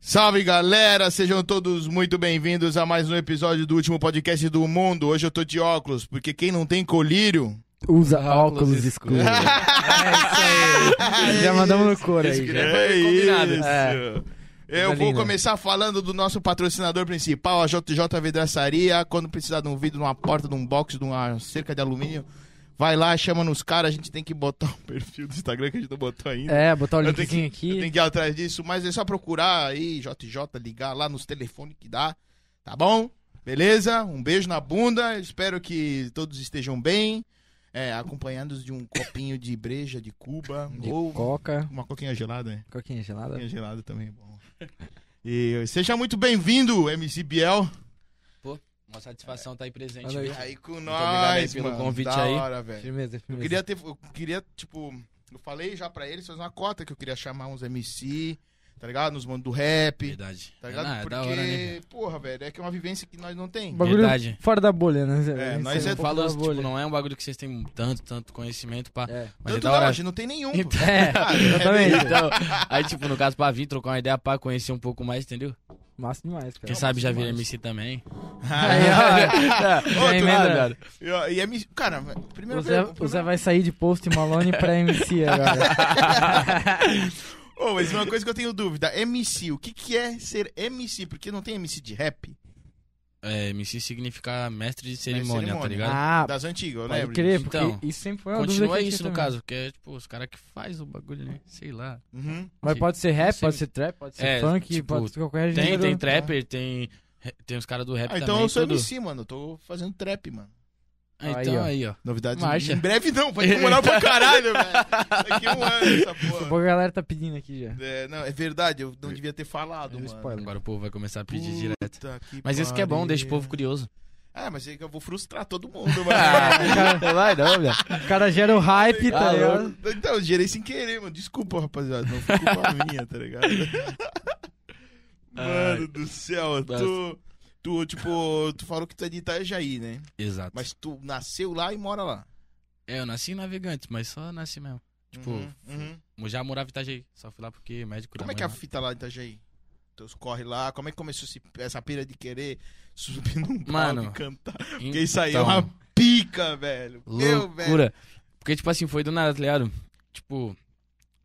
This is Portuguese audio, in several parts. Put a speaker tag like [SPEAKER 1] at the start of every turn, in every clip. [SPEAKER 1] Salve galera, sejam todos muito bem-vindos a mais um episódio do último podcast do mundo. Hoje eu tô de óculos, porque quem não tem colírio.
[SPEAKER 2] Usa óculos, escuros. é isso aí. Já mandamos no couro aí.
[SPEAKER 3] Isso que
[SPEAKER 2] já.
[SPEAKER 3] é combinado.
[SPEAKER 1] isso. É. Eu
[SPEAKER 2] É. Coisa
[SPEAKER 1] vou
[SPEAKER 2] linda.
[SPEAKER 1] começar falando do nosso patrocinador principal, a JJ Vidraçaria. Quando precisar de um vidro, de uma porta, de um box, de uma cerca de alumínio, vai lá, chama nos caras. A gente tem que botar o perfil do Instagram que a gente não botou ainda.
[SPEAKER 2] É, botar o
[SPEAKER 1] Eu tenho
[SPEAKER 2] linkzinho
[SPEAKER 1] Eu
[SPEAKER 2] aqui.
[SPEAKER 1] tenho que ir atrás disso, mas é só procurar aí, JJ, ligar lá nos telefones que dá, tá bom? Beleza? Um beijo na bunda, espero que todos estejam bem, é, acompanhados de um copinho de breja de Cuba,
[SPEAKER 2] De
[SPEAKER 1] ou
[SPEAKER 2] coca.
[SPEAKER 1] uma coquinha gelada, né?
[SPEAKER 2] Coquinha gelada.
[SPEAKER 1] Coquinha gelada também é bom. E seja muito bem-vindo, MC Biel.
[SPEAKER 3] Uma satisfação tá aí presente.
[SPEAKER 2] Olha aí.
[SPEAKER 3] viu?
[SPEAKER 1] Aí com
[SPEAKER 3] obrigado aí
[SPEAKER 1] nós,
[SPEAKER 3] pelo
[SPEAKER 1] mano.
[SPEAKER 3] convite
[SPEAKER 1] da
[SPEAKER 3] aí.
[SPEAKER 1] hora, velho.
[SPEAKER 2] Firmeza,
[SPEAKER 1] Eu
[SPEAKER 2] firmeza.
[SPEAKER 1] queria ter, eu queria, tipo, eu falei já pra eles fazer uma cota que eu queria chamar uns MC, tá ligado? Nos mundos do rap.
[SPEAKER 3] Verdade.
[SPEAKER 1] Tá ligado?
[SPEAKER 3] É, não, é
[SPEAKER 1] Porque,
[SPEAKER 3] da hora, né? velho?
[SPEAKER 1] porra, velho, é que é uma vivência que nós não tem.
[SPEAKER 2] Bagulho
[SPEAKER 3] Verdade.
[SPEAKER 2] fora da bolha, né? Zé?
[SPEAKER 1] É,
[SPEAKER 2] Isso
[SPEAKER 1] nós
[SPEAKER 2] aí
[SPEAKER 1] é
[SPEAKER 2] um pouco
[SPEAKER 3] Falou,
[SPEAKER 2] da
[SPEAKER 3] tipo,
[SPEAKER 2] bolha.
[SPEAKER 3] não é um bagulho que vocês têm tanto, tanto conhecimento, pá.
[SPEAKER 2] É.
[SPEAKER 3] Mas é
[SPEAKER 1] Tanto
[SPEAKER 3] da hora.
[SPEAKER 1] a gente não tem nenhum. pô.
[SPEAKER 2] Então, é,
[SPEAKER 1] Ah,
[SPEAKER 2] exatamente.
[SPEAKER 3] Então, aí, tipo, no caso, pra vir trocar uma ideia, pá, conhecer um pouco mais, entendeu?
[SPEAKER 2] Massa demais, cara.
[SPEAKER 3] Quem sabe já
[SPEAKER 2] Massa
[SPEAKER 3] vira
[SPEAKER 2] demais.
[SPEAKER 3] MC também.
[SPEAKER 2] Aí, ó.
[SPEAKER 1] Outro
[SPEAKER 2] Já emenda.
[SPEAKER 1] lado. E, e é mi- cara, primeiro
[SPEAKER 2] O Zé, o Zé vai sair de Post Malone pra MC agora.
[SPEAKER 1] Ô, mas uma coisa que eu tenho dúvida, MC, o que que é ser MC? Porque não tem MC de rap
[SPEAKER 3] É, MC significa mestre de cerimônia,
[SPEAKER 1] cerimônia.
[SPEAKER 3] tá ligado?
[SPEAKER 2] ah,
[SPEAKER 1] das antigas, eu
[SPEAKER 2] pode
[SPEAKER 1] lembro
[SPEAKER 2] crer,
[SPEAKER 1] disso.
[SPEAKER 2] porque
[SPEAKER 3] Então,
[SPEAKER 2] isso sempre foi uma dúvida
[SPEAKER 3] Continua
[SPEAKER 2] que eu
[SPEAKER 3] isso,
[SPEAKER 2] tinha
[SPEAKER 3] no
[SPEAKER 2] também.
[SPEAKER 3] caso, porque é, tipo, os caras que faz o bagulho, né? Sei lá.
[SPEAKER 1] Uhum.
[SPEAKER 2] Mas pode ser rap,
[SPEAKER 3] Sim.
[SPEAKER 2] pode ser trap, pode ser
[SPEAKER 3] É,
[SPEAKER 2] funk,
[SPEAKER 3] tipo,
[SPEAKER 2] pode ser qualquer
[SPEAKER 3] Tem,
[SPEAKER 2] gênero.
[SPEAKER 3] tem trapper, tem, tem os caras do rap
[SPEAKER 1] Ah,
[SPEAKER 3] também.
[SPEAKER 1] então eu sou
[SPEAKER 3] tudo.
[SPEAKER 1] MC, mano, eu tô fazendo trap, mano.
[SPEAKER 2] Aí,
[SPEAKER 3] Ah, então
[SPEAKER 2] ó.
[SPEAKER 3] aí, ó.
[SPEAKER 1] Novidade
[SPEAKER 3] Marcha.
[SPEAKER 1] em breve não, pode demorar pra caralho, velho. Daqui a um ano essa
[SPEAKER 2] Daqui a
[SPEAKER 1] porra.
[SPEAKER 2] pouco a galera tá pedindo aqui já.
[SPEAKER 1] É, não, é verdade, eu não devia ter falado,
[SPEAKER 2] É um
[SPEAKER 1] mano.
[SPEAKER 2] spoiler.
[SPEAKER 3] Agora o povo vai começar a pedir
[SPEAKER 1] Puta
[SPEAKER 3] direto.
[SPEAKER 1] que
[SPEAKER 3] Mas isso que é bom, deixa o povo
[SPEAKER 1] pariu.
[SPEAKER 3] curioso.
[SPEAKER 1] Ah, mas é que eu vou frustrar todo mundo,
[SPEAKER 3] Ah,
[SPEAKER 1] mano. Ah,
[SPEAKER 3] vai não, velho.
[SPEAKER 2] O cara gera o hype, tá
[SPEAKER 3] Ah,
[SPEAKER 2] ligado?
[SPEAKER 1] então, eu gerei sem querer, mano. Desculpa, rapaziada. Não foi culpa minha, tá ligado? mano
[SPEAKER 3] Ai.
[SPEAKER 1] do céu, tu,
[SPEAKER 3] Nossa.
[SPEAKER 1] tu, tipo, tu falou que tu é de Itajaí, né?
[SPEAKER 3] Exato.
[SPEAKER 1] Mas tu nasceu lá e mora lá.
[SPEAKER 3] É, eu nasci em Navegantes, mas só nasci mesmo. Tipo,
[SPEAKER 1] Uhum, uhum.
[SPEAKER 3] eu já morava em Itajaí. Só fui lá porque médico da
[SPEAKER 1] como é
[SPEAKER 3] mãe
[SPEAKER 1] que é a
[SPEAKER 3] lá.
[SPEAKER 1] fita lá em Itajaí? Teus corre lá, como é que começou esse- essa pira de querer subir num palco
[SPEAKER 3] Mano.
[SPEAKER 1] e cantar?
[SPEAKER 3] Em-
[SPEAKER 1] Porque isso aí é
[SPEAKER 3] então,
[SPEAKER 1] uma pica, velho. Meu, velho.
[SPEAKER 3] Loucura. Porque, tipo assim, foi do nada, tá ligado? Tipo,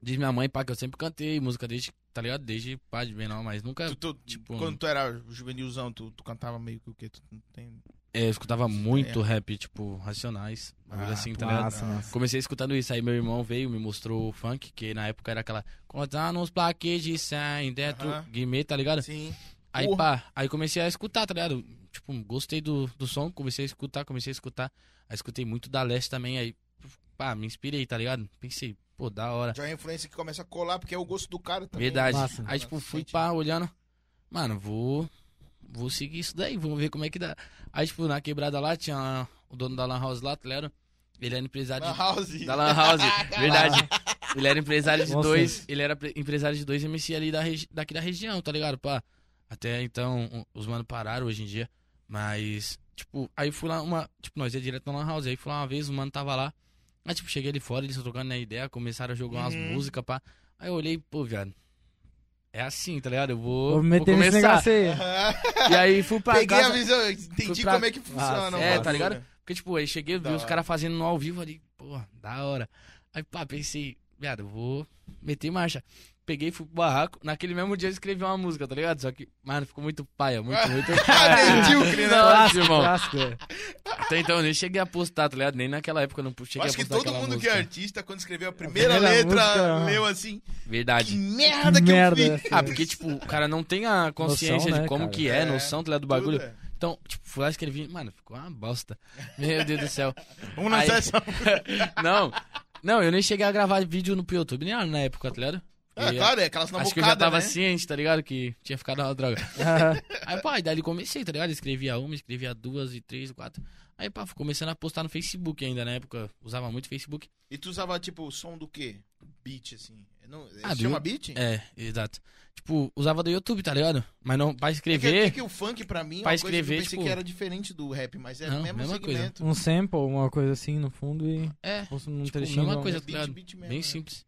[SPEAKER 3] diz minha mãe, pá, que eu sempre cantei música desde, tá ligado? Desde pá de bem não, mas nunca.
[SPEAKER 1] Tu- tu-
[SPEAKER 3] Tipo,
[SPEAKER 1] quando tu era juvenilzão, tu, tu cantava meio que o quê? Tu não tem...
[SPEAKER 3] É, eu escutava muito rap, tipo, racionais. bagulho
[SPEAKER 1] Ah,
[SPEAKER 3] assim, tá ligado?
[SPEAKER 2] Massa, massa.
[SPEAKER 3] Comecei escutando isso, aí meu irmão veio, me mostrou o funk, que na época era aquela. Contando uns plaquês de 100 dentro,
[SPEAKER 1] Aham.
[SPEAKER 3] guimê, tá ligado?
[SPEAKER 1] Sim.
[SPEAKER 3] Aí
[SPEAKER 1] Porra.
[SPEAKER 3] pá, aí comecei a escutar, tá ligado? Tipo, gostei do, do som, comecei a escutar, comecei a escutar. Aí escutei muito da Leste também, aí pá, me inspirei, tá ligado? Pensei, pô, da hora.
[SPEAKER 1] Já é a influência que começa a colar, porque é o gosto do cara também.
[SPEAKER 3] Verdade.
[SPEAKER 2] Massa.
[SPEAKER 3] Aí tipo, fui
[SPEAKER 1] Sente.
[SPEAKER 3] pá, olhando. Mano, vou vou seguir isso daí, vamos ver como é que dá. Aí tipo, na quebrada lá tinha o dono da Lan House lá, tá ligado? Ele era empresário
[SPEAKER 1] Na
[SPEAKER 2] Ah.
[SPEAKER 3] de
[SPEAKER 1] house.
[SPEAKER 3] da Lan House, verdade. Ele era empresário de
[SPEAKER 2] Nossa.
[SPEAKER 3] dois. Ele era pre- empresário de dois MC ali da regi- daqui da região, tá ligado? Pá. Até então, o- os mano pararam hoje em dia. Mas, tipo, aí fui lá uma. Tipo, nós ia direto na Lan House. Aí fui lá uma vez, o mano tava lá. Aí, tipo, cheguei ali fora, eles trocando na ideia, começaram a jogar umas
[SPEAKER 1] Uhum.
[SPEAKER 3] músicas, pá. Aí eu olhei, pô, viado. É assim, tá ligado? Eu vou,
[SPEAKER 2] Vou
[SPEAKER 3] vou
[SPEAKER 2] meter nesse
[SPEAKER 3] começar.
[SPEAKER 2] negócio aí.
[SPEAKER 3] E aí fui pra
[SPEAKER 1] É, Peguei a
[SPEAKER 3] casa.
[SPEAKER 1] visão, eu entendi
[SPEAKER 3] Fui pra-
[SPEAKER 1] como é que funciona.
[SPEAKER 2] Ah,
[SPEAKER 3] é,
[SPEAKER 1] mano.
[SPEAKER 3] tá ligado? Porque, tipo, aí cheguei,
[SPEAKER 1] Da
[SPEAKER 3] vi os
[SPEAKER 1] hora.
[SPEAKER 3] caras fazendo no ao vivo ali, pô, da hora. Aí, pá, pensei, viado, eu vou meter marcha. Peguei, fui pro barraco. Naquele mesmo dia eu escrevi uma música, tá ligado? Só que, mano, ficou muito paia, muito, muito
[SPEAKER 1] Ah,
[SPEAKER 3] paia.
[SPEAKER 1] Medíocre, né?
[SPEAKER 3] Nossa,
[SPEAKER 2] É. Clássico,
[SPEAKER 3] irmão.
[SPEAKER 2] clássico. é.
[SPEAKER 3] Até então, eu nem cheguei a postar, tá ligado? Nem naquela época eu não pu- cheguei
[SPEAKER 1] Acho
[SPEAKER 3] a
[SPEAKER 1] que
[SPEAKER 3] postar
[SPEAKER 1] todo
[SPEAKER 3] aquela
[SPEAKER 1] mundo que é
[SPEAKER 3] música.
[SPEAKER 1] artista, quando escreveu a primeira,
[SPEAKER 2] primeira
[SPEAKER 1] letra,
[SPEAKER 2] música-
[SPEAKER 1] leu assim, que
[SPEAKER 3] Verdade.
[SPEAKER 1] merda que,
[SPEAKER 2] merda.
[SPEAKER 1] eu fiz.
[SPEAKER 2] essa.
[SPEAKER 3] Ah, porque, tipo, o cara não tem a consciência
[SPEAKER 2] Noção,
[SPEAKER 3] de
[SPEAKER 2] né,
[SPEAKER 3] como
[SPEAKER 2] cara?
[SPEAKER 3] que é,
[SPEAKER 1] É,
[SPEAKER 3] noção, tá ligado, do
[SPEAKER 1] Tudo,
[SPEAKER 3] bagulho.
[SPEAKER 1] é.
[SPEAKER 3] Então, tipo, fui lá e escrevi, mano, ficou uma bosta. Meu Deus do céu.
[SPEAKER 1] Vamos lançar
[SPEAKER 3] Aí-
[SPEAKER 1] essa...
[SPEAKER 3] Não, não, eu nem cheguei a gravar vídeo no YouTube, nem na época, tá ligado?
[SPEAKER 1] É,
[SPEAKER 3] E-
[SPEAKER 1] claro, é aquelas na
[SPEAKER 3] Acho que eu
[SPEAKER 1] bocada,
[SPEAKER 3] já tava
[SPEAKER 1] né?
[SPEAKER 3] ciente, tá ligado? Que tinha ficado uma droga.
[SPEAKER 2] Ah,
[SPEAKER 3] Aí, pá, e daí comecei, tá ligado? Escrevia uma, escrevia duas e três, quatro. Aí, pá, fui começando a postar no Facebook ainda, na época. Usava muito Facebook.
[SPEAKER 1] E tu usava, tipo, o som do quê? Beat, assim. Não, se
[SPEAKER 3] Ah, do-
[SPEAKER 1] chama beat?
[SPEAKER 3] É, exato. Tipo, usava do YouTube, tá ligado? Mas não, pra
[SPEAKER 1] É que, é
[SPEAKER 3] escrever.
[SPEAKER 1] que o funk, pra mim, é uma
[SPEAKER 3] Pra
[SPEAKER 1] coisa que eu
[SPEAKER 3] escrever,
[SPEAKER 1] pensei
[SPEAKER 3] tipo-
[SPEAKER 1] que era diferente do rap, mas é
[SPEAKER 3] Não,
[SPEAKER 1] o mesmo
[SPEAKER 3] mesma coisa.
[SPEAKER 1] segmento.
[SPEAKER 2] um sample, uma coisa assim no fundo e
[SPEAKER 3] É,
[SPEAKER 2] fosse num
[SPEAKER 3] Tipo,
[SPEAKER 2] trechinho.
[SPEAKER 3] mesma
[SPEAKER 2] não.
[SPEAKER 3] coisa.
[SPEAKER 1] É beat,
[SPEAKER 3] Claro,
[SPEAKER 1] beat mesmo.
[SPEAKER 3] bem
[SPEAKER 1] né?
[SPEAKER 3] simples.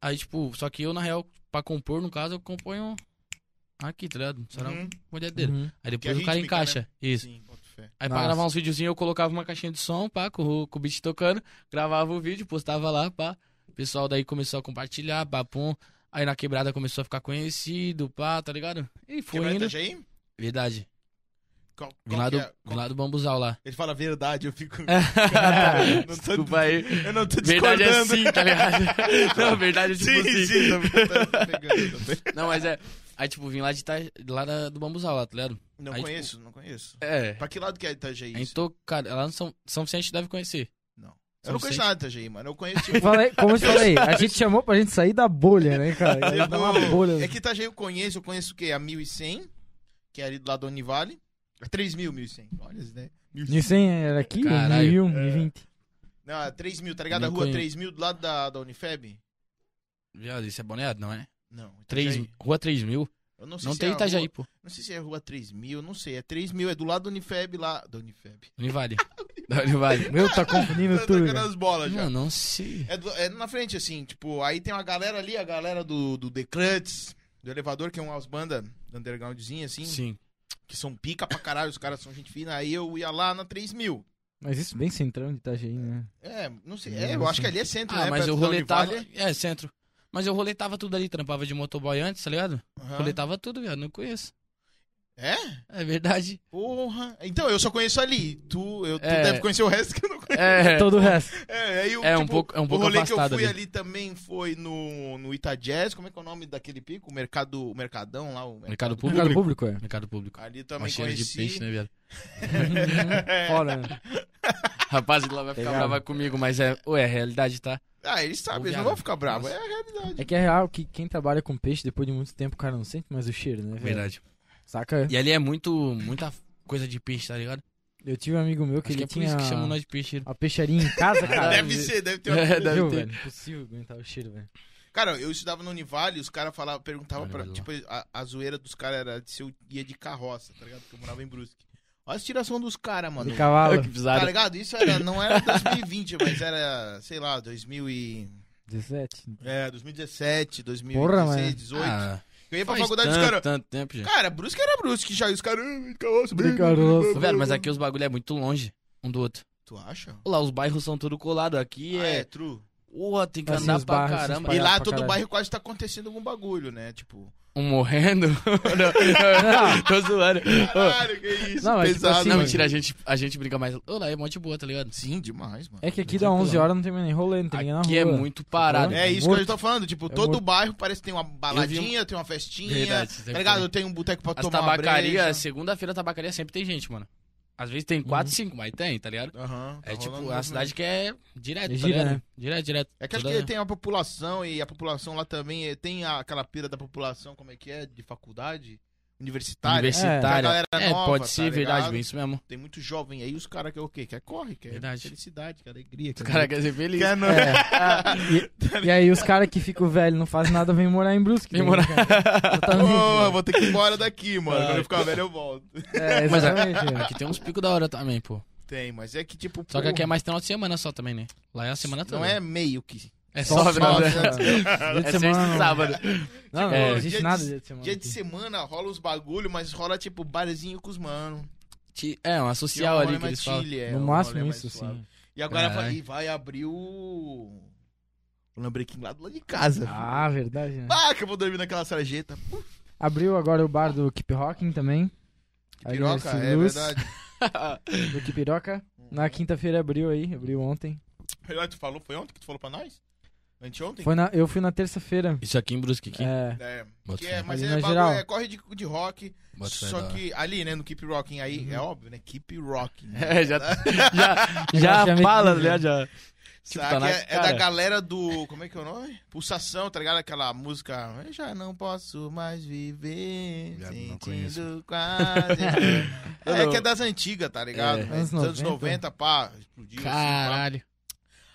[SPEAKER 3] Aí, tipo, só que eu, na real, pra compor, no caso, eu componho aqui, tá ligado? Só era
[SPEAKER 1] Uhum.
[SPEAKER 3] a mulher dele.
[SPEAKER 2] Uhum.
[SPEAKER 3] Aí
[SPEAKER 1] Que é
[SPEAKER 3] depois o cara
[SPEAKER 1] rítmica,
[SPEAKER 3] encaixa. Isso.
[SPEAKER 1] Sim, boto fé.
[SPEAKER 3] Aí pra
[SPEAKER 2] Nossa.
[SPEAKER 3] gravar uns videozinhos eu colocava uma caixinha de som, pá, com, o- com o beat tocando, gravava o vídeo, postava lá, pá. O pessoal daí começou a compartilhar, pá, pum. Aí na quebrada começou a ficar conhecido, pá, tá ligado? E foi
[SPEAKER 1] Quebrada
[SPEAKER 3] indo.
[SPEAKER 1] Jaí?
[SPEAKER 3] Verdade.
[SPEAKER 1] Qual,
[SPEAKER 3] Do
[SPEAKER 1] qual
[SPEAKER 3] lado,
[SPEAKER 1] que é?
[SPEAKER 3] do
[SPEAKER 1] Qual-
[SPEAKER 3] lado do bambuzal lá.
[SPEAKER 1] Ele fala verdade, eu fico. Não
[SPEAKER 3] É.
[SPEAKER 1] tô-
[SPEAKER 3] Desculpa aí.
[SPEAKER 1] Eu não tô
[SPEAKER 3] Verdade é
[SPEAKER 1] discordando.
[SPEAKER 3] assim, tá ligado? Não, verdade é tipo
[SPEAKER 1] Sim,
[SPEAKER 3] assim.
[SPEAKER 1] sim, tô- tô pegando também.
[SPEAKER 3] Não, mas é. Aí, tipo, vim lá de Ita... lá da- do bambuzal lá, tá ligado?
[SPEAKER 1] Não
[SPEAKER 3] Aí, tipo-
[SPEAKER 1] conheço, não conheço.
[SPEAKER 3] É.
[SPEAKER 1] Pra que lado que é Itajaí?
[SPEAKER 3] Então,
[SPEAKER 1] isso?
[SPEAKER 3] cara, lá no São, São Vicente deve conhecer.
[SPEAKER 1] eu não conheço
[SPEAKER 3] São
[SPEAKER 1] nada de Itajaí, mano. Eu conheço, tipo,
[SPEAKER 2] Falei, como eu te falei, a gente chamou pra gente sair da bolha, né, cara?
[SPEAKER 1] Tipo,
[SPEAKER 2] Dá uma bolha.
[SPEAKER 1] É que Itajaí eu conheço, eu conheço o quê? A 1100, que é ali do lado do Univale. É 3000, 1100. Olha isso, né? 1100.
[SPEAKER 2] De 100 era aqui?
[SPEAKER 3] Caralho. É.
[SPEAKER 2] 1001, 1020.
[SPEAKER 1] Não, é 3000, tá ligado? A
[SPEAKER 3] Nem
[SPEAKER 1] rua
[SPEAKER 3] conheço.
[SPEAKER 1] 3000 do lado da, da Unifeb?
[SPEAKER 3] Viado, isso é boneado, não é?
[SPEAKER 1] Não. Itajaí.
[SPEAKER 3] Três, Rua 3000.
[SPEAKER 1] Eu não sei
[SPEAKER 3] Não
[SPEAKER 1] se
[SPEAKER 3] tem
[SPEAKER 1] é a
[SPEAKER 3] Itajaí,
[SPEAKER 1] Rua,
[SPEAKER 3] pô.
[SPEAKER 1] não sei se é a rua 3000, não sei. É 3000, é do lado da Unifeb lá. Da Unifeb.
[SPEAKER 3] Univale. Da Univale.
[SPEAKER 2] Meu, tá
[SPEAKER 1] Eu
[SPEAKER 2] confundindo
[SPEAKER 1] tô
[SPEAKER 2] tudo.
[SPEAKER 1] tocando
[SPEAKER 2] cara.
[SPEAKER 1] as bolas já.
[SPEAKER 3] Não, não sei.
[SPEAKER 1] É, do- é na frente, assim, tipo, aí tem uma galera ali, a galera do, do The Clutch, do Elevador, que é umas bandas undergroundzinha, assim,
[SPEAKER 3] Sim.
[SPEAKER 1] que são pica pra caralho, os caras são gente fina, aí eu ia lá na 3000.
[SPEAKER 2] Mas isso bem centrão de Itajaí, né?
[SPEAKER 1] É, não sei, é, eu acho que ali é centro,
[SPEAKER 3] Ah,
[SPEAKER 1] né?
[SPEAKER 3] mas
[SPEAKER 1] perto
[SPEAKER 3] eu
[SPEAKER 1] da
[SPEAKER 3] roletava.
[SPEAKER 1] Univale.
[SPEAKER 3] É, centro. Mas eu roletava tudo ali, trampava de motoboy antes, tá ligado?
[SPEAKER 1] Aham.
[SPEAKER 3] Roletava tudo, viado, não conheço.
[SPEAKER 1] É?
[SPEAKER 3] É verdade.
[SPEAKER 1] Porra. Então, eu só conheço ali, tu, eu, tu
[SPEAKER 3] É.
[SPEAKER 1] deve conhecer o resto que eu não conheço.
[SPEAKER 3] É,
[SPEAKER 2] Todo o resto.
[SPEAKER 1] É, aí eu,
[SPEAKER 3] é um
[SPEAKER 1] tipo,
[SPEAKER 3] pouco, é um
[SPEAKER 1] O
[SPEAKER 3] pouco
[SPEAKER 1] rolê que eu
[SPEAKER 3] afastado
[SPEAKER 1] fui
[SPEAKER 3] ali.
[SPEAKER 1] ali. também foi no, no Itajazz, como é que é o nome daquele pico? O mercado, o mercadão lá, o
[SPEAKER 3] Mercado
[SPEAKER 2] Mercado
[SPEAKER 3] público.
[SPEAKER 2] público, é.
[SPEAKER 3] Mercado público.
[SPEAKER 1] Ali
[SPEAKER 3] Uma
[SPEAKER 1] também
[SPEAKER 3] cheira de
[SPEAKER 1] conheci.
[SPEAKER 3] peixe, né, viado? É.
[SPEAKER 2] Fora, né?
[SPEAKER 3] Rapaz, ele lá vai ficar
[SPEAKER 2] Pegava.
[SPEAKER 3] brava comigo, mas é, ué, é realidade, tá?
[SPEAKER 1] Ah, eles sabem, eles não
[SPEAKER 3] Viado.
[SPEAKER 1] vão ficar bravos.
[SPEAKER 3] Nossa.
[SPEAKER 1] É a realidade.
[SPEAKER 2] É que é real que quem trabalha com peixe, depois de muito tempo, o cara não sente mais o cheiro, né? velho?
[SPEAKER 3] É Verdade.
[SPEAKER 2] Saca?
[SPEAKER 3] E ali é muito, muita coisa de peixe, tá ligado?
[SPEAKER 2] Eu tive um amigo meu que
[SPEAKER 3] Acho que
[SPEAKER 2] ele
[SPEAKER 3] é por
[SPEAKER 2] tinha
[SPEAKER 3] isso que chamam nós de peixe.
[SPEAKER 2] a peixaria em casa, cara.
[SPEAKER 1] deve ser, deve ter uma
[SPEAKER 3] É,
[SPEAKER 1] coisa.
[SPEAKER 3] deve
[SPEAKER 2] Viu,
[SPEAKER 3] ter.
[SPEAKER 2] velho? Impossível aguentar o cheiro, velho.
[SPEAKER 1] Cara, eu estudava no Univale, os caras falavam, perguntavam pra.
[SPEAKER 3] Olha
[SPEAKER 1] Tipo, a, a zoeira dos caras era de se eu ia de carroça, tá ligado? Porque eu morava em Brusque. Olha a tiração dos caras, mano.
[SPEAKER 2] De cavalo.
[SPEAKER 3] que
[SPEAKER 1] Tá
[SPEAKER 3] bizarro.
[SPEAKER 1] ligado? Isso era, não era 2020, mas era, sei lá, 2000 e,
[SPEAKER 2] 17.
[SPEAKER 1] é, 2017, 2016,
[SPEAKER 2] Porra, mano.
[SPEAKER 1] 2018.
[SPEAKER 3] Ah,
[SPEAKER 1] eu ia pra
[SPEAKER 3] faz
[SPEAKER 1] faculdade dos
[SPEAKER 3] tanto,
[SPEAKER 1] caras.
[SPEAKER 3] tanto tempo, já.
[SPEAKER 1] Cara, Brusque era Brusque, já. E os caras. "Ah, de Carroça,
[SPEAKER 2] De carroça.
[SPEAKER 3] Ô, Velho, mas aqui os bagulho é muito longe um do outro.
[SPEAKER 1] Tu acha?
[SPEAKER 3] Lá, os bairros são tudo colados. Aqui
[SPEAKER 1] Ah, é,
[SPEAKER 3] é.
[SPEAKER 1] true.
[SPEAKER 3] Porra, tem que
[SPEAKER 2] Assim,
[SPEAKER 3] andar
[SPEAKER 2] os
[SPEAKER 3] pra
[SPEAKER 2] bairros se
[SPEAKER 1] E
[SPEAKER 3] caramba.
[SPEAKER 2] Espalhado
[SPEAKER 1] lá
[SPEAKER 2] pra
[SPEAKER 1] todo
[SPEAKER 2] caralho.
[SPEAKER 1] bairro quase tá acontecendo algum bagulho, né? Tipo.
[SPEAKER 3] Um morrendo? não, tô zoando. Ô,
[SPEAKER 1] Caralho, que isso?
[SPEAKER 2] Ah, Não, é tipo
[SPEAKER 1] pesado.
[SPEAKER 2] assim,
[SPEAKER 3] não,
[SPEAKER 2] mano.
[SPEAKER 3] mentira, a gente, a gente brinca mais. Ô, lá é mó de boa, tá ligado?
[SPEAKER 1] Sim, demais, mano.
[SPEAKER 2] É que aqui dá 11 horas não tem mais nem rolê, não tem ninguém na rua. Tá
[SPEAKER 3] Aqui é muito parado.
[SPEAKER 2] falando?
[SPEAKER 1] É isso
[SPEAKER 2] Morto.
[SPEAKER 1] que eu tô falando. Tipo, todo
[SPEAKER 2] morto.
[SPEAKER 1] bairro parece que tem uma baladinha, tem uma festinha.
[SPEAKER 3] um- Verdade,
[SPEAKER 1] tá
[SPEAKER 3] sempre
[SPEAKER 1] ligado?
[SPEAKER 3] tem.
[SPEAKER 1] Tem um boteco pra
[SPEAKER 3] é. As
[SPEAKER 1] tomar uma breja.
[SPEAKER 3] tabacarias, assim. segunda-feira, tabacaria sempre tem gente, mano. Às vezes tem 4,
[SPEAKER 2] Uhum.
[SPEAKER 3] 5, mas tem, tá ligado?
[SPEAKER 1] Aham, tá
[SPEAKER 3] é tipo,
[SPEAKER 1] rolando
[SPEAKER 3] a
[SPEAKER 1] mesmo.
[SPEAKER 3] cidade que é direto,
[SPEAKER 2] É
[SPEAKER 3] tá
[SPEAKER 2] gira,
[SPEAKER 3] ligado?
[SPEAKER 2] né?
[SPEAKER 3] Direto, direto.
[SPEAKER 1] É que acho
[SPEAKER 3] Toda-
[SPEAKER 1] que tem a população e a população lá também eh, tem a- aquela pira da população, como é que é? De faculdade? Universitária. né?
[SPEAKER 3] Universitária.
[SPEAKER 1] Tem a galera
[SPEAKER 3] É,
[SPEAKER 1] nova,
[SPEAKER 3] pode
[SPEAKER 1] tá
[SPEAKER 3] ser, verdade,
[SPEAKER 1] ligado?
[SPEAKER 3] bem isso mesmo.
[SPEAKER 1] Tem muito jovem aí, os caras quer o quê? Quer corre, quer
[SPEAKER 3] Verdade.
[SPEAKER 1] felicidade, quer alegria.
[SPEAKER 3] O cara quer ser feliz.
[SPEAKER 1] Quer não.
[SPEAKER 2] É. E, e aí os caras que ficam velhos não fazem nada, vem morar em Brusque.
[SPEAKER 3] Vem
[SPEAKER 2] né,
[SPEAKER 3] morar.
[SPEAKER 2] cara?
[SPEAKER 3] É.
[SPEAKER 2] Exatamente.
[SPEAKER 1] Ô, eu vou ter que ir embora daqui, mano. Quando eu ficar velho, eu volto.
[SPEAKER 2] É,
[SPEAKER 3] Mas
[SPEAKER 2] exatamente. velho.
[SPEAKER 3] Aqui tem uns picos da hora também, pô.
[SPEAKER 1] Tem, mas é que tipo.
[SPEAKER 3] Só que
[SPEAKER 1] porra,
[SPEAKER 3] aqui é mais final de semana só também, né? Lá é a semana toda.
[SPEAKER 1] Não é meio que.
[SPEAKER 3] É
[SPEAKER 2] Só
[SPEAKER 3] só final de
[SPEAKER 2] sábado,
[SPEAKER 3] semana.
[SPEAKER 2] cara. Dia de
[SPEAKER 3] É
[SPEAKER 2] semana.
[SPEAKER 3] sexta e
[SPEAKER 2] não-
[SPEAKER 3] sábado.
[SPEAKER 2] Não,
[SPEAKER 3] É.
[SPEAKER 2] não existe
[SPEAKER 1] Dia
[SPEAKER 2] nada
[SPEAKER 1] de-
[SPEAKER 2] dia de semana.
[SPEAKER 1] Dia de
[SPEAKER 2] aqui.
[SPEAKER 1] semana rola os bagulho, mas rola tipo barzinho com os mano.
[SPEAKER 3] Ti- É, uma
[SPEAKER 1] Que
[SPEAKER 3] social
[SPEAKER 1] é um
[SPEAKER 3] ali
[SPEAKER 1] rolê
[SPEAKER 3] que eles
[SPEAKER 1] mais
[SPEAKER 3] falam.
[SPEAKER 1] chill, é,
[SPEAKER 2] No
[SPEAKER 1] um rolê
[SPEAKER 2] máximo
[SPEAKER 1] mais
[SPEAKER 2] isso, assim.
[SPEAKER 1] suave.
[SPEAKER 3] assim.
[SPEAKER 2] sim.
[SPEAKER 1] E agora
[SPEAKER 3] Caralho.
[SPEAKER 1] vai, e vai abrir o. O lambrequim lá do lado de casa.
[SPEAKER 2] Ah, verdade, né?
[SPEAKER 1] Ah, que eu vou dormir naquela sarjeta.
[SPEAKER 2] Abriu agora o bar do Keep Rocking também.
[SPEAKER 1] Que
[SPEAKER 2] Ali
[SPEAKER 1] piroca,
[SPEAKER 2] nesse
[SPEAKER 1] é
[SPEAKER 2] Luz,
[SPEAKER 1] verdade.
[SPEAKER 2] Do Kipiroca. Na quinta-feira abriu aí, abriu ontem.
[SPEAKER 1] Melhor tu falou, foi ontem que tu falou pra nós? Anteontem?
[SPEAKER 2] Foi na, eu fui na terça-feira.
[SPEAKER 3] Isso aqui em Brusque, aqui.
[SPEAKER 2] É,
[SPEAKER 1] É,
[SPEAKER 3] Bota
[SPEAKER 1] que
[SPEAKER 3] fé.
[SPEAKER 1] é, mas
[SPEAKER 2] Ali
[SPEAKER 1] é,
[SPEAKER 2] na
[SPEAKER 1] bagulho,
[SPEAKER 2] geral.
[SPEAKER 1] é corre de, de rock.
[SPEAKER 3] Bota fé,
[SPEAKER 1] Só
[SPEAKER 3] da hora.
[SPEAKER 1] que ali, né, no Keep Rocking aí, é óbvio, né? Keep Rocking. né?
[SPEAKER 3] Uhum. É, já, já,
[SPEAKER 2] Relaxa,
[SPEAKER 3] já
[SPEAKER 2] meio
[SPEAKER 3] fala,
[SPEAKER 2] que-
[SPEAKER 3] né? Já. Tipo,
[SPEAKER 1] Sabe
[SPEAKER 3] tá na
[SPEAKER 1] que é, é da
[SPEAKER 3] cara.
[SPEAKER 1] galera do. Como é que é o nome? Pulsação, tá ligado? Aquela música. Eu já não posso mais viver.
[SPEAKER 3] Viado, não
[SPEAKER 1] sentindo
[SPEAKER 3] conheço.
[SPEAKER 1] quase.
[SPEAKER 3] Eu
[SPEAKER 1] é
[SPEAKER 3] não-
[SPEAKER 1] que é das antigas, tá ligado?
[SPEAKER 3] É.
[SPEAKER 1] Dos
[SPEAKER 2] Anos
[SPEAKER 1] Anos 90,
[SPEAKER 2] 90,
[SPEAKER 1] pá, explodiu. assim, pá.
[SPEAKER 3] Caralho.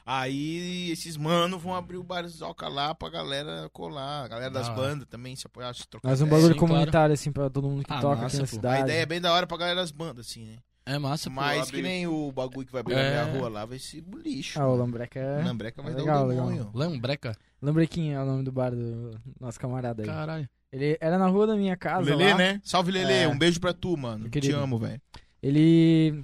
[SPEAKER 1] Aí esses manos vão abrir o barzoca lá pra galera colar. A galera das
[SPEAKER 3] Da hora.
[SPEAKER 1] bandas também se apoiar, se trocar.
[SPEAKER 2] mas um
[SPEAKER 1] ideia.
[SPEAKER 2] bagulho
[SPEAKER 3] sim, claro.
[SPEAKER 2] comunitário, assim, pra todo mundo que
[SPEAKER 3] Ah,
[SPEAKER 2] toca
[SPEAKER 3] massa,
[SPEAKER 2] aqui na
[SPEAKER 3] pô. A
[SPEAKER 1] A
[SPEAKER 2] cidade.
[SPEAKER 1] ideia é bem da hora pra galera das bandas, assim, né?
[SPEAKER 3] É massa, pô.
[SPEAKER 1] Mas
[SPEAKER 4] abre-
[SPEAKER 1] que nem o bagulho que vai abrir
[SPEAKER 3] É.
[SPEAKER 1] na minha rua lá vai ser um lixo.
[SPEAKER 2] Ah, o
[SPEAKER 1] mano.
[SPEAKER 2] Lambreca é...
[SPEAKER 1] Lambreca vai
[SPEAKER 2] É
[SPEAKER 1] dar
[SPEAKER 2] legal,
[SPEAKER 1] o
[SPEAKER 2] legal.
[SPEAKER 1] demônio.
[SPEAKER 3] Lambreca.
[SPEAKER 2] Lambrequinho é o nome do bar do nosso camarada aí.
[SPEAKER 3] Caralho.
[SPEAKER 2] Ele era na rua da minha casa.
[SPEAKER 1] Lelê,
[SPEAKER 2] lá.
[SPEAKER 1] né? Salve, Lelê.
[SPEAKER 2] É.
[SPEAKER 1] Um beijo pra tu, mano. Te
[SPEAKER 2] Querido.
[SPEAKER 1] amo, velho.
[SPEAKER 2] Ele.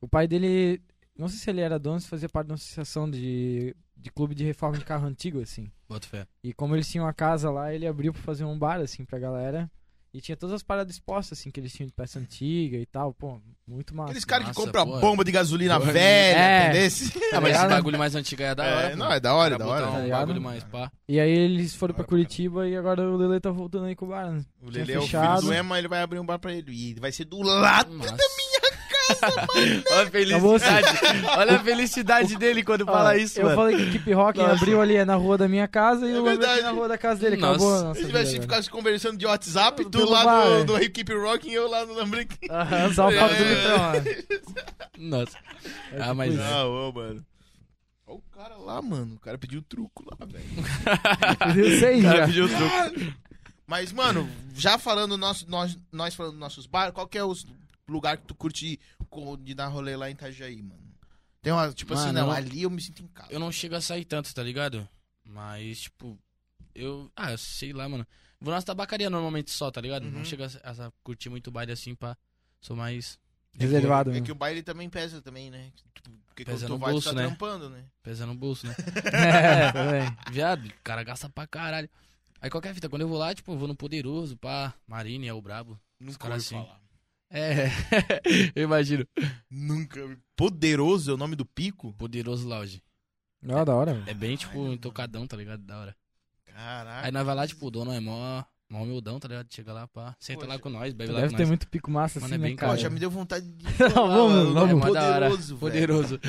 [SPEAKER 2] O pai dele. Não sei se ele era dono, se fazia parte de uma associação de, de clube de reforma de carro antigo, assim.
[SPEAKER 3] Bota fé.
[SPEAKER 2] E como eles tinham uma casa lá, ele abriu pra fazer um bar, assim, pra galera. E tinha todas as paradas expostas, assim, que eles tinham de peça antiga e tal. Pô, muito massa.
[SPEAKER 1] Aqueles caras que
[SPEAKER 3] Massa,
[SPEAKER 1] compram
[SPEAKER 3] pô. é.
[SPEAKER 1] bomba de gasolina
[SPEAKER 3] Pô,
[SPEAKER 1] velha,
[SPEAKER 2] é.
[SPEAKER 1] entendesse?
[SPEAKER 2] Tá
[SPEAKER 3] Ah, mas esse
[SPEAKER 2] ligado?
[SPEAKER 3] bagulho mais antigo aí é da hora.
[SPEAKER 1] É,
[SPEAKER 3] pô.
[SPEAKER 1] não, é da hora, é
[SPEAKER 3] Cara,
[SPEAKER 1] da
[SPEAKER 3] botar
[SPEAKER 1] hora.
[SPEAKER 2] Tá
[SPEAKER 3] um
[SPEAKER 2] ligado?
[SPEAKER 3] bagulho mais pá.
[SPEAKER 2] E aí eles foram
[SPEAKER 1] Da
[SPEAKER 2] pra
[SPEAKER 1] hora pra
[SPEAKER 2] Curitiba e agora o Lele tá voltando aí com o bar. né?
[SPEAKER 1] O Lelê é o filho
[SPEAKER 2] fechado.
[SPEAKER 1] do Ema, ele vai abrir um bar pra ele. E vai ser do lado.
[SPEAKER 3] Nossa. Olha a felicidade.
[SPEAKER 2] Acabou-se.
[SPEAKER 3] Olha a felicidade dele quando fala
[SPEAKER 2] Ó,
[SPEAKER 3] isso,
[SPEAKER 2] Eu
[SPEAKER 3] mano.
[SPEAKER 2] falei que a equipe rock
[SPEAKER 3] Nossa.
[SPEAKER 2] abriu ali é na rua da minha casa e
[SPEAKER 1] É
[SPEAKER 2] o Lele
[SPEAKER 1] verdade.
[SPEAKER 2] na rua da casa dele.
[SPEAKER 3] Nossa.
[SPEAKER 2] Acabou a nossa
[SPEAKER 1] Se
[SPEAKER 2] vida,
[SPEAKER 1] tivesse
[SPEAKER 2] velho.
[SPEAKER 1] ficado se conversando de WhatsApp, tu
[SPEAKER 2] Pelo
[SPEAKER 1] lá
[SPEAKER 2] bar,
[SPEAKER 1] do,
[SPEAKER 2] é.
[SPEAKER 1] do Equipe Rock e eu lá no Lambrinque.
[SPEAKER 2] Aham, só o papo do
[SPEAKER 1] É.
[SPEAKER 2] litrão, né?
[SPEAKER 3] Nossa.
[SPEAKER 2] É
[SPEAKER 3] Ah, mas-
[SPEAKER 2] isso.
[SPEAKER 1] Não, ô, mano. Olha o cara lá, mano. O cara pediu truco lá, velho.
[SPEAKER 2] Eu sei já.
[SPEAKER 3] pediu truco.
[SPEAKER 1] Mas, mano, já falando nosso, nós, nós falando dos nossos bares, qual que é o lugar que tu curte co- de dar rolê lá em Itajaí, mano? Tem uma, tipo assim,
[SPEAKER 3] Mano,
[SPEAKER 1] não,
[SPEAKER 3] eu-
[SPEAKER 1] ali eu me sinto em casa.
[SPEAKER 3] Eu não chego a sair tanto, tá ligado? Mas, tipo, eu. Ah, eu sei lá, mano. Vou nas tabacaria normalmente só, tá ligado?
[SPEAKER 1] Uhum.
[SPEAKER 3] Não chego a, a curtir muito baile assim, pá. Sou mais.
[SPEAKER 2] Reservado.
[SPEAKER 1] É
[SPEAKER 2] né?
[SPEAKER 1] que o baile também pesa também, né? Tu- Porque
[SPEAKER 3] Pesa
[SPEAKER 1] quando tu
[SPEAKER 3] no
[SPEAKER 1] vai,
[SPEAKER 3] bolso,
[SPEAKER 1] tu tá
[SPEAKER 3] né?
[SPEAKER 1] trampando, né?
[SPEAKER 3] Pesando no bolso, né?
[SPEAKER 2] É, também.
[SPEAKER 3] Viado, o cara gasta pra caralho. Aí qualquer fita, quando eu vou lá, tipo, eu vou no Poderoso, pá. Marine é o brabo.
[SPEAKER 1] Nunca
[SPEAKER 3] caras
[SPEAKER 1] ouvi
[SPEAKER 3] assim.
[SPEAKER 1] falar.
[SPEAKER 3] É, eu imagino.
[SPEAKER 1] Nunca. ouvi- Poderoso é o nome do pico?
[SPEAKER 3] Poderoso Lounge.
[SPEAKER 2] Ó, da hora, mano.
[SPEAKER 3] É bem, tipo,
[SPEAKER 1] Caralho, Ah,
[SPEAKER 3] intocadão, tá ligado? Da hora.
[SPEAKER 1] Caraca.
[SPEAKER 3] Aí nós vai lá, tipo, o dono é mó, mó humildão, tá ligado? Chega lá, pá, senta
[SPEAKER 1] Poxa.
[SPEAKER 3] lá com nós, bebe lá
[SPEAKER 2] Deve
[SPEAKER 3] com
[SPEAKER 2] ter
[SPEAKER 3] nós.
[SPEAKER 2] muito pico massa
[SPEAKER 3] Mano,
[SPEAKER 2] assim,
[SPEAKER 3] é
[SPEAKER 2] né,
[SPEAKER 3] bem
[SPEAKER 1] Pô,
[SPEAKER 2] cara?
[SPEAKER 1] já me deu vontade de.
[SPEAKER 2] Não, vamos,
[SPEAKER 1] Lá,
[SPEAKER 2] vamos.
[SPEAKER 3] É mó da hora.
[SPEAKER 1] Poderoso, velho.
[SPEAKER 3] Poderoso.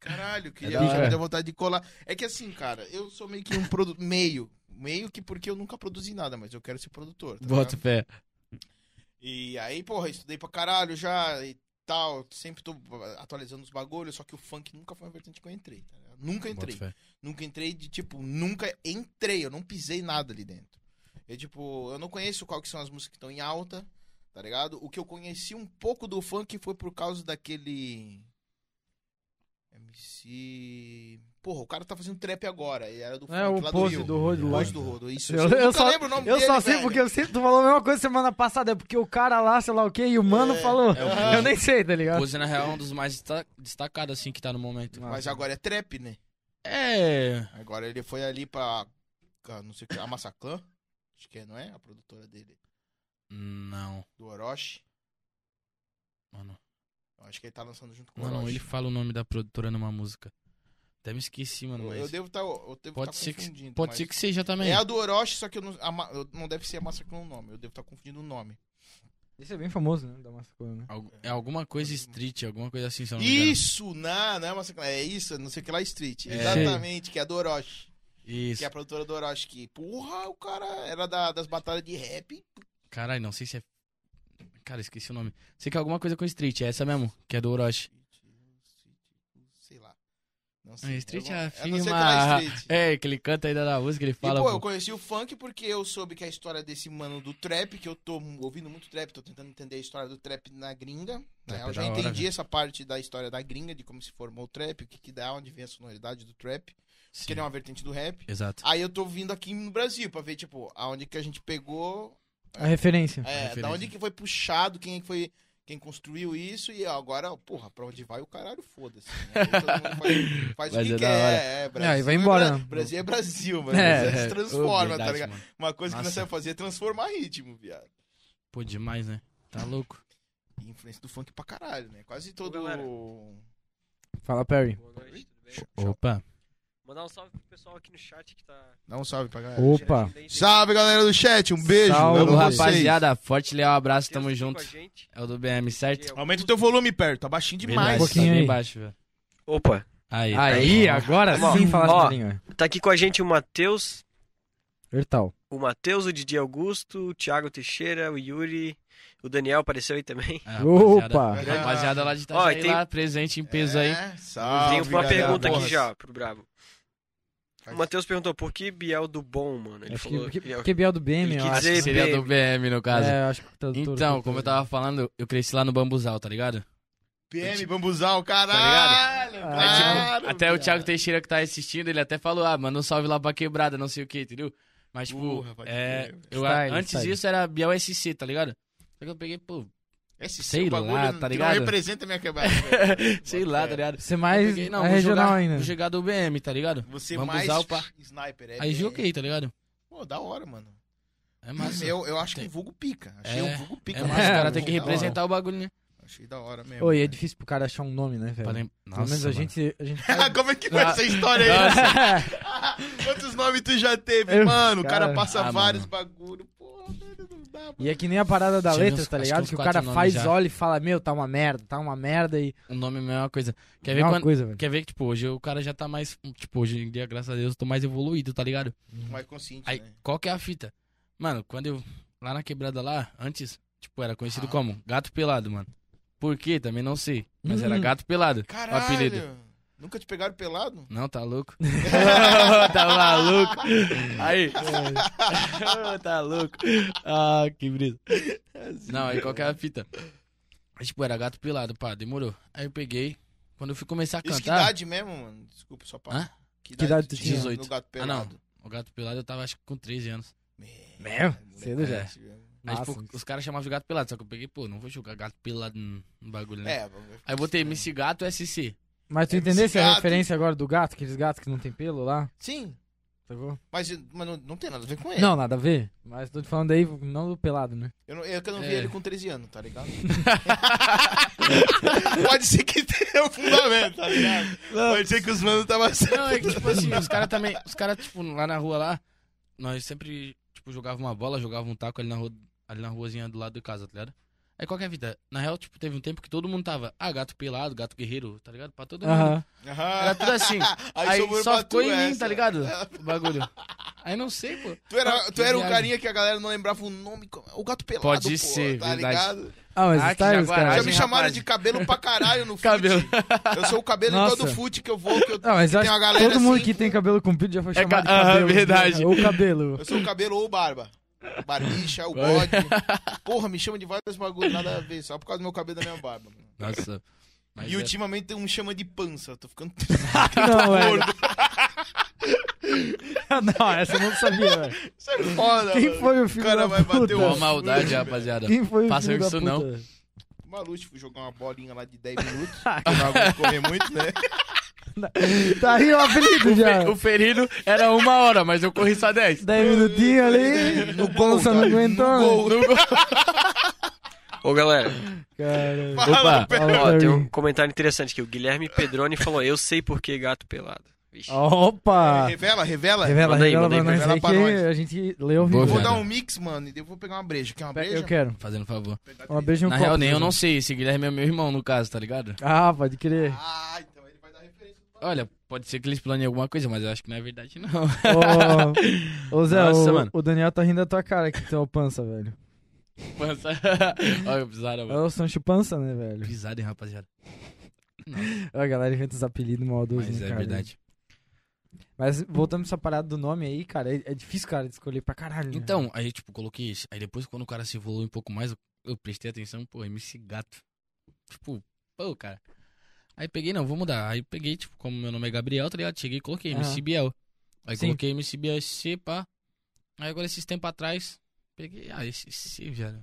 [SPEAKER 1] Caralho,
[SPEAKER 3] É da
[SPEAKER 1] queria, já me
[SPEAKER 2] hora.
[SPEAKER 1] deu vontade de colar. É que assim, cara, eu sou meio que um produto. Meio. Meio que porque eu nunca produzi nada, mas eu quero ser produtor. Tá
[SPEAKER 3] Bota o
[SPEAKER 1] ligado?
[SPEAKER 3] pé.
[SPEAKER 1] E aí, porra, estudei pra caralho já e tal. Sempre tô atualizando os bagulhos, só que o funk nunca foi uma vertente que eu entrei. Tá ligado? Nunca
[SPEAKER 3] Bota
[SPEAKER 1] entrei.
[SPEAKER 3] fé.
[SPEAKER 1] Nunca entrei de tipo, nunca entrei, eu não pisei nada ali dentro. Eu tipo, eu não conheço qual que são as músicas que estão em alta, tá ligado? O que eu conheci um pouco do funk foi por causa daquele MC, porra, o cara tá fazendo trap agora, ele era do
[SPEAKER 2] É
[SPEAKER 1] funk
[SPEAKER 2] o
[SPEAKER 1] lá
[SPEAKER 2] pose
[SPEAKER 1] do Rio.
[SPEAKER 2] do Rodo lá.
[SPEAKER 1] Pose do Rodo, isso.
[SPEAKER 2] Eu-
[SPEAKER 1] Eu,
[SPEAKER 2] eu
[SPEAKER 1] nunca
[SPEAKER 2] só-
[SPEAKER 1] lembro o nome
[SPEAKER 2] Eu
[SPEAKER 1] dele,
[SPEAKER 2] só sei
[SPEAKER 1] velho.
[SPEAKER 2] porque eu sempre tu falou a mesma coisa semana passada, é porque o cara lá, sei lá o que, e o mano falou.
[SPEAKER 3] é o Pose.
[SPEAKER 2] eu nem sei, tá ligado?
[SPEAKER 3] Pose, na real, é um dos mais desta- destacados, assim, que tá no momento.
[SPEAKER 1] Mas agora é trap, né?
[SPEAKER 3] É.
[SPEAKER 1] Agora ele foi ali pra pra não sei o que, a Massaclan, acho que é, não é? A produtora dele,
[SPEAKER 3] Não,
[SPEAKER 1] do Orochi.
[SPEAKER 3] mano.
[SPEAKER 1] Eu Acho que ele tá lançando junto com o
[SPEAKER 3] Não, não,
[SPEAKER 1] Orochi.
[SPEAKER 3] ele fala o nome da produtora numa música. Até me esqueci, mano.
[SPEAKER 1] Eu-
[SPEAKER 3] Mas...
[SPEAKER 1] Eu devo estar eu devo
[SPEAKER 3] Pode
[SPEAKER 1] tá
[SPEAKER 3] ser que-
[SPEAKER 1] confundindo.
[SPEAKER 3] Pode
[SPEAKER 1] mas-
[SPEAKER 3] ser que seja também.
[SPEAKER 1] É a do Orochi, só que eu não, a ma- eu- não deve ser a Massacre no nome. Eu devo estar confundindo o nome.
[SPEAKER 2] Esse é bem famoso, né? Da Massacona, né?
[SPEAKER 3] Algu- É alguma coisa street, alguma coisa assim, se eu não me engano.
[SPEAKER 1] Isso! Não, não é Massacre. É isso, não sei o que lá, Street.
[SPEAKER 3] É.
[SPEAKER 1] Exatamente, que é a do Orochi.
[SPEAKER 3] Isso.
[SPEAKER 1] Que é a produtora do Orochi. Que, porra, o cara era da- das batalhas de rap.
[SPEAKER 3] Caralho, não sei se é. Cara, esqueci o nome. Sei que é alguma coisa com street, é essa mesmo, que é do Orochi.
[SPEAKER 1] Sei lá. Não sei.
[SPEAKER 3] Ah, Street
[SPEAKER 1] alguma-
[SPEAKER 3] afirma.
[SPEAKER 1] não sei o que lá, Street.
[SPEAKER 3] É, que ele canta ainda na música, ele
[SPEAKER 1] E,
[SPEAKER 3] fala.
[SPEAKER 1] pô, eu
[SPEAKER 3] pô.
[SPEAKER 1] conheci o funk porque eu soube que a história desse mano do trap, que eu tô ouvindo muito trap, tô tentando entender a história do trap na gringa.
[SPEAKER 3] Trap
[SPEAKER 1] né?
[SPEAKER 3] é
[SPEAKER 1] Eu já
[SPEAKER 3] da hora,
[SPEAKER 1] entendi
[SPEAKER 3] velho.
[SPEAKER 1] essa parte da história da gringa, de como se formou o trap, o que que dá, onde vem a sonoridade do trap,
[SPEAKER 3] Sim,
[SPEAKER 1] que ele é uma vertente do rap.
[SPEAKER 3] Exato.
[SPEAKER 1] Aí eu tô vindo aqui no Brasil pra ver, tipo, aonde que a gente pegou,
[SPEAKER 2] A referência.
[SPEAKER 1] é,
[SPEAKER 3] referência.
[SPEAKER 1] da onde que foi puxado, quem é que foi... Quem construiu isso e agora, porra, pra onde vai o caralho, foda-se. né? Aí todo mundo Faz, faz o
[SPEAKER 3] Mas
[SPEAKER 1] que
[SPEAKER 3] é da hora.
[SPEAKER 1] quer, é, Brasil.
[SPEAKER 2] aí vai embora,
[SPEAKER 1] Bra-
[SPEAKER 2] né?
[SPEAKER 1] Brasil é Brasil, mano.
[SPEAKER 2] É,
[SPEAKER 1] Brasil se transforma,
[SPEAKER 3] Ô,
[SPEAKER 1] tá
[SPEAKER 3] verdade,
[SPEAKER 1] ligado?
[SPEAKER 3] mano.
[SPEAKER 1] Uma coisa que nós
[SPEAKER 3] Massa.
[SPEAKER 1] sabemos fazer é transformar ritmo, viado.
[SPEAKER 3] Pô, demais, né? Tá louco.
[SPEAKER 1] E influência do funk pra caralho, né? Quase todo.
[SPEAKER 4] galera.
[SPEAKER 2] Fala, Perry.
[SPEAKER 4] Boa noite, tudo bem?
[SPEAKER 3] Opa.
[SPEAKER 4] Mandar um salve pro pessoal aqui no chat que tá.
[SPEAKER 1] Dá um salve pra galera.
[SPEAKER 2] Opa.
[SPEAKER 4] Tem- tem-
[SPEAKER 1] Salve, galera do chat. Um beijo.
[SPEAKER 2] Salve,
[SPEAKER 1] amo
[SPEAKER 3] Ô,
[SPEAKER 1] vocês.
[SPEAKER 3] rapaziada, forte leal, abraço,
[SPEAKER 4] tem
[SPEAKER 3] tamo
[SPEAKER 4] tá aqui
[SPEAKER 3] junto.
[SPEAKER 4] com a gente.
[SPEAKER 3] É o do BM, certo?
[SPEAKER 4] Diego.
[SPEAKER 1] Aumenta o teu volume, perto. Tá baixinho
[SPEAKER 3] Verdade,
[SPEAKER 1] demais.
[SPEAKER 2] Um pouquinho
[SPEAKER 3] tá bem
[SPEAKER 2] aí.
[SPEAKER 3] baixo, velho.
[SPEAKER 4] Opa,
[SPEAKER 3] Aí, tá
[SPEAKER 2] Aí,
[SPEAKER 3] bom.
[SPEAKER 2] agora
[SPEAKER 4] Ó,
[SPEAKER 2] sim fala
[SPEAKER 4] ó.
[SPEAKER 2] as língua.
[SPEAKER 4] tá aqui com a gente o Matheus,
[SPEAKER 2] Ertal.
[SPEAKER 4] o Matheus, o Didi Augusto, o Thiago Teixeira, o Yuri, o Daniel apareceu aí também.
[SPEAKER 3] É, rapaziada-
[SPEAKER 2] Opa.
[SPEAKER 3] Rapaziada lá de
[SPEAKER 4] Ó,
[SPEAKER 3] Itajaí
[SPEAKER 4] e tem-
[SPEAKER 3] lá, presente em peso aí.
[SPEAKER 1] É, salve,
[SPEAKER 4] Tem uma
[SPEAKER 1] galera.
[SPEAKER 4] pergunta
[SPEAKER 1] Porra,
[SPEAKER 4] aqui já pro Bravo. O
[SPEAKER 1] faz-
[SPEAKER 4] Matheus perguntou por que Biel do Bom, mano? Ele
[SPEAKER 2] Acho
[SPEAKER 4] falou.
[SPEAKER 2] que,
[SPEAKER 4] ele-
[SPEAKER 2] que, que Biel do BM,
[SPEAKER 4] Ele
[SPEAKER 2] eu
[SPEAKER 4] quis
[SPEAKER 2] acho.
[SPEAKER 3] Acho que
[SPEAKER 4] dizer
[SPEAKER 3] seria do BM, no caso.
[SPEAKER 2] É, eu acho que o tradutor-
[SPEAKER 3] Então, como eu tava falando, eu cresci lá no Bambuzal, tá ligado?
[SPEAKER 1] PM, bambuzal,
[SPEAKER 3] Tá tipo,
[SPEAKER 1] caralho.
[SPEAKER 2] É,
[SPEAKER 1] claro,
[SPEAKER 3] Até o
[SPEAKER 1] viado.
[SPEAKER 3] Thiago Teixeira que tá assistindo, ele até falou, ah, manda um salve lá pra quebrada, não sei o que, entendeu? Mas, tipo,
[SPEAKER 1] Burra, pode
[SPEAKER 3] é,
[SPEAKER 1] crer.
[SPEAKER 3] eu,
[SPEAKER 2] Style,
[SPEAKER 3] antes
[SPEAKER 2] style.
[SPEAKER 3] disso era Biel SC, tá ligado? Só que eu peguei, pô,
[SPEAKER 1] Esse
[SPEAKER 3] Sei
[SPEAKER 1] seu bagulho
[SPEAKER 3] lá,
[SPEAKER 1] não-
[SPEAKER 3] tá
[SPEAKER 1] que
[SPEAKER 3] ligado?
[SPEAKER 1] Não representa a minha quebrada. né?
[SPEAKER 3] sei lá, tá ligado?
[SPEAKER 2] Você mais
[SPEAKER 3] Eu peguei,
[SPEAKER 2] é
[SPEAKER 3] vou
[SPEAKER 2] regional
[SPEAKER 3] jogar,
[SPEAKER 2] ainda.
[SPEAKER 3] Vou jogar do BM, tá ligado?
[SPEAKER 1] Você
[SPEAKER 3] Vamos
[SPEAKER 1] mais
[SPEAKER 3] usar o pa-
[SPEAKER 1] sniper. É
[SPEAKER 3] Aí
[SPEAKER 1] bem-
[SPEAKER 3] joguei, tá ligado?
[SPEAKER 1] Pô, da hora, mano.
[SPEAKER 3] É massa.
[SPEAKER 1] Eu, eu acho
[SPEAKER 3] Tem-
[SPEAKER 1] que vulgo pica. Achei
[SPEAKER 3] É,
[SPEAKER 1] um vulgo pica.
[SPEAKER 3] É massa, o cara tem que
[SPEAKER 1] Da hora.
[SPEAKER 3] representar o bagulho, né?
[SPEAKER 1] Achei da hora mesmo. né?
[SPEAKER 2] Ô, e é
[SPEAKER 1] cara.
[SPEAKER 2] difícil pro cara achar um nome, né, velho?
[SPEAKER 3] Pra lem-
[SPEAKER 2] Pelo menos
[SPEAKER 3] Nossa,
[SPEAKER 2] a
[SPEAKER 3] mano.
[SPEAKER 2] gente. A gente
[SPEAKER 1] Como é que foi essa história aí? Quantos nomes tu já teve,
[SPEAKER 2] Eu-
[SPEAKER 1] mano? O cara
[SPEAKER 2] Cara.
[SPEAKER 1] passa
[SPEAKER 3] Ah,
[SPEAKER 1] vários bagulho. Porra, velho, não dá, mano.
[SPEAKER 2] E é que nem a parada da
[SPEAKER 3] Tive
[SPEAKER 2] letra,
[SPEAKER 3] uns-
[SPEAKER 2] tá
[SPEAKER 3] acho que
[SPEAKER 2] ligado?
[SPEAKER 3] uns
[SPEAKER 2] Que o
[SPEAKER 3] quatro
[SPEAKER 2] cara
[SPEAKER 3] nomes
[SPEAKER 2] faz,
[SPEAKER 3] já.
[SPEAKER 2] olha e fala, meu, tá uma merda, tá uma merda e.
[SPEAKER 3] O nome é a mesma coisa. Quer
[SPEAKER 2] É
[SPEAKER 3] ver,
[SPEAKER 2] uma
[SPEAKER 3] quando...
[SPEAKER 2] coisa, velho.
[SPEAKER 3] Quer ver que, tipo, hoje o cara já tá mais. Tipo, hoje em dia, graças a Deus, eu tô mais evoluído, tá ligado?
[SPEAKER 1] Mais consciente,
[SPEAKER 3] Aí,
[SPEAKER 1] né?
[SPEAKER 3] qual que é a fita? Mano, quando eu. Lá na quebrada lá, antes, tipo, era conhecido
[SPEAKER 1] Ah.
[SPEAKER 3] como Gato Pelado, mano. Por quê? Também não sei. Mas era
[SPEAKER 2] Uhum.
[SPEAKER 3] Gato Pelado. O
[SPEAKER 1] Caralho!
[SPEAKER 3] apelido.
[SPEAKER 1] Nunca te pegaram pelado?
[SPEAKER 3] Não, tá louco? tá maluco? Aí. tá louco? Ah, que brisa. Não, aí qual que é a fita? Aí, Tipo, era Gato Pelado, pá, demorou. Aí eu peguei. Quando eu fui começar a
[SPEAKER 1] Isso que
[SPEAKER 3] cantar.
[SPEAKER 1] idade mesmo, mano? Desculpa, só
[SPEAKER 3] Hã?
[SPEAKER 1] pra...
[SPEAKER 2] Que idade tu tinha?
[SPEAKER 3] 18.
[SPEAKER 1] No gato
[SPEAKER 3] Ah, não.
[SPEAKER 1] pelado.
[SPEAKER 3] O Gato Pelado eu tava, acho que com 13 anos.
[SPEAKER 2] Meu,
[SPEAKER 1] moleque,
[SPEAKER 2] cedo já.
[SPEAKER 1] moleque,
[SPEAKER 3] Aí, tipo,
[SPEAKER 2] Nossa,
[SPEAKER 3] os caras chamavam de gato pelado, só que eu peguei, pô, não vou jogar gato pelado no no bagulho, né?
[SPEAKER 1] É, vamos
[SPEAKER 3] Aí eu botei MC Gato SC.
[SPEAKER 2] Mas tu
[SPEAKER 1] é
[SPEAKER 2] entendeu essa
[SPEAKER 1] viciado.
[SPEAKER 2] referência agora do gato, aqueles gatos que não tem pelo lá?
[SPEAKER 1] Sim,
[SPEAKER 2] Tá bom?
[SPEAKER 1] mas, mas não, não tem nada a ver com ele.
[SPEAKER 2] Não, nada a ver. Mas tô te falando aí, não do pelado, né?
[SPEAKER 1] Eu não, é que eu não vi
[SPEAKER 3] É.
[SPEAKER 1] ele com 13 anos, tá ligado? Pode ser que tenha um fundamento, tá ligado? Pode ser que os manos estavam certos.
[SPEAKER 3] Não, é que, tipo assim, os caras também, os caras, tipo, lá na rua lá, nós sempre, tipo, jogava uma bola, jogava um taco ali na, rua, ali na ruazinha do lado de casa, tá ligado? Aí qualquer vida, na real, tipo, teve um tempo que todo mundo tava, ah, gato pelado, gato guerreiro, tá ligado? Pra todo mundo.
[SPEAKER 2] Aham.
[SPEAKER 1] Aham.
[SPEAKER 3] Era tudo assim.
[SPEAKER 1] Aí
[SPEAKER 3] Aí,
[SPEAKER 1] sobrou
[SPEAKER 3] só
[SPEAKER 1] pra tu
[SPEAKER 3] ficou em mim,
[SPEAKER 1] essa.
[SPEAKER 3] tá ligado? O bagulho. Aí não sei, pô.
[SPEAKER 1] Tu era, tu era um
[SPEAKER 3] viagem.
[SPEAKER 1] carinha que a galera não lembrava o nome. é? O gato pelado,
[SPEAKER 3] Pode
[SPEAKER 1] pô,
[SPEAKER 3] ser,
[SPEAKER 1] tá
[SPEAKER 3] verdade.
[SPEAKER 1] ligado?
[SPEAKER 2] Ah, mas
[SPEAKER 3] Ah,
[SPEAKER 2] ah,
[SPEAKER 3] que
[SPEAKER 2] Styles,
[SPEAKER 3] jaguará,
[SPEAKER 1] Já
[SPEAKER 2] cara.
[SPEAKER 1] me
[SPEAKER 3] hein,
[SPEAKER 1] chamaram
[SPEAKER 3] rapaz?
[SPEAKER 1] de cabelo pra caralho no fute.
[SPEAKER 3] Cabelo.
[SPEAKER 1] Eu sou o cabelo em
[SPEAKER 2] Nossa.
[SPEAKER 1] todo fute que eu vou, que eu
[SPEAKER 2] Não, mas eu
[SPEAKER 1] tem
[SPEAKER 2] acho
[SPEAKER 1] uma
[SPEAKER 2] que
[SPEAKER 1] galera
[SPEAKER 2] todo mundo
[SPEAKER 1] assim,
[SPEAKER 2] que tem cabelo comprido já foi chamado de
[SPEAKER 3] ca- aham,
[SPEAKER 2] cabelo. né?
[SPEAKER 3] verdade.
[SPEAKER 2] Ou cabelo.
[SPEAKER 1] Eu sou o cabelo ou barba. Barbicha, o bode. Porra, me chama de vários bagulhos, nada a ver, só por causa do meu cabelo e da minha barba. mano.
[SPEAKER 3] Nossa. Mas
[SPEAKER 1] e
[SPEAKER 3] é-
[SPEAKER 1] ultimamente um chama de pança, eu tô ficando
[SPEAKER 2] Não, velho.
[SPEAKER 1] gordo.
[SPEAKER 2] Não, essa eu não sabia, velho.
[SPEAKER 1] Isso é foda,
[SPEAKER 2] Quem
[SPEAKER 1] mano.
[SPEAKER 2] foi o
[SPEAKER 1] O
[SPEAKER 2] filho
[SPEAKER 1] cara
[SPEAKER 2] da
[SPEAKER 1] vai
[SPEAKER 2] puta?
[SPEAKER 1] bater
[SPEAKER 3] Pô, a
[SPEAKER 1] uma
[SPEAKER 3] maldade, rapaziada.
[SPEAKER 2] Quem foi o
[SPEAKER 3] Faça
[SPEAKER 2] filho da
[SPEAKER 3] isso
[SPEAKER 2] puta?
[SPEAKER 3] não.
[SPEAKER 1] Maluco, fui jogar uma bolinha lá de 10 minutos. que eu não aguento correr muito, né?
[SPEAKER 2] Tá aí o apelido já.
[SPEAKER 3] O ferido era uma hora, mas eu corri só 10.
[SPEAKER 2] 10 minutinhos ali.
[SPEAKER 1] No
[SPEAKER 2] No
[SPEAKER 1] gol,
[SPEAKER 2] gol, não
[SPEAKER 1] cara,
[SPEAKER 2] aguentou.
[SPEAKER 1] no gol.
[SPEAKER 4] Ô, galera,
[SPEAKER 2] Cara.
[SPEAKER 3] Opa,
[SPEAKER 4] ó,
[SPEAKER 2] Larry.
[SPEAKER 4] tem um comentário interessante aqui. O Guilherme Pedroni falou, eu sei por que gato pelado. Vixe.
[SPEAKER 2] Opa!
[SPEAKER 1] Revela, revela.
[SPEAKER 2] Ah. Revela,
[SPEAKER 4] Manda aí,
[SPEAKER 2] revela
[SPEAKER 4] manda aí,
[SPEAKER 2] pra nós
[SPEAKER 1] revela
[SPEAKER 2] aí
[SPEAKER 1] pra nós.
[SPEAKER 2] que a gente leu o
[SPEAKER 3] Boa,
[SPEAKER 1] Vou
[SPEAKER 3] Revela.
[SPEAKER 1] dar um mix, mano, e eu vou pegar uma breja. Quer uma breja?
[SPEAKER 2] Eu quero.
[SPEAKER 3] Fazendo favor.
[SPEAKER 2] Uma beijo e um
[SPEAKER 3] Na
[SPEAKER 2] copo,
[SPEAKER 3] real, nem eu
[SPEAKER 2] José.
[SPEAKER 3] não sei. Esse Guilherme é meu irmão, no caso, tá ligado?
[SPEAKER 2] Ah, pode crer.
[SPEAKER 1] Ah, então ele vai dar referência.
[SPEAKER 3] Olha, pode ser que eles planeiem alguma coisa, mas eu acho que não é verdade, não.
[SPEAKER 2] Ô, ô Zé,
[SPEAKER 3] Nossa,
[SPEAKER 2] o,
[SPEAKER 3] mano.
[SPEAKER 2] o Daniel tá rindo da tua cara que tu é o pança, velho.
[SPEAKER 3] Pança. Olha, pisaram,
[SPEAKER 2] É
[SPEAKER 3] mano.
[SPEAKER 2] o Sancho Pança, né, velho?
[SPEAKER 3] Pisaram, hein, rapaziada.
[SPEAKER 2] A galera inventa os apelidos maldosos,
[SPEAKER 3] Mas
[SPEAKER 2] né,
[SPEAKER 3] é
[SPEAKER 2] cara?
[SPEAKER 3] verdade.
[SPEAKER 2] Mas voltando pra essa parada do nome aí, cara, é, é difícil, cara, de escolher pra caralho. né?
[SPEAKER 3] Então, aí, tipo, coloquei isso. Aí depois, quando o cara se evoluiu um pouco mais, eu, eu prestei atenção, pô, MC Gato. Tipo, pô, cara. Aí peguei, não, vou mudar. Aí peguei, tipo, como meu nome é Gabriel, tá ligado? Cheguei e coloquei
[SPEAKER 2] Aham.
[SPEAKER 3] MC Biel. Aí
[SPEAKER 2] Sim.
[SPEAKER 3] coloquei MC Biel SC, pá. Aí agora, esses tempos atrás, peguei, ah, esse C, velho.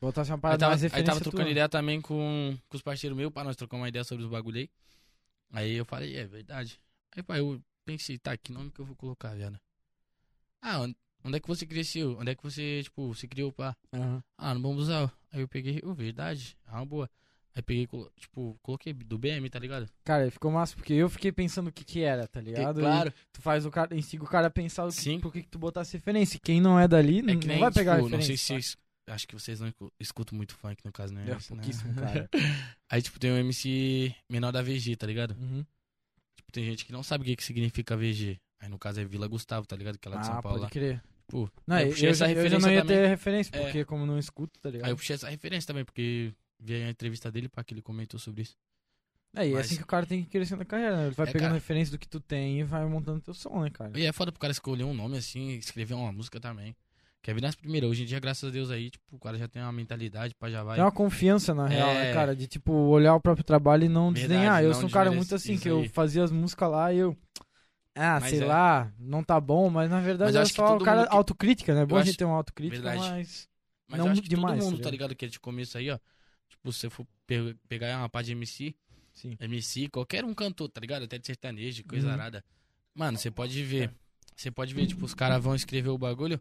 [SPEAKER 2] Voltar a ser uma
[SPEAKER 3] Aí
[SPEAKER 2] parada
[SPEAKER 3] tava,
[SPEAKER 2] mais
[SPEAKER 3] aí
[SPEAKER 2] é referência
[SPEAKER 3] tava trocando
[SPEAKER 2] tua.
[SPEAKER 3] ideia também com, com os parceiros meus, pra nós trocar uma ideia sobre os bagulho aí. Aí eu falei, é verdade. Aí, pá, eu pensei, tá, que nome que eu vou colocar, velho? Ah, onde, onde é que você cresceu? Onde é que você, tipo, se criou, pá?
[SPEAKER 2] Aham.
[SPEAKER 3] Ah, no Bambuzal. Aí eu peguei, oh, verdade, ah, uma boa. Aí peguei, colo- tipo, coloquei do BM, tá ligado?
[SPEAKER 2] Cara, ficou massa, porque eu fiquei pensando o que que era, tá
[SPEAKER 3] Porque,
[SPEAKER 2] ligado? E
[SPEAKER 3] claro, é
[SPEAKER 2] tu faz o cara, instiga o cara a pensar o que,
[SPEAKER 3] Sim.
[SPEAKER 2] por que que tu botasse referência. E quem não é dali,
[SPEAKER 3] é
[SPEAKER 2] não
[SPEAKER 3] que nem,
[SPEAKER 2] vai pegar
[SPEAKER 3] tipo,
[SPEAKER 2] a referência.
[SPEAKER 3] não sei se vocês, acho que vocês não escu- escutam muito funk, no caso, né?
[SPEAKER 2] É,
[SPEAKER 3] Isso, né?
[SPEAKER 2] pouquíssimo, cara.
[SPEAKER 3] Aí, tipo, tem um MC menor da VG, tá ligado?
[SPEAKER 2] Uhum.
[SPEAKER 3] Tipo, tem gente que não sabe o que, que significa VG. Aí no caso é Vila Gustavo, tá ligado? Que ela é de
[SPEAKER 2] Ah,
[SPEAKER 3] São Paulo
[SPEAKER 2] pode
[SPEAKER 3] lá.
[SPEAKER 2] crer.
[SPEAKER 3] Pô,
[SPEAKER 2] Não,
[SPEAKER 3] eu
[SPEAKER 2] eu,
[SPEAKER 3] puxei
[SPEAKER 2] eu
[SPEAKER 3] essa
[SPEAKER 2] já- eu já
[SPEAKER 3] referência
[SPEAKER 2] não ia
[SPEAKER 3] também.
[SPEAKER 2] ter referência,
[SPEAKER 3] É.
[SPEAKER 2] porque como não escuto, tá ligado?
[SPEAKER 3] Aí eu puxei essa referência também, porque vi a entrevista dele pra que ele comentou sobre isso.
[SPEAKER 2] É, e é
[SPEAKER 3] Mas-
[SPEAKER 2] assim que o cara tem que crescer na carreira, né? Ele vai
[SPEAKER 3] É,
[SPEAKER 2] pegando
[SPEAKER 3] cara.
[SPEAKER 2] referência do que tu tem e vai montando teu som, né, cara?
[SPEAKER 3] E é foda pro cara escolher um nome assim, escrever uma música também. Quer vir nas primeiras. Hoje em dia, graças a Deus aí, tipo, o cara já tem uma mentalidade pra já vai.
[SPEAKER 2] Tem uma confiança, na real, né,
[SPEAKER 3] É.
[SPEAKER 2] cara? De, tipo, olhar o próprio trabalho e não
[SPEAKER 3] Verdade,
[SPEAKER 2] desdenhar. Eu
[SPEAKER 3] não
[SPEAKER 2] sou um cara
[SPEAKER 3] desmerece-
[SPEAKER 2] muito assim,
[SPEAKER 3] isso
[SPEAKER 2] que eu
[SPEAKER 3] aí.
[SPEAKER 2] fazia as músicas lá e eu... Ah,
[SPEAKER 3] Mas
[SPEAKER 2] sei
[SPEAKER 3] é.
[SPEAKER 2] lá, não tá bom, mas na verdade
[SPEAKER 3] Mas
[SPEAKER 2] é
[SPEAKER 3] acho que
[SPEAKER 2] só o
[SPEAKER 3] todo
[SPEAKER 2] cara
[SPEAKER 3] mundo que-
[SPEAKER 2] autocrítica, né? É bom
[SPEAKER 3] Eu
[SPEAKER 2] a gente
[SPEAKER 3] acho-
[SPEAKER 2] ter uma autocrítica,
[SPEAKER 3] Verdade.
[SPEAKER 2] mas.
[SPEAKER 3] Mas
[SPEAKER 2] Não
[SPEAKER 3] eu acho que
[SPEAKER 2] demais,
[SPEAKER 3] todo
[SPEAKER 2] tá
[SPEAKER 3] mundo,
[SPEAKER 2] ligado?
[SPEAKER 3] tá ligado? Que é de começo aí, ó. Tipo, se você for pe- pegar uma parte de MC,
[SPEAKER 2] Sim.
[SPEAKER 3] MC, qualquer um cantor, tá ligado? Até de sertanejo, coisa
[SPEAKER 2] Uhum. É.
[SPEAKER 3] arada. Mano, você pode ver. Você pode ver, tipo, os caras vão escrever o bagulho,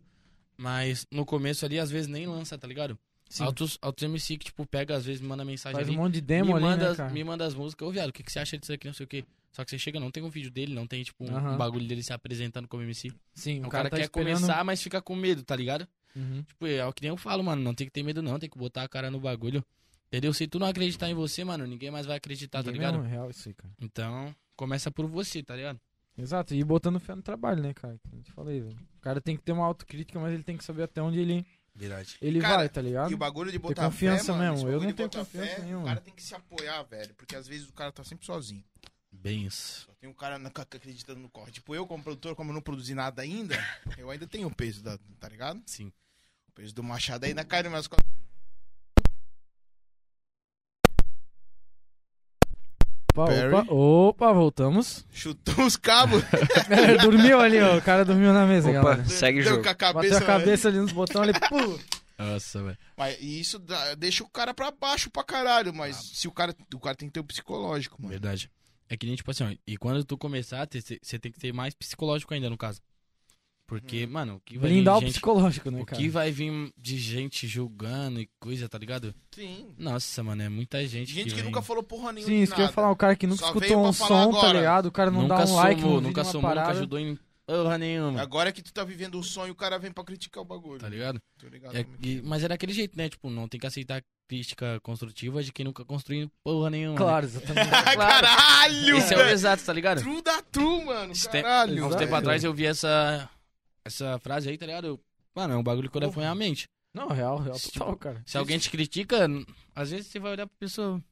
[SPEAKER 3] mas no começo ali, às vezes, nem lança, tá ligado?
[SPEAKER 2] Sim.
[SPEAKER 3] Altos, altos MC que, tipo, pega, às vezes, manda mensagem
[SPEAKER 2] Faz um
[SPEAKER 3] ali.
[SPEAKER 2] monte de
[SPEAKER 3] me,
[SPEAKER 2] demo ali,
[SPEAKER 3] manda,
[SPEAKER 2] né,
[SPEAKER 3] as-
[SPEAKER 2] cara?
[SPEAKER 3] me manda as músicas, ô viado, o que, que você acha disso aqui, não sei o quê. Só que você chega, não tem um vídeo dele, não tem, tipo, um,
[SPEAKER 2] Aham.
[SPEAKER 3] um bagulho dele se apresentando como MC.
[SPEAKER 2] Sim,
[SPEAKER 3] O,
[SPEAKER 2] o
[SPEAKER 3] um cara,
[SPEAKER 2] tá
[SPEAKER 3] quer
[SPEAKER 2] esperando-
[SPEAKER 3] começar, mas fica com medo, tá ligado?
[SPEAKER 2] Uhum.
[SPEAKER 3] Tipo, é o que nem eu falo, mano. Não tem que ter medo, não. Tem que botar a cara no bagulho. Entendeu? Se tu não acreditar em você, mano, ninguém mais vai acreditar, tá
[SPEAKER 2] Ninguém
[SPEAKER 3] ligado?
[SPEAKER 2] mesmo, é real isso aí, cara.
[SPEAKER 3] Então, começa por você, tá ligado?
[SPEAKER 2] Exato, e botando fé no trabalho, né, cara? Como eu te falei, velho. O cara tem que ter uma autocrítica, mas ele tem que saber até onde ele,
[SPEAKER 3] Verdade.
[SPEAKER 2] ele
[SPEAKER 1] Cara,
[SPEAKER 2] vai, tá ligado?
[SPEAKER 1] E o bagulho de botar
[SPEAKER 2] confiança
[SPEAKER 1] fé, mano,
[SPEAKER 2] mesmo,
[SPEAKER 1] esse
[SPEAKER 2] eu
[SPEAKER 1] bagulho
[SPEAKER 2] não
[SPEAKER 1] de
[SPEAKER 2] tenho
[SPEAKER 1] botar
[SPEAKER 2] confiança
[SPEAKER 1] fé,
[SPEAKER 2] nenhuma.
[SPEAKER 1] O cara tem que se apoiar, velho, porque às vezes o cara tá sempre sozinho.
[SPEAKER 3] Bem isso.
[SPEAKER 1] Só tem um cara na- acreditando no corte. Tipo, eu como produtor, como eu não produzi nada ainda, eu ainda tenho o peso, da, tá ligado?
[SPEAKER 3] Sim.
[SPEAKER 1] O peso do machado ainda cai nas minhas costas.
[SPEAKER 2] Opa,
[SPEAKER 1] Perry.
[SPEAKER 2] opa, opa, voltamos.
[SPEAKER 1] Chutou os cabos,
[SPEAKER 2] dormiu ali, ó. O cara dormiu na mesa,
[SPEAKER 4] Opa,
[SPEAKER 2] galera.
[SPEAKER 4] segue o
[SPEAKER 1] deu
[SPEAKER 4] jogo.
[SPEAKER 1] com a
[SPEAKER 2] Bateu
[SPEAKER 1] cabeça. né?
[SPEAKER 2] a cabeça ali nos botões ali, pô.
[SPEAKER 3] Nossa, velho.
[SPEAKER 1] Mas e isso dá- deixa o cara pra baixo pra caralho. Mas se o cara. O cara tem que ter o psicológico, mano.
[SPEAKER 3] Verdade. É que nem, tipo assim, ó, e quando tu começar, você tem que ser mais psicológico ainda, no caso. Porque,
[SPEAKER 1] Uhum.
[SPEAKER 3] mano, o que vai
[SPEAKER 2] Blindar o
[SPEAKER 3] vir de gente...
[SPEAKER 2] psicológico, né,
[SPEAKER 3] O
[SPEAKER 2] cara?
[SPEAKER 3] que vai vir de gente julgando e coisa, tá ligado?
[SPEAKER 1] Sim.
[SPEAKER 3] Nossa, mano, é muita gente.
[SPEAKER 1] Gente que
[SPEAKER 3] vem.
[SPEAKER 1] nunca falou porra nenhuma.
[SPEAKER 2] Sim,
[SPEAKER 1] de
[SPEAKER 2] isso que eu ia
[SPEAKER 1] nada.
[SPEAKER 2] falar, o cara que nunca
[SPEAKER 1] Só
[SPEAKER 2] escutou
[SPEAKER 1] veio pra
[SPEAKER 2] um
[SPEAKER 1] falar
[SPEAKER 2] som, tá
[SPEAKER 1] agora.
[SPEAKER 2] ligado? O cara não
[SPEAKER 3] nunca
[SPEAKER 2] dá um
[SPEAKER 3] somou,
[SPEAKER 2] like, não
[SPEAKER 3] nunca
[SPEAKER 2] uma
[SPEAKER 3] somou, nunca
[SPEAKER 2] parada.
[SPEAKER 3] ajudou em porra nenhuma.
[SPEAKER 1] Agora que tu tá vivendo um sonho, o cara vem pra criticar o bagulho.
[SPEAKER 3] Tá ligado?
[SPEAKER 1] Tô ligado
[SPEAKER 3] É,
[SPEAKER 1] como é que-
[SPEAKER 3] e- mas era daquele jeito, né? Tipo, não tem que aceitar crítica construtiva de quem nunca construiu porra nenhuma.
[SPEAKER 2] Claro, exatamente.
[SPEAKER 1] é. Caralho!
[SPEAKER 3] Né? Esse é o
[SPEAKER 1] velho.
[SPEAKER 3] exato, tá ligado?
[SPEAKER 1] True da true, mano.
[SPEAKER 3] Este-
[SPEAKER 1] Caralho.
[SPEAKER 3] Há é uns
[SPEAKER 2] Exato.
[SPEAKER 3] tempos
[SPEAKER 1] velho.
[SPEAKER 3] atrás eu vi essa, essa frase aí, tá ligado? Eu- mano, é um bagulho que eu levo na minha mente.
[SPEAKER 2] Não, real, real
[SPEAKER 3] Tipo,
[SPEAKER 2] total, cara.
[SPEAKER 3] Se alguém te critica, n- às vezes você vai olhar pra pessoa. O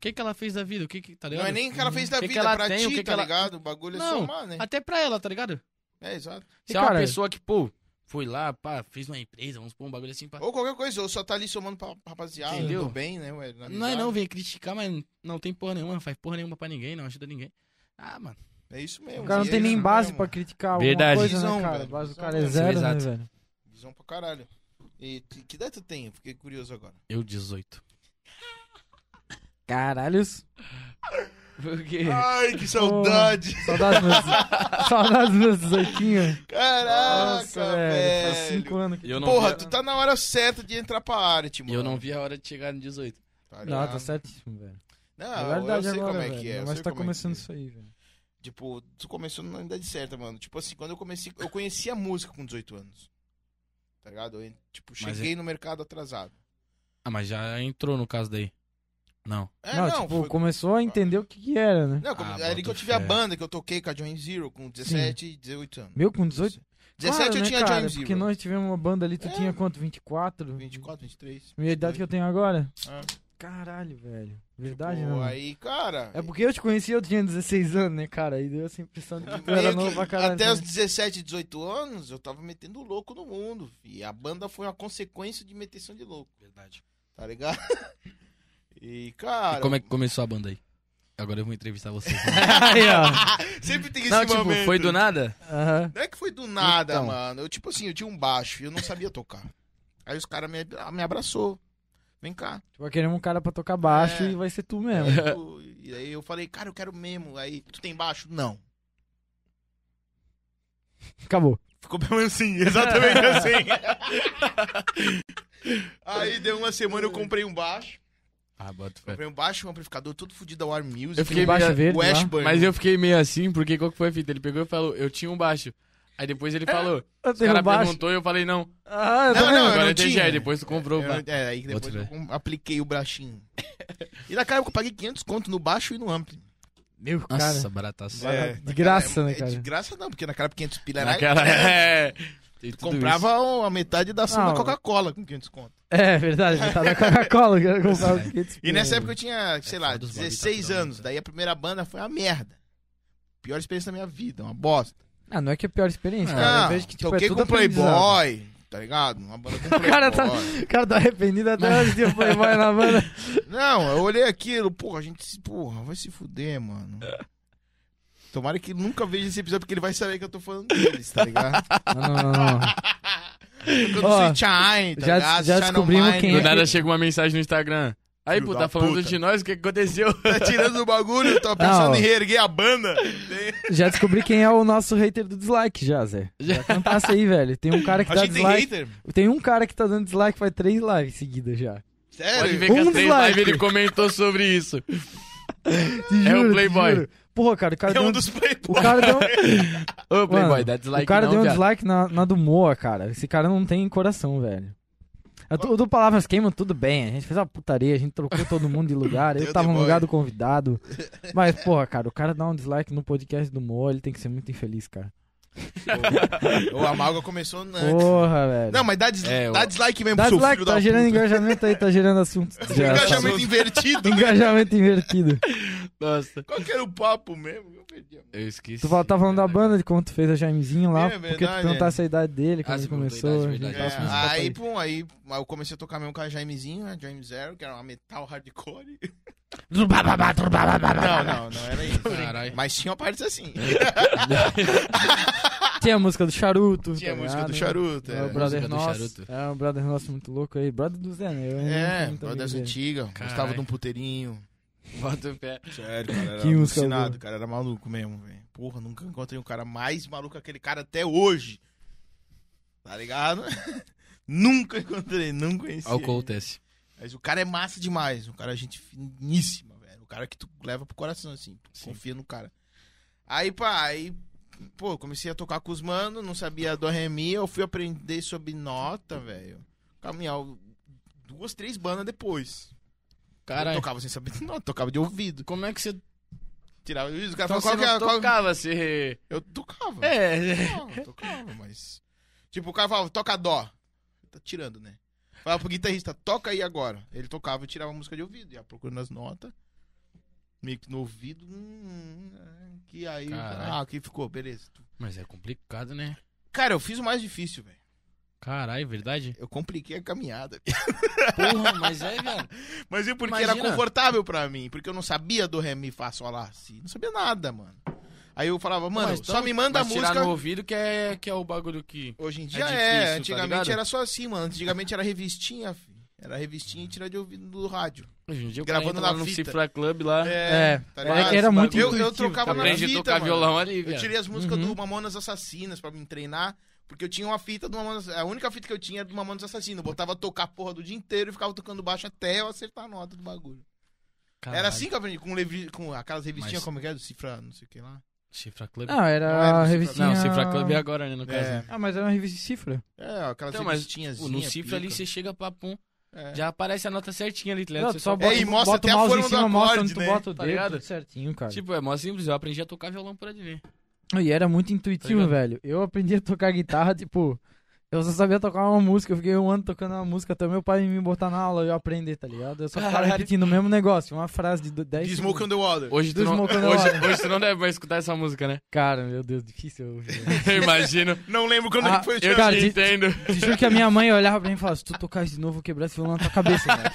[SPEAKER 3] que que ela fez da vida? O que que, tá ligado?
[SPEAKER 1] Não é nem o que ela fez da
[SPEAKER 3] O que que
[SPEAKER 1] vida
[SPEAKER 3] ela
[SPEAKER 1] pra
[SPEAKER 3] tem,
[SPEAKER 1] ti,
[SPEAKER 3] o que que
[SPEAKER 1] tá
[SPEAKER 3] ela-
[SPEAKER 1] ligado? O bagulho é
[SPEAKER 3] Não.
[SPEAKER 1] somar, né?
[SPEAKER 3] Até pra ela, tá ligado?
[SPEAKER 1] É, exato.
[SPEAKER 3] Se
[SPEAKER 2] E,
[SPEAKER 3] é uma
[SPEAKER 2] cara-
[SPEAKER 3] pessoa que, pô, foi lá, pá, fez uma empresa, vamos pôr um bagulho assim, pá.
[SPEAKER 1] Ou qualquer coisa, ou só tá ali somando pra pra rapaziada.
[SPEAKER 3] Entendeu?
[SPEAKER 1] Entendeu? bem, né, ué, na
[SPEAKER 3] Não é
[SPEAKER 1] amizade.
[SPEAKER 3] não, vem criticar, mas não tem porra nenhuma, não faz porra nenhuma pra ninguém, não ajuda ninguém. Ah, mano.
[SPEAKER 1] É isso mesmo.
[SPEAKER 2] O cara não
[SPEAKER 1] é
[SPEAKER 2] tem
[SPEAKER 1] isso
[SPEAKER 2] nem base
[SPEAKER 1] mesmo.
[SPEAKER 2] pra criticar
[SPEAKER 3] Verdade.
[SPEAKER 2] alguma coisa, né,
[SPEAKER 1] Visão,
[SPEAKER 2] cara? A
[SPEAKER 1] velho.
[SPEAKER 2] base do
[SPEAKER 1] Visão
[SPEAKER 2] cara é
[SPEAKER 1] mesmo.
[SPEAKER 2] zero,
[SPEAKER 3] Exato.
[SPEAKER 2] né, velho?
[SPEAKER 1] Visão pra caralho. E que que idade tu tem? Fiquei curioso agora.
[SPEAKER 3] Eu 18.
[SPEAKER 2] Caralhos.
[SPEAKER 3] Por quê?
[SPEAKER 1] Ai, que
[SPEAKER 2] saudade. Saudades meus... Saudades meus 18.
[SPEAKER 1] Caraca,
[SPEAKER 2] Nossa,
[SPEAKER 1] velho.
[SPEAKER 2] velho. Faz 5 anos. que-
[SPEAKER 3] Eu não
[SPEAKER 1] Porra,
[SPEAKER 3] vi-
[SPEAKER 1] tu tá na hora certa de entrar pra arte,
[SPEAKER 3] E
[SPEAKER 1] mano.
[SPEAKER 3] eu não vi a hora de chegar no 18.
[SPEAKER 1] Tá
[SPEAKER 2] Não,
[SPEAKER 1] ligado?
[SPEAKER 2] tá certíssimo, velho.
[SPEAKER 1] Não,
[SPEAKER 2] É
[SPEAKER 1] eu
[SPEAKER 2] verdade
[SPEAKER 1] sei
[SPEAKER 2] agora,
[SPEAKER 1] como é
[SPEAKER 2] velho.
[SPEAKER 1] que é. eu
[SPEAKER 2] Mas
[SPEAKER 1] sei como
[SPEAKER 2] tá
[SPEAKER 1] é que
[SPEAKER 2] começando
[SPEAKER 1] é.
[SPEAKER 2] isso aí, velho.
[SPEAKER 1] Tipo, tu começou na idade certa, mano. Tipo assim, quando eu comecei, eu conheci a música com 18 anos. Tá ligado? Eu, tipo,
[SPEAKER 3] Mas é-
[SPEAKER 1] cheguei no mercado atrasado.
[SPEAKER 3] Ah, mas já entrou no caso daí. Não.
[SPEAKER 1] É,
[SPEAKER 2] não,
[SPEAKER 1] não,
[SPEAKER 2] tipo,
[SPEAKER 1] foi-
[SPEAKER 2] começou a entender o que que era, né?
[SPEAKER 1] não, como-
[SPEAKER 3] Ah,
[SPEAKER 1] é ali que eu
[SPEAKER 3] boto
[SPEAKER 1] tive a
[SPEAKER 3] fé.
[SPEAKER 1] banda que eu toquei com a Join Zero com 17 e 18 anos.
[SPEAKER 2] Meu, com 18?
[SPEAKER 1] 17
[SPEAKER 2] Claro,
[SPEAKER 1] eu
[SPEAKER 2] né,
[SPEAKER 1] tinha
[SPEAKER 2] cara?
[SPEAKER 1] Join Zero.
[SPEAKER 2] Porque nós tivemos uma banda ali, tu
[SPEAKER 1] É.
[SPEAKER 2] tinha quanto? 24?
[SPEAKER 1] 24, 23.
[SPEAKER 2] Minha idade que eu tenho agora?
[SPEAKER 1] Ah.
[SPEAKER 2] Caralho, velho. Verdade,
[SPEAKER 1] Pô,
[SPEAKER 2] né? mano?
[SPEAKER 1] Tipo, aí, cara.
[SPEAKER 2] É porque eu te conheci, eu tinha 16 anos, né, cara? E deu essa impressão de que tu era
[SPEAKER 1] meio
[SPEAKER 2] novo
[SPEAKER 1] que
[SPEAKER 2] pra caralho.
[SPEAKER 1] até
[SPEAKER 2] né?
[SPEAKER 1] os 17, 18 anos, eu tava metendo louco no mundo. E a banda foi uma consequência de meteção de louco,
[SPEAKER 3] Verdade.
[SPEAKER 1] tá ligado? E, cara.
[SPEAKER 3] e como é que começou a banda aí? Agora eu vou entrevistar vocês. né?
[SPEAKER 2] Aí, ó.
[SPEAKER 1] Sempre tem esse
[SPEAKER 3] é? não, tipo,
[SPEAKER 1] momento.
[SPEAKER 3] foi do nada?
[SPEAKER 2] Aham.
[SPEAKER 1] Não é que foi do nada,
[SPEAKER 3] Então.
[SPEAKER 1] mano. Eu, tipo assim, eu tinha um baixo e eu não sabia tocar. Aí os caras me, ah, me abraçou. Vem cá.
[SPEAKER 2] Tipo, vai querer um cara pra tocar baixo
[SPEAKER 1] É.
[SPEAKER 2] e vai ser tu
[SPEAKER 1] Aí
[SPEAKER 2] mesmo.
[SPEAKER 1] eu- E aí eu falei, cara, eu quero mesmo. Aí, tu tem baixo? Não.
[SPEAKER 2] Acabou.
[SPEAKER 1] Ficou pelo menos assim, exatamente assim. aí deu uma semana eu comprei um baixo.
[SPEAKER 3] Ah,
[SPEAKER 2] É.
[SPEAKER 3] bota fé.
[SPEAKER 1] Comprei um baixo, um amplificador todo fudido da War Music.
[SPEAKER 3] Eu fiquei
[SPEAKER 2] Um baixo
[SPEAKER 3] meio-
[SPEAKER 2] verde
[SPEAKER 1] o
[SPEAKER 2] lá.
[SPEAKER 1] Ashburn.
[SPEAKER 3] Mas eu fiquei meio assim, porque qual que foi a fita? Ele pegou e falou, eu tinha um baixo. Aí depois ele falou,
[SPEAKER 2] Eu
[SPEAKER 3] o
[SPEAKER 2] tenho
[SPEAKER 3] cara
[SPEAKER 2] É, um baixo.
[SPEAKER 3] perguntou e eu falei, não.
[SPEAKER 2] Ah, eu
[SPEAKER 1] Não,
[SPEAKER 2] também.
[SPEAKER 1] não,
[SPEAKER 2] mano.
[SPEAKER 3] Agora eu
[SPEAKER 1] tinha.
[SPEAKER 3] entendi, aí depois tu comprou. pá.
[SPEAKER 1] Eu- É, aí depois
[SPEAKER 3] Bota
[SPEAKER 1] eu
[SPEAKER 3] fé.
[SPEAKER 1] com- apliquei o brachinho. E na cara eu paguei 500 conto no baixo e no ampli.
[SPEAKER 2] Meu,
[SPEAKER 3] Nossa,
[SPEAKER 2] cara.
[SPEAKER 3] barataço.
[SPEAKER 2] É. de graça, né, cara?
[SPEAKER 1] De graça não, porque na cara 500 pila era
[SPEAKER 3] Naquela...
[SPEAKER 2] né?
[SPEAKER 3] É. Tem tudo
[SPEAKER 1] Comprava a metade da ação
[SPEAKER 2] Ah,
[SPEAKER 1] da Coca-Cola com 500 conto.
[SPEAKER 2] É verdade, ele tá na Coca-Cola. eu quero comprar o kit.
[SPEAKER 1] E nessa época eu
[SPEAKER 2] É
[SPEAKER 1] tinha, sei lá,
[SPEAKER 3] foda os bagulho tá
[SPEAKER 1] 16
[SPEAKER 3] tudo
[SPEAKER 1] anos.
[SPEAKER 3] aumentando.
[SPEAKER 1] Daí a primeira banda foi uma merda. Pior experiência da minha vida, uma bosta.
[SPEAKER 2] Ah, não é que é a pior experiência, cara.
[SPEAKER 1] Ah,
[SPEAKER 2] Eu vejo que, tipo,
[SPEAKER 1] toquei
[SPEAKER 2] é tudo
[SPEAKER 1] com
[SPEAKER 2] aprendizado.
[SPEAKER 1] Playboy, tá ligado? Uma banda com Playboy.
[SPEAKER 2] cara tá- O cara tá arrependido até hoje tipo, de Playboy na banda.
[SPEAKER 1] Não, eu olhei aquilo, porra, a gente, se- porra, vai se fuder, mano. Tomara que nunca veja esse episódio, porque ele vai saber que eu tô falando deles, tá ligado?
[SPEAKER 2] Não, não, não, não.
[SPEAKER 1] Eu
[SPEAKER 2] Ó,
[SPEAKER 1] não sei Shine, tá
[SPEAKER 2] já-
[SPEAKER 1] ligado?
[SPEAKER 2] já
[SPEAKER 1] Shine on
[SPEAKER 2] descobrimos
[SPEAKER 1] mine.
[SPEAKER 2] quem
[SPEAKER 3] Do
[SPEAKER 2] é.
[SPEAKER 3] nada chega uma mensagem no Instagram. Aí,
[SPEAKER 1] Filho
[SPEAKER 3] pô,
[SPEAKER 1] da
[SPEAKER 3] tá falando
[SPEAKER 1] puta.
[SPEAKER 3] de nós, o que que aconteceu?
[SPEAKER 1] Tá tirando o bagulho, tá pensando
[SPEAKER 2] Não.
[SPEAKER 1] em reerguer a banda.
[SPEAKER 2] Já descobri quem é o nosso hater do dislike, já, Zé. Já cantasse aí, velho. Tem um
[SPEAKER 3] Tá
[SPEAKER 2] cara que dá
[SPEAKER 1] Achei que tem
[SPEAKER 2] dislike.
[SPEAKER 1] hater.
[SPEAKER 2] Tem um cara que tá dando dislike faz três lives seguidas já.
[SPEAKER 1] É
[SPEAKER 3] Pode
[SPEAKER 1] Sério?
[SPEAKER 3] ver que
[SPEAKER 2] Um
[SPEAKER 3] as três
[SPEAKER 2] dislike.
[SPEAKER 3] lives ele comentou sobre isso.
[SPEAKER 2] Te
[SPEAKER 3] É o
[SPEAKER 2] te
[SPEAKER 3] Playboy.
[SPEAKER 2] juro. Porra, cara, o cara
[SPEAKER 1] É
[SPEAKER 2] deu
[SPEAKER 1] um
[SPEAKER 2] um-
[SPEAKER 1] dos
[SPEAKER 2] O
[SPEAKER 1] playboys.
[SPEAKER 2] cara deu, um
[SPEAKER 3] Ô, Playboy,
[SPEAKER 2] Mano,
[SPEAKER 3] dá dislike
[SPEAKER 2] o cara
[SPEAKER 3] não,
[SPEAKER 2] deu um
[SPEAKER 3] viado.
[SPEAKER 2] dislike na, na do Moa, cara. Esse cara não tem coração, velho. A do, do Palavras Queimam, tudo bem. A gente fez uma putaria, a gente trocou todo mundo de lugar.
[SPEAKER 1] Deu
[SPEAKER 2] Eu tava no
[SPEAKER 1] demônio.
[SPEAKER 2] lugar do convidado. Mas, porra, cara, o cara dá um dislike no podcast do Moa, ele tem que ser muito infeliz, cara.
[SPEAKER 1] Ô, a Malga começou antes.
[SPEAKER 2] Porra, velho.
[SPEAKER 1] É. Não, mas dá, dis-
[SPEAKER 3] É,
[SPEAKER 1] dá
[SPEAKER 3] o-
[SPEAKER 1] dislike mesmo,
[SPEAKER 2] Dá
[SPEAKER 1] seu
[SPEAKER 2] dislike,
[SPEAKER 1] filho
[SPEAKER 2] tá
[SPEAKER 1] da
[SPEAKER 2] gerando
[SPEAKER 1] puta.
[SPEAKER 2] engajamento aí, tá gerando assunto.
[SPEAKER 1] Engajamento
[SPEAKER 2] Engajamento,
[SPEAKER 1] invertido.
[SPEAKER 2] engajamento invertido.
[SPEAKER 3] Nossa.
[SPEAKER 1] Qual que era o papo mesmo? Eu perdi a mão.
[SPEAKER 3] Eu esqueci.
[SPEAKER 2] Tu fal- tá falando da banda, de como tu fez a Jaimezinho lá,
[SPEAKER 1] É
[SPEAKER 2] porque tu
[SPEAKER 1] verdade,
[SPEAKER 2] perguntasse a idade dele, quando
[SPEAKER 3] Ah,
[SPEAKER 2] ele
[SPEAKER 3] você perguntou a
[SPEAKER 2] começou.
[SPEAKER 3] idade,
[SPEAKER 2] a gente
[SPEAKER 3] verdade.
[SPEAKER 1] É,
[SPEAKER 2] tava
[SPEAKER 3] Nossa,
[SPEAKER 2] falando desse
[SPEAKER 3] mas
[SPEAKER 2] papo
[SPEAKER 1] aí,
[SPEAKER 2] aí.
[SPEAKER 1] pum, aí, aí eu comecei a tocar mesmo com a Jaimezinho, né? James Zero, que era uma metal hardcore. Não, não, não era isso.
[SPEAKER 3] Caralho.
[SPEAKER 1] Mas tinha uma parte assim.
[SPEAKER 2] Tinha a música do Charuto.
[SPEAKER 1] Tinha a
[SPEAKER 2] tá
[SPEAKER 1] música do
[SPEAKER 2] ligado?
[SPEAKER 1] charuto.
[SPEAKER 2] É
[SPEAKER 1] É,
[SPEAKER 2] o brother
[SPEAKER 3] Música do
[SPEAKER 2] nosso.
[SPEAKER 3] charuto.
[SPEAKER 2] É um brother nosso muito louco aí. Brother do Zé, né? Eu ainda
[SPEAKER 1] é
[SPEAKER 2] não
[SPEAKER 1] uma
[SPEAKER 2] sabia
[SPEAKER 1] das
[SPEAKER 2] dizer.
[SPEAKER 1] antigas.
[SPEAKER 3] Caralho.
[SPEAKER 1] Gostava de um puteirinho.
[SPEAKER 3] Bota o pé.
[SPEAKER 1] Sério, cara. Era
[SPEAKER 2] Que música
[SPEAKER 1] alucinado,
[SPEAKER 2] boa.
[SPEAKER 1] cara. Era maluco mesmo, velho. Porra, nunca encontrei um cara mais maluco que aquele cara até hoje. Tá ligado? nunca encontrei, não conheci.
[SPEAKER 3] Olha o que acontece.
[SPEAKER 1] Mas o cara é massa demais. O cara é gente finíssima, velho. O cara que tu leva pro coração, assim. Tu
[SPEAKER 3] Sim.
[SPEAKER 1] confia no cara. Aí, pá, aí... Pô, comecei a tocar com os manos, não sabia do Remi, eu fui aprender sobre nota, velho. Caminhar duas, três bandas depois. Eu
[SPEAKER 3] Caralho.
[SPEAKER 1] tocava sem saber de nota, tocava de ouvido.
[SPEAKER 3] Como é que você.
[SPEAKER 1] Tirava isso, o cara
[SPEAKER 3] Então,
[SPEAKER 1] falava
[SPEAKER 3] você
[SPEAKER 1] qual que é...
[SPEAKER 3] não
[SPEAKER 1] qual-
[SPEAKER 3] tocava, você.
[SPEAKER 1] Eu tocava.
[SPEAKER 3] É.
[SPEAKER 1] Tocava, tocava, mas... Tipo, o cara falava, toca dó. Tá tirando, né? Falava pro guitarrista, toca aí agora. Ele tocava, eu tirava a música de ouvido. Ia procurando as notas. Meio que no ouvido. Hum, hum, que aí...
[SPEAKER 3] Caralho.
[SPEAKER 1] Ah, aqui ficou, beleza.
[SPEAKER 3] Mas é complicado, né?
[SPEAKER 1] Cara, eu fiz o mais difícil, velho.
[SPEAKER 3] Caralho, é verdade?
[SPEAKER 1] Eu compliquei a caminhada.
[SPEAKER 3] Porra, mas é, velho.
[SPEAKER 1] Mas e porque era
[SPEAKER 3] Imagina.
[SPEAKER 1] confortável pra mim? Porque eu não sabia do ré, mi, fá, sol, lá, si. Não sabia nada, mano. Aí eu falava, mano,
[SPEAKER 3] Mas
[SPEAKER 1] só
[SPEAKER 3] então-
[SPEAKER 1] me manda a
[SPEAKER 3] mas
[SPEAKER 1] música...
[SPEAKER 3] Tirar no ouvido que é, que é o bagulho que.
[SPEAKER 1] Hoje em dia
[SPEAKER 3] difícil,
[SPEAKER 1] é,
[SPEAKER 3] tá
[SPEAKER 1] antigamente
[SPEAKER 3] ligado?
[SPEAKER 1] era só assim, mano. Antigamente era revistinha, filho. Era revistinha e tirar de ouvido do rádio.
[SPEAKER 3] Hoje em dia o
[SPEAKER 1] Gravando
[SPEAKER 3] cara entra lá
[SPEAKER 1] na
[SPEAKER 3] no
[SPEAKER 1] fita.
[SPEAKER 3] Cifra Club lá.
[SPEAKER 2] É,
[SPEAKER 1] tá ligado?
[SPEAKER 2] é- era muito
[SPEAKER 1] Eu- eu
[SPEAKER 2] intuitivo,
[SPEAKER 1] trocava
[SPEAKER 2] tá ligado?
[SPEAKER 3] Aprende a
[SPEAKER 1] fita,
[SPEAKER 3] tocar
[SPEAKER 1] mano.
[SPEAKER 3] violão ali,
[SPEAKER 1] Eu
[SPEAKER 3] velho.
[SPEAKER 1] tirei as músicas
[SPEAKER 2] Uhum.
[SPEAKER 1] do Mamonas Assassinas pra me treinar, porque eu tinha uma fita do Mamonas... A única fita que eu tinha era do Mamonas Assassinas. Eu botava a tocar a porra do dia inteiro e ficava tocando baixo até eu acertar a nota do bagulho.
[SPEAKER 3] Caralho.
[SPEAKER 1] Era assim que eu aprendi, com, levi... com aquelas revistinhas,
[SPEAKER 3] Mas-
[SPEAKER 1] como é que é? Do Cifra, não sei o que lá.
[SPEAKER 3] Cifra Club.
[SPEAKER 2] Não,
[SPEAKER 1] Não era
[SPEAKER 2] era
[SPEAKER 1] do
[SPEAKER 2] a
[SPEAKER 1] Cifra-
[SPEAKER 2] revistinha...
[SPEAKER 3] Não, Cifra Club é agora, né, no caso.
[SPEAKER 1] É,
[SPEAKER 2] Ah, mas era uma revista de cifra.
[SPEAKER 1] é, aquelas
[SPEAKER 3] Então, mas,
[SPEAKER 1] revistinhas.
[SPEAKER 3] Pô, No Cifra ali você chega pra pum,
[SPEAKER 1] É.
[SPEAKER 3] já aparece a nota certinha ali, tá ligado?
[SPEAKER 2] Não,
[SPEAKER 3] Você
[SPEAKER 2] tu só
[SPEAKER 1] bota-
[SPEAKER 2] bota,
[SPEAKER 1] É, e mostra
[SPEAKER 2] bota
[SPEAKER 1] até a
[SPEAKER 2] o mouse
[SPEAKER 1] forma
[SPEAKER 2] em
[SPEAKER 1] do
[SPEAKER 2] cima, mostra
[SPEAKER 1] acorde,
[SPEAKER 2] onde tu
[SPEAKER 1] né?
[SPEAKER 2] bota o
[SPEAKER 3] Tá
[SPEAKER 2] dedo,
[SPEAKER 3] ligado?
[SPEAKER 2] tudo certinho, cara.
[SPEAKER 3] Tipo, é mó simples, eu aprendi a tocar violão por né? adivinhar.
[SPEAKER 2] E era muito intuitivo,
[SPEAKER 1] Tá
[SPEAKER 3] ligado?
[SPEAKER 2] velho. Eu aprendi a tocar guitarra, tipo... Eu só sabia tocar uma música, eu fiquei um ano tocando uma música até meu pai me botar na aula e eu aprender, tá ligado? Eu só ficava
[SPEAKER 3] Caralho.
[SPEAKER 2] repetindo o mesmo negócio, uma frase de do- 10
[SPEAKER 1] De
[SPEAKER 2] segundos.
[SPEAKER 1] Smoke on the Water.
[SPEAKER 3] Hoje tu,
[SPEAKER 2] Do
[SPEAKER 3] não,
[SPEAKER 2] Smoke on the
[SPEAKER 3] hoje,
[SPEAKER 2] Water.
[SPEAKER 3] hoje tu não deve mais escutar essa música, né?
[SPEAKER 2] Cara, meu Deus, difícil eu ouvir. né?
[SPEAKER 3] Eu imagino.
[SPEAKER 1] Não lembro quando
[SPEAKER 2] Ah,
[SPEAKER 1] que foi o
[SPEAKER 3] Eu
[SPEAKER 2] Cara,
[SPEAKER 3] te
[SPEAKER 2] de-
[SPEAKER 3] entendo.
[SPEAKER 2] Te juro que a minha mãe olhava pra mim e falava: se tu tocar isso de novo, eu vou quebrar esse violão na tua cabeça, velho.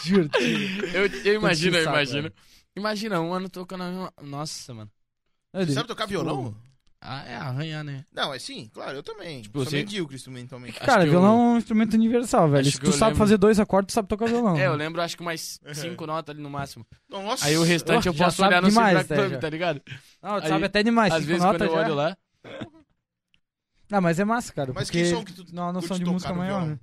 [SPEAKER 2] Te juro, te juro.
[SPEAKER 3] Eu, eu imagino, eu
[SPEAKER 2] saco,
[SPEAKER 3] imagino.
[SPEAKER 2] velho.
[SPEAKER 3] Imagina, um ano tocando a mesma... Nossa, mano.
[SPEAKER 1] Você sabe tocar violão?
[SPEAKER 3] Ah, é arranhar, né?
[SPEAKER 1] Não, é sim, claro, eu também.
[SPEAKER 3] Tipo,
[SPEAKER 1] Sou
[SPEAKER 3] você-
[SPEAKER 1] medíocre instrumentalmente.
[SPEAKER 2] Cara,
[SPEAKER 3] Acho que
[SPEAKER 2] violão é um instrumento universal, velho.
[SPEAKER 3] Acho
[SPEAKER 2] Se
[SPEAKER 3] que
[SPEAKER 2] tu
[SPEAKER 3] eu
[SPEAKER 2] sabe
[SPEAKER 3] lembro.
[SPEAKER 2] fazer dois acordes, tu sabe tocar violão.
[SPEAKER 3] É, eu
[SPEAKER 2] né?
[SPEAKER 3] lembro, acho que mais cinco notas ali no máximo. Oh,
[SPEAKER 1] Nossa,
[SPEAKER 3] É. Aí o restante eu
[SPEAKER 2] Já
[SPEAKER 3] posso
[SPEAKER 2] sabe
[SPEAKER 3] olhar no
[SPEAKER 2] demais,
[SPEAKER 3] Cifra
[SPEAKER 2] né,
[SPEAKER 3] Club,
[SPEAKER 2] já.
[SPEAKER 3] tá ligado?
[SPEAKER 2] Não, tu
[SPEAKER 3] Aí,
[SPEAKER 2] sabe até demais.
[SPEAKER 3] Às
[SPEAKER 2] cinco
[SPEAKER 3] vezes quando
[SPEAKER 2] notas
[SPEAKER 3] eu
[SPEAKER 2] já...
[SPEAKER 3] olho lá...
[SPEAKER 2] Não, mas é massa, cara.
[SPEAKER 1] Mas
[SPEAKER 2] porque
[SPEAKER 1] que som que tu
[SPEAKER 2] Não, a noção
[SPEAKER 1] curte
[SPEAKER 2] de
[SPEAKER 1] tocar
[SPEAKER 2] música
[SPEAKER 1] no
[SPEAKER 2] maior,
[SPEAKER 1] violão?
[SPEAKER 2] né?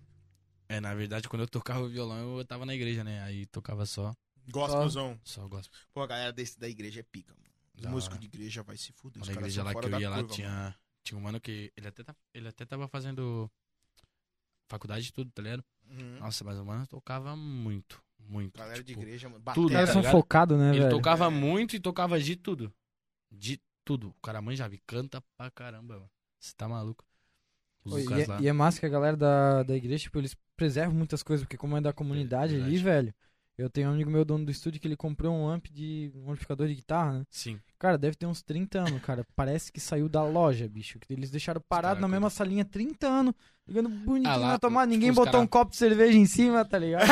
[SPEAKER 3] É, na verdade, quando eu tocava o violão, eu tava na igreja, né? Aí tocava só,
[SPEAKER 1] gospelzão.
[SPEAKER 3] só gospel.
[SPEAKER 1] Ah. Pô, a galera desse da igreja é pica, mano. Os
[SPEAKER 3] Da
[SPEAKER 1] músicos
[SPEAKER 3] hora.
[SPEAKER 1] de igreja vai se fuder.
[SPEAKER 3] Lá
[SPEAKER 1] Os
[SPEAKER 3] Na
[SPEAKER 1] caras
[SPEAKER 3] igreja
[SPEAKER 1] são
[SPEAKER 3] lá que
[SPEAKER 1] fora
[SPEAKER 3] eu
[SPEAKER 1] da
[SPEAKER 3] ia lá,
[SPEAKER 1] curva, mano.
[SPEAKER 3] tinha, tinha um mano que... Ele até, tá- ele até tava fazendo faculdade e tudo, tá ligado?
[SPEAKER 1] Uhum.
[SPEAKER 3] Nossa, mas o mano tocava muito, muito.
[SPEAKER 1] Galera de
[SPEAKER 3] tipo,
[SPEAKER 1] igreja, mano.
[SPEAKER 3] tudo,
[SPEAKER 1] batera,
[SPEAKER 2] Os caras
[SPEAKER 3] tá
[SPEAKER 2] são
[SPEAKER 3] ligado?
[SPEAKER 2] focados, né,
[SPEAKER 3] Ele
[SPEAKER 2] velho?
[SPEAKER 3] tocava muito e tocava de tudo. De tudo. O cara manjava e canta pra caramba, mano. Você tá maluco? Os
[SPEAKER 2] Pô,
[SPEAKER 3] Lucas
[SPEAKER 2] e,
[SPEAKER 3] lá.
[SPEAKER 2] é, e é massa que a galera da, da igreja, tipo, eles preservam muitas coisas, porque como é da comunidade ali,
[SPEAKER 3] verdade.
[SPEAKER 2] velho. Eu tenho um amigo meu, dono do estúdio, que ele comprou um amp de. um amplificador de guitarra, né?
[SPEAKER 3] Sim.
[SPEAKER 2] Cara, deve ter uns 30 anos, cara. Parece que saiu da loja, bicho. Que Eles deixaram parado
[SPEAKER 3] cara
[SPEAKER 2] na mesma
[SPEAKER 3] cuidam.
[SPEAKER 2] salinha 30 anos, ligando bonitinho
[SPEAKER 3] Ah, lá,
[SPEAKER 2] na tomada. um
[SPEAKER 3] tipo,
[SPEAKER 2] Ninguém
[SPEAKER 3] os
[SPEAKER 2] botou
[SPEAKER 3] cara-
[SPEAKER 2] um copo de cerveja em cima, tá ligado?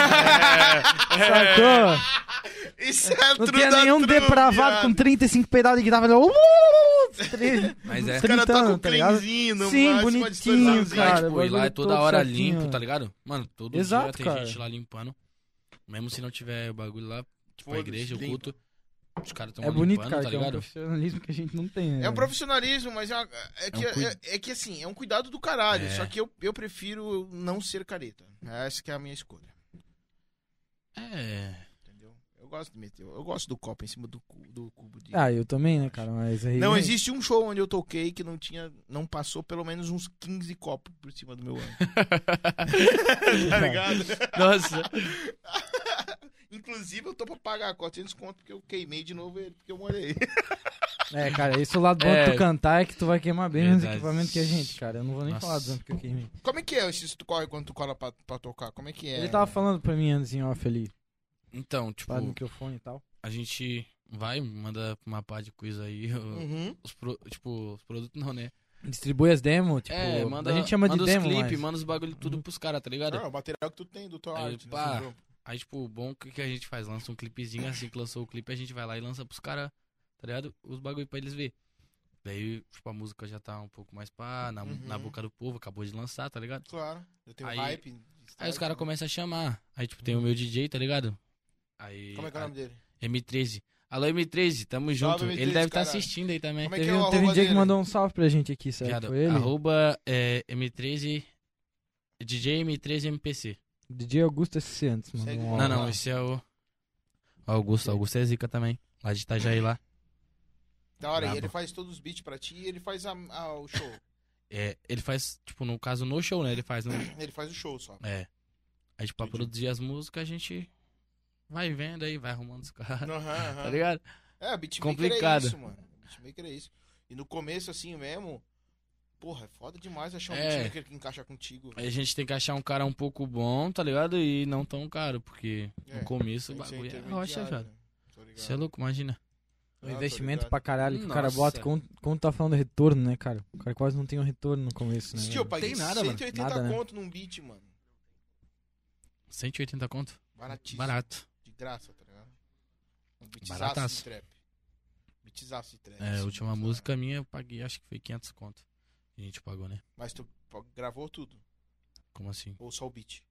[SPEAKER 3] É,
[SPEAKER 2] Sacou?
[SPEAKER 1] Isso é
[SPEAKER 5] Não
[SPEAKER 1] true
[SPEAKER 5] tinha
[SPEAKER 1] da
[SPEAKER 5] nenhum
[SPEAKER 1] true,
[SPEAKER 5] depravado
[SPEAKER 1] viado.
[SPEAKER 5] com 35 pedal de guitarra. Falando,
[SPEAKER 2] "Uh,
[SPEAKER 3] Mas é.
[SPEAKER 1] Os caras tá com
[SPEAKER 5] tá ligado?
[SPEAKER 1] cleanzinho, no
[SPEAKER 5] Sim,
[SPEAKER 1] máximo,
[SPEAKER 5] bonitinho,
[SPEAKER 1] distorçãozinho.
[SPEAKER 5] cara.
[SPEAKER 3] tipo,
[SPEAKER 5] o
[SPEAKER 3] ir lá é
[SPEAKER 5] bagulho
[SPEAKER 3] toda
[SPEAKER 5] todo
[SPEAKER 3] hora
[SPEAKER 5] certinho,
[SPEAKER 3] limpo,
[SPEAKER 5] velho.
[SPEAKER 3] tá ligado? Mano, todo
[SPEAKER 5] Exato,
[SPEAKER 3] dia tem
[SPEAKER 5] cara.
[SPEAKER 3] gente lá limpando. Mesmo se não tiver o bagulho lá, tipo a
[SPEAKER 1] Foda-se,
[SPEAKER 3] igreja, o
[SPEAKER 1] limpa.
[SPEAKER 3] culto. Os caras estão
[SPEAKER 2] É bonito,
[SPEAKER 3] limpando,
[SPEAKER 2] cara,
[SPEAKER 3] tá
[SPEAKER 2] que é um
[SPEAKER 3] ligado?
[SPEAKER 2] profissionalismo que a gente não tem, né?
[SPEAKER 1] É um profissionalismo, mas é, uma- é que,
[SPEAKER 3] um cuida-
[SPEAKER 1] é- é que, assim, é um cuidado do caralho.
[SPEAKER 3] É.
[SPEAKER 1] Só que eu, eu prefiro não ser careta. Essa que é a minha escolha.
[SPEAKER 3] É.
[SPEAKER 1] Entendeu? Eu gosto de meter. Eu gosto do copo em cima do, cu- do cubo de.
[SPEAKER 2] Ah, eu também, né, cara? Mas aí.
[SPEAKER 1] não existe um show onde eu toquei que não tinha. Não passou pelo menos uns 15 copos por cima do meu ano. tá ligado?
[SPEAKER 3] Nossa.
[SPEAKER 1] Inclusive, eu tô pra pagar 400 conto porque eu queimei de novo ele, porque eu molhei.
[SPEAKER 2] É, cara, esse é o lado bom
[SPEAKER 3] É.
[SPEAKER 2] de tu cantar é que tu vai queimar bem menos
[SPEAKER 3] Verdade.
[SPEAKER 2] equipamento que a gente, cara. Eu não vou nem
[SPEAKER 3] Nossa.
[SPEAKER 2] falar do ano que eu queimei.
[SPEAKER 1] Como é que é se tu corre quando tu cola pra, pra tocar? Como é que é?
[SPEAKER 2] Ele tava falando pra mim antes em off ali,
[SPEAKER 3] Então, tipo,
[SPEAKER 2] tá no microfone e tal.
[SPEAKER 3] a gente vai, manda uma pá de quiz aí. o-
[SPEAKER 2] Hum.
[SPEAKER 1] Uhum.
[SPEAKER 3] Os pro- tipo, os produtos não, né?
[SPEAKER 2] Distribui as demos, tipo.
[SPEAKER 3] é, manda,
[SPEAKER 2] a gente chama
[SPEAKER 3] manda
[SPEAKER 2] de demo.
[SPEAKER 3] os clipes,
[SPEAKER 2] mas- Uhum.
[SPEAKER 3] manda os bagulho tudo pros caras, tá ligado?
[SPEAKER 1] Ah, o material que tu tem do teu
[SPEAKER 3] Aí,
[SPEAKER 1] arte. né,
[SPEAKER 3] pá.
[SPEAKER 1] seu grupo.
[SPEAKER 3] Aí, tipo, o bom que, que a gente faz? Lança um clipezinho, assim que lançou o clipe, a gente vai lá e lança pros caras, tá ligado? Os bagulho pra eles ver. Daí, tipo, a música já tá um pouco mais pá, na,
[SPEAKER 1] Uhum.
[SPEAKER 3] na boca do povo, acabou de lançar, tá ligado?
[SPEAKER 1] Claro. Eu tenho
[SPEAKER 3] Aí-
[SPEAKER 1] hype.
[SPEAKER 3] Aí os
[SPEAKER 1] style.
[SPEAKER 3] caras começam a chamar. Aí, tipo,
[SPEAKER 2] Uhum.
[SPEAKER 3] tem o meu DJ, tá ligado? Aí.
[SPEAKER 1] Como é que é o nome dele?
[SPEAKER 3] a- M13. Alô, M13, tamo junto.
[SPEAKER 1] M13,
[SPEAKER 3] Ele deve estar
[SPEAKER 1] caralho.
[SPEAKER 3] assistindo aí também.
[SPEAKER 1] Como é que
[SPEAKER 2] Teve,
[SPEAKER 1] é o
[SPEAKER 2] um- teve um
[SPEAKER 1] arroba
[SPEAKER 2] dia que
[SPEAKER 1] dele?
[SPEAKER 2] mandou um salve pra gente aqui, será que
[SPEAKER 3] Viado,
[SPEAKER 2] foi ele?
[SPEAKER 3] Arroba é, M13. DJ M13 MPC.
[SPEAKER 2] DJ Augusto S. Santos, mano.
[SPEAKER 1] Segue
[SPEAKER 2] Um
[SPEAKER 1] lá.
[SPEAKER 3] Não,
[SPEAKER 2] alô.
[SPEAKER 3] não, esse é o. Augusto, Augusto é zica também. Lá de Itajaí lá.
[SPEAKER 2] um
[SPEAKER 1] Da hora, e
[SPEAKER 3] Brabo.
[SPEAKER 1] ele faz todos os beats pra ti e ele faz a- a- o show.
[SPEAKER 3] É, ele faz, tipo, no caso no show, né? Ele faz no.
[SPEAKER 1] Ele faz o show só.
[SPEAKER 3] É. Aí, tipo, pra
[SPEAKER 1] Entendi.
[SPEAKER 3] produzir as músicas, a gente vai vendo aí, vai arrumando os caras.
[SPEAKER 1] Aham,
[SPEAKER 3] Tá
[SPEAKER 1] aham.
[SPEAKER 3] ligado?
[SPEAKER 1] É, beatmaker
[SPEAKER 3] Complicado.
[SPEAKER 1] é isso, mano. Beatmaker é isso. E no começo, assim mesmo, porra, é foda demais achar um
[SPEAKER 3] É.
[SPEAKER 1] beatmaker que encaixa contigo.
[SPEAKER 3] Aí a gente tem que achar um cara um pouco bom, tá ligado? E não tão caro, porque
[SPEAKER 1] É,
[SPEAKER 3] no começo o
[SPEAKER 1] Tem que ser
[SPEAKER 3] bagulho é
[SPEAKER 1] intermediário,
[SPEAKER 3] rocha, viado.
[SPEAKER 1] né? Tô ligado.
[SPEAKER 3] Você é louco, imagina.
[SPEAKER 2] O
[SPEAKER 1] Ah, tô
[SPEAKER 2] Um investimento
[SPEAKER 1] ligado.
[SPEAKER 2] pra caralho que o cara
[SPEAKER 3] Nossa.
[SPEAKER 2] bota. Quando, quando tá falando retorno, né, cara? O cara quase não tem um retorno no começo, né?
[SPEAKER 1] Esse dia eu
[SPEAKER 2] velho?
[SPEAKER 1] paguei
[SPEAKER 3] Tem nada, mano.
[SPEAKER 1] 180
[SPEAKER 2] Nada, né?
[SPEAKER 1] conto num beat, mano.
[SPEAKER 3] 180 conto?
[SPEAKER 1] Baratíssimo.
[SPEAKER 3] Barato.
[SPEAKER 1] De graça, tá ligado? Um beatzaço de
[SPEAKER 3] Barataço.
[SPEAKER 1] trap. Beatzaço de trap.
[SPEAKER 3] É, a
[SPEAKER 1] assim,
[SPEAKER 3] última
[SPEAKER 1] tá ligado?
[SPEAKER 3] música minha eu paguei, acho que foi 500 conto. A gente pagou, né?
[SPEAKER 1] Mas tu pô, gravou tudo?
[SPEAKER 3] Como assim?
[SPEAKER 1] Ou só o beat?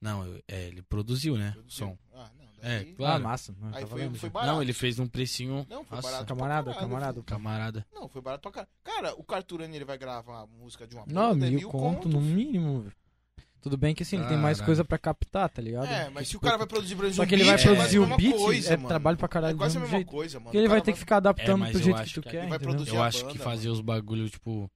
[SPEAKER 3] Não, eu- é, ele produziu, né? O som.
[SPEAKER 1] Ah, não.
[SPEAKER 3] É,
[SPEAKER 1] Daí...
[SPEAKER 2] Ah,
[SPEAKER 3] claro.
[SPEAKER 2] massa, mano.
[SPEAKER 1] Aí
[SPEAKER 2] tá
[SPEAKER 1] foi,
[SPEAKER 2] valendo,
[SPEAKER 1] foi
[SPEAKER 2] já.
[SPEAKER 1] barato.
[SPEAKER 3] Não, ele fez um precinho.
[SPEAKER 1] Não, foi
[SPEAKER 3] Nossa,
[SPEAKER 1] barato.
[SPEAKER 2] Camarada,
[SPEAKER 1] pra caralho,
[SPEAKER 2] camarada.
[SPEAKER 3] Camarada.
[SPEAKER 1] Não, foi barato pra caralho. Cara, o Carturani ele vai gravar a música de uma
[SPEAKER 2] Não,
[SPEAKER 1] banda, é
[SPEAKER 2] mil, conto, no mínimo, velho. Tudo bem que assim, ele tem mais
[SPEAKER 3] Caralho.
[SPEAKER 2] coisa pra captar, tá ligado?
[SPEAKER 1] Ah, né? É, mas se o cara vai produzir pra
[SPEAKER 2] Só
[SPEAKER 1] um
[SPEAKER 2] que ele vai
[SPEAKER 1] beat, é
[SPEAKER 2] produzir
[SPEAKER 1] quase a
[SPEAKER 2] o
[SPEAKER 1] mesma
[SPEAKER 2] beat,
[SPEAKER 1] coisa,
[SPEAKER 2] é
[SPEAKER 1] mano.
[SPEAKER 2] trabalho pra
[SPEAKER 1] É
[SPEAKER 2] caralho do
[SPEAKER 1] quase a
[SPEAKER 2] mesmo
[SPEAKER 1] mesma
[SPEAKER 2] jeito.
[SPEAKER 1] coisa, mano.
[SPEAKER 2] Porque ele
[SPEAKER 1] O cara
[SPEAKER 2] vai ter que ficar
[SPEAKER 3] É,
[SPEAKER 2] adaptando
[SPEAKER 3] mas
[SPEAKER 2] pro
[SPEAKER 3] eu
[SPEAKER 2] jeito que
[SPEAKER 3] acho
[SPEAKER 2] tu
[SPEAKER 3] que
[SPEAKER 2] quer,
[SPEAKER 1] ele vai
[SPEAKER 2] entendeu?
[SPEAKER 1] produzir
[SPEAKER 3] Eu
[SPEAKER 1] a
[SPEAKER 3] acho que
[SPEAKER 1] banda,
[SPEAKER 3] fazer os bagulho, tipo,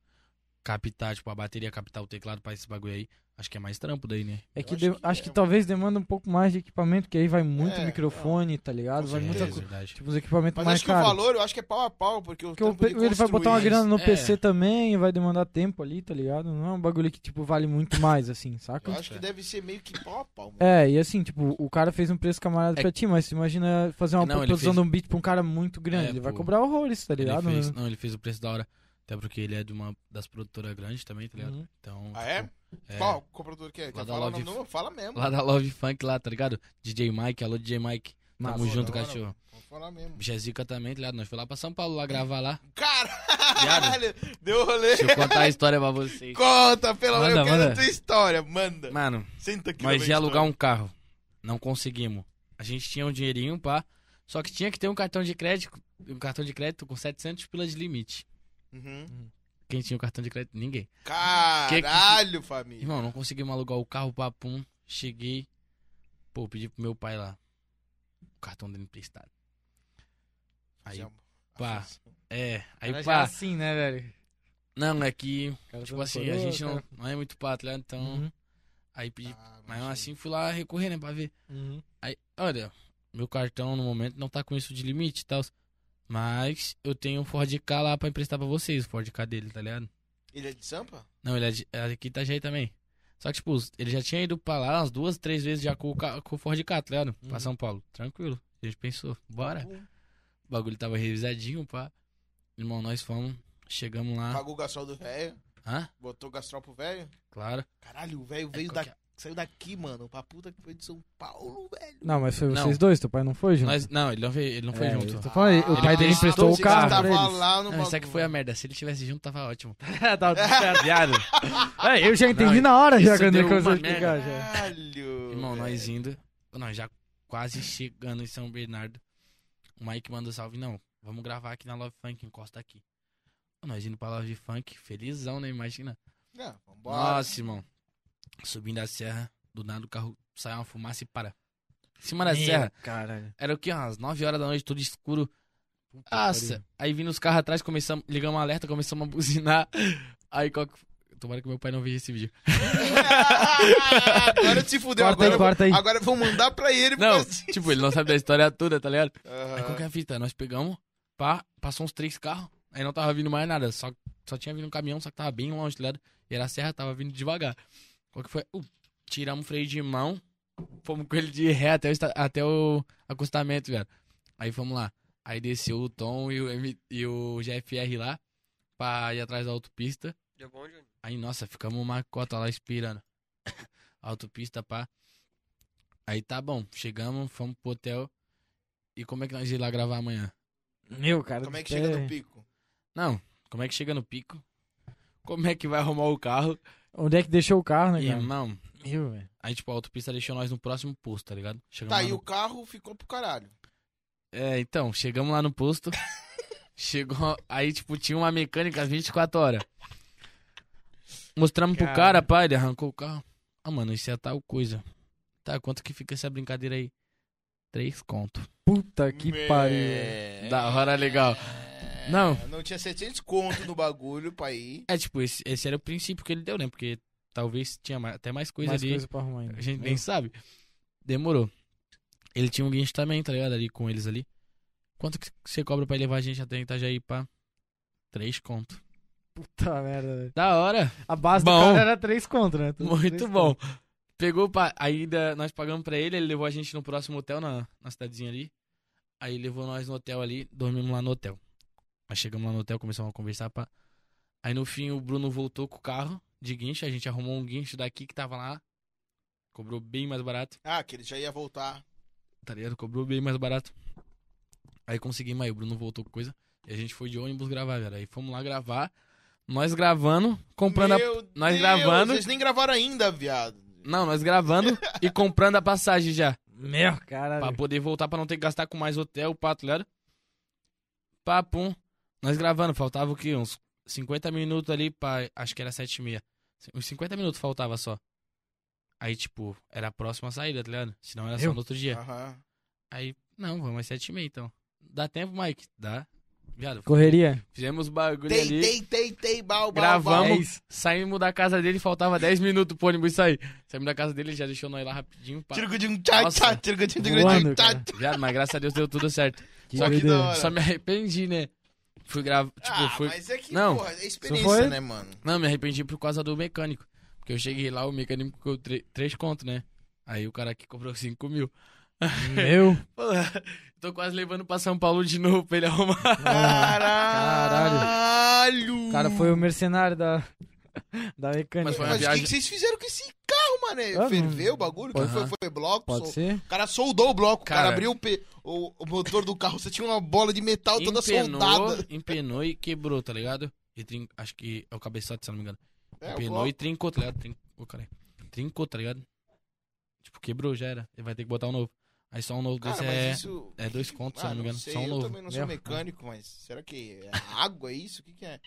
[SPEAKER 3] captar, tipo, a bateria, captar o teclado pra esse bagulho aí, acho que é mais trampo daí, né?
[SPEAKER 2] É que
[SPEAKER 1] acho
[SPEAKER 2] de- acho
[SPEAKER 1] que é,
[SPEAKER 2] que,
[SPEAKER 1] mano.
[SPEAKER 2] talvez demanda um pouco mais de equipamento, que aí vai muito
[SPEAKER 1] É,
[SPEAKER 2] microfone, tá ligado?
[SPEAKER 1] Com
[SPEAKER 2] Vai muita
[SPEAKER 1] certeza.
[SPEAKER 2] coisa.
[SPEAKER 3] É, verdade.
[SPEAKER 2] Tipo, os equipamentos
[SPEAKER 1] Mas
[SPEAKER 2] mais
[SPEAKER 1] acho que o
[SPEAKER 2] caros.
[SPEAKER 1] valor, eu acho que é pau a pau, porque o
[SPEAKER 2] Porque o
[SPEAKER 1] tempo
[SPEAKER 2] pe-
[SPEAKER 1] de
[SPEAKER 2] ele vai botar uma
[SPEAKER 1] construir
[SPEAKER 2] grana no
[SPEAKER 3] é.
[SPEAKER 2] PC também e vai demandar tempo ali, tá ligado? Não é um bagulho que, tipo, vale muito mais, assim,
[SPEAKER 1] Eu
[SPEAKER 2] saca?
[SPEAKER 1] acho
[SPEAKER 3] É.
[SPEAKER 1] que deve ser meio que pau a pau, mano.
[SPEAKER 2] É, e assim, tipo, o cara fez um preço camarada
[SPEAKER 3] É
[SPEAKER 2] pra ti, mas tu imagina fazer uma
[SPEAKER 3] Não, ele
[SPEAKER 2] produção
[SPEAKER 3] fez-
[SPEAKER 2] de um beat pra um cara muito grande.
[SPEAKER 3] É,
[SPEAKER 2] ele vai
[SPEAKER 3] pô.
[SPEAKER 2] cobrar horrores, tá
[SPEAKER 3] Ele
[SPEAKER 2] ligado?
[SPEAKER 1] né?
[SPEAKER 3] fez, não, ele fez o preço da hora. Até porque ele é de uma das produtoras grandes também, tá ligado?
[SPEAKER 2] Uhum.
[SPEAKER 3] Então.
[SPEAKER 1] Ah, é?
[SPEAKER 3] tipo, é,
[SPEAKER 1] Qual comprador que é?
[SPEAKER 3] Lá
[SPEAKER 1] Quer
[SPEAKER 3] da
[SPEAKER 1] falar o
[SPEAKER 3] Love
[SPEAKER 1] nome? Não, fala mesmo.
[SPEAKER 3] Lá da Love Funk lá, tá ligado? DJ Mike, alô DJ Mike.
[SPEAKER 2] Massa.
[SPEAKER 3] Tamo
[SPEAKER 1] Pô,
[SPEAKER 3] junto,
[SPEAKER 1] da hora, Hum.
[SPEAKER 3] cachorro.
[SPEAKER 1] Vou falar mesmo.
[SPEAKER 3] Bicha Zica também, tá ligado? Nós fomos lá pra São Paulo lá gravar lá.
[SPEAKER 1] Caralho! Deu rolê.
[SPEAKER 3] Deixa eu contar a história pra vocês.
[SPEAKER 1] Conta, pelo amor, eu
[SPEAKER 3] Manda,
[SPEAKER 1] quero a
[SPEAKER 3] manda.
[SPEAKER 1] tua história. Manda.
[SPEAKER 3] Mano,
[SPEAKER 1] Senta aqui.
[SPEAKER 3] Nós ia alugar um carro. Não conseguimos. A gente tinha um dinheirinho, pá. Só que tinha que ter um cartão de crédito, um cartão de crédito com 700 pilas de limite.
[SPEAKER 1] um... Uhum.
[SPEAKER 3] Quem tinha o cartão de crédito? Ninguém.
[SPEAKER 1] Caralho, família.
[SPEAKER 3] Irmão, não conseguimos alugar o carro, papum. Cheguei. Pô, pedi pro meu pai lá. O cartão dele emprestado. Aí, pá. É, aí pá.
[SPEAKER 2] assim, né, velho?
[SPEAKER 3] Não, é que,
[SPEAKER 1] tá
[SPEAKER 3] tipo assim, a gente não, não é muito pato, né? Então,
[SPEAKER 1] Uhum,
[SPEAKER 3] aí pedi.
[SPEAKER 1] Ah,
[SPEAKER 3] Mas
[SPEAKER 1] imagina.
[SPEAKER 3] assim, fui lá recorrer, né, pra ver.
[SPEAKER 1] uhum.
[SPEAKER 3] Aí, olha, meu cartão no momento não tá com isso de limite e tal. Mas eu tenho um Ford K lá pra emprestar pra vocês, o Ford K dele, tá ligado?
[SPEAKER 1] Ele é de Sampa?
[SPEAKER 3] Não, ele é, de, é aqui tá jeito também. Só que, tipo, ele já tinha ido pra lá umas duas, três vezes já com o, ca- com o Ford K, tá ligado? Pra
[SPEAKER 2] Uhum.
[SPEAKER 3] São Paulo. Tranquilo. A gente pensou, bora. O bagulho tava revisadinho, pá. Irmão, nós fomos, chegamos lá.
[SPEAKER 1] Pagou o gastrol do velho,
[SPEAKER 3] Hã?
[SPEAKER 1] botou o gastrol pro velho.
[SPEAKER 3] Claro.
[SPEAKER 1] Caralho, o velho
[SPEAKER 3] É,
[SPEAKER 1] veio
[SPEAKER 3] qual que
[SPEAKER 1] daqui.
[SPEAKER 3] é?
[SPEAKER 1] saiu daqui, mano, pra puta que foi de São Paulo, velho.
[SPEAKER 2] Não, mas foi
[SPEAKER 3] Não.
[SPEAKER 2] vocês dois, teu pai não foi junto.
[SPEAKER 3] Nós- não, ele não veio, ele não foi
[SPEAKER 2] É,
[SPEAKER 3] junto.
[SPEAKER 2] eu tô falando, o pai dele
[SPEAKER 3] ele
[SPEAKER 2] emprestou o
[SPEAKER 1] pensou
[SPEAKER 2] carro
[SPEAKER 1] que
[SPEAKER 2] pra
[SPEAKER 1] tava
[SPEAKER 2] eles.
[SPEAKER 1] lá no
[SPEAKER 3] Não, isso é que
[SPEAKER 1] bagulho.
[SPEAKER 3] foi a merda. Se ele tivesse junto, tava ótimo.
[SPEAKER 2] Tava tá tudo certo. É, eu já entendi
[SPEAKER 3] Não,
[SPEAKER 2] na hora já
[SPEAKER 3] isso
[SPEAKER 2] quando
[SPEAKER 3] deu
[SPEAKER 2] ele começou a
[SPEAKER 3] uma
[SPEAKER 2] explicar.
[SPEAKER 3] merda.
[SPEAKER 2] Já.
[SPEAKER 1] Caralho.
[SPEAKER 3] Irmão,
[SPEAKER 1] velho.
[SPEAKER 3] nós indo. Nós já quase chegando em São Bernardo. O Mike manda salve. Não, vamos gravar aqui na Love Funk, encosta aqui. Nós indo pra Love Funk, felizão, né? Imagina.
[SPEAKER 1] Não, vambora.
[SPEAKER 3] Nossa, irmão. Subindo a serra, do nada o carro sai uma fumaça e para. Em cima da serra,
[SPEAKER 2] Caralho.
[SPEAKER 3] era o que? Umas 9 horas da noite, tudo escuro. Nossa, aí vindo os carros atrás, começamos, ligamos um alerta, começamos a buzinar. Aí, qual que- tomara que meu pai não veja esse vídeo.
[SPEAKER 1] agora se fudeu.
[SPEAKER 2] Corta
[SPEAKER 1] agora,
[SPEAKER 2] aí,
[SPEAKER 1] eu vou-
[SPEAKER 2] corta aí.
[SPEAKER 1] agora eu vou mandar pra ele. por
[SPEAKER 3] Não,
[SPEAKER 1] causa disso.
[SPEAKER 3] tipo, ele não sabe da história toda, tá ligado? Aí qual que é
[SPEAKER 1] Aham.
[SPEAKER 3] a fita? Nós pegamos, pá, passou uns três carros, aí não tava vindo mais nada, só, só tinha vindo um caminhão, só que tava bem longe, tá ligado? E era a serra, tava vindo devagar. Qual que foi? Uh, tiramos o freio de mão, fomos com ele de ré até o, esta- até o acostamento, velho. Aí fomos lá. Aí desceu o Tom e o, M- e o GFR lá, pra ir atrás da autopista.
[SPEAKER 4] Deu bom, Johnny?
[SPEAKER 3] Aí, nossa, ficamos uma cota lá esperando. Autopista, pá. Aí tá bom, chegamos, fomos pro hotel. E como é que nós ir lá gravar amanhã?
[SPEAKER 2] Meu, cara.
[SPEAKER 1] Como é que
[SPEAKER 2] tu
[SPEAKER 1] chega
[SPEAKER 2] é-
[SPEAKER 1] no pico?
[SPEAKER 3] Não, como é que chega no pico? Como é que vai arrumar o carro?
[SPEAKER 2] Onde é que deixou o carro, né, cara?
[SPEAKER 3] Irmão,
[SPEAKER 2] Meu, velho.
[SPEAKER 3] aí tipo, a autopista deixou nós no próximo posto, tá ligado? Chegamos
[SPEAKER 1] Tá,
[SPEAKER 3] lá
[SPEAKER 1] e
[SPEAKER 3] no-
[SPEAKER 1] o carro ficou pro caralho.
[SPEAKER 3] É, então, chegamos lá no posto. chegou, aí tipo, tinha uma mecânica 24 horas. Mostramos pro cara, pá, ele arrancou o carro. Ah, mano, isso é tal coisa. Tá, quanto que fica essa brincadeira aí? Três conto.
[SPEAKER 2] Puta que pariu. velho.
[SPEAKER 1] É.
[SPEAKER 3] Da hora legal. Não.
[SPEAKER 1] Não tinha 700 conto no bagulho pra ir.
[SPEAKER 3] É, tipo, esse, esse era o princípio que ele deu, né? Porque talvez tinha ma- até mais coisa
[SPEAKER 2] Mais
[SPEAKER 3] ali.
[SPEAKER 2] coisa É. pra arrumar ainda.
[SPEAKER 3] A gente
[SPEAKER 2] Meu.
[SPEAKER 3] nem sabe. Demorou. Ele tinha um guincho também, tá ligado? Ali com eles ali. Quanto que você cobra pra levar a gente até Itajaí, pá? Três conto.
[SPEAKER 2] Puta merda, velho.
[SPEAKER 3] Da hora.
[SPEAKER 2] A base
[SPEAKER 3] Bom.
[SPEAKER 2] do cara era três contra, né? Tudo
[SPEAKER 3] Muito
[SPEAKER 2] três
[SPEAKER 3] bom. Pegou, pá, ainda nós pagamos pra ele, ele levou a gente no próximo hotel, na, na cidadezinha ali. Aí levou nós no hotel ali, dormimos lá no hotel. Nós chegamos lá no hotel, começamos a conversar, pá. Aí no fim o Bruno voltou com o carro de guincho, a gente arrumou um guincho daqui que tava lá. Cobrou bem mais barato.
[SPEAKER 1] Ah, que ele já ia voltar.
[SPEAKER 3] tá ligado? Cobrou bem mais barato. Aí conseguimos, aí o Bruno voltou com coisa. E a gente foi de ônibus gravar, velho. Aí fomos lá gravar. Nós gravando, comprando a...
[SPEAKER 1] Meu
[SPEAKER 3] nós
[SPEAKER 1] Deus,
[SPEAKER 3] gravando.
[SPEAKER 1] Vocês nem gravaram ainda, viado.
[SPEAKER 3] Não, nós gravando e comprando a passagem já.
[SPEAKER 2] Meu, caralho.
[SPEAKER 3] Pra poder voltar, pra não ter que gastar com mais hotel, pá, tá ligado? Pá, pum. Nós gravando, faltava o quê? Uns 50 minutos ali pra... Acho que era 7 e meia. Uns 50 minutos faltava só. Aí, tipo, era a próxima saída, tá ligado? Senão era só
[SPEAKER 2] Meu.
[SPEAKER 3] no outro dia.
[SPEAKER 1] Aham.
[SPEAKER 3] Aí, não, vamos às sete e meia, então. Dá tempo, Mike? Dá. Viado,
[SPEAKER 2] Correria.
[SPEAKER 3] fizemos bagulho
[SPEAKER 1] Tei,
[SPEAKER 3] ali,
[SPEAKER 1] tei, tei, tei, bal, bal,
[SPEAKER 3] Gravamos.
[SPEAKER 1] bal.
[SPEAKER 2] É isso.
[SPEAKER 3] saímos da casa dele, faltava 10 minutos pro ônibus sair. Saímos da casa dele, ele já deixou nós lá rapidinho. Pá.
[SPEAKER 1] Tiro de um tchá,
[SPEAKER 3] Nossa. Tipo,
[SPEAKER 1] tchá, tiro de um
[SPEAKER 2] Voando,
[SPEAKER 1] tchá,
[SPEAKER 2] cara.
[SPEAKER 1] tchá.
[SPEAKER 3] Viado, mas graças a Deus deu tudo certo.
[SPEAKER 2] Que
[SPEAKER 1] Só que
[SPEAKER 2] doideira.
[SPEAKER 1] da hora.
[SPEAKER 3] Só me arrependi, né? Fui gravar, tipo,
[SPEAKER 1] Ah,
[SPEAKER 3] fui...
[SPEAKER 1] mas é que,
[SPEAKER 3] Não.
[SPEAKER 1] porra, é
[SPEAKER 2] Isso
[SPEAKER 1] experiência,
[SPEAKER 2] foi-
[SPEAKER 1] né, mano?
[SPEAKER 3] Não, me arrependi por causa do mecânico. Porque eu cheguei lá, o mecânico cobrou tre- três conto, né? Aí o cara aqui cobrou 5 mil.
[SPEAKER 2] Meu.
[SPEAKER 3] Porra, tô quase levando pra São Paulo de novo pra ele arrumar.
[SPEAKER 1] Caralho!
[SPEAKER 2] O cara foi o mercenário da, da mecânica.
[SPEAKER 3] Mas foi uma
[SPEAKER 1] Mas um o que
[SPEAKER 3] viagem-
[SPEAKER 1] que vocês fizeram com esse carro, mano?
[SPEAKER 2] não-
[SPEAKER 1] Ferveu o bagulho? Que
[SPEAKER 3] Aham.
[SPEAKER 1] foi, foi bloco?
[SPEAKER 2] Pode
[SPEAKER 1] Sol-
[SPEAKER 2] ser?
[SPEAKER 1] O cara soldou o bloco. o cara
[SPEAKER 3] Cara.
[SPEAKER 1] abriu o, pe- o- o motor do carro. Você tinha uma bola de metal toda soldada.
[SPEAKER 3] empenou e quebrou, tá ligado? E trin- Acho que é o cabeçote, se eu não me engano.
[SPEAKER 1] É, o
[SPEAKER 3] empenou
[SPEAKER 1] bloco.
[SPEAKER 3] e trincou, tá ligado? Trin... Ô, caralho. Trincou, tá ligado? Tipo, quebrou, já era. Ele vai ter que botar um novo. Aí só um novo
[SPEAKER 1] Cara,
[SPEAKER 3] desse
[SPEAKER 1] mas
[SPEAKER 3] é...
[SPEAKER 1] isso...
[SPEAKER 3] é dois contos, se eu
[SPEAKER 1] Ah,
[SPEAKER 3] não me
[SPEAKER 1] não sei,
[SPEAKER 3] engano. só um
[SPEAKER 1] eu
[SPEAKER 3] novo.
[SPEAKER 1] também não sou
[SPEAKER 2] Meu.
[SPEAKER 1] mecânico, mas será que é água é isso? O que que é?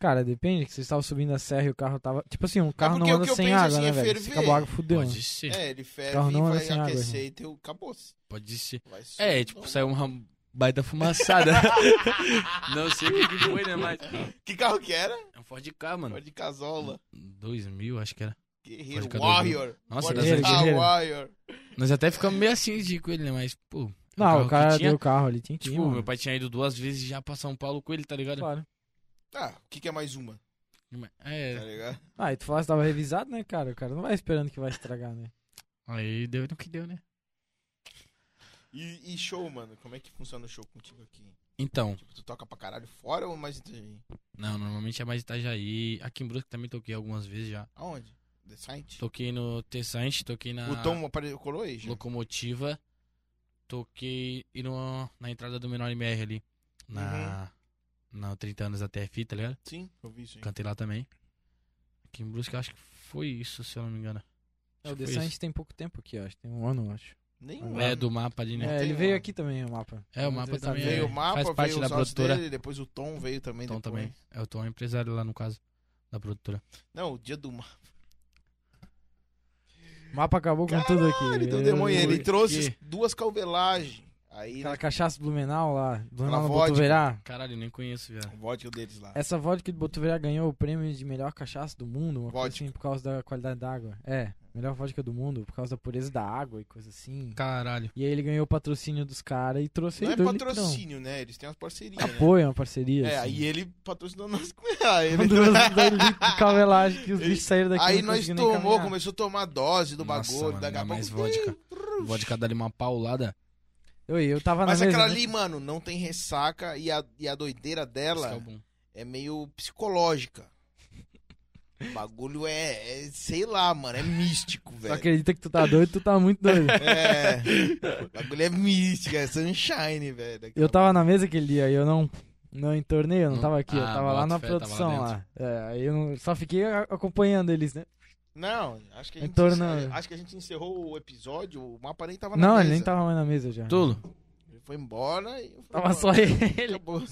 [SPEAKER 2] Cara, depende que vocês estavam subindo a serra e o carro tava. Tipo assim, o carro não
[SPEAKER 1] É porque o
[SPEAKER 2] anda
[SPEAKER 1] que eu
[SPEAKER 2] sem
[SPEAKER 1] penso,
[SPEAKER 2] água,
[SPEAKER 1] assim,
[SPEAKER 2] né,
[SPEAKER 1] é
[SPEAKER 2] velho? Se
[SPEAKER 1] ferver.
[SPEAKER 2] acabou a água, fudeu. né?
[SPEAKER 3] Pode ser,
[SPEAKER 1] É, ele ferve
[SPEAKER 2] Carro
[SPEAKER 1] e
[SPEAKER 2] não anda
[SPEAKER 1] vai
[SPEAKER 2] sem água,
[SPEAKER 1] aquecer
[SPEAKER 2] irmão.
[SPEAKER 1] e teu... acabou-se.
[SPEAKER 3] pode ser.
[SPEAKER 1] Vai ser-
[SPEAKER 3] É, tipo,
[SPEAKER 1] Não.
[SPEAKER 3] saiu uma baita fumaçada. não sei o que que foi, né, mas...
[SPEAKER 1] Que carro que era?
[SPEAKER 3] É um Ford K, mano.
[SPEAKER 1] Ford de casola.
[SPEAKER 3] 2000, acho que era.
[SPEAKER 1] Guerreiro
[SPEAKER 3] Ford K dois mil.
[SPEAKER 1] Warrior.
[SPEAKER 3] Nossa,
[SPEAKER 1] Ford
[SPEAKER 2] guerreiro,
[SPEAKER 1] K
[SPEAKER 2] guerreiro.
[SPEAKER 1] Warrior.
[SPEAKER 3] Nós até ficamos meio assim de com ele, né, mas, pô... é um
[SPEAKER 2] Não,
[SPEAKER 3] carro
[SPEAKER 2] o
[SPEAKER 3] que
[SPEAKER 2] cara
[SPEAKER 3] tinha-
[SPEAKER 2] deu o carro ali, tinha que ir,
[SPEAKER 3] Tipo,
[SPEAKER 2] mano.
[SPEAKER 3] meu pai tinha ido duas vezes já pra São Paulo com ele, tá ligado?
[SPEAKER 2] Claro.
[SPEAKER 1] Tá, o que que é mais uma? Tá
[SPEAKER 3] É,
[SPEAKER 1] ligado?
[SPEAKER 2] Ah, e tu falasse que tava revisado, né, cara? O cara não vai esperando que vai estragar, né?
[SPEAKER 3] aí deu no que deu, né?
[SPEAKER 1] E, e show, mano? Como é que funciona o show contigo aqui?
[SPEAKER 3] Então,
[SPEAKER 1] Tipo, tu toca pra caralho fora ou mais em Itajaí?
[SPEAKER 3] não, normalmente é mais Itajaí. Aqui em Brusque também toquei algumas vezes já.
[SPEAKER 1] Aonde? The Saint.
[SPEAKER 3] Toquei no Tessante, toquei na
[SPEAKER 1] O Tom apare- colou aí, já.
[SPEAKER 3] Locomotiva. Toquei e no, na entrada do Menor MR ali. Na, na 30 anos da TFI, tá ligado?
[SPEAKER 1] Sim, eu vi isso aí.
[SPEAKER 3] Cantei lá também. Aqui em Brusque, eu acho que foi isso, se eu não me engano.
[SPEAKER 2] É, o
[SPEAKER 3] Acho que foi
[SPEAKER 2] Descent tem pouco tempo aqui, eu acho. Tem um ano, eu acho.
[SPEAKER 1] Nem
[SPEAKER 3] isso.
[SPEAKER 1] um
[SPEAKER 3] É,
[SPEAKER 1] ano.
[SPEAKER 3] do mapa ali, né?
[SPEAKER 2] É,
[SPEAKER 1] tem
[SPEAKER 2] ele
[SPEAKER 1] um
[SPEAKER 2] veio
[SPEAKER 1] ano.
[SPEAKER 2] aqui também, o mapa.
[SPEAKER 3] É, o
[SPEAKER 2] Mas
[SPEAKER 3] mapa
[SPEAKER 2] ele tá
[SPEAKER 3] também
[SPEAKER 2] vivo.
[SPEAKER 1] Veio o
[SPEAKER 3] é.
[SPEAKER 1] mapa,
[SPEAKER 3] faz parte
[SPEAKER 1] veio
[SPEAKER 3] da
[SPEAKER 1] os áudios
[SPEAKER 3] produtora.
[SPEAKER 1] dele, depois o Tom veio também.
[SPEAKER 3] Tom
[SPEAKER 1] depois.
[SPEAKER 3] também. É, o Tom é empresário lá, no caso, da produtora.
[SPEAKER 1] Não, o dia do mapa.
[SPEAKER 2] O mapa acabou com tudo aqui.
[SPEAKER 1] Então, demônio,
[SPEAKER 2] Eu-
[SPEAKER 1] ele
[SPEAKER 3] que-
[SPEAKER 1] trouxe duas calvelagens. Aí,
[SPEAKER 2] Aquela
[SPEAKER 1] né,
[SPEAKER 2] cachaça Blumenau lá, Blumenau no
[SPEAKER 1] vodka.
[SPEAKER 2] Botuverá.
[SPEAKER 3] Caralho, nem conheço, viado.
[SPEAKER 1] o vodka deles lá.
[SPEAKER 2] Essa vodka do Botuverá ganhou o prêmio de melhor cachaça do mundo, uma coisa
[SPEAKER 1] Vodka.
[SPEAKER 2] assim, por causa da qualidade da água. É, melhor vodka do mundo, por causa da pureza da água e coisa assim.
[SPEAKER 3] Caralho.
[SPEAKER 2] E aí ele ganhou o patrocínio dos caras e trouxe
[SPEAKER 1] Não é
[SPEAKER 2] aí dois litrão.
[SPEAKER 1] patrocínio, né? Eles têm umas parcerias. né?
[SPEAKER 2] Apoio, uma parceria.
[SPEAKER 1] É,
[SPEAKER 2] então. É assim.
[SPEAKER 1] aí ele patrocinou nós com ele.
[SPEAKER 2] Duas dois litros de cabelagem que os
[SPEAKER 1] Ele-
[SPEAKER 2] bichos saíram daqui.
[SPEAKER 1] Aí
[SPEAKER 2] não
[SPEAKER 1] nós
[SPEAKER 2] conseguiram nem
[SPEAKER 1] tomou,
[SPEAKER 2] caminhar.
[SPEAKER 1] começou a tomar dose do
[SPEAKER 3] Nossa,
[SPEAKER 1] bagulho.
[SPEAKER 3] mano,
[SPEAKER 1] Daqui a pouco.
[SPEAKER 3] ainda mais vodka. Vodka dá-lhe uma paulada.
[SPEAKER 2] Eu, eu tava
[SPEAKER 1] Mas é
[SPEAKER 2] na mesa,
[SPEAKER 1] aquela
[SPEAKER 2] né?
[SPEAKER 1] ali, mano, não tem ressaca e a, e a doideira
[SPEAKER 3] Esse que é
[SPEAKER 1] dela
[SPEAKER 3] o bom.
[SPEAKER 1] é meio psicológica. O bagulho é, é, sei lá, mano, é místico,
[SPEAKER 2] Tu
[SPEAKER 1] velho.
[SPEAKER 2] acredita que tu tá doido, tu tá muito doido.
[SPEAKER 1] É, o bagulho é místico, é sunshine, velho. Daqui a
[SPEAKER 2] Eu tava na mesa aquele dia e eu não, não entornei, eu não
[SPEAKER 3] Não-
[SPEAKER 2] tava aqui, eu
[SPEAKER 3] Ah,
[SPEAKER 2] tava lá
[SPEAKER 3] bota
[SPEAKER 2] na
[SPEAKER 3] fé, tava lá
[SPEAKER 2] produção lá.
[SPEAKER 3] dentro.
[SPEAKER 2] É, aí eu não- só fiquei a- acompanhando eles, né?
[SPEAKER 1] Não, acho que a
[SPEAKER 2] Em
[SPEAKER 1] gente,
[SPEAKER 2] torno-
[SPEAKER 1] encer- acho que a gente encerrou o episódio, o mapa nem tava na
[SPEAKER 2] não,
[SPEAKER 1] mesa.
[SPEAKER 2] ele nem tava mais na mesa já.
[SPEAKER 3] Tudo.
[SPEAKER 1] Ele foi embora e... eu fui
[SPEAKER 2] Tava
[SPEAKER 1] embora.
[SPEAKER 2] só ele.
[SPEAKER 1] Acabou.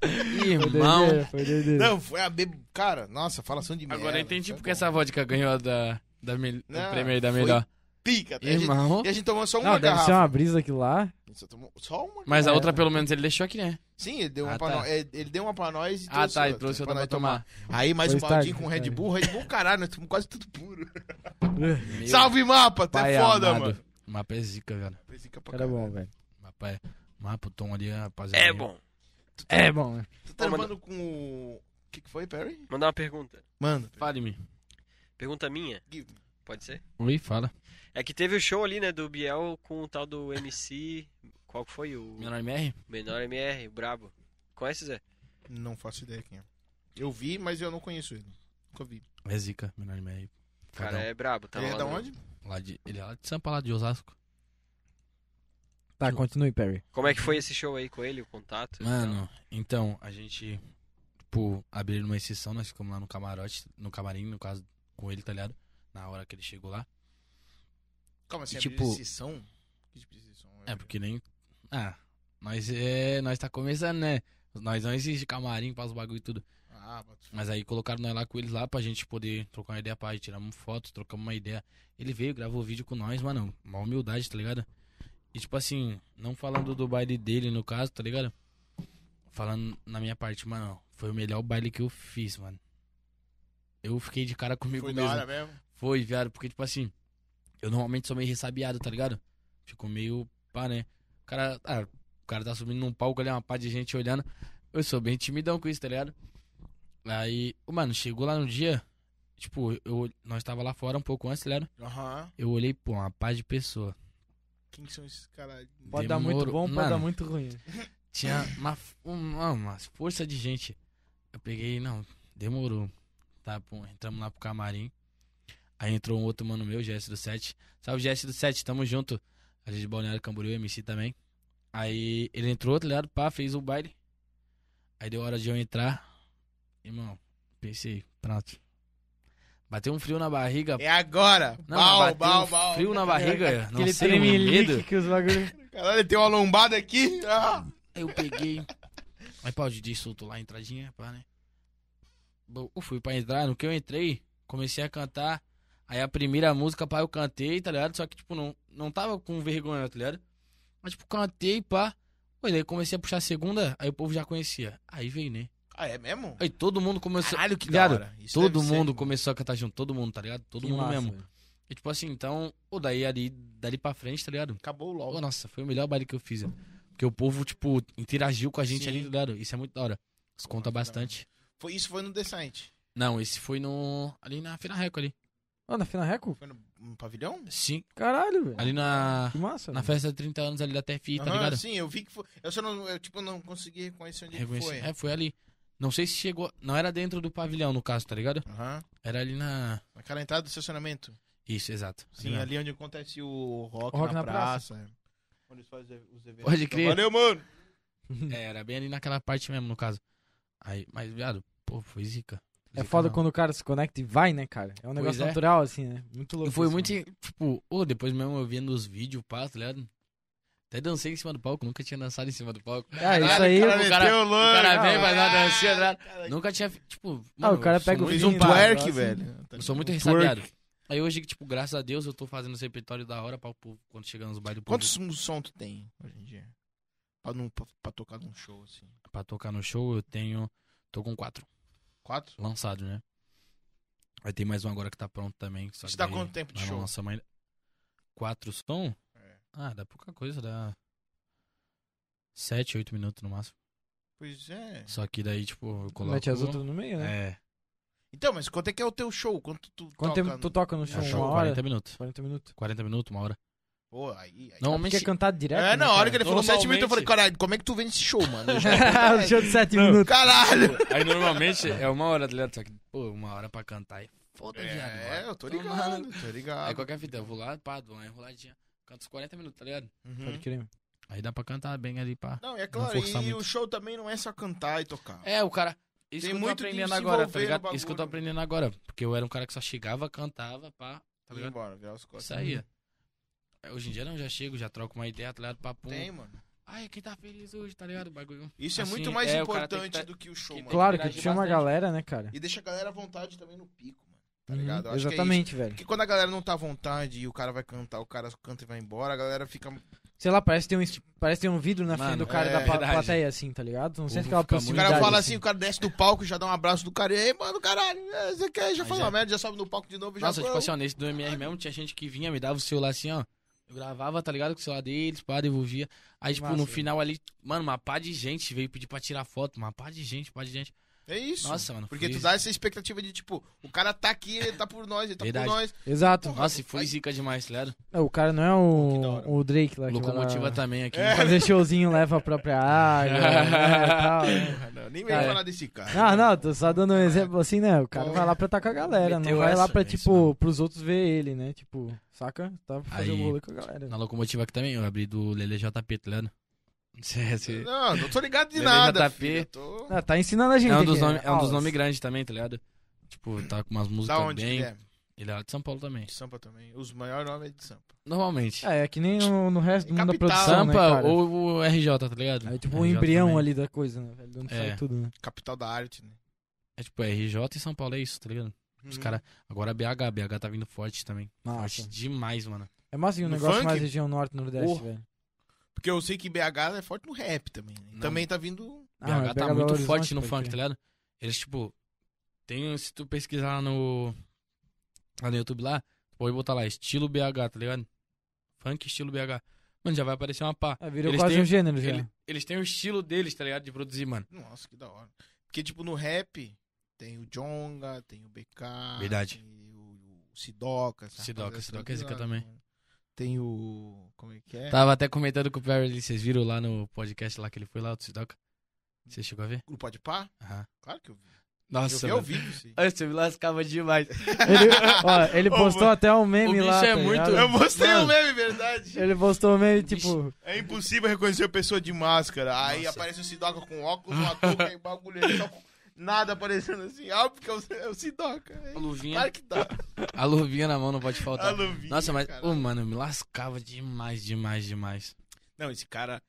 [SPEAKER 2] Foi
[SPEAKER 3] Irmão.
[SPEAKER 2] doideira, foi doideira.
[SPEAKER 1] Não, foi a bebo... Cara, nossa, falação de merda.
[SPEAKER 3] Agora eu entendi
[SPEAKER 1] foi
[SPEAKER 3] porque
[SPEAKER 1] É, bom.
[SPEAKER 3] essa vodka ganhou a da, da mel-
[SPEAKER 1] Não,
[SPEAKER 3] o prêmio aí da
[SPEAKER 1] foi
[SPEAKER 3] melhor.
[SPEAKER 1] Pica. E a, gente,
[SPEAKER 3] Irmão.
[SPEAKER 1] e a gente tomou só uma
[SPEAKER 2] Não, deve
[SPEAKER 1] garrafa.
[SPEAKER 2] ser uma brisa aqui lá.
[SPEAKER 1] A gente Só, tomou só uma.
[SPEAKER 3] Mas a
[SPEAKER 2] É.
[SPEAKER 3] outra, pelo menos, ele deixou aqui, né?
[SPEAKER 1] Sim, ele deu uma
[SPEAKER 3] Ah,
[SPEAKER 1] pra
[SPEAKER 3] tá.
[SPEAKER 1] nós. é, Ele deu uma pra nós e
[SPEAKER 3] Ah, tá. Ele
[SPEAKER 1] outra
[SPEAKER 3] trouxe
[SPEAKER 1] pra
[SPEAKER 3] outra pra
[SPEAKER 1] nós
[SPEAKER 3] tomar.
[SPEAKER 1] Aí mais um
[SPEAKER 2] Pois tá,
[SPEAKER 1] baldinho com
[SPEAKER 2] cara.
[SPEAKER 1] Red Bull. Red Bull, caralho, nós tomamos quase tudo puro.
[SPEAKER 2] Ugh,
[SPEAKER 3] Meu
[SPEAKER 1] Salve, mapa! Até
[SPEAKER 3] pai
[SPEAKER 1] foda,
[SPEAKER 3] amado.
[SPEAKER 1] mano.
[SPEAKER 3] O mapa é zica, velho.
[SPEAKER 1] Fica pra
[SPEAKER 2] Era bom,
[SPEAKER 1] caralho.
[SPEAKER 2] velho.
[SPEAKER 3] O mapa é... O mapa, o tom ali, rapaziada.
[SPEAKER 4] É bom.
[SPEAKER 2] É bom, né?
[SPEAKER 1] Tu tá trampando com o... O que que foi, Perry?
[SPEAKER 4] Mandar uma pergunta.
[SPEAKER 1] Mano,
[SPEAKER 3] Fale-me.
[SPEAKER 4] Pergunta minha,
[SPEAKER 1] give-
[SPEAKER 4] pode ser?
[SPEAKER 3] Oi, fala.
[SPEAKER 4] É que teve o show ali, né, do Biel com o tal do MC. Qual que foi? O
[SPEAKER 3] Menor MR?
[SPEAKER 4] Menor MR, o Brabo. Conhece, Zé?
[SPEAKER 1] não faço ideia quem é. Eu vi, mas eu não conheço ele. Nunca vi.
[SPEAKER 3] É zica. Menor MR.
[SPEAKER 4] O cara
[SPEAKER 3] Fodão.
[SPEAKER 4] é brabo, tá
[SPEAKER 1] ele
[SPEAKER 4] lá
[SPEAKER 1] é da
[SPEAKER 4] no-
[SPEAKER 1] onde?
[SPEAKER 3] Lá de... Ele é lá de Sampa, lá de Osasco.
[SPEAKER 2] Tá, continue, Perry.
[SPEAKER 4] Como é que foi esse show aí com ele, o contato? e
[SPEAKER 3] Mano, então, a gente, tipo, abriu uma exceção, nós ficamos lá no camarote, no camarim, no caso, com ele, tá ligado? Na hora que ele chegou lá.
[SPEAKER 1] Calma, assim,
[SPEAKER 3] E,
[SPEAKER 1] tipo...
[SPEAKER 3] tipo-
[SPEAKER 1] sessão? Que tipo de sessão?
[SPEAKER 3] É, porque nem. Ah, nós é. Nós tá começando, né? Nós não existe camarim, faz o bagulho e tudo.
[SPEAKER 1] Ah, boto fé.
[SPEAKER 3] Mas aí colocaram nós lá com eles lá pra gente poder trocar uma ideia, pai. Tiramos foto, trocamos uma ideia. Ele veio, gravou vídeo com nós, mano. Uma humildade, tá ligado? E tipo assim, não falando do baile dele no caso, tá ligado? Falando na minha parte, mano, foi o melhor baile que eu fiz, mano. Eu fiquei de cara comigo
[SPEAKER 1] Foi da
[SPEAKER 3] mesmo.
[SPEAKER 1] hora mesmo?
[SPEAKER 3] Foi, viado, porque, tipo assim, eu normalmente sou meio ressabiado, tá ligado? Fico meio pá, né? O cara, ah, o cara tá subindo num palco ali, uma pá de gente olhando. Eu sou bem timidão com isso, tá ligado? Aí, ô, mano, chegou lá no dia, tipo, eu, nós tava lá fora um pouco antes, tá ligado?
[SPEAKER 1] Aham.
[SPEAKER 3] Eu olhei, pô, uma pá de pessoa.
[SPEAKER 1] Quem que são esses caras?
[SPEAKER 2] Pode
[SPEAKER 3] Demorou.
[SPEAKER 2] dar muito bom, pode
[SPEAKER 3] Mano.
[SPEAKER 2] dar muito ruim.
[SPEAKER 3] Tinha uma, uma, uma força de gente. Eu peguei, não, demorou. Tá, pô, entramos lá pro camarim. Aí entrou um outro mano meu, GS do 7. Salve, GS do 7, tamo junto. A gente de Balneário Camboriú, MC também. Aí ele entrou, tá ligado? Pá, fez o baile. Aí deu hora de eu entrar. Irmão, pensei, pronto. Bateu um frio na barriga.
[SPEAKER 1] É agora!
[SPEAKER 3] Não,
[SPEAKER 1] bal,
[SPEAKER 3] mas bateu
[SPEAKER 1] bal,
[SPEAKER 3] um
[SPEAKER 1] bal.
[SPEAKER 3] frio na barriga. Não
[SPEAKER 2] Aquele
[SPEAKER 3] sei, um medo.
[SPEAKER 2] tremelique que os bagulhos...
[SPEAKER 1] Caralho, tem uma lombada aqui. Ah.
[SPEAKER 3] Aí eu peguei. Aí pá, o DJ soltou lá a entradinha, pá, né? Bom, Eu fui pra entrar, no que eu entrei, comecei a cantar. Aí a primeira música, pá, eu cantei, tá ligado? Só que, tipo, não, não tava com vergonha, tá ligado? Mas, tipo, cantei, pá. Pô, daí comecei a puxar a segunda, aí o povo já conhecia. Aí veio, né?
[SPEAKER 1] Ah, é mesmo?
[SPEAKER 3] Aí todo mundo começou.
[SPEAKER 1] Caralho, que
[SPEAKER 3] Viado,
[SPEAKER 1] da hora. Isso
[SPEAKER 3] Todo
[SPEAKER 1] deve ser,
[SPEAKER 3] mundo
[SPEAKER 1] mano.
[SPEAKER 3] começou a cantar junto, todo mundo, tá ligado? Todo
[SPEAKER 2] Que
[SPEAKER 3] mundo
[SPEAKER 2] massa,
[SPEAKER 3] mesmo.
[SPEAKER 2] velho.
[SPEAKER 3] E, tipo assim, então, pô, daí ali, dali pra frente, tá ligado?
[SPEAKER 1] Acabou o
[SPEAKER 3] Pô,
[SPEAKER 1] LOL.
[SPEAKER 3] nossa, foi o melhor baile que eu fiz. né? Porque o povo, tipo, interagiu com a gente
[SPEAKER 1] Sim.
[SPEAKER 3] ali do lado. Isso é muito da hora. Isso
[SPEAKER 1] Pô,
[SPEAKER 3] conta
[SPEAKER 1] nossa,
[SPEAKER 3] bastante.
[SPEAKER 1] Foi, isso foi no Decente.
[SPEAKER 3] Não, esse foi no. Ali na Fina Reco ali.
[SPEAKER 2] Ó, na Fina Reco?
[SPEAKER 1] Foi no, no pavilhão?
[SPEAKER 3] Sim.
[SPEAKER 2] Caralho, velho.
[SPEAKER 3] Ali na.
[SPEAKER 2] Que massa.
[SPEAKER 3] Na
[SPEAKER 2] velho.
[SPEAKER 3] festa de 30 anos ali da TFI, tá
[SPEAKER 1] Aham,
[SPEAKER 3] ligado?
[SPEAKER 1] Sim, eu vi que foi. Eu só não, eu, tipo, não consegui reconhecer onde que
[SPEAKER 3] Reconheci.
[SPEAKER 1] foi.
[SPEAKER 3] É, foi ali. Não sei se chegou. Não era dentro do pavilhão, no caso, tá ligado?
[SPEAKER 1] Aham.
[SPEAKER 3] Era ali na.
[SPEAKER 1] Naquela entrada do estacionamento.
[SPEAKER 3] Isso, exato. tá
[SPEAKER 1] Sim, ali onde acontece o rock,
[SPEAKER 2] O rock
[SPEAKER 1] na,
[SPEAKER 2] na
[SPEAKER 1] praça. é. Onde eles fazem os eventos.
[SPEAKER 3] Pode crer.
[SPEAKER 1] Valeu, mano.
[SPEAKER 3] É, era bem ali naquela parte mesmo, no caso. Aí, mas, viado, pô, foi zica.
[SPEAKER 2] É
[SPEAKER 3] Zica
[SPEAKER 2] foda
[SPEAKER 3] não.
[SPEAKER 2] quando o cara se conecta e vai, né, cara? É um negócio
[SPEAKER 3] é.
[SPEAKER 2] natural, assim, né? Muito louco.
[SPEAKER 3] E foi
[SPEAKER 2] isso,
[SPEAKER 3] muito,
[SPEAKER 2] mano.
[SPEAKER 3] tipo, ô, depois mesmo eu vendo os vídeos, pá, tá ligado? Até dancei em cima do palco, nunca tinha dançado em cima do palco.
[SPEAKER 1] Tá
[SPEAKER 2] Ah, isso
[SPEAKER 1] Caralho,
[SPEAKER 2] aí.
[SPEAKER 1] o cara
[SPEAKER 3] o
[SPEAKER 1] meteu
[SPEAKER 3] cara-
[SPEAKER 1] o lance.
[SPEAKER 3] o cara vem, faz uma
[SPEAKER 1] Ah,
[SPEAKER 3] dancinha, né?
[SPEAKER 1] cara,
[SPEAKER 3] Nunca tinha, tipo...
[SPEAKER 2] Ah, o cara
[SPEAKER 3] eu sou
[SPEAKER 2] pega o
[SPEAKER 3] muito-
[SPEAKER 1] Fez
[SPEAKER 2] Sim,
[SPEAKER 1] um
[SPEAKER 2] né?
[SPEAKER 1] twerk,
[SPEAKER 2] Assim,
[SPEAKER 1] velho.
[SPEAKER 3] Eu sou muito
[SPEAKER 1] Um
[SPEAKER 3] ressabiado.
[SPEAKER 1] twerk.
[SPEAKER 3] Aí hoje, que, tipo, graças a Deus eu tô fazendo esse repertório da hora pra, pro- quando chegar nos bailes do povo,
[SPEAKER 1] Quantos som tu tem hoje em dia? Pra, não, pra, pra tocar num show, assim.
[SPEAKER 3] pra tocar no show, eu tenho... Tô com quatro
[SPEAKER 1] Quatro?
[SPEAKER 3] lançados, né? Aí tem mais um agora que tá pronto também. Só
[SPEAKER 1] Você
[SPEAKER 3] que
[SPEAKER 1] dá
[SPEAKER 3] daí
[SPEAKER 1] quanto tempo de
[SPEAKER 3] nós não
[SPEAKER 1] show?
[SPEAKER 3] lançamos ainda. Quatro som?
[SPEAKER 1] É.
[SPEAKER 3] Ah, dá pouca coisa, dá... Sete, oito minutos no máximo.
[SPEAKER 1] Pois é.
[SPEAKER 3] Só que daí, tipo, eu coloco...
[SPEAKER 2] Mete as outras no meio, né?
[SPEAKER 3] É,
[SPEAKER 1] Então, mas quanto é que é o teu show? Quanto tu
[SPEAKER 2] Quanto
[SPEAKER 1] toca
[SPEAKER 2] tempo tu
[SPEAKER 1] no-
[SPEAKER 2] toca no
[SPEAKER 1] É
[SPEAKER 2] show?
[SPEAKER 3] show,
[SPEAKER 2] Uma hora?
[SPEAKER 3] 40 minutos.
[SPEAKER 2] 40 minutos.
[SPEAKER 3] 40 minutos, uma hora.
[SPEAKER 1] Pô, aí... aí.
[SPEAKER 3] Não,
[SPEAKER 2] Porque
[SPEAKER 3] Normalmente-
[SPEAKER 2] é cantado direto.
[SPEAKER 1] é,
[SPEAKER 2] né,
[SPEAKER 1] na hora que
[SPEAKER 2] cara?
[SPEAKER 1] ele falou sete
[SPEAKER 3] Normalmente-
[SPEAKER 1] minutos, eu falei, caralho, como é que tu vem nesse show, mano? Eu já-
[SPEAKER 2] O show de 7 minutos.
[SPEAKER 1] Caralho!
[SPEAKER 3] Aí normalmente é uma hora, tá ligado? Só que, pô, uma hora pra cantar é foda, viado.
[SPEAKER 1] É,
[SPEAKER 3] vai
[SPEAKER 1] eu tô
[SPEAKER 3] tomar
[SPEAKER 1] ligado,
[SPEAKER 3] no-
[SPEAKER 1] tô
[SPEAKER 3] Aí
[SPEAKER 1] ligado.
[SPEAKER 3] qualquer fita, eu vou lá, pá, dou uma enroladinha. Canto os 40 minutos, tá ligado?
[SPEAKER 1] Uhum.
[SPEAKER 2] Pode crer.
[SPEAKER 3] Aí dá pra cantar bem ali, pá.
[SPEAKER 1] Não, é claro,
[SPEAKER 3] forçar
[SPEAKER 1] e
[SPEAKER 3] muito.
[SPEAKER 1] o show também não é só cantar e tocar.
[SPEAKER 3] É, o cara. Isso
[SPEAKER 1] Tem
[SPEAKER 3] que eu tô
[SPEAKER 1] muito de
[SPEAKER 3] aprendendo
[SPEAKER 1] se
[SPEAKER 3] agora,
[SPEAKER 1] envolver
[SPEAKER 3] tá
[SPEAKER 1] no
[SPEAKER 3] ligado? Isso que eu tô
[SPEAKER 1] bagulho.
[SPEAKER 3] aprendendo agora. Porque eu era um cara que só chegava, cantava, pá,
[SPEAKER 1] E
[SPEAKER 3] tá ligado?
[SPEAKER 1] embora, virar os costas.
[SPEAKER 3] Saía. É, Hoje em dia não, já chego, já troco uma ideia, tá ligado? Papum.
[SPEAKER 1] Tem, mano.
[SPEAKER 3] Ai, quem tá feliz hoje, tá ligado? O bagulho.
[SPEAKER 1] Isso é
[SPEAKER 3] Assim,
[SPEAKER 1] muito mais
[SPEAKER 3] é, o cara tem que
[SPEAKER 1] importante
[SPEAKER 3] tá-
[SPEAKER 1] do que o show,
[SPEAKER 3] que-
[SPEAKER 1] mano.
[SPEAKER 2] Claro que
[SPEAKER 3] interagir
[SPEAKER 2] tu chama a
[SPEAKER 3] bastante.
[SPEAKER 2] galera, né, cara?
[SPEAKER 1] E deixa a galera à vontade também no pico, mano. Tá
[SPEAKER 2] Uhum,
[SPEAKER 1] ligado? Eu acho que é isso.
[SPEAKER 2] Exatamente, velho.
[SPEAKER 1] Porque quando a galera não tá à vontade e o cara vai cantar, o cara canta e vai embora, a galera fica.
[SPEAKER 2] Sei lá, parece ter um, es- parece ter um vidro na frente
[SPEAKER 3] Mano,
[SPEAKER 2] do cara
[SPEAKER 1] é
[SPEAKER 2] da pla-
[SPEAKER 3] verdade.
[SPEAKER 2] plateia, assim, tá ligado? Não
[SPEAKER 3] O
[SPEAKER 2] sei
[SPEAKER 3] povo
[SPEAKER 2] se aquela
[SPEAKER 3] fica muito-
[SPEAKER 1] O
[SPEAKER 2] proximidade.
[SPEAKER 1] cara fala assim, o cara desce do palco, já dá um abraço do cara, e aí, mano, caralho, é, você quer? Já
[SPEAKER 3] Mas
[SPEAKER 1] faz
[SPEAKER 3] é.
[SPEAKER 1] uma merda, já sobe no palco de novo, e já.
[SPEAKER 3] Nossa, tipo
[SPEAKER 1] pô,
[SPEAKER 3] assim, ó, nesse do MR mesmo, tinha gente que vinha, me dava o celular assim, ó. Eu gravava, tá ligado? Com o celular deles, pá, devolvia. Aí, tipo, no
[SPEAKER 2] Massa.
[SPEAKER 3] final ali, mano, uma pá de gente veio pedir pra tirar foto. Uma pá de gente, pá de gente.
[SPEAKER 1] É isso.
[SPEAKER 3] Nossa, mano.
[SPEAKER 1] Porque
[SPEAKER 3] foi-
[SPEAKER 1] tu dá essa expectativa de, tipo, o cara tá aqui, ele tá por nós, ele tá
[SPEAKER 3] Verdade.
[SPEAKER 1] por nós.
[SPEAKER 2] Exato.
[SPEAKER 3] Nossa, e foi zica demais, tá ligado?
[SPEAKER 2] É, O cara não é
[SPEAKER 1] assim, da hora.
[SPEAKER 2] o, o Drake lá que
[SPEAKER 3] Locomotiva
[SPEAKER 2] vai lá
[SPEAKER 3] também aqui.
[SPEAKER 1] É.
[SPEAKER 2] fazer showzinho, leva a própria água, né, e tal, né?
[SPEAKER 1] Porra, Ah, não, nem vem
[SPEAKER 2] Cara, é.
[SPEAKER 1] falar desse cara.
[SPEAKER 2] Não, não, tô só dando um exemplo assim, né? O cara vai lá pra estar com a galera, não
[SPEAKER 3] Meteu
[SPEAKER 2] vai lá
[SPEAKER 3] essa,
[SPEAKER 2] pra,
[SPEAKER 3] é isso
[SPEAKER 2] tipo,
[SPEAKER 3] mesmo.
[SPEAKER 2] pros outros ver ele, né? Tipo, saca? Tá fazendo
[SPEAKER 3] Aí-
[SPEAKER 2] rolê com a galera.
[SPEAKER 3] Na locomotiva aqui também, eu abri do Lele JP, tá ligado? Cê- cê-
[SPEAKER 1] Não, não tô ligado de
[SPEAKER 3] Lele
[SPEAKER 1] nada.
[SPEAKER 3] JP.
[SPEAKER 1] filho, eu tô-
[SPEAKER 2] Ah, tá ensinando a gente.
[SPEAKER 3] É um
[SPEAKER 2] aqui,
[SPEAKER 3] dos
[SPEAKER 2] né?
[SPEAKER 3] nomes é um dos
[SPEAKER 2] Aulas.
[SPEAKER 3] nome grandes também, tá ligado? Tipo, tá com umas músicas
[SPEAKER 1] Da onde,
[SPEAKER 3] bem.
[SPEAKER 1] Guilherme?
[SPEAKER 3] Ele é lá de São Paulo também.
[SPEAKER 1] De Sampa também. Os maiores nomes é de Sampa.
[SPEAKER 3] Normalmente.
[SPEAKER 2] É, é que nem no, no resto do
[SPEAKER 1] E
[SPEAKER 2] mundo da
[SPEAKER 1] capital.
[SPEAKER 2] produção, né,
[SPEAKER 3] Sampa
[SPEAKER 2] cara?
[SPEAKER 3] ou o RJ, tá ligado?
[SPEAKER 2] É tipo um
[SPEAKER 3] RJ
[SPEAKER 2] embrião
[SPEAKER 3] também.
[SPEAKER 2] ali da coisa, né, velho? De onde sai
[SPEAKER 3] É.
[SPEAKER 2] tudo, né?
[SPEAKER 1] Capital da arte, né?
[SPEAKER 3] É tipo RJ e São Paulo, é isso, tá ligado? Os
[SPEAKER 1] Uhum.
[SPEAKER 3] caras. Agora BH, BH tá vindo forte também.
[SPEAKER 2] Massa.
[SPEAKER 3] Forte demais, mano.
[SPEAKER 2] É massa assim, um
[SPEAKER 1] No
[SPEAKER 2] negócio
[SPEAKER 1] funk?
[SPEAKER 2] mais região norte, nordeste,
[SPEAKER 1] Porra.
[SPEAKER 2] velho.
[SPEAKER 1] Porque eu sei que BH é forte no rap também. né?
[SPEAKER 3] Não.
[SPEAKER 1] Também tá vindo.
[SPEAKER 2] Ah, mas
[SPEAKER 3] BH tá
[SPEAKER 2] pega
[SPEAKER 3] muito
[SPEAKER 2] Belo
[SPEAKER 3] forte
[SPEAKER 2] Horizonte,
[SPEAKER 3] no
[SPEAKER 2] pode
[SPEAKER 3] funk,
[SPEAKER 2] crer.
[SPEAKER 3] tá ligado? Eles, tipo. Tem. Se tu pesquisar no. Lá no YouTube lá, tu pode botar lá, estilo BH, tá ligado? Funk estilo BH. Mano, já vai aparecer uma pá.
[SPEAKER 2] É, virou
[SPEAKER 3] Eles
[SPEAKER 2] quase
[SPEAKER 3] têm-
[SPEAKER 2] um gênero já.
[SPEAKER 3] Ele- eles têm o estilo deles, tá ligado? De produzir, mano.
[SPEAKER 1] Nossa, que da hora. Porque, tipo, no rap tem o Jonga, tem o BK.
[SPEAKER 3] Verdade.
[SPEAKER 1] Tem o, o Sidoca. essa
[SPEAKER 3] Sidoca,
[SPEAKER 1] rapaziada
[SPEAKER 3] Sidoca é zica
[SPEAKER 1] toda,
[SPEAKER 3] também. Tá.
[SPEAKER 1] mano. né? Tem o. Como é que é?
[SPEAKER 3] Tava até comentando com o Perry ali, vocês viram lá no podcast lá que ele foi lá, o Sidoca? Você chegou a ver?
[SPEAKER 1] Grupo de pá?
[SPEAKER 3] Aham.
[SPEAKER 1] Claro que eu vi.
[SPEAKER 3] Nossa,
[SPEAKER 1] eu vi
[SPEAKER 3] mano.
[SPEAKER 1] ao vivo, sim.
[SPEAKER 3] Ai, Você me lascava demais.
[SPEAKER 2] Ele, ó, ele
[SPEAKER 1] Ô,
[SPEAKER 2] postou
[SPEAKER 1] mano,
[SPEAKER 2] até um
[SPEAKER 3] o
[SPEAKER 2] meme
[SPEAKER 3] bicho
[SPEAKER 2] lá.
[SPEAKER 3] é
[SPEAKER 2] tá
[SPEAKER 3] muito-
[SPEAKER 2] ligado?
[SPEAKER 1] Eu mostrei
[SPEAKER 3] Mano.
[SPEAKER 1] o meme, é verdade.
[SPEAKER 2] Ele postou um meme,
[SPEAKER 3] Bicho.
[SPEAKER 2] tipo.
[SPEAKER 1] É impossível reconhecer a pessoa de máscara. Aí
[SPEAKER 3] Nossa.
[SPEAKER 1] aparece o Sidoca com óculos, uma touca e um bagulho. ele Só com nada aparecendo assim. Ah, porque é o- é o Sidoca.
[SPEAKER 3] A
[SPEAKER 1] É,
[SPEAKER 3] luvinha,
[SPEAKER 1] Claro que dá.
[SPEAKER 3] a luvinha na mão não pode
[SPEAKER 1] A
[SPEAKER 3] faltar.
[SPEAKER 1] luvinha,
[SPEAKER 3] Nossa, mas,
[SPEAKER 1] cara.
[SPEAKER 3] ô, mano, eu me lascava demais, demais, demais.
[SPEAKER 1] Não, esse cara.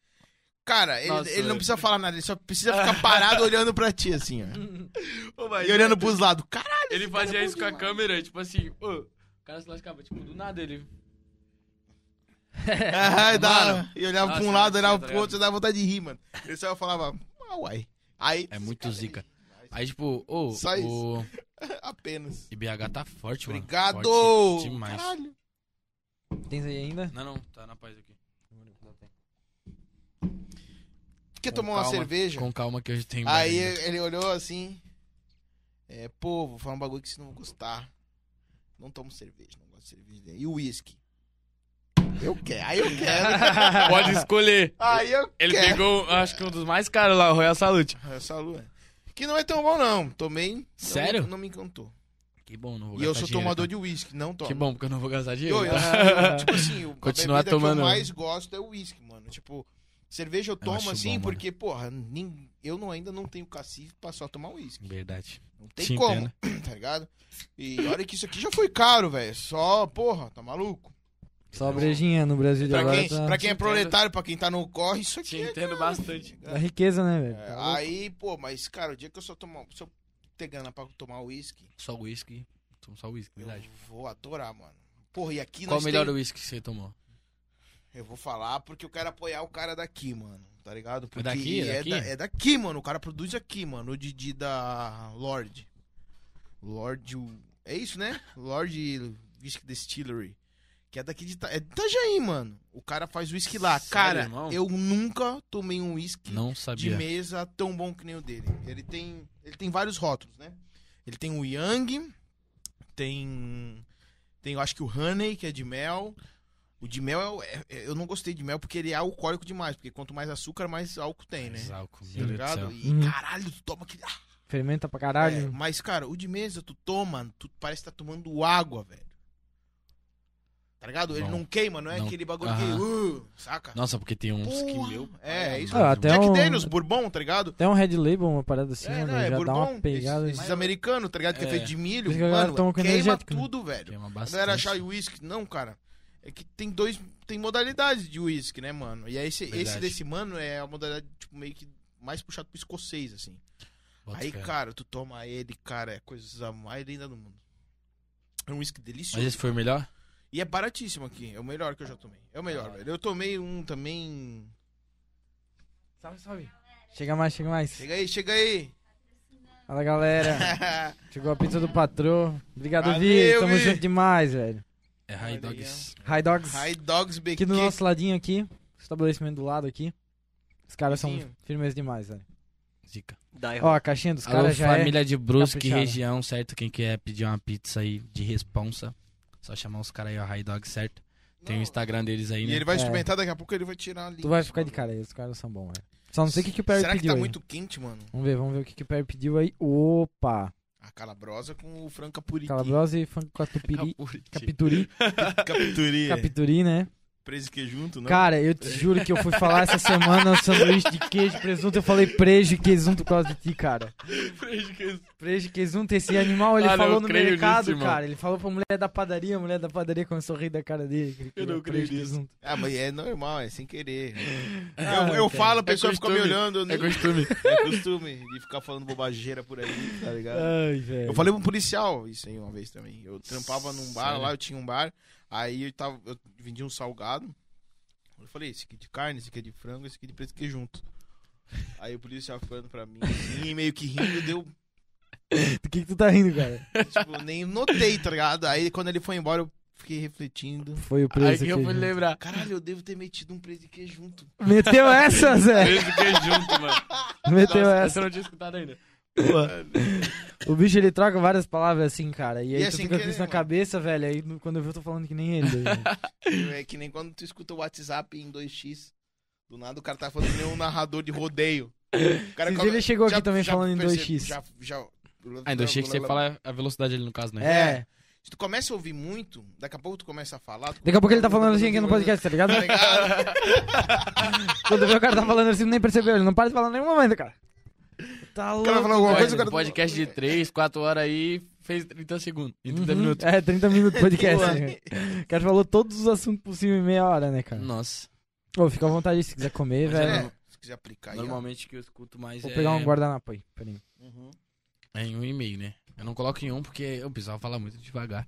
[SPEAKER 1] Cara, ele,
[SPEAKER 3] Nossa,
[SPEAKER 1] ele não
[SPEAKER 3] velho.
[SPEAKER 1] precisa falar nada, ele só precisa ficar parado olhando pra ti, assim, ó. E olhando pros lados. Caralho,
[SPEAKER 3] Ele fazia
[SPEAKER 1] bom
[SPEAKER 3] isso com a
[SPEAKER 1] demais.
[SPEAKER 3] câmera, tipo assim, ô, o cara se lascava, tipo, do nada ele.
[SPEAKER 1] ai, dá,
[SPEAKER 3] É. Mano.
[SPEAKER 1] e olhava pra um
[SPEAKER 3] Nossa,
[SPEAKER 1] lado,
[SPEAKER 3] tá
[SPEAKER 1] olhava
[SPEAKER 3] ligado?
[SPEAKER 1] pro outro, você dava vontade de rir, mano. Ele só falava, ah, uai. Aí.
[SPEAKER 3] É muito zica. Aí, tipo, ô,
[SPEAKER 1] Só
[SPEAKER 3] o
[SPEAKER 1] Apenas.
[SPEAKER 3] IBH tá forte, mano.
[SPEAKER 1] Obrigado!
[SPEAKER 3] Forte demais.
[SPEAKER 1] Caralho.
[SPEAKER 2] Tens aí ainda?
[SPEAKER 3] Não, não, tá na paz aqui.
[SPEAKER 1] Quer
[SPEAKER 3] Com
[SPEAKER 1] tomar uma
[SPEAKER 3] calma,
[SPEAKER 1] cerveja?
[SPEAKER 3] Com calma que hoje tem mais
[SPEAKER 1] Aí
[SPEAKER 3] ainda.
[SPEAKER 1] ele olhou assim. É, pô, vou falar um bagulho que vocês não vão gostar. Não tomo cerveja, não gosto de cerveja. E uísque? Eu quero, aí eu quero.
[SPEAKER 3] Pode escolher.
[SPEAKER 1] aí eu
[SPEAKER 3] Ele
[SPEAKER 1] quero. Ah,
[SPEAKER 3] pegou, acho que um dos mais caros lá, o Royal Salute.
[SPEAKER 1] Essa lua. Que não é tão bom, não. Tomei. não-
[SPEAKER 3] Sério?
[SPEAKER 1] Não, me encantou.
[SPEAKER 3] Que bom, não vou
[SPEAKER 1] E
[SPEAKER 3] gastar
[SPEAKER 1] eu sou
[SPEAKER 3] dinheiro,
[SPEAKER 1] tomador
[SPEAKER 3] tá?
[SPEAKER 1] de uísque, não tomo.
[SPEAKER 3] Que bom, porque eu não vou gastar
[SPEAKER 1] E
[SPEAKER 3] dinheiro.
[SPEAKER 1] Eu, eu,
[SPEAKER 3] tá?
[SPEAKER 1] eu, tipo assim, o-
[SPEAKER 3] Continuar
[SPEAKER 1] a bebida
[SPEAKER 3] tomando.
[SPEAKER 1] que eu mais gosto é o uísque, mano. Tipo, cerveja eu tomo
[SPEAKER 3] acho bom,
[SPEAKER 1] assim,
[SPEAKER 3] mano.
[SPEAKER 1] porque, porra, nem- eu não, ainda não tenho cacife pra só tomar uísque.
[SPEAKER 3] Verdade.
[SPEAKER 1] Não tem
[SPEAKER 3] Te
[SPEAKER 1] como, tá ligado? E olha que isso aqui já foi caro, velho. Só, porra, tá maluco?
[SPEAKER 2] Só a brejinha no Brasil de
[SPEAKER 1] Pra
[SPEAKER 2] agora
[SPEAKER 1] quem,
[SPEAKER 2] tá...
[SPEAKER 1] pra quem é
[SPEAKER 3] Te entendo.
[SPEAKER 1] proletário, pra quem tá no corre, isso
[SPEAKER 3] Te
[SPEAKER 1] aqui é
[SPEAKER 3] entendo bastante.
[SPEAKER 2] Da riqueza, né, velho?
[SPEAKER 1] É,
[SPEAKER 2] Tá louco.
[SPEAKER 1] aí, pô, mas, cara, o dia que eu só tomar. Se eu ter grana pra tomar uísque,
[SPEAKER 3] Só whisky. Tomo só whisky,
[SPEAKER 1] eu
[SPEAKER 3] verdade.
[SPEAKER 1] vou adorar, mano. Porra, e aqui
[SPEAKER 3] Qual o
[SPEAKER 1] nós
[SPEAKER 3] melhor
[SPEAKER 1] tem...
[SPEAKER 3] whisky que você tomou?
[SPEAKER 1] Eu vou falar porque eu quero apoiar o cara daqui, mano. Tá ligado? Porque
[SPEAKER 3] daqui? É
[SPEAKER 1] é,
[SPEAKER 3] daqui?
[SPEAKER 1] da- é daqui, mano. O cara produz aqui, mano. O Didi da Lorde. Lorde. o- É isso, né? Lorde Whisky Distillery. Que é daqui de. Ta- É de Itajaí, mano. O cara faz whisky lá.
[SPEAKER 3] Sério,
[SPEAKER 1] cara,
[SPEAKER 3] irmão?
[SPEAKER 1] eu nunca tomei um whisky
[SPEAKER 3] Não
[SPEAKER 1] de
[SPEAKER 3] sabia.
[SPEAKER 1] mesa tão bom que nem o dele. Ele tem, ele tem vários rótulos, né? Ele tem o Yang, tem tem eu acho que o Honey, que é de mel. O de mel é o- é- é- eu não gostei de mel porque ele é alcoólico demais, porque quanto mais açúcar, mais álcool tem, né?
[SPEAKER 3] Mas
[SPEAKER 1] Tá
[SPEAKER 3] álcool, meu Deus do
[SPEAKER 1] ligado?
[SPEAKER 3] céu.
[SPEAKER 1] E
[SPEAKER 2] Uhum.
[SPEAKER 1] caralho, tu toma aquele. Ah,
[SPEAKER 2] Fermenta pra
[SPEAKER 1] é,
[SPEAKER 2] caralho.
[SPEAKER 1] mas, cara, o de mesa, tu toma, tu parece que tá tomando água, velho. Tá ligado? Ele
[SPEAKER 3] Bom,
[SPEAKER 1] não queima, não é
[SPEAKER 3] não-
[SPEAKER 1] aquele bagulho que. uh, saca?
[SPEAKER 3] Nossa, porque tem uns que
[SPEAKER 1] Porra,
[SPEAKER 3] meu.
[SPEAKER 1] é,
[SPEAKER 3] pai
[SPEAKER 1] isso
[SPEAKER 3] amado.
[SPEAKER 2] Ah, até
[SPEAKER 1] Jack
[SPEAKER 2] um-
[SPEAKER 1] Daniels, Bourbon, tá ligado?
[SPEAKER 2] Tem um Red Label, uma parada assim,
[SPEAKER 1] É,
[SPEAKER 2] mano,
[SPEAKER 1] não, é
[SPEAKER 2] já dá
[SPEAKER 1] bourbon,
[SPEAKER 2] uma pegada. assim.
[SPEAKER 1] esses, esses americanos, tá ligado? Que é.
[SPEAKER 3] É.
[SPEAKER 1] feito de milho,
[SPEAKER 2] Por isso que a galera
[SPEAKER 1] mano,
[SPEAKER 2] toma com
[SPEAKER 1] queima
[SPEAKER 2] energético, né?
[SPEAKER 1] tudo, velho.
[SPEAKER 3] Queima
[SPEAKER 1] A
[SPEAKER 3] bastante.
[SPEAKER 1] galera achar uísque, não, cara. É que tem dois, tem modalidades de uísque, né, mano? E aí esse,
[SPEAKER 3] Verdade.
[SPEAKER 1] esse desse mano é a modalidade, tipo, meio que mais puxado pro escocês, assim.
[SPEAKER 3] Bota
[SPEAKER 1] aí,
[SPEAKER 3] fé.
[SPEAKER 1] cara, tu toma ele, cara, é coisa mais linda do mundo. É um uísque
[SPEAKER 3] Mas
[SPEAKER 1] delicioso.
[SPEAKER 3] esse foi o melhor?
[SPEAKER 1] E é baratíssimo aqui, é o melhor que eu já tomei. É o
[SPEAKER 2] Ah.
[SPEAKER 1] melhor, velho. Eu tomei um também...
[SPEAKER 2] Salve, salve. Chega mais, chega mais.
[SPEAKER 1] Chega aí, chega aí.
[SPEAKER 2] Fala, galera. Chegou a pizza do patrô. Obrigado,
[SPEAKER 1] Valeu,
[SPEAKER 2] Vi. Tamo
[SPEAKER 1] Vi.
[SPEAKER 2] junto demais, velho.
[SPEAKER 3] É High
[SPEAKER 1] Olha
[SPEAKER 3] Dogs.
[SPEAKER 2] High Dogs.
[SPEAKER 1] High Dogs BQ.
[SPEAKER 2] Aqui do nosso ladinho aqui. Estabelecimento do lado aqui. Os caras são
[SPEAKER 1] Vizinho.
[SPEAKER 2] firmes demais, velho.
[SPEAKER 3] Zica.
[SPEAKER 1] É.
[SPEAKER 4] Daí,
[SPEAKER 2] Ó, a caixinha dos
[SPEAKER 3] Alô,
[SPEAKER 2] caras já é...
[SPEAKER 3] família de Brusque,
[SPEAKER 2] caprichada.
[SPEAKER 3] região, certo? Quem quer pedir uma pizza aí de responsa, só chamar os caras aí, ó, High Dogs, certo? Tem
[SPEAKER 2] um
[SPEAKER 3] o
[SPEAKER 1] Não,
[SPEAKER 3] Instagram deles aí,
[SPEAKER 1] E
[SPEAKER 3] né?
[SPEAKER 1] ele vai
[SPEAKER 2] É.
[SPEAKER 1] experimentar, daqui a pouco ele vai tirar ali.
[SPEAKER 2] Tu vai ficar de cara aí, os caras são bons, velho. Só não sei o que, que o Perry
[SPEAKER 1] Será que
[SPEAKER 2] pediu
[SPEAKER 1] tá
[SPEAKER 2] aí.
[SPEAKER 1] muito quente, mano?
[SPEAKER 2] Vamos ver, vamos ver o que, que o Perry pediu aí. Opa!
[SPEAKER 1] A calabrosa com o franca puriti.
[SPEAKER 2] Calabrosa e funk com atupiri. Capituri.
[SPEAKER 3] É.
[SPEAKER 1] Capituri.
[SPEAKER 2] Capituri, né?
[SPEAKER 1] Preso queijunto, não?
[SPEAKER 2] Cara, eu te juro que eu fui falar essa semana um sanduíche de queijo, presunto, eu falei prejo e queijunto por causa de ti, cara. Prejo, queijunto, esse animal ele
[SPEAKER 3] Ah, não,
[SPEAKER 2] falou
[SPEAKER 3] eu
[SPEAKER 2] no
[SPEAKER 3] creio
[SPEAKER 2] mercado,
[SPEAKER 3] nisso, irmão.
[SPEAKER 2] cara. Ele falou pra mulher da padaria, a mulher da padaria começou a rir da cara dele. que ele
[SPEAKER 3] Eu não
[SPEAKER 2] comeu prejo,
[SPEAKER 3] creio nisso.
[SPEAKER 2] queijunto.
[SPEAKER 1] Ah, mas é normal, é sem querer.
[SPEAKER 2] Ah,
[SPEAKER 1] eu eu
[SPEAKER 2] cara.
[SPEAKER 1] falo, a pessoa fica me
[SPEAKER 3] costume.
[SPEAKER 1] olhando. eu
[SPEAKER 3] É
[SPEAKER 1] nem-
[SPEAKER 3] costume.
[SPEAKER 1] É costume de ficar falando bobageira por aí, tá ligado?
[SPEAKER 2] Ai, velho.
[SPEAKER 1] Eu falei pra um policial isso aí uma vez também. Eu trampava num bar
[SPEAKER 3] Sério?
[SPEAKER 1] lá, eu tinha um bar. Aí eu, tava, eu vendia um salgado. Eu falei, esse aqui é de carne, esse aqui é de frango, esse aqui é de preto que junto. Aí o policial ficou olhando pra mim assim, meio que rindo, deu.
[SPEAKER 2] Do que, que tu tá rindo, cara?
[SPEAKER 1] Tipo, nem notei, tá ligado? Aí quando ele foi embora, eu fiquei refletindo.
[SPEAKER 2] Foi o
[SPEAKER 3] Aí
[SPEAKER 2] preso.
[SPEAKER 3] que eu fui
[SPEAKER 2] queijunto.
[SPEAKER 3] lembrar.
[SPEAKER 1] Caralho, eu devo ter metido um preto de queijo junto.
[SPEAKER 2] Meteu essa, Zé?
[SPEAKER 3] Preso queijunto, mano.
[SPEAKER 2] Meteu
[SPEAKER 3] Nossa,
[SPEAKER 2] essa.
[SPEAKER 3] eu não tinha escutado ainda.
[SPEAKER 2] O bicho ele troca várias palavras assim, cara. E aí
[SPEAKER 1] E é
[SPEAKER 2] tu
[SPEAKER 1] sem
[SPEAKER 2] fica com isso
[SPEAKER 1] querer,
[SPEAKER 2] na
[SPEAKER 1] mano.
[SPEAKER 2] cabeça, velho. Aí no- quando eu vi, eu tô falando que nem ele. velho.
[SPEAKER 1] É que nem quando tu escuta o WhatsApp em 2x. Do nada o cara tá falando que nem um narrador de rodeio. O cara
[SPEAKER 2] Esses dias
[SPEAKER 1] come-
[SPEAKER 2] ele chegou aqui também falando em
[SPEAKER 1] perce-
[SPEAKER 2] 2x.
[SPEAKER 1] Já, já...
[SPEAKER 3] Ah, ainda achei que você fala a velocidade ali no caso, né?
[SPEAKER 2] É.
[SPEAKER 1] Se tu começa a ouvir muito, daqui a pouco tu começa a falar. tu-
[SPEAKER 2] Daqui a pouco ele tá falando assim aqui no podcast, tá ligado?
[SPEAKER 1] Tá ligado?
[SPEAKER 2] Quando vê o cara tá falando assim, nem percebeu. Ele não para de falar em nenhum momento, cara. Tá
[SPEAKER 1] O cara
[SPEAKER 2] louco.
[SPEAKER 1] falou alguma coisa, o
[SPEAKER 3] Podcast,
[SPEAKER 1] cara.
[SPEAKER 3] um podcast de 3, 4 horas aí, fez 30 segundos. E 30
[SPEAKER 2] Uhum.
[SPEAKER 3] minutos.
[SPEAKER 2] É, 30 minutos de podcast.
[SPEAKER 1] Boa.
[SPEAKER 2] né, cara? O cara falou todos os assuntos possíveis em meia hora, né, cara?
[SPEAKER 3] Nossa.
[SPEAKER 2] Ô, fica à vontade aí se quiser comer,
[SPEAKER 3] Mas
[SPEAKER 2] velho.
[SPEAKER 1] É, se quiser aplicar
[SPEAKER 3] Normalmente o que eu escuto mais
[SPEAKER 2] Vou
[SPEAKER 3] é...
[SPEAKER 2] pegar um guardanapo aí, peraí.
[SPEAKER 1] aí. ó. Uhum.
[SPEAKER 3] É em um e meio, né? Eu não coloco em um porque eu precisava falar muito devagar.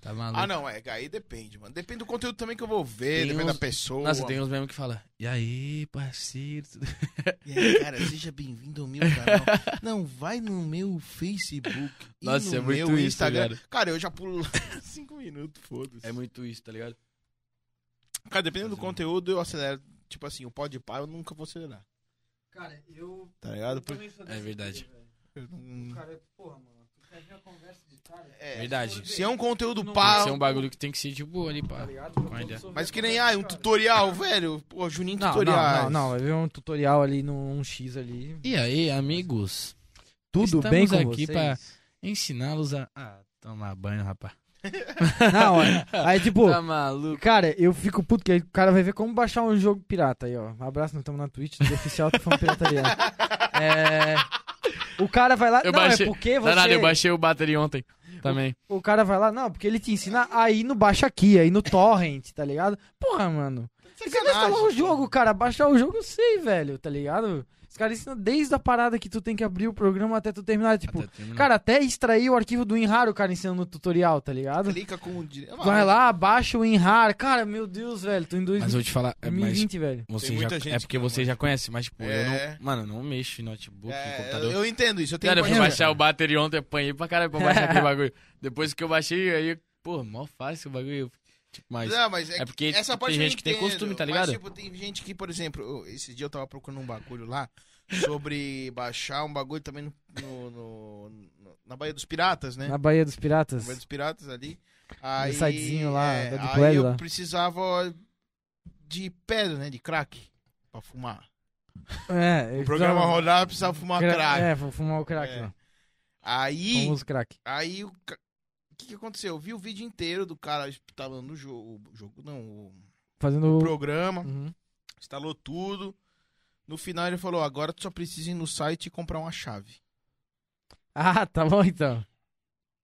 [SPEAKER 3] Tá maluco?
[SPEAKER 1] Ah, não, é. Aí depende, mano. Depende do conteúdo também que eu vou ver,
[SPEAKER 3] Tem
[SPEAKER 1] depende
[SPEAKER 3] uns-
[SPEAKER 1] da pessoa.
[SPEAKER 3] Nossa, tem uns mesmo que fala. E aí, parceiro?
[SPEAKER 1] E aí, cara, seja bem-vindo ao meu canal. Não, vai no meu Facebook. e
[SPEAKER 3] Nossa,
[SPEAKER 1] no
[SPEAKER 3] é muito
[SPEAKER 1] meu
[SPEAKER 3] isso,
[SPEAKER 1] Instagram.
[SPEAKER 3] cara.
[SPEAKER 1] Cara. eu já pulo cinco minutos, foda-se.
[SPEAKER 3] É muito isso, tá ligado?
[SPEAKER 1] Cara, dependendo do conteúdo, eu acelero. Tipo assim, o pode par eu nunca vou acelerar.
[SPEAKER 2] Cara, eu.
[SPEAKER 1] Tá ligado? Porque
[SPEAKER 3] É verdade.
[SPEAKER 1] eu não-
[SPEAKER 2] Cara, porra, mano. Tu quer ver a conversa do cara?
[SPEAKER 1] É,
[SPEAKER 3] Verdade.
[SPEAKER 1] Se é um conteúdo
[SPEAKER 2] Não
[SPEAKER 3] Tem que
[SPEAKER 1] pá.
[SPEAKER 3] ser um bagulho que tem que ser de boa ali, pá.
[SPEAKER 2] tá ligado?
[SPEAKER 3] Uma ideia.
[SPEAKER 1] Mas que nem, ah, um tutorial, velho. Pô, Juninho
[SPEAKER 2] Não,
[SPEAKER 1] tutorial.
[SPEAKER 2] não, não, não, vai ver um tutorial ali num um X ali.
[SPEAKER 3] E aí, amigos?
[SPEAKER 2] Tudo bem
[SPEAKER 3] Estamos
[SPEAKER 2] com
[SPEAKER 3] aqui
[SPEAKER 2] vocês?
[SPEAKER 3] pra- Ensiná-los a, a tomar banho, rapaz.
[SPEAKER 2] Não, é- aí tipo,
[SPEAKER 3] Tá maluco.
[SPEAKER 2] cara, eu fico puto que aí o cara vai ver como baixar um jogo pirata aí, ó. Um abraço, não estamos na Twitch, do oficial que falando pirataria. É... O cara vai lá,
[SPEAKER 3] Eu
[SPEAKER 2] não,
[SPEAKER 3] baixei-
[SPEAKER 2] é porque você...
[SPEAKER 3] Tá nada, eu baixei o battery ontem também.
[SPEAKER 2] O cara vai lá, não, porque ele te ensina aí no baixa aqui, aí no torrent, tá ligado? Porra, mano. Você vai instalar o jogo, cara. Baixar o jogo eu sei, velho, tá ligado? Os caras ensinam desde a parada que tu tem que abrir o programa até tu terminar. Tipo,
[SPEAKER 3] Até terminar.
[SPEAKER 2] cara, até extrair o arquivo do WinRAR o cara ensinando no tutorial, tá ligado?
[SPEAKER 1] Clica com o dire-
[SPEAKER 2] Vai lá, baixa o WinRAR. Cara, meu Deus, velho, tô em
[SPEAKER 3] mas eu vou te falar, é, mas
[SPEAKER 2] 2020, velho.
[SPEAKER 3] você
[SPEAKER 1] Tem muita
[SPEAKER 3] já,
[SPEAKER 1] gente
[SPEAKER 3] é porque
[SPEAKER 1] que não
[SPEAKER 3] você já conhece, mas tipo, eu
[SPEAKER 1] É.
[SPEAKER 3] não, mano, eu não mexo em notebook, em
[SPEAKER 1] É, eu,
[SPEAKER 3] computador.
[SPEAKER 1] eu entendo isso. Eu tenho
[SPEAKER 3] Cara, eu fui
[SPEAKER 1] paixão.
[SPEAKER 3] baixar o battery ontem, apanhei pra caralho pra baixar aquele bagulho. Depois que eu baixei, aí, pô, mó fácil o bagulho. Tipo, mas.
[SPEAKER 1] Não, mas é,
[SPEAKER 3] É porque
[SPEAKER 1] que essa
[SPEAKER 3] tem
[SPEAKER 1] parte eu
[SPEAKER 3] gente que tem
[SPEAKER 1] entendo,
[SPEAKER 3] costume, tá
[SPEAKER 1] Mas,
[SPEAKER 3] ligado?
[SPEAKER 1] tipo, tem gente que, por exemplo, eu- esse dia eu tava procurando um bagulho lá sobre baixar um bagulho também no, no- no- no- na Baía dos Piratas, né?
[SPEAKER 2] Na Bahia dos
[SPEAKER 1] Na Baía
[SPEAKER 2] Piratas.
[SPEAKER 1] dos Piratas ali. Aí, é,
[SPEAKER 2] sitezinho lá, da Deep
[SPEAKER 1] aí
[SPEAKER 2] Web
[SPEAKER 1] eu
[SPEAKER 2] lá.
[SPEAKER 1] precisava de pedra, né? De crack. Pra fumar.
[SPEAKER 2] É,
[SPEAKER 1] O programa rodar, eu precisava fumar crack.
[SPEAKER 2] É, vou fumar o crack,
[SPEAKER 1] É.
[SPEAKER 2] ó.
[SPEAKER 1] Aí.
[SPEAKER 2] Famoso crack.
[SPEAKER 1] Aí o ca- o que, que aconteceu? Eu vi o vídeo inteiro do cara instalando o jogo. O jogo não, o
[SPEAKER 2] Fazendo. o.
[SPEAKER 1] programa.
[SPEAKER 2] Uhum.
[SPEAKER 1] Instalou tudo. No final ele falou: agora tu só precisa ir no site e comprar uma chave.
[SPEAKER 2] Ah, tá bom então.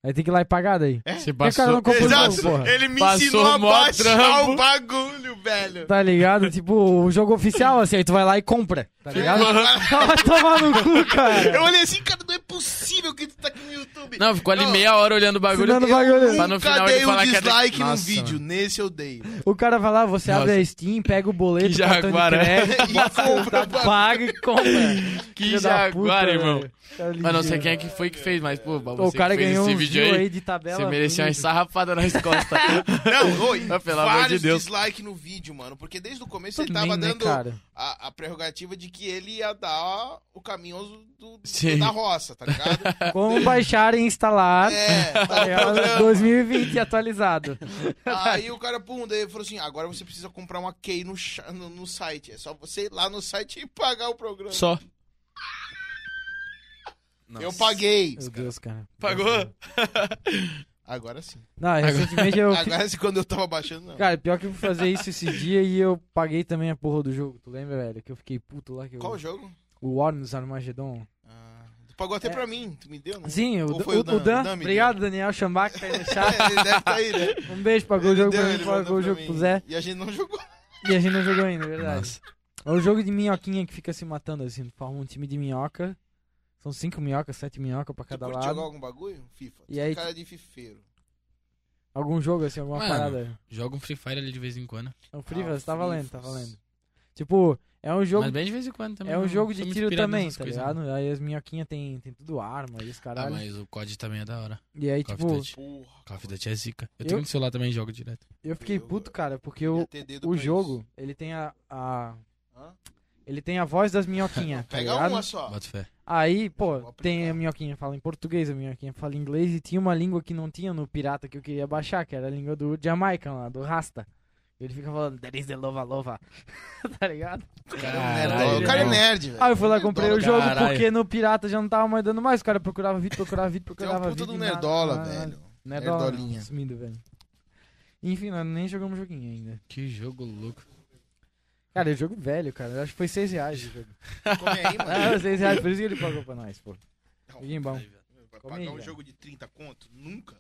[SPEAKER 2] Aí tem que ir lá e pagar daí.
[SPEAKER 1] É.
[SPEAKER 3] Você
[SPEAKER 2] Por que o cara
[SPEAKER 3] É. passou.
[SPEAKER 2] não comprou o jogo,
[SPEAKER 1] Exato.
[SPEAKER 2] porra?
[SPEAKER 1] Ele me
[SPEAKER 3] Passou
[SPEAKER 1] ensinou a
[SPEAKER 3] mó
[SPEAKER 1] baixar
[SPEAKER 3] trampo.
[SPEAKER 1] o bagulho, velho.
[SPEAKER 2] Tá ligado? Tipo, o jogo oficial, assim, aí tu vai lá e compra. Tá ligado? Vai tomar no cu,
[SPEAKER 1] Eu
[SPEAKER 2] cara.
[SPEAKER 1] olhei assim, cara, não é possível que tu tá aqui no YouTube.
[SPEAKER 3] Não, ficou ali
[SPEAKER 1] Não.
[SPEAKER 3] meia hora olhando o bagulho.
[SPEAKER 2] Ensinando bagulho.
[SPEAKER 1] Nunca
[SPEAKER 3] Pra no final ele
[SPEAKER 1] dei um
[SPEAKER 3] falar que é da-
[SPEAKER 1] dislike num
[SPEAKER 3] Nossa,
[SPEAKER 1] vídeo. Nesse eu dei. mano.
[SPEAKER 2] O cara vai lá, você abre
[SPEAKER 3] Nossa.
[SPEAKER 2] a Steam, pega o boleto,
[SPEAKER 3] Que
[SPEAKER 2] o cartão de
[SPEAKER 3] jaguaré.
[SPEAKER 2] crédito,
[SPEAKER 1] E
[SPEAKER 2] bota o
[SPEAKER 1] compra
[SPEAKER 2] resultado,
[SPEAKER 1] o bagulho.
[SPEAKER 2] paga e compra.
[SPEAKER 3] Que
[SPEAKER 2] Filho da puta,
[SPEAKER 3] jaguar,
[SPEAKER 2] velho.
[SPEAKER 3] irmão.
[SPEAKER 2] Tá
[SPEAKER 3] Mas não sei
[SPEAKER 2] ligeiro.
[SPEAKER 3] quem é que foi que fez, mas, pô, você
[SPEAKER 2] O
[SPEAKER 3] que
[SPEAKER 2] cara
[SPEAKER 3] fez
[SPEAKER 2] ganhou
[SPEAKER 3] esse
[SPEAKER 2] um
[SPEAKER 3] vídeo
[SPEAKER 2] vídeo
[SPEAKER 3] aí.
[SPEAKER 2] aí de tabela.
[SPEAKER 3] Você merecia uma
[SPEAKER 2] bonito.
[SPEAKER 3] sarrafadas nas costas.
[SPEAKER 1] Não, oi,
[SPEAKER 3] Ah, pelo amor de
[SPEAKER 1] vários
[SPEAKER 3] Deus.
[SPEAKER 1] dislike no vídeo, mano. Porque desde o começo
[SPEAKER 2] Tudo
[SPEAKER 3] tá
[SPEAKER 1] ele tava
[SPEAKER 2] bem, né,
[SPEAKER 1] dando
[SPEAKER 2] cara?
[SPEAKER 1] a, a prerrogativa de que ele ia dar o caminho do- do-
[SPEAKER 3] Sim.
[SPEAKER 1] da roça, tá ligado?
[SPEAKER 2] Como baixar e instalar.
[SPEAKER 1] é,
[SPEAKER 2] tá
[SPEAKER 1] tá
[SPEAKER 2] ligado?
[SPEAKER 1] ligado?
[SPEAKER 2] 2020 atualizado.
[SPEAKER 1] Aí o cara, pum, daí ele falou assim, agora você precisa comprar uma key no, cha- no, no site. É só você ir lá no site e pagar o programa.
[SPEAKER 3] Só.
[SPEAKER 1] Eu paguei.
[SPEAKER 2] Meu Deus, cara.
[SPEAKER 3] Pagou?
[SPEAKER 1] Agora sim.
[SPEAKER 2] Não, recentemente eu.
[SPEAKER 1] Agora sim, quando eu tava baixando, não.
[SPEAKER 2] Cara, pior que eu fui fazer isso esse dia e eu paguei também a porra do jogo. Tu lembra, velho? Que eu fiquei puto lá. Que eu...
[SPEAKER 1] Qual o jogo?
[SPEAKER 2] O War nos Armageddon.
[SPEAKER 1] Ah, tu pagou até
[SPEAKER 2] É.
[SPEAKER 1] pra mim, tu me deu,
[SPEAKER 3] Hum.
[SPEAKER 1] né?
[SPEAKER 2] Sim, o,
[SPEAKER 1] Ou
[SPEAKER 2] Dan-
[SPEAKER 1] foi
[SPEAKER 2] o,
[SPEAKER 1] o
[SPEAKER 2] o
[SPEAKER 1] Dan?
[SPEAKER 2] Dan.
[SPEAKER 1] O Dan me
[SPEAKER 2] Obrigado, Daniel Chambá, que tá aí no chat.
[SPEAKER 1] É, ele deve tá aí, né?
[SPEAKER 2] Um beijo, pagou o
[SPEAKER 1] Ele
[SPEAKER 2] jogo
[SPEAKER 1] deu,
[SPEAKER 2] pra mim,
[SPEAKER 1] ele mandou
[SPEAKER 2] pagou o
[SPEAKER 1] pra
[SPEAKER 2] jogo
[SPEAKER 1] mim.
[SPEAKER 2] pro Zé.
[SPEAKER 1] E a gente não jogou.
[SPEAKER 2] E a gente não jogou ainda, é verdade.
[SPEAKER 3] Nossa.
[SPEAKER 2] É o jogo de minhoquinha que fica se matando, assim. Forma um time de minhoca. São cinco minhocas, sete minhocas pra
[SPEAKER 1] Tu
[SPEAKER 2] cada
[SPEAKER 1] curte
[SPEAKER 2] lado.
[SPEAKER 1] jogar algum bagulho? FIFA.
[SPEAKER 2] E
[SPEAKER 1] Tu é
[SPEAKER 2] aí-
[SPEAKER 1] cara de fifeiro.
[SPEAKER 2] Algum jogo, assim, alguma
[SPEAKER 3] Mano.
[SPEAKER 2] parada.
[SPEAKER 3] Joga um Free Fire ali de vez em quando.
[SPEAKER 2] O Frivas,
[SPEAKER 1] Ah,
[SPEAKER 2] tá valendo, tá
[SPEAKER 1] Frivas.
[SPEAKER 2] valendo. Tipo, é um jogo
[SPEAKER 3] Mas bem de vez em quando também.
[SPEAKER 2] É um
[SPEAKER 3] não
[SPEAKER 2] jogo
[SPEAKER 3] sou
[SPEAKER 2] de
[SPEAKER 3] muito
[SPEAKER 2] tiro
[SPEAKER 3] inspirado
[SPEAKER 2] também,
[SPEAKER 3] nessas
[SPEAKER 2] tá
[SPEAKER 3] coisas,
[SPEAKER 2] ligado? Aí as minhoquinhas tem, tem tudo arma e os
[SPEAKER 3] não. Ah,
[SPEAKER 2] caralho.
[SPEAKER 3] mas o COD também é da hora.
[SPEAKER 2] E aí,
[SPEAKER 3] Call
[SPEAKER 2] tipo,
[SPEAKER 3] of Duty.
[SPEAKER 1] Porra.
[SPEAKER 3] Call of Duty é zica. Eu
[SPEAKER 2] Eu-
[SPEAKER 3] tenho no celular também e jogo direto.
[SPEAKER 2] eu fiquei
[SPEAKER 1] Eu-
[SPEAKER 2] puto, cara, porque o,
[SPEAKER 1] Ia ter dedo
[SPEAKER 2] o
[SPEAKER 1] pra
[SPEAKER 2] jogo,
[SPEAKER 1] isso.
[SPEAKER 2] ele tem a, a-
[SPEAKER 1] Hã?
[SPEAKER 2] Ele tem a voz das minhoquinhas, tá
[SPEAKER 1] Pega
[SPEAKER 2] ligado?
[SPEAKER 1] uma só.
[SPEAKER 3] Bota fé.
[SPEAKER 2] Aí,
[SPEAKER 1] Vou
[SPEAKER 2] pô,
[SPEAKER 1] aplicar.
[SPEAKER 2] tem a minhoquinha fala em português, a minhoquinha fala em inglês e tinha uma língua que não tinha no pirata que eu queria baixar, que era a língua do Jamaican lá, do Rasta. Ele fica falando, there is the lova lova, tá ligado?
[SPEAKER 3] Caralho,
[SPEAKER 1] o cara é
[SPEAKER 3] né?
[SPEAKER 1] nerd, é velho.
[SPEAKER 2] Aí eu fui lá,
[SPEAKER 1] Nerdola,
[SPEAKER 2] comprei o
[SPEAKER 1] cara.
[SPEAKER 2] jogo
[SPEAKER 3] caralho.
[SPEAKER 2] porque no pirata já não tava mais dando mais, o cara procurava vídeo, procurava vídeo,
[SPEAKER 1] Tu é um
[SPEAKER 2] procurava
[SPEAKER 1] puta
[SPEAKER 2] vídeo.
[SPEAKER 1] do
[SPEAKER 2] e nada, Ah,
[SPEAKER 1] nerdola,
[SPEAKER 2] nada, nada.
[SPEAKER 1] velho.
[SPEAKER 2] Nerdola,
[SPEAKER 1] Nerdolinha.
[SPEAKER 2] Sumido, velho. Enfim, nós nem jogamos joguinho ainda.
[SPEAKER 3] Que jogo louco.
[SPEAKER 2] Cara, é jogo velho, cara. Eu Acho que foi 6 reais o jogo.
[SPEAKER 1] Come aí,
[SPEAKER 2] Ah,
[SPEAKER 1] mano.
[SPEAKER 2] 6 reais, por isso que ele pagou pra nós, pô. Joguinho bom.
[SPEAKER 1] Vai
[SPEAKER 2] É. Come aí,
[SPEAKER 1] pagar um
[SPEAKER 2] velho.
[SPEAKER 1] jogo de 30 conto? Nunca.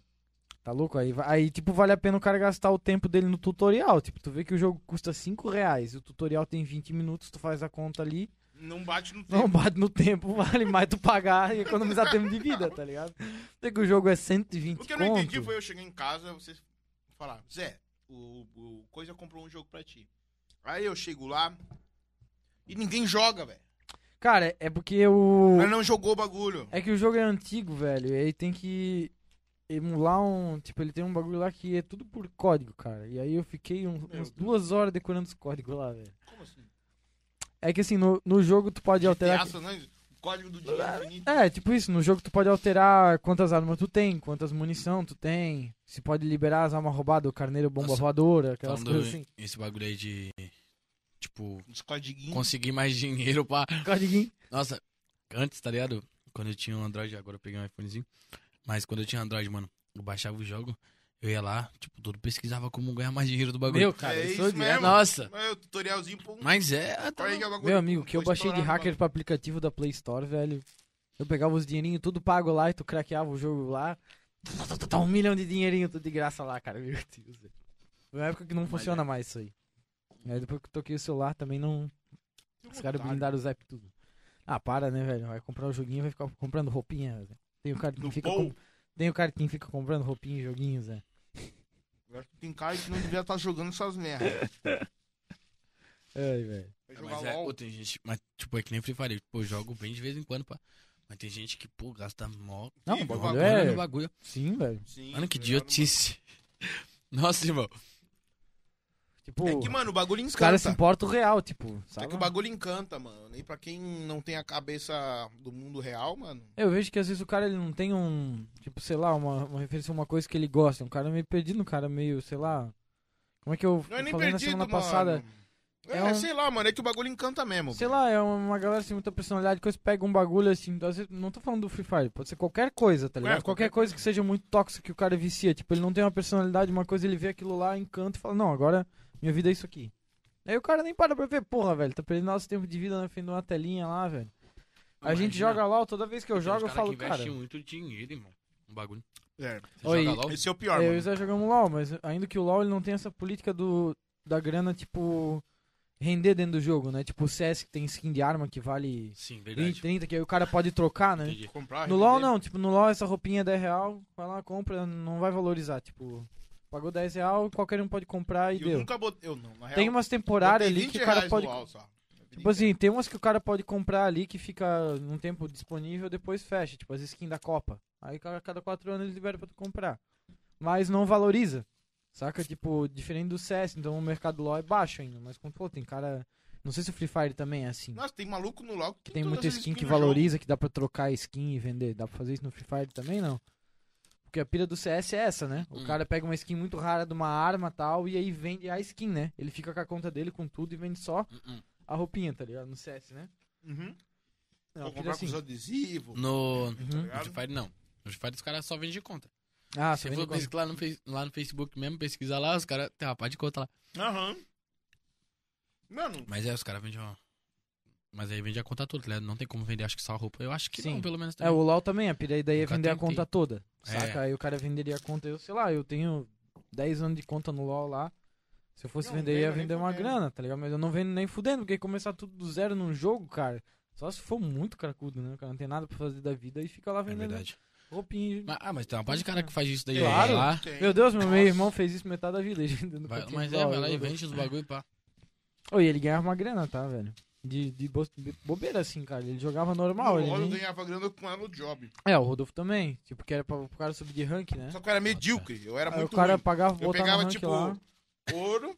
[SPEAKER 2] Tá louco? Aí, va- aí, tipo, vale a pena o cara gastar o tempo dele no tutorial. Tipo, tu vê que o jogo custa 5 reais e o tutorial tem 20 minutos, tu faz a conta ali.
[SPEAKER 1] Não bate no tempo.
[SPEAKER 2] Não bate no tempo, vale mais tu pagar e economizar tempo de vida, tá ligado? Vê que o jogo é 120
[SPEAKER 1] O que eu não entendi
[SPEAKER 2] conto.
[SPEAKER 1] foi eu chegar em casa, você falar, Zé, o, o Coisa comprou um jogo pra ti. Aí eu chego lá e ninguém joga, velho.
[SPEAKER 2] Cara, é porque o.
[SPEAKER 1] Ela não jogou o bagulho.
[SPEAKER 2] É que o jogo é antigo, velho. E aí tem que emular um. Tipo, ele tem um bagulho lá que é tudo por código, cara. E aí eu fiquei um-
[SPEAKER 1] Deus.
[SPEAKER 2] umas duas horas decorando os códigos lá, velho.
[SPEAKER 1] Como assim?
[SPEAKER 2] É que assim, no, no jogo tu pode alterar.
[SPEAKER 1] Teatro, né? O código do dinheiro infinito.
[SPEAKER 2] É, tipo isso, no jogo tu pode alterar quantas armas tu tem, quantas munição tu tem. Se pode liberar as armas roubadas, o carneiro bomba
[SPEAKER 3] Nossa,
[SPEAKER 2] voadora, aquelas
[SPEAKER 3] Falando
[SPEAKER 2] coisas assim.
[SPEAKER 3] esse bagulho aí de. Tipo,
[SPEAKER 1] Os codiguinhos.
[SPEAKER 3] conseguir mais dinheiro pra.
[SPEAKER 2] Código.
[SPEAKER 3] Nossa, antes, tá ligado? Quando eu tinha um Android, agora eu peguei um iPhonezinho. Mas quando eu tinha Android, mano, eu baixava o jogo, eu ia lá, tipo, tudo pesquisava como ganhar mais dinheiro do bagulho.
[SPEAKER 2] Meu, cara,
[SPEAKER 1] É
[SPEAKER 2] eu sou
[SPEAKER 1] isso
[SPEAKER 2] odiado.
[SPEAKER 1] mesmo.
[SPEAKER 3] Nossa!
[SPEAKER 1] É o tutorialzinho, pum.
[SPEAKER 3] Mas é. Tá...
[SPEAKER 1] Olha aí que é o bagulho.
[SPEAKER 2] Meu amigo, que eu
[SPEAKER 1] Vou
[SPEAKER 2] baixei de
[SPEAKER 1] estourar no
[SPEAKER 2] hacker pro aplicativo da Play Store, velho. Eu pegava os dinheirinhos tudo pago lá e tu craqueava o jogo lá. Tá um milhão de dinheirinho tudo de graça lá, cara. Meu Deus, velho. Foi uma época que não funciona
[SPEAKER 1] é.
[SPEAKER 2] mais isso aí. E aí depois que eu toquei o celular também não. Os caras blindaram os apps tudo. Ah, para, né, velho? Vai comprar o joguinho e vai ficar comprando roupinha, velho. Tem o cara que
[SPEAKER 1] No
[SPEAKER 2] fica.
[SPEAKER 1] Pou?
[SPEAKER 2] com- Tem o cara que fica comprando roupinha e joguinhos, né?
[SPEAKER 1] Agora Tem cara que não devia estar jogando essas merdas.
[SPEAKER 2] Ai, velho.
[SPEAKER 1] Vai
[SPEAKER 3] É,
[SPEAKER 1] jogar
[SPEAKER 3] Mas é,
[SPEAKER 1] LOL.
[SPEAKER 3] pô, tem gente, mas tipo, é que nem Free Fire, pô, eu jogo bem de vez em quando, pá. Mas tem gente que, pô, gasta mó
[SPEAKER 2] Não,
[SPEAKER 1] Ih,
[SPEAKER 2] o bagulho
[SPEAKER 1] bagulho
[SPEAKER 3] grana
[SPEAKER 2] é.
[SPEAKER 3] no bagulho.
[SPEAKER 2] Sim, velho.
[SPEAKER 1] Sim,
[SPEAKER 3] Mano, que
[SPEAKER 1] tá ligado,
[SPEAKER 3] idiotice. Nossa, irmão.
[SPEAKER 2] Tipo,
[SPEAKER 1] mano? É que, mano, o bagulho
[SPEAKER 2] os caras
[SPEAKER 1] encanta.
[SPEAKER 2] se importam o real, tipo. Sabe?
[SPEAKER 1] É que o bagulho encanta, mano. E pra quem não tem a cabeça do mundo real, mano.
[SPEAKER 2] Eu vejo que às vezes o cara ele não tem um, tipo, sei lá, uma, uma referência a uma coisa que ele gosta. Um cara meio perdido, um cara meio, sei lá. Como é que eu
[SPEAKER 1] Não é nem
[SPEAKER 2] falei na
[SPEAKER 1] perdido,
[SPEAKER 2] semana
[SPEAKER 1] mano.
[SPEAKER 2] passada?
[SPEAKER 1] É,
[SPEAKER 2] É um-
[SPEAKER 1] sei lá, mano. É que o bagulho encanta mesmo.
[SPEAKER 2] Sei lá, é uma galera sem muita personalidade, coisa pega um bagulho assim. às vezes- não tô falando do Free Fire, pode ser qualquer coisa,
[SPEAKER 3] É,
[SPEAKER 2] tá ligado? qualquer
[SPEAKER 1] qualquer
[SPEAKER 2] coisa que seja muito tóxica que o cara vicia. Tipo, ele não tem uma personalidade, uma coisa, ele vê aquilo lá, encanta e fala, não, agora minha vida é isso aqui. Aí o cara nem para pra ver, porra, velho, tá perdendo nosso tempo de vida na frente de uma telinha lá, velho. A gente
[SPEAKER 3] Imagina.
[SPEAKER 2] joga LOL, toda vez que eu
[SPEAKER 3] Tem uns
[SPEAKER 2] jogo, eu
[SPEAKER 3] cara
[SPEAKER 2] falo,
[SPEAKER 3] que investe um
[SPEAKER 2] cara.
[SPEAKER 3] muito dinheiro, irmão. Um bagulho.
[SPEAKER 1] É.
[SPEAKER 3] Você
[SPEAKER 2] Oi,
[SPEAKER 3] joga LOL?
[SPEAKER 1] Esse é o pior,
[SPEAKER 2] É, eu e o
[SPEAKER 1] mano.
[SPEAKER 2] Zé jogamos LOL, mas ainda que o LOL ele não tem essa política do, da grana, tipo, render dentro do jogo, né? Tipo, o CS que tem skin de arma que vale
[SPEAKER 3] Sim,
[SPEAKER 2] 20,
[SPEAKER 3] verdade.
[SPEAKER 2] 30, que aí o cara pode trocar, né?
[SPEAKER 3] Entendi.
[SPEAKER 1] Comprar,
[SPEAKER 2] No LOL
[SPEAKER 1] revender.
[SPEAKER 2] não, tipo, no LOL essa roupinha é 10 real, vai lá, compra, não vai valorizar, tipo, pagou 10 real, qualquer um pode comprar e
[SPEAKER 1] Eu
[SPEAKER 2] deu.
[SPEAKER 1] nunca botei. Eu não, na real.
[SPEAKER 2] Tem umas temporárias
[SPEAKER 1] botei
[SPEAKER 2] ali que
[SPEAKER 1] 20
[SPEAKER 2] o cara
[SPEAKER 1] reais no
[SPEAKER 2] pode...
[SPEAKER 1] LOL só.
[SPEAKER 2] Tipo assim, tem umas que o cara pode comprar ali que fica num tempo disponível, depois fecha, tipo as skins da Copa. Aí a cada quatro anos ele libera pra tu comprar. Mas não valoriza. Saca? Tipo, diferente do CS, então o mercado LOL é baixo ainda. Mas como tu falou, tem cara. Não sei se o Free Fire também é assim.
[SPEAKER 1] Nossa, tem maluco no LOL que
[SPEAKER 2] tem
[SPEAKER 1] todas
[SPEAKER 2] muita
[SPEAKER 1] as
[SPEAKER 2] skin
[SPEAKER 1] skins
[SPEAKER 2] que
[SPEAKER 1] do jogo.
[SPEAKER 2] valoriza, que dá pra trocar skin e vender. Dá pra fazer isso no Free Fire também, não? Porque a pira do CS é essa, né? O
[SPEAKER 3] Hum.
[SPEAKER 2] cara pega uma skin muito rara de uma arma tal, e aí vende a skin, né? Ele fica com a conta dele, com tudo, e vende só
[SPEAKER 3] Hum, hum.
[SPEAKER 2] a roupinha, tá ligado? No CS, né?
[SPEAKER 1] Uhum.
[SPEAKER 2] Não,
[SPEAKER 1] Vou
[SPEAKER 2] filho,
[SPEAKER 1] comprar
[SPEAKER 2] assim.
[SPEAKER 1] com os adesivos. tá
[SPEAKER 3] No, no
[SPEAKER 2] Uhum.
[SPEAKER 1] ligado?
[SPEAKER 3] Free Fire, não. No Free Fire, os caras só vendem de conta.
[SPEAKER 2] Ah, você
[SPEAKER 3] Se você for
[SPEAKER 2] vende quanto?
[SPEAKER 3] pesquisar lá no, Face- lá no Facebook mesmo, pesquisar lá, os caras tem uma parte de conta lá.
[SPEAKER 1] Aham. Mano,
[SPEAKER 3] Mas é, os caras vendem uma... Mas aí vende a conta toda, tá ligado? Não tem como vender, acho que só a roupa. Eu acho que
[SPEAKER 2] Sim.
[SPEAKER 3] não, pelo menos.
[SPEAKER 2] É,
[SPEAKER 3] Também.
[SPEAKER 2] o LoL também, a pira daí é
[SPEAKER 3] Nunca
[SPEAKER 2] vender a
[SPEAKER 3] tentei.
[SPEAKER 2] conta toda.
[SPEAKER 3] É.
[SPEAKER 2] Saca? Aí o cara venderia a conta, eu sei lá, eu tenho 10 anos de conta no LoL lá. Se eu fosse
[SPEAKER 1] Não,
[SPEAKER 2] vender,
[SPEAKER 1] vendo
[SPEAKER 2] ia
[SPEAKER 1] nem
[SPEAKER 2] vender uma
[SPEAKER 1] fudendo.
[SPEAKER 2] grana, tá ligado? Mas eu não vendo nem fudendo, porque começar tudo do zero num jogo, cara. Só se for muito cracudo, né? O cara não tem nada pra fazer da vida e fica lá
[SPEAKER 3] É
[SPEAKER 2] vendendo
[SPEAKER 3] verdade.
[SPEAKER 2] roupinha.
[SPEAKER 3] Mas, ah, mas tem uma parte de cara que faz isso daí.
[SPEAKER 2] Claro.
[SPEAKER 3] vai lá,
[SPEAKER 1] tem.
[SPEAKER 2] Meu Deus, meu, meu
[SPEAKER 1] Nossa.
[SPEAKER 2] irmão fez isso metade da vida. ele vendendo
[SPEAKER 3] vai-
[SPEAKER 2] continha
[SPEAKER 3] mas
[SPEAKER 2] no
[SPEAKER 3] é,
[SPEAKER 2] LoL,
[SPEAKER 3] vai lá e
[SPEAKER 2] jogou.
[SPEAKER 3] vende os bagulho e pá.
[SPEAKER 2] Ô, e ele ganhava uma grana, tá, velho? De, de bo- de bobeira, assim, cara. Ele jogava normal.
[SPEAKER 1] No
[SPEAKER 2] ele
[SPEAKER 1] LOL eu
[SPEAKER 2] nem-
[SPEAKER 1] ganhava grana com ela no job.
[SPEAKER 2] É, o Rodolfo também. Tipo, que era pra, pro cara subir de rank, né?
[SPEAKER 1] Só que eu era medíocre. Eu era
[SPEAKER 2] Aí o
[SPEAKER 1] muito
[SPEAKER 2] cara
[SPEAKER 1] ruim.
[SPEAKER 2] pagava,
[SPEAKER 1] Eu
[SPEAKER 2] botava no
[SPEAKER 1] pegava,
[SPEAKER 2] rank
[SPEAKER 1] tipo,
[SPEAKER 2] lá.
[SPEAKER 1] ouro.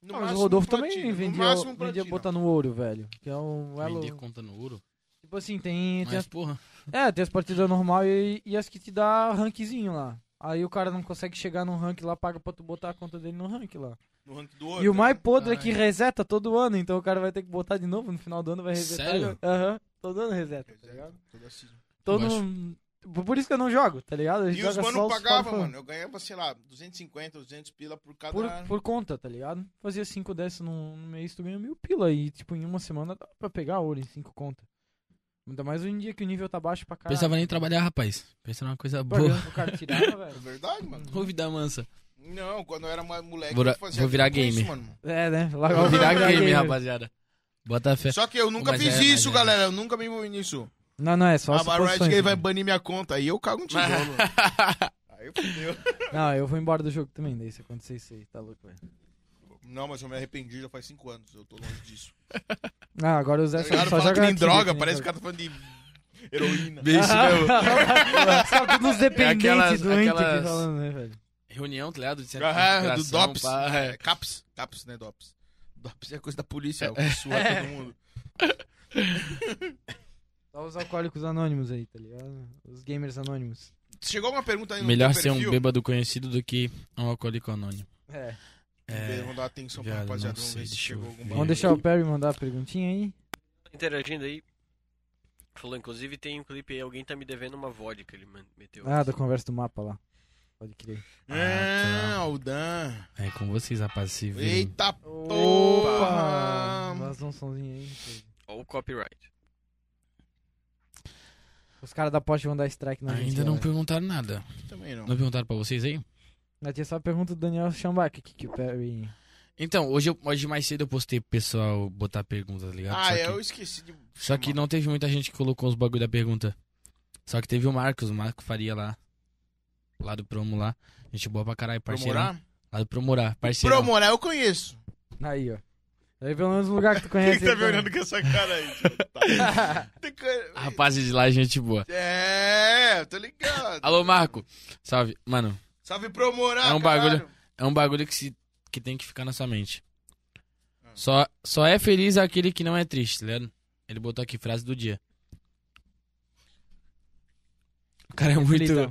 [SPEAKER 1] No
[SPEAKER 2] Ah, mas o
[SPEAKER 1] máximo,
[SPEAKER 2] Rodolfo
[SPEAKER 1] platina.
[SPEAKER 2] também
[SPEAKER 1] No
[SPEAKER 2] vendia,
[SPEAKER 1] máximo, um
[SPEAKER 2] vendia
[SPEAKER 1] platina.
[SPEAKER 2] botar no ouro, velho. Que é um elo...
[SPEAKER 3] Vender conta no ouro.
[SPEAKER 2] Tipo assim, tem... tem
[SPEAKER 3] Mas,
[SPEAKER 2] as...
[SPEAKER 3] porra,
[SPEAKER 2] É, tem as partidas normal e, e as que te dá rankzinho lá. Aí o cara não consegue chegar no rank lá, paga pra tu botar a conta dele no rank lá.
[SPEAKER 1] No rank do ouro.
[SPEAKER 3] né?
[SPEAKER 2] e o mais podre
[SPEAKER 1] Ah,
[SPEAKER 2] é que
[SPEAKER 3] Caralho.
[SPEAKER 2] reseta todo ano, então o cara vai ter que botar de novo no final do ano, vai resetar.
[SPEAKER 3] Sério?
[SPEAKER 2] Aham, todo ano reseta, tá ligado?
[SPEAKER 1] Exato, tudo assim.
[SPEAKER 2] Todo...
[SPEAKER 3] acho-
[SPEAKER 2] Por isso que eu não jogo, tá ligado? A gente
[SPEAKER 1] E os
[SPEAKER 2] joga só
[SPEAKER 1] mano pagavam,
[SPEAKER 2] fora-
[SPEAKER 1] mano. Eu ganhava, sei lá, 250, 200 pila por cada.
[SPEAKER 2] Por, por conta, tá ligado? Fazia 5 dessas num num mês, tu ganha mil pila. E, tipo, em uma semana dá pra pegar ouro em 5 conta. Ainda mais hoje em dia que o nível tá baixo pra caralho.
[SPEAKER 3] pensava nem em trabalhar, rapaz. Pensava numa coisa
[SPEAKER 2] Pô,
[SPEAKER 3] boa.
[SPEAKER 2] o cara tirava,
[SPEAKER 1] É
[SPEAKER 2] velho.
[SPEAKER 1] verdade, mano.
[SPEAKER 3] Vou vida mansa.
[SPEAKER 1] Não, quando eu era mais moleque,
[SPEAKER 3] Vou-
[SPEAKER 1] eu fazia
[SPEAKER 3] vou virar
[SPEAKER 1] tudo isso,
[SPEAKER 3] gamer.
[SPEAKER 1] mano.
[SPEAKER 2] É, né? Lá
[SPEAKER 3] Vou virar
[SPEAKER 2] lá-
[SPEAKER 3] game, rapaziada. Bota fé.
[SPEAKER 1] Só que eu nunca
[SPEAKER 3] Mas
[SPEAKER 1] fiz
[SPEAKER 3] é, mas
[SPEAKER 1] isso,
[SPEAKER 3] é.
[SPEAKER 1] galera. Eu nunca me envolvi nisso.
[SPEAKER 2] Não, não, é só
[SPEAKER 1] a Riot
[SPEAKER 2] suposições.
[SPEAKER 1] Games vai
[SPEAKER 2] né?
[SPEAKER 1] banir minha conta. Aí eu cago um tijolo. aí fudeu.
[SPEAKER 2] Não, eu vou embora do jogo também, daí se acontecer isso aí, tá louco, velho.
[SPEAKER 1] Não, mas eu me arrependi já faz 5 anos. Eu tô longe disso.
[SPEAKER 2] Ah, agora o Zé
[SPEAKER 1] Tá
[SPEAKER 2] só,
[SPEAKER 1] ligado?
[SPEAKER 2] só
[SPEAKER 1] Fala
[SPEAKER 2] joga
[SPEAKER 1] que nem
[SPEAKER 2] na Tinder,
[SPEAKER 1] droga.
[SPEAKER 2] né,
[SPEAKER 1] Parece que o
[SPEAKER 2] cara.
[SPEAKER 1] cara tá falando de heroína.
[SPEAKER 3] Beijo, meu.
[SPEAKER 2] É Só que nos dependentes
[SPEAKER 3] tá É aquelas-
[SPEAKER 2] do Inter
[SPEAKER 3] aquelas-
[SPEAKER 2] aqui falando, né, velho?
[SPEAKER 3] Reunião, tá ligado? De centro
[SPEAKER 1] Ah,
[SPEAKER 3] de
[SPEAKER 1] do
[SPEAKER 3] recuperação,
[SPEAKER 1] DOPS.
[SPEAKER 3] pá, é.
[SPEAKER 1] É, CAPS. CAPS, né, DOPS. DOPS é coisa da polícia, é o que sua todo mundo.
[SPEAKER 2] Só os alcoólicos anônimos aí, tá ligado? Os gamers anônimos.
[SPEAKER 1] Chegou uma pergunta aí no
[SPEAKER 3] Melhor
[SPEAKER 1] teu
[SPEAKER 3] ser um
[SPEAKER 1] perfil?
[SPEAKER 3] bêbado conhecido do que um alcoólico anônimo.
[SPEAKER 2] É.
[SPEAKER 3] É,
[SPEAKER 1] Vamos dar atenção pra
[SPEAKER 3] viado,
[SPEAKER 1] rapaziada.
[SPEAKER 3] não
[SPEAKER 1] Vamos
[SPEAKER 3] sei,
[SPEAKER 1] ver se
[SPEAKER 3] deixa eu
[SPEAKER 1] chegou
[SPEAKER 3] ver.
[SPEAKER 1] algum
[SPEAKER 2] Vamos deixar o Perry mandar a perguntinha aí?
[SPEAKER 4] Interagindo aí. Falou, inclusive tem um clipe aí, alguém tá me devendo uma vodka, ele man- meteu.
[SPEAKER 2] Ah, da conversa do mapa lá. Pode crer.
[SPEAKER 3] Ah,
[SPEAKER 1] Ah, o Dan.
[SPEAKER 3] É com vocês, rapaz. Se virem.
[SPEAKER 1] Eita
[SPEAKER 2] Opa!
[SPEAKER 1] porra!
[SPEAKER 2] Vaza um somzinho aí. gente.
[SPEAKER 4] Ó o copyright.
[SPEAKER 2] Os caras da Porsche vão dar strike na gente.
[SPEAKER 3] Ainda não
[SPEAKER 2] galera.
[SPEAKER 3] perguntaram nada.
[SPEAKER 1] Também não.
[SPEAKER 3] Não perguntaram pra vocês aí?
[SPEAKER 2] Mas tinha só a pergunta do Daniel Schambach, que, que o Perry...
[SPEAKER 3] Então, hoje, eu- hoje mais cedo eu postei pro pessoal botar perguntas, tá ligado?
[SPEAKER 1] Ah,
[SPEAKER 3] Só que-
[SPEAKER 1] eu esqueci de.
[SPEAKER 3] Só que não teve muita gente que colocou os bagulho da pergunta. Só que teve o Marcos, o Marco Faria lá. Lá do Promo lá. Gente boa pra caralho, parceiro.
[SPEAKER 1] Promorar?
[SPEAKER 3] Lá do Promorar, parceiro.
[SPEAKER 1] Promorar eu conheço.
[SPEAKER 2] Aí, ó. Aí pelo menos um lugar que tu
[SPEAKER 1] Quem
[SPEAKER 2] conhece.
[SPEAKER 1] que tá
[SPEAKER 2] ele
[SPEAKER 1] me olhando com essa cara aí? tio? Tá.
[SPEAKER 2] também.
[SPEAKER 1] Tem cara-
[SPEAKER 3] Rapaz de lá, gente boa.
[SPEAKER 1] É, tô ligado.
[SPEAKER 3] Alô, Marco. Salve. Mano,
[SPEAKER 1] Salve Promorar.
[SPEAKER 3] É um
[SPEAKER 1] caralho.
[SPEAKER 3] é um bagulho que, se, que tem que ficar na sua mente.
[SPEAKER 1] Ah.
[SPEAKER 3] Só, só é feliz aquele que não é triste, tá ligado? Ele botou aqui, frase do dia. O cara é muito...
[SPEAKER 2] Reflitam.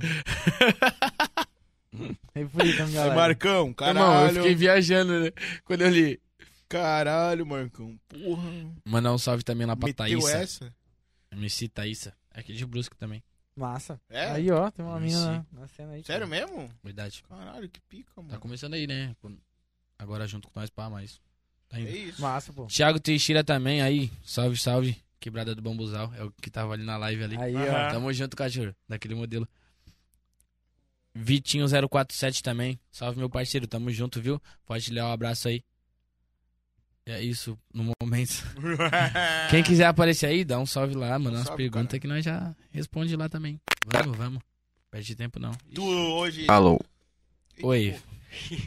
[SPEAKER 2] Reflitam, galera.
[SPEAKER 1] Marcão,
[SPEAKER 3] Irmão, eu
[SPEAKER 1] caralho.
[SPEAKER 3] fiquei viajando né? quando eu li.
[SPEAKER 1] Caralho, Marcão. Porra.
[SPEAKER 3] Mandar um salve também lá pra
[SPEAKER 1] Meteu
[SPEAKER 3] Thaísa.
[SPEAKER 1] essa?
[SPEAKER 3] MC Thaísa. É aqui de Brusque também.
[SPEAKER 2] Massa.
[SPEAKER 1] É?
[SPEAKER 2] Aí, ó, tem uma mina
[SPEAKER 3] Sim.
[SPEAKER 2] na- na cena aí.
[SPEAKER 1] Sério mesmo?
[SPEAKER 3] Verdade.
[SPEAKER 1] Caralho, que pica,
[SPEAKER 3] Tá
[SPEAKER 1] mano.
[SPEAKER 3] começando aí, né? Com- Agora junto com nós, pá, mas. Tá
[SPEAKER 1] É
[SPEAKER 3] indo.
[SPEAKER 1] isso.
[SPEAKER 2] Massa, pô.
[SPEAKER 3] Thiago Teixeira também aí. Salve, salve. Quebrada do Bambuzal. É o que tava ali na live ali.
[SPEAKER 2] Aí,
[SPEAKER 1] Aham.
[SPEAKER 2] ó.
[SPEAKER 3] Tamo junto, cachorro. Daquele modelo. Vitinho047 também. Salve, meu parceiro. Tamo junto, viu? Pode lhe dar um abraço aí. É isso, no momento. Quem quiser aparecer aí, dá um salve lá, manda umas
[SPEAKER 1] salve,
[SPEAKER 3] perguntas
[SPEAKER 1] cara.
[SPEAKER 3] que nós já responde lá também. Vamos, vamos. Perde tempo não.
[SPEAKER 1] Tu hoje.
[SPEAKER 4] Alô.
[SPEAKER 1] Eita,
[SPEAKER 3] Oi.
[SPEAKER 1] porra.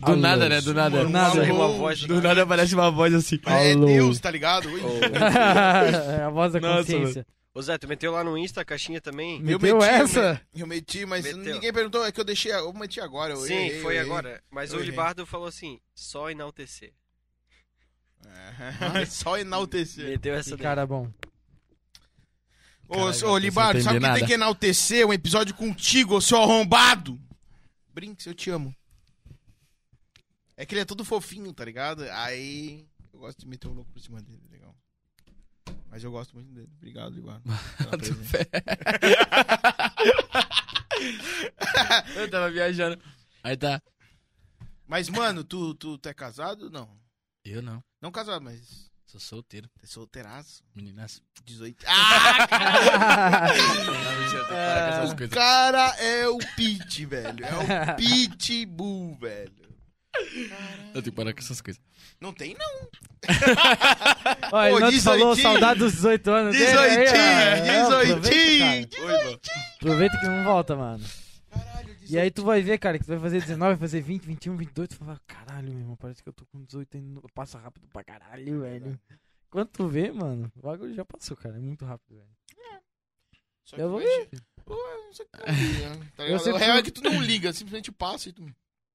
[SPEAKER 3] Do
[SPEAKER 2] Alô.
[SPEAKER 3] nada, né? Do nada.
[SPEAKER 1] Mano,
[SPEAKER 2] nada.
[SPEAKER 1] alô.
[SPEAKER 4] Saiu uma voz
[SPEAKER 3] Do nada aparece uma voz assim.
[SPEAKER 1] É
[SPEAKER 2] Alô.
[SPEAKER 1] Deus, tá ligado? Ui.
[SPEAKER 2] É a voz da
[SPEAKER 3] Nossa,
[SPEAKER 2] consciência.
[SPEAKER 4] Ô Zé, tu meteu lá no Insta a caixinha também?
[SPEAKER 1] Eu
[SPEAKER 2] Meteu
[SPEAKER 1] meti,
[SPEAKER 2] essa?
[SPEAKER 1] Eu meti, eu meti, mas
[SPEAKER 4] Meteu.
[SPEAKER 1] ninguém perguntou. É que eu deixei. Eu meti agora. eu
[SPEAKER 4] Sim,
[SPEAKER 1] errei,
[SPEAKER 4] foi
[SPEAKER 1] eu errei.
[SPEAKER 4] agora. Mas
[SPEAKER 1] Eu
[SPEAKER 4] o
[SPEAKER 1] errei.
[SPEAKER 4] Libardo falou assim, só enaltecer.
[SPEAKER 1] É, Só enaltecer.
[SPEAKER 4] Meteu essa
[SPEAKER 2] Que
[SPEAKER 4] daí.
[SPEAKER 2] cara bom.
[SPEAKER 1] Ô,
[SPEAKER 3] Caralho,
[SPEAKER 1] ô
[SPEAKER 3] não
[SPEAKER 1] Libardo, sabe
[SPEAKER 3] entendi
[SPEAKER 1] que tem
[SPEAKER 3] nada.
[SPEAKER 1] que enaltecer um episódio contigo, ô seu arrombado? Brinks, eu te amo. É que ele é todo fofinho, tá ligado? Aí eu gosto de meter o louco por cima dele, legal. Mas eu gosto muito dele. Obrigado, Libardo. pela presença.
[SPEAKER 3] Eu tava viajando. Aí tá.
[SPEAKER 1] mas, mano, tu, tu, tu é casado? Não.
[SPEAKER 3] Eu não.
[SPEAKER 1] Não casado, mas.
[SPEAKER 3] Sou solteiro.
[SPEAKER 1] É solteiraço.
[SPEAKER 3] Meninas.
[SPEAKER 1] 18. Ah,
[SPEAKER 2] Ah.
[SPEAKER 1] o cara é o Pit, velho. É o Pitbull, velho.
[SPEAKER 3] Eu tenho que parar com essas coisas.
[SPEAKER 1] Não tem, não.
[SPEAKER 2] Ó, ele
[SPEAKER 1] Pô,
[SPEAKER 2] não te falou
[SPEAKER 1] 18.
[SPEAKER 2] saudade dos 18 anos dele aí, ó. É,
[SPEAKER 1] 18,
[SPEAKER 2] aproveita,
[SPEAKER 1] 18.
[SPEAKER 2] cara. Aproveita que não volta, mano. E aí tu vai ver, cara, que tu vai fazer 19, vai fazer 20, 21, 22, tu vai falar, caralho, meu irmão, parece que eu tô com 18 ainda, passa rápido pra caralho, velho. Quando tu vê, mano, o bagulho já passou, cara, é muito rápido, velho.
[SPEAKER 1] Só que
[SPEAKER 2] Eu vou
[SPEAKER 1] vai te- Ué, não sei o que eu vou ver, né? Tá ligado?
[SPEAKER 2] sempre
[SPEAKER 1] O real
[SPEAKER 2] fui-
[SPEAKER 1] é que tu não liga, simplesmente passa e tu.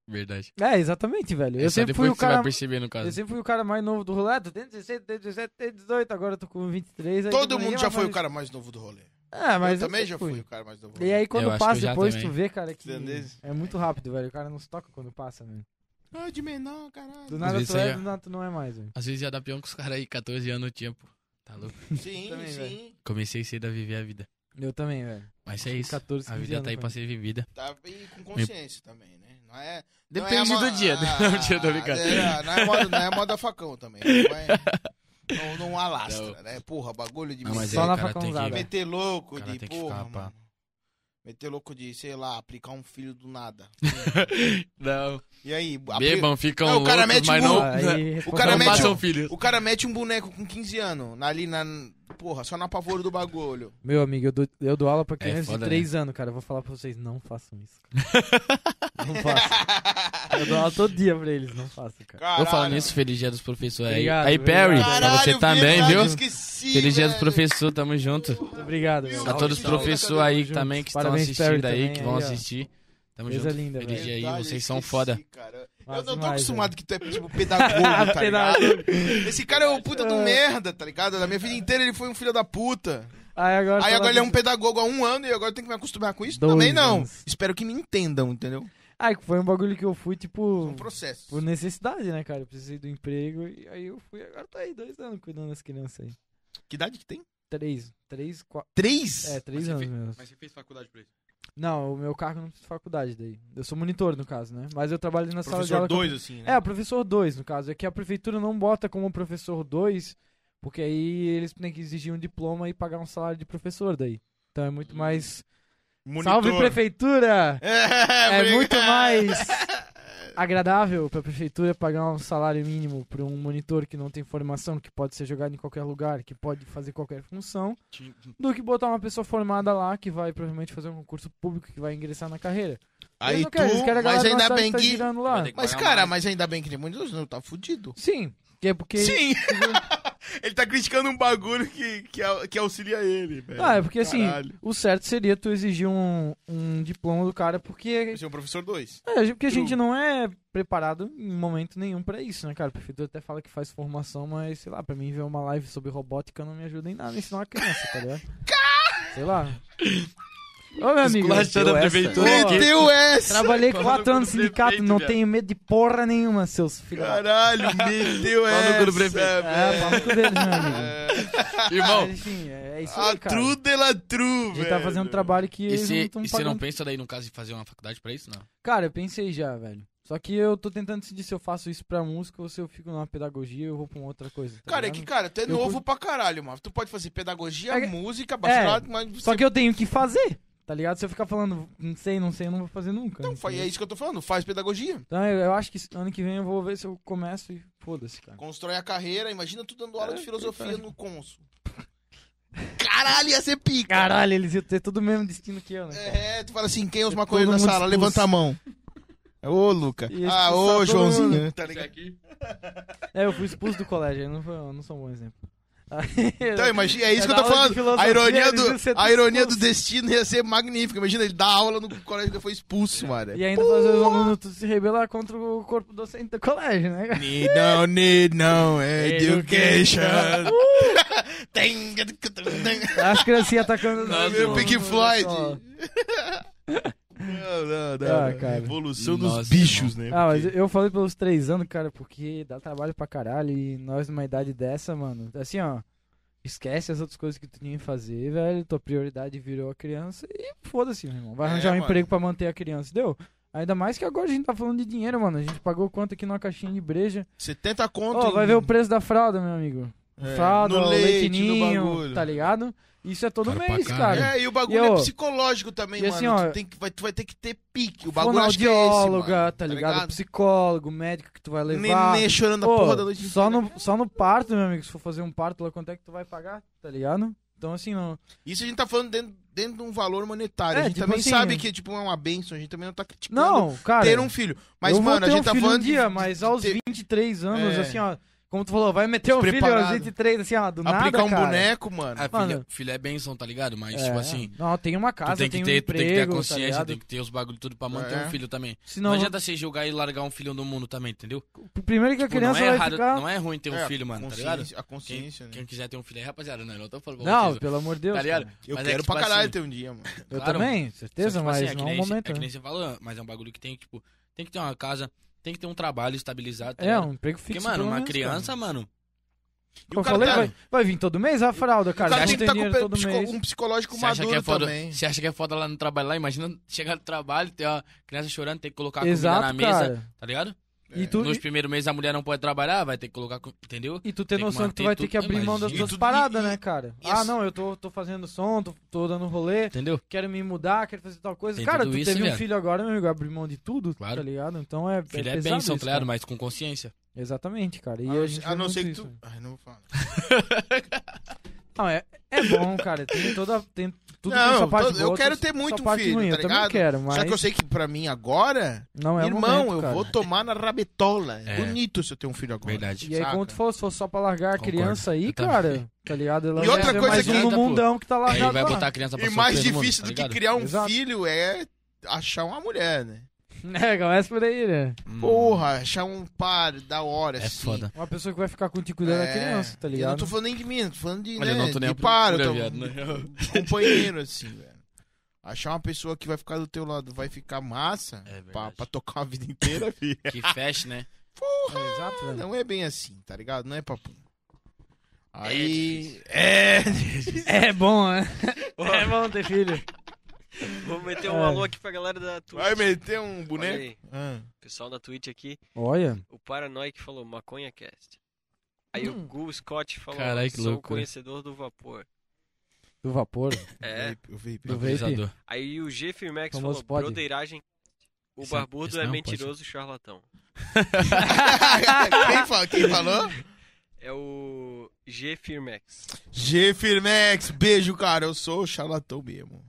[SPEAKER 3] Verdade.
[SPEAKER 2] É, exatamente, velho.
[SPEAKER 3] É
[SPEAKER 2] Eu
[SPEAKER 3] só
[SPEAKER 2] sempre
[SPEAKER 3] depois
[SPEAKER 2] fui o
[SPEAKER 3] que você vai
[SPEAKER 2] cara...
[SPEAKER 3] perceber, no
[SPEAKER 2] Eu
[SPEAKER 3] caso.
[SPEAKER 2] sempre fui o cara mais novo do rolê, ah, tu tem 16, tem 17, tem 18, agora eu tô com 23. aí
[SPEAKER 1] Todo
[SPEAKER 2] tu
[SPEAKER 1] mundo
[SPEAKER 2] ganha
[SPEAKER 1] já
[SPEAKER 2] uma
[SPEAKER 1] foi o
[SPEAKER 2] mais-
[SPEAKER 1] cara mais novo do rolê.
[SPEAKER 2] É, mas
[SPEAKER 1] eu também
[SPEAKER 2] sempre
[SPEAKER 1] já fui o cara mais novo do rolê.
[SPEAKER 2] E aí quando
[SPEAKER 3] acho que eu
[SPEAKER 2] passa
[SPEAKER 3] já
[SPEAKER 2] depois,
[SPEAKER 3] também.
[SPEAKER 2] tu vê, cara, que
[SPEAKER 1] Entendeu?
[SPEAKER 2] é muito rápido, velho. O cara não se toca quando passa, velho.
[SPEAKER 1] Ah, de menor, caralho.
[SPEAKER 2] Do nada
[SPEAKER 3] vezes
[SPEAKER 2] tu
[SPEAKER 3] você
[SPEAKER 2] é,
[SPEAKER 3] já-
[SPEAKER 2] do nada tu não é mais, velho.
[SPEAKER 3] Às vezes já dá pião com os caras aí, 14 anos no tempo. Tá louco?
[SPEAKER 1] Sim,
[SPEAKER 2] Também,
[SPEAKER 1] sim.
[SPEAKER 3] Comecei cedo a viver a vida.
[SPEAKER 2] Eu também, velho.
[SPEAKER 3] Mas é isso.
[SPEAKER 2] 14,
[SPEAKER 3] a
[SPEAKER 2] 15
[SPEAKER 3] vida tá aí
[SPEAKER 2] anos,
[SPEAKER 3] pra
[SPEAKER 2] velho.
[SPEAKER 3] ser vivida.
[SPEAKER 1] Tá, e com consciência também, né? Não é. não é
[SPEAKER 3] Depende
[SPEAKER 1] a mo-
[SPEAKER 3] do dia. né?
[SPEAKER 1] Ah,
[SPEAKER 3] Não, dia, tô brincando.
[SPEAKER 1] é, Não é moda, não é moda facão também. Não, é, não, não alastra,
[SPEAKER 3] Não.
[SPEAKER 1] né? Porra, bagulho de
[SPEAKER 3] Não, mas
[SPEAKER 1] meter-
[SPEAKER 2] Só
[SPEAKER 3] aí o
[SPEAKER 2] na né?
[SPEAKER 3] cara tem
[SPEAKER 2] facãozada.
[SPEAKER 3] que...
[SPEAKER 2] cara.
[SPEAKER 1] meter louco,
[SPEAKER 3] O cara
[SPEAKER 1] de
[SPEAKER 3] tem que
[SPEAKER 1] porra.
[SPEAKER 3] ficar, pá.
[SPEAKER 1] mano. Meter louco de, sei lá, aplicar um filho do nada.
[SPEAKER 3] Não.
[SPEAKER 1] E aí, apli-
[SPEAKER 3] Bebam, ficam
[SPEAKER 1] Não, o cara
[SPEAKER 3] loucos,
[SPEAKER 1] mete
[SPEAKER 3] mas
[SPEAKER 1] um-
[SPEAKER 3] não,
[SPEAKER 2] Ah, Aí,
[SPEAKER 1] o
[SPEAKER 2] responsável-
[SPEAKER 1] cara
[SPEAKER 3] não
[SPEAKER 1] mete
[SPEAKER 3] façam
[SPEAKER 1] um-
[SPEAKER 3] filhos.
[SPEAKER 1] O cara mete um boneco com 15 anos, na- ali na. Porra, só no apavoro do bagulho.
[SPEAKER 2] Meu amigo, eu dou, eu dou aula pra crianças
[SPEAKER 3] É foda, né?
[SPEAKER 2] de 3 anos, cara. Eu vou falar pra vocês, não façam isso. Cara. não façam. Eu dou aula todo dia pra eles, não façam, cara.
[SPEAKER 1] Caralho.
[SPEAKER 3] Vou falar nisso, feliz dia dos professores aí.
[SPEAKER 2] Obrigado,
[SPEAKER 3] Aí, Perry,
[SPEAKER 2] obrigado.
[SPEAKER 3] pra você
[SPEAKER 1] Caralho,
[SPEAKER 3] também,
[SPEAKER 1] verdade,
[SPEAKER 3] viu?
[SPEAKER 1] Esqueci,
[SPEAKER 3] Feliz dia dos
[SPEAKER 1] velho.
[SPEAKER 3] professores, tamo junto.
[SPEAKER 2] Muito obrigado, velho.
[SPEAKER 3] A todos os
[SPEAKER 1] Salve,
[SPEAKER 3] professores
[SPEAKER 1] salve,
[SPEAKER 3] aí
[SPEAKER 2] tamo
[SPEAKER 3] que também
[SPEAKER 2] junto.
[SPEAKER 3] que estão
[SPEAKER 2] Parabéns,
[SPEAKER 3] assistindo
[SPEAKER 2] Perry,
[SPEAKER 3] aí, que
[SPEAKER 2] também,
[SPEAKER 3] vão
[SPEAKER 2] aí, ó.
[SPEAKER 3] assistir. Tamo
[SPEAKER 2] Coisa
[SPEAKER 3] junto.
[SPEAKER 2] linda,
[SPEAKER 3] Feliz
[SPEAKER 2] velho.
[SPEAKER 3] dia aí,
[SPEAKER 1] Verdade,
[SPEAKER 3] vocês são
[SPEAKER 1] esqueci,
[SPEAKER 3] foda.
[SPEAKER 1] cara. Eu
[SPEAKER 2] Massa
[SPEAKER 1] não tô
[SPEAKER 2] demais, né?
[SPEAKER 1] acostumado que tu é tipo pedagogo, tá ligado? Esse cara é um puta do merda, tá ligado? Na minha vida inteira ele foi um filho da puta.
[SPEAKER 2] Aí agora,
[SPEAKER 1] Aí
[SPEAKER 2] falar
[SPEAKER 1] agora ele é um
[SPEAKER 2] disso.
[SPEAKER 1] pedagogo há um ano e agora tem que me acostumar com isso?
[SPEAKER 2] Dois
[SPEAKER 1] Também não.
[SPEAKER 2] anos.
[SPEAKER 1] Espero que me entendam, entendeu?
[SPEAKER 2] Ai, foi um bagulho que eu fui,
[SPEAKER 1] É
[SPEAKER 2] tipo...
[SPEAKER 1] um processo.
[SPEAKER 2] Por necessidade, né, cara? Eu precisei do emprego e aí eu fui. Agora tá aí dois anos cuidando das crianças aí.
[SPEAKER 1] Que idade que tem?
[SPEAKER 2] Três. Três, quatro.
[SPEAKER 1] Três?
[SPEAKER 2] É, três
[SPEAKER 6] você
[SPEAKER 2] anos
[SPEAKER 6] fez-
[SPEAKER 2] mesmo.
[SPEAKER 6] Mas você fez faculdade pra isso?
[SPEAKER 2] Não, o meu cargo não fiz faculdade daí. Eu sou monitor, no caso, né? Mas eu trabalho na sala de
[SPEAKER 6] Professor
[SPEAKER 2] aula. com-
[SPEAKER 6] 2, assim, né?
[SPEAKER 2] É, o professor 2, no caso. É que a prefeitura não bota como professor 2, porque aí eles têm que exigir um diploma e pagar um salário de professor daí. Então é
[SPEAKER 6] Hum,
[SPEAKER 2] muito mais. É, Salve, prefeitura! É,
[SPEAKER 1] obrigado.
[SPEAKER 2] muito mais agradável pra prefeitura pagar um salário mínimo pra um monitor que não tem formação, que pode ser jogado em qualquer lugar, que pode fazer qualquer função, do que botar uma pessoa formada lá que vai provavelmente fazer um concurso público que vai ingressar na carreira. Eles
[SPEAKER 1] Aí
[SPEAKER 2] não querem, eles querem a
[SPEAKER 1] tu, mas
[SPEAKER 2] galera da
[SPEAKER 1] ainda
[SPEAKER 2] cidade
[SPEAKER 1] bem
[SPEAKER 2] tá
[SPEAKER 1] que...
[SPEAKER 2] girando lá.
[SPEAKER 6] Vai ter que
[SPEAKER 1] Mas
[SPEAKER 6] pagar
[SPEAKER 1] cara,
[SPEAKER 6] mais.
[SPEAKER 1] mas ainda bem que tem muitos não tá fudido.
[SPEAKER 2] Sim, que é porque
[SPEAKER 1] Sim! ele tá criticando um bagulho que, que, au- que auxilia ele, velho.
[SPEAKER 2] Ah, é porque assim,
[SPEAKER 3] Tipo
[SPEAKER 1] Caralho.
[SPEAKER 2] o certo seria tu exigir um, um diploma do cara, porque,
[SPEAKER 3] assim,
[SPEAKER 1] Você é um professor 2.
[SPEAKER 2] é, porque
[SPEAKER 1] True.
[SPEAKER 2] a gente não é preparado em momento nenhum pra isso, né, cara? A prefeitura até fala que faz formação, mas sei lá, pra mim ver uma live sobre robótica não me ajuda em nada, ensinar uma criança, tá ligado? sei lá. Ô, meu amigo.
[SPEAKER 3] Esculachando a
[SPEAKER 2] eu essa-
[SPEAKER 3] prefeitura
[SPEAKER 2] Pô,
[SPEAKER 3] aqui.
[SPEAKER 1] Meteu essa!
[SPEAKER 2] Trabalhei
[SPEAKER 6] Falando
[SPEAKER 2] quatro anos no
[SPEAKER 6] com o
[SPEAKER 2] sindicato,
[SPEAKER 6] prefeito,
[SPEAKER 2] não
[SPEAKER 6] viado.
[SPEAKER 2] tenho medo de porra nenhuma, seus filhos.
[SPEAKER 1] Caralho, meteu
[SPEAKER 3] Fala no cu
[SPEAKER 1] essa!
[SPEAKER 3] do prefeito.
[SPEAKER 2] É,
[SPEAKER 1] velho.
[SPEAKER 2] pau no cu deles, meu amigo.
[SPEAKER 3] Irmão,
[SPEAKER 2] Mas, enfim, é isso
[SPEAKER 1] A
[SPEAKER 2] aí, cara.
[SPEAKER 1] tru de la tru,
[SPEAKER 2] A gente
[SPEAKER 1] Ah, velho.
[SPEAKER 2] tá fazendo um trabalho que
[SPEAKER 3] e
[SPEAKER 2] eles não
[SPEAKER 3] você
[SPEAKER 2] estão
[SPEAKER 3] e você
[SPEAKER 2] pagando
[SPEAKER 3] não pensa daí, no caso, de fazer uma faculdade pra isso, não?
[SPEAKER 2] Cara, eu pensei já, velho. Só que eu tô tentando decidir se eu faço isso pra música ou se eu fico numa pedagogia ou eu vou pra uma outra coisa. tá
[SPEAKER 1] Cara, é que,
[SPEAKER 2] ligado?
[SPEAKER 1] cara, tu é
[SPEAKER 2] Eu
[SPEAKER 1] novo
[SPEAKER 2] curto-
[SPEAKER 1] pra caralho, mano. Tu pode fazer pedagogia,
[SPEAKER 2] É-
[SPEAKER 1] música, bacharelado, mas
[SPEAKER 2] Só
[SPEAKER 1] você
[SPEAKER 2] que eu tenho que fazer, tá ligado? Se eu ficar falando, não sei, não sei, eu não vou fazer nunca.
[SPEAKER 1] não
[SPEAKER 2] né,
[SPEAKER 1] faz.
[SPEAKER 2] tá
[SPEAKER 1] É
[SPEAKER 2] ligado?
[SPEAKER 1] isso que eu tô falando, faz pedagogia.
[SPEAKER 2] Então eu, eu acho que ano que vem eu vou ver se eu começo e foda-se, cara.
[SPEAKER 1] Constrói a carreira, imagina tu dando aula de filosofia no Consul. Caralho, ia ser pica.
[SPEAKER 2] Caralho, eles iam ter todo o mesmo destino que eu, né? cara?
[SPEAKER 1] É, tu fala assim, quem é os
[SPEAKER 2] É
[SPEAKER 1] maconheiros
[SPEAKER 2] todo
[SPEAKER 1] da
[SPEAKER 2] mundo
[SPEAKER 1] sala?
[SPEAKER 2] expulso.
[SPEAKER 1] Levanta a mão. Ô, Luca.
[SPEAKER 2] E expulsar
[SPEAKER 1] Ah, ô,
[SPEAKER 2] todo
[SPEAKER 1] Joãozinho.
[SPEAKER 2] mundo.
[SPEAKER 1] Tá
[SPEAKER 6] Isso
[SPEAKER 1] ligado?
[SPEAKER 6] aqui.
[SPEAKER 2] É, eu fui expulso do colégio, eu não, foi- eu não sou um bom exemplo.
[SPEAKER 1] Então, imagina, é isso que eu
[SPEAKER 2] Cada
[SPEAKER 1] tô
[SPEAKER 2] aula de
[SPEAKER 1] falando. A
[SPEAKER 2] filosofia,
[SPEAKER 1] ironia,
[SPEAKER 2] eles iam ser
[SPEAKER 1] do, a
[SPEAKER 2] todos
[SPEAKER 1] ironia do
[SPEAKER 2] expulsos.
[SPEAKER 1] destino ia ser magnífica. Imagina, ele dá aula no colégio que foi expulso, mano.
[SPEAKER 2] E ainda fazer os alunos tudo se rebelar contra o corpo docente do colégio, né, cara?
[SPEAKER 1] Need no, need no
[SPEAKER 2] education. As criancinhas atacando...
[SPEAKER 1] Nossa, meu Pink Floyd. Não, não, não.
[SPEAKER 2] Ah,
[SPEAKER 1] não.
[SPEAKER 2] cara.
[SPEAKER 1] Revolução dos
[SPEAKER 3] Nossa,
[SPEAKER 1] bichos, né?
[SPEAKER 2] Ah, mas eu falei pelos três anos, cara, porque dá trabalho pra caralho e nós numa idade dessa, mano, assim, ó, esquece as outras coisas que tu tinha que fazer, velho, tua prioridade virou a criança e foda-se, meu irmão, vai
[SPEAKER 1] É,
[SPEAKER 2] arranjar um
[SPEAKER 1] mano.
[SPEAKER 2] emprego pra manter a criança, deu? Ainda mais que agora a gente tá falando de dinheiro, mano, a gente pagou quanto aqui numa caixinha de breja,
[SPEAKER 1] 70 conto.
[SPEAKER 2] ó,
[SPEAKER 1] em-
[SPEAKER 2] vai ver o preço da fralda, meu amigo,
[SPEAKER 1] é,
[SPEAKER 2] fralda,
[SPEAKER 1] no
[SPEAKER 2] o
[SPEAKER 1] leite, no
[SPEAKER 2] leitinho,
[SPEAKER 1] bagulho.
[SPEAKER 2] tá ligado? Isso é todo
[SPEAKER 3] Caro pra
[SPEAKER 2] mês,
[SPEAKER 3] caralho.
[SPEAKER 2] cara.
[SPEAKER 1] É, e o bagulho
[SPEAKER 2] E, ó,
[SPEAKER 1] é psicológico também,
[SPEAKER 2] e
[SPEAKER 1] mano.
[SPEAKER 2] assim, ó,
[SPEAKER 1] tu, tem que, vai, tu vai ter que ter pique. O bagulho acho que é esse, mano.
[SPEAKER 2] Fonoaudióloga, tá ligado? Psicólogo, médico que tu vai levar.
[SPEAKER 1] Nenê chorando a
[SPEAKER 2] Pô,
[SPEAKER 1] porra da noite
[SPEAKER 2] só
[SPEAKER 1] inteira.
[SPEAKER 2] no, só no parto, meu amigo, se for fazer um parto lá, quanto é que tu vai pagar, tá ligado? Então, assim, não.
[SPEAKER 1] Isso a gente tá falando dentro, dentro de um valor monetário.
[SPEAKER 2] É,
[SPEAKER 1] a gente
[SPEAKER 2] tipo
[SPEAKER 1] também
[SPEAKER 2] assim,
[SPEAKER 1] sabe
[SPEAKER 2] é.
[SPEAKER 1] que tipo, é uma benção, a gente também não tá criticando
[SPEAKER 2] Não, cara.
[SPEAKER 1] ter um filho. Mas,
[SPEAKER 2] eu vou
[SPEAKER 1] mano, a
[SPEAKER 2] ter
[SPEAKER 1] gente
[SPEAKER 2] um
[SPEAKER 1] tá
[SPEAKER 2] filho
[SPEAKER 1] falando.
[SPEAKER 2] um
[SPEAKER 1] de-
[SPEAKER 2] dia,
[SPEAKER 1] de-
[SPEAKER 2] mas
[SPEAKER 1] de
[SPEAKER 2] aos
[SPEAKER 1] ter-
[SPEAKER 2] 23 anos,
[SPEAKER 1] É.
[SPEAKER 2] assim, ó. Como tu falou, vai meter um filho aos
[SPEAKER 1] Despreparado.
[SPEAKER 2] 23, assim, ó, do nada.
[SPEAKER 1] aplicar um
[SPEAKER 2] cara.
[SPEAKER 1] boneco, mano.
[SPEAKER 3] Ah,
[SPEAKER 2] Mano.
[SPEAKER 3] filha, filha é benção, tá ligado? Mas,
[SPEAKER 2] É,
[SPEAKER 3] tipo assim,
[SPEAKER 2] Não, tem uma casa,
[SPEAKER 3] tu tem que,
[SPEAKER 2] tem,
[SPEAKER 3] ter,
[SPEAKER 2] um emprego,
[SPEAKER 3] tu tem que ter a
[SPEAKER 2] tá
[SPEAKER 3] consciência,
[SPEAKER 2] ligado?
[SPEAKER 3] tem que ter os bagulho tudo pra manter
[SPEAKER 1] É.
[SPEAKER 3] um filho também. Não,
[SPEAKER 2] Senão,
[SPEAKER 3] adianta você julgar e largar um filho no mundo também, entendeu?
[SPEAKER 2] primeiro que a
[SPEAKER 3] Tipo,
[SPEAKER 2] criança
[SPEAKER 3] não é
[SPEAKER 2] vai
[SPEAKER 3] errado,
[SPEAKER 2] ficar...
[SPEAKER 3] não é ruim ter um
[SPEAKER 1] É,
[SPEAKER 3] filho, mano, tá
[SPEAKER 1] consciência-
[SPEAKER 3] ligado?
[SPEAKER 1] A consciência, né?
[SPEAKER 3] Quem quiser ter um filho aí, rapaziada, não, eu não tô falando pra
[SPEAKER 2] Não,
[SPEAKER 3] vocês,
[SPEAKER 2] pelo amor de Deus.
[SPEAKER 3] tá ligado?
[SPEAKER 2] cara.
[SPEAKER 1] Eu
[SPEAKER 3] Mas é
[SPEAKER 1] quero
[SPEAKER 3] que,
[SPEAKER 1] pra
[SPEAKER 3] tipo
[SPEAKER 1] caralho
[SPEAKER 3] assim,
[SPEAKER 1] ter um dia, mano.
[SPEAKER 2] Eu
[SPEAKER 3] Claro,
[SPEAKER 2] também, certeza,
[SPEAKER 3] Só que,
[SPEAKER 2] mas
[SPEAKER 3] tipo assim, é que
[SPEAKER 2] não é
[SPEAKER 3] nem
[SPEAKER 2] um
[SPEAKER 3] esse-
[SPEAKER 2] momento.
[SPEAKER 3] É que
[SPEAKER 2] né?
[SPEAKER 3] nem você falou, mas é um bagulho que tem que, tipo, tem que ter uma casa, tem que ter um trabalho estabilizado. tá
[SPEAKER 2] É,
[SPEAKER 3] ligado?
[SPEAKER 2] um emprego fixo.
[SPEAKER 3] Porque, mano,
[SPEAKER 2] pelo
[SPEAKER 3] uma
[SPEAKER 2] menos, cara.
[SPEAKER 3] criança, mano.
[SPEAKER 1] E
[SPEAKER 2] Como eu
[SPEAKER 1] cara
[SPEAKER 2] falei,
[SPEAKER 1] tá-
[SPEAKER 2] vai, vai vir todo mês a fralda,
[SPEAKER 1] o
[SPEAKER 2] cara.
[SPEAKER 1] cara
[SPEAKER 2] Não
[SPEAKER 1] tem que
[SPEAKER 2] tem
[SPEAKER 1] estar com
[SPEAKER 2] dinheiro
[SPEAKER 1] pe-
[SPEAKER 2] todo
[SPEAKER 1] psico-
[SPEAKER 2] mês.
[SPEAKER 1] um psicológico
[SPEAKER 3] Você acha, que é
[SPEAKER 1] maduro
[SPEAKER 3] foda,
[SPEAKER 1] também.
[SPEAKER 3] você acha que é foda lá no trabalho lá? Imagina chegar do trabalho, ter a criança chorando, ter que colocar a
[SPEAKER 2] Exato,
[SPEAKER 3] comida na mesa,
[SPEAKER 2] cara.
[SPEAKER 3] tá ligado?
[SPEAKER 1] um
[SPEAKER 2] E tu,
[SPEAKER 3] Nos
[SPEAKER 2] e,
[SPEAKER 3] primeiros meses a mulher não pode trabalhar, vai ter que colocar, co- entendeu?
[SPEAKER 2] e tu ter
[SPEAKER 3] tem que
[SPEAKER 2] noção que, tu
[SPEAKER 3] manter
[SPEAKER 2] vai ter
[SPEAKER 3] tudo.
[SPEAKER 2] que abrir mão das
[SPEAKER 1] E
[SPEAKER 2] tuas
[SPEAKER 1] tudo-
[SPEAKER 2] paradas,
[SPEAKER 1] e-
[SPEAKER 2] né, cara?
[SPEAKER 1] e
[SPEAKER 2] ah,
[SPEAKER 1] assim-
[SPEAKER 2] não, eu tô, tô fazendo som, tô, tô dando rolê,
[SPEAKER 3] Entendeu?
[SPEAKER 2] quero me mudar, quero fazer tal coisa.
[SPEAKER 3] Tem
[SPEAKER 2] cara, tu
[SPEAKER 3] tudo isso,
[SPEAKER 2] teve um
[SPEAKER 3] velho.
[SPEAKER 2] filho agora, meu amigo, abrir mão de tudo,
[SPEAKER 3] Claro.
[SPEAKER 2] tá ligado? Então é,
[SPEAKER 3] Filho é,
[SPEAKER 2] pesado
[SPEAKER 3] bênção,
[SPEAKER 2] isso,
[SPEAKER 3] tá ligado?
[SPEAKER 2] cara.
[SPEAKER 3] Mas com consciência.
[SPEAKER 2] Exatamente, cara. E
[SPEAKER 1] Ah, A
[SPEAKER 2] a,
[SPEAKER 1] não-
[SPEAKER 2] gente
[SPEAKER 1] A não ser que
[SPEAKER 2] muito
[SPEAKER 1] tu.
[SPEAKER 2] isso. né?
[SPEAKER 1] Ai, não vou falar.
[SPEAKER 2] Não, é, é bom, cara. Tem toda... Tem, tudo
[SPEAKER 1] Não,
[SPEAKER 2] tem sua parte
[SPEAKER 1] todo- eu
[SPEAKER 2] boa,
[SPEAKER 1] quero
[SPEAKER 2] tem
[SPEAKER 1] ter muito
[SPEAKER 2] sua
[SPEAKER 1] um
[SPEAKER 2] parte
[SPEAKER 1] filho,
[SPEAKER 2] ruim.
[SPEAKER 1] tá
[SPEAKER 2] Eu também
[SPEAKER 1] ligado?
[SPEAKER 2] quero, mas
[SPEAKER 1] Só que eu sei que pra mim agora,
[SPEAKER 2] não é o
[SPEAKER 1] irmão,
[SPEAKER 2] momento,
[SPEAKER 1] eu
[SPEAKER 2] cara.
[SPEAKER 1] vou tomar na rabetola. É.
[SPEAKER 3] É.
[SPEAKER 1] Bonito se eu ter um filho agora.
[SPEAKER 3] Verdade.
[SPEAKER 2] E aí,
[SPEAKER 1] Saca?
[SPEAKER 2] como tu falou, se for só pra largar a
[SPEAKER 3] Concordo.
[SPEAKER 2] criança aí,
[SPEAKER 3] Eu também.
[SPEAKER 2] cara, tá ligado? Ela
[SPEAKER 1] E
[SPEAKER 2] vai
[SPEAKER 1] outra
[SPEAKER 2] ser
[SPEAKER 1] coisa
[SPEAKER 2] mais
[SPEAKER 1] que-
[SPEAKER 2] um no
[SPEAKER 3] Ainda, pô.
[SPEAKER 2] mundão que tá
[SPEAKER 3] Aí
[SPEAKER 2] largado
[SPEAKER 3] vai
[SPEAKER 2] lá.
[SPEAKER 3] botar a criança pra
[SPEAKER 1] E
[SPEAKER 3] sofrer
[SPEAKER 1] mais
[SPEAKER 3] no mundo,
[SPEAKER 1] difícil
[SPEAKER 3] tá
[SPEAKER 1] do que
[SPEAKER 3] ligado?
[SPEAKER 1] criar um
[SPEAKER 2] Exato.
[SPEAKER 1] filho é achar uma mulher, né?
[SPEAKER 2] É, começa por aí, né?
[SPEAKER 3] Hum,
[SPEAKER 1] Porra, achar um par da hora,
[SPEAKER 3] É
[SPEAKER 1] assim.
[SPEAKER 3] foda.
[SPEAKER 2] Uma pessoa que vai ficar contigo cuidando da
[SPEAKER 1] É,
[SPEAKER 2] criança, tá
[SPEAKER 1] Eu não
[SPEAKER 2] ligado?
[SPEAKER 1] tô falando nem de mim, tô falando de,
[SPEAKER 3] Olha, eu
[SPEAKER 1] né,
[SPEAKER 3] não tô nem
[SPEAKER 1] de
[SPEAKER 3] à
[SPEAKER 1] par,
[SPEAKER 3] procura,
[SPEAKER 1] eu tô-
[SPEAKER 3] viado, né?
[SPEAKER 1] companheiro, assim, velho. Achar uma pessoa que vai ficar do teu lado vai ficar massa pra,
[SPEAKER 3] É verdade.
[SPEAKER 1] pra tocar a vida inteira, filho.
[SPEAKER 3] Que feche, né?
[SPEAKER 1] Ah, então.
[SPEAKER 2] É, exato, velho.
[SPEAKER 1] Não é bem assim, tá ligado? Não é papo. Aí. É.
[SPEAKER 2] É bom, né?
[SPEAKER 4] Ó,
[SPEAKER 2] É bom ter filho.
[SPEAKER 4] vou meter um alô aqui pra galera da Twitch.
[SPEAKER 1] Vai meter um boneco.
[SPEAKER 4] Olha aí,
[SPEAKER 1] Ah.
[SPEAKER 4] pessoal da Twitch aqui.
[SPEAKER 2] Olha.
[SPEAKER 4] O Paranoic falou Maconha Cast. Aí
[SPEAKER 2] Hum.
[SPEAKER 4] o Gu Scott falou
[SPEAKER 3] Carai, que
[SPEAKER 4] Sou
[SPEAKER 3] loucura.
[SPEAKER 4] conhecedor do vapor.
[SPEAKER 2] Do vapor.
[SPEAKER 4] É.
[SPEAKER 1] Eu vi,
[SPEAKER 2] Do vape.
[SPEAKER 3] Vaporizador.
[SPEAKER 4] Aí o G Firmex
[SPEAKER 2] Famoso
[SPEAKER 4] falou
[SPEAKER 2] pode.
[SPEAKER 4] Brodeiragem. O
[SPEAKER 3] Esse-
[SPEAKER 4] barbudo
[SPEAKER 3] esse
[SPEAKER 4] é
[SPEAKER 3] não,
[SPEAKER 4] mentiroso charlatão.
[SPEAKER 1] quem, fa- quem falou?
[SPEAKER 4] É o G Firmex.
[SPEAKER 1] G Firmex, beijo, cara. Eu sou charlatão mesmo.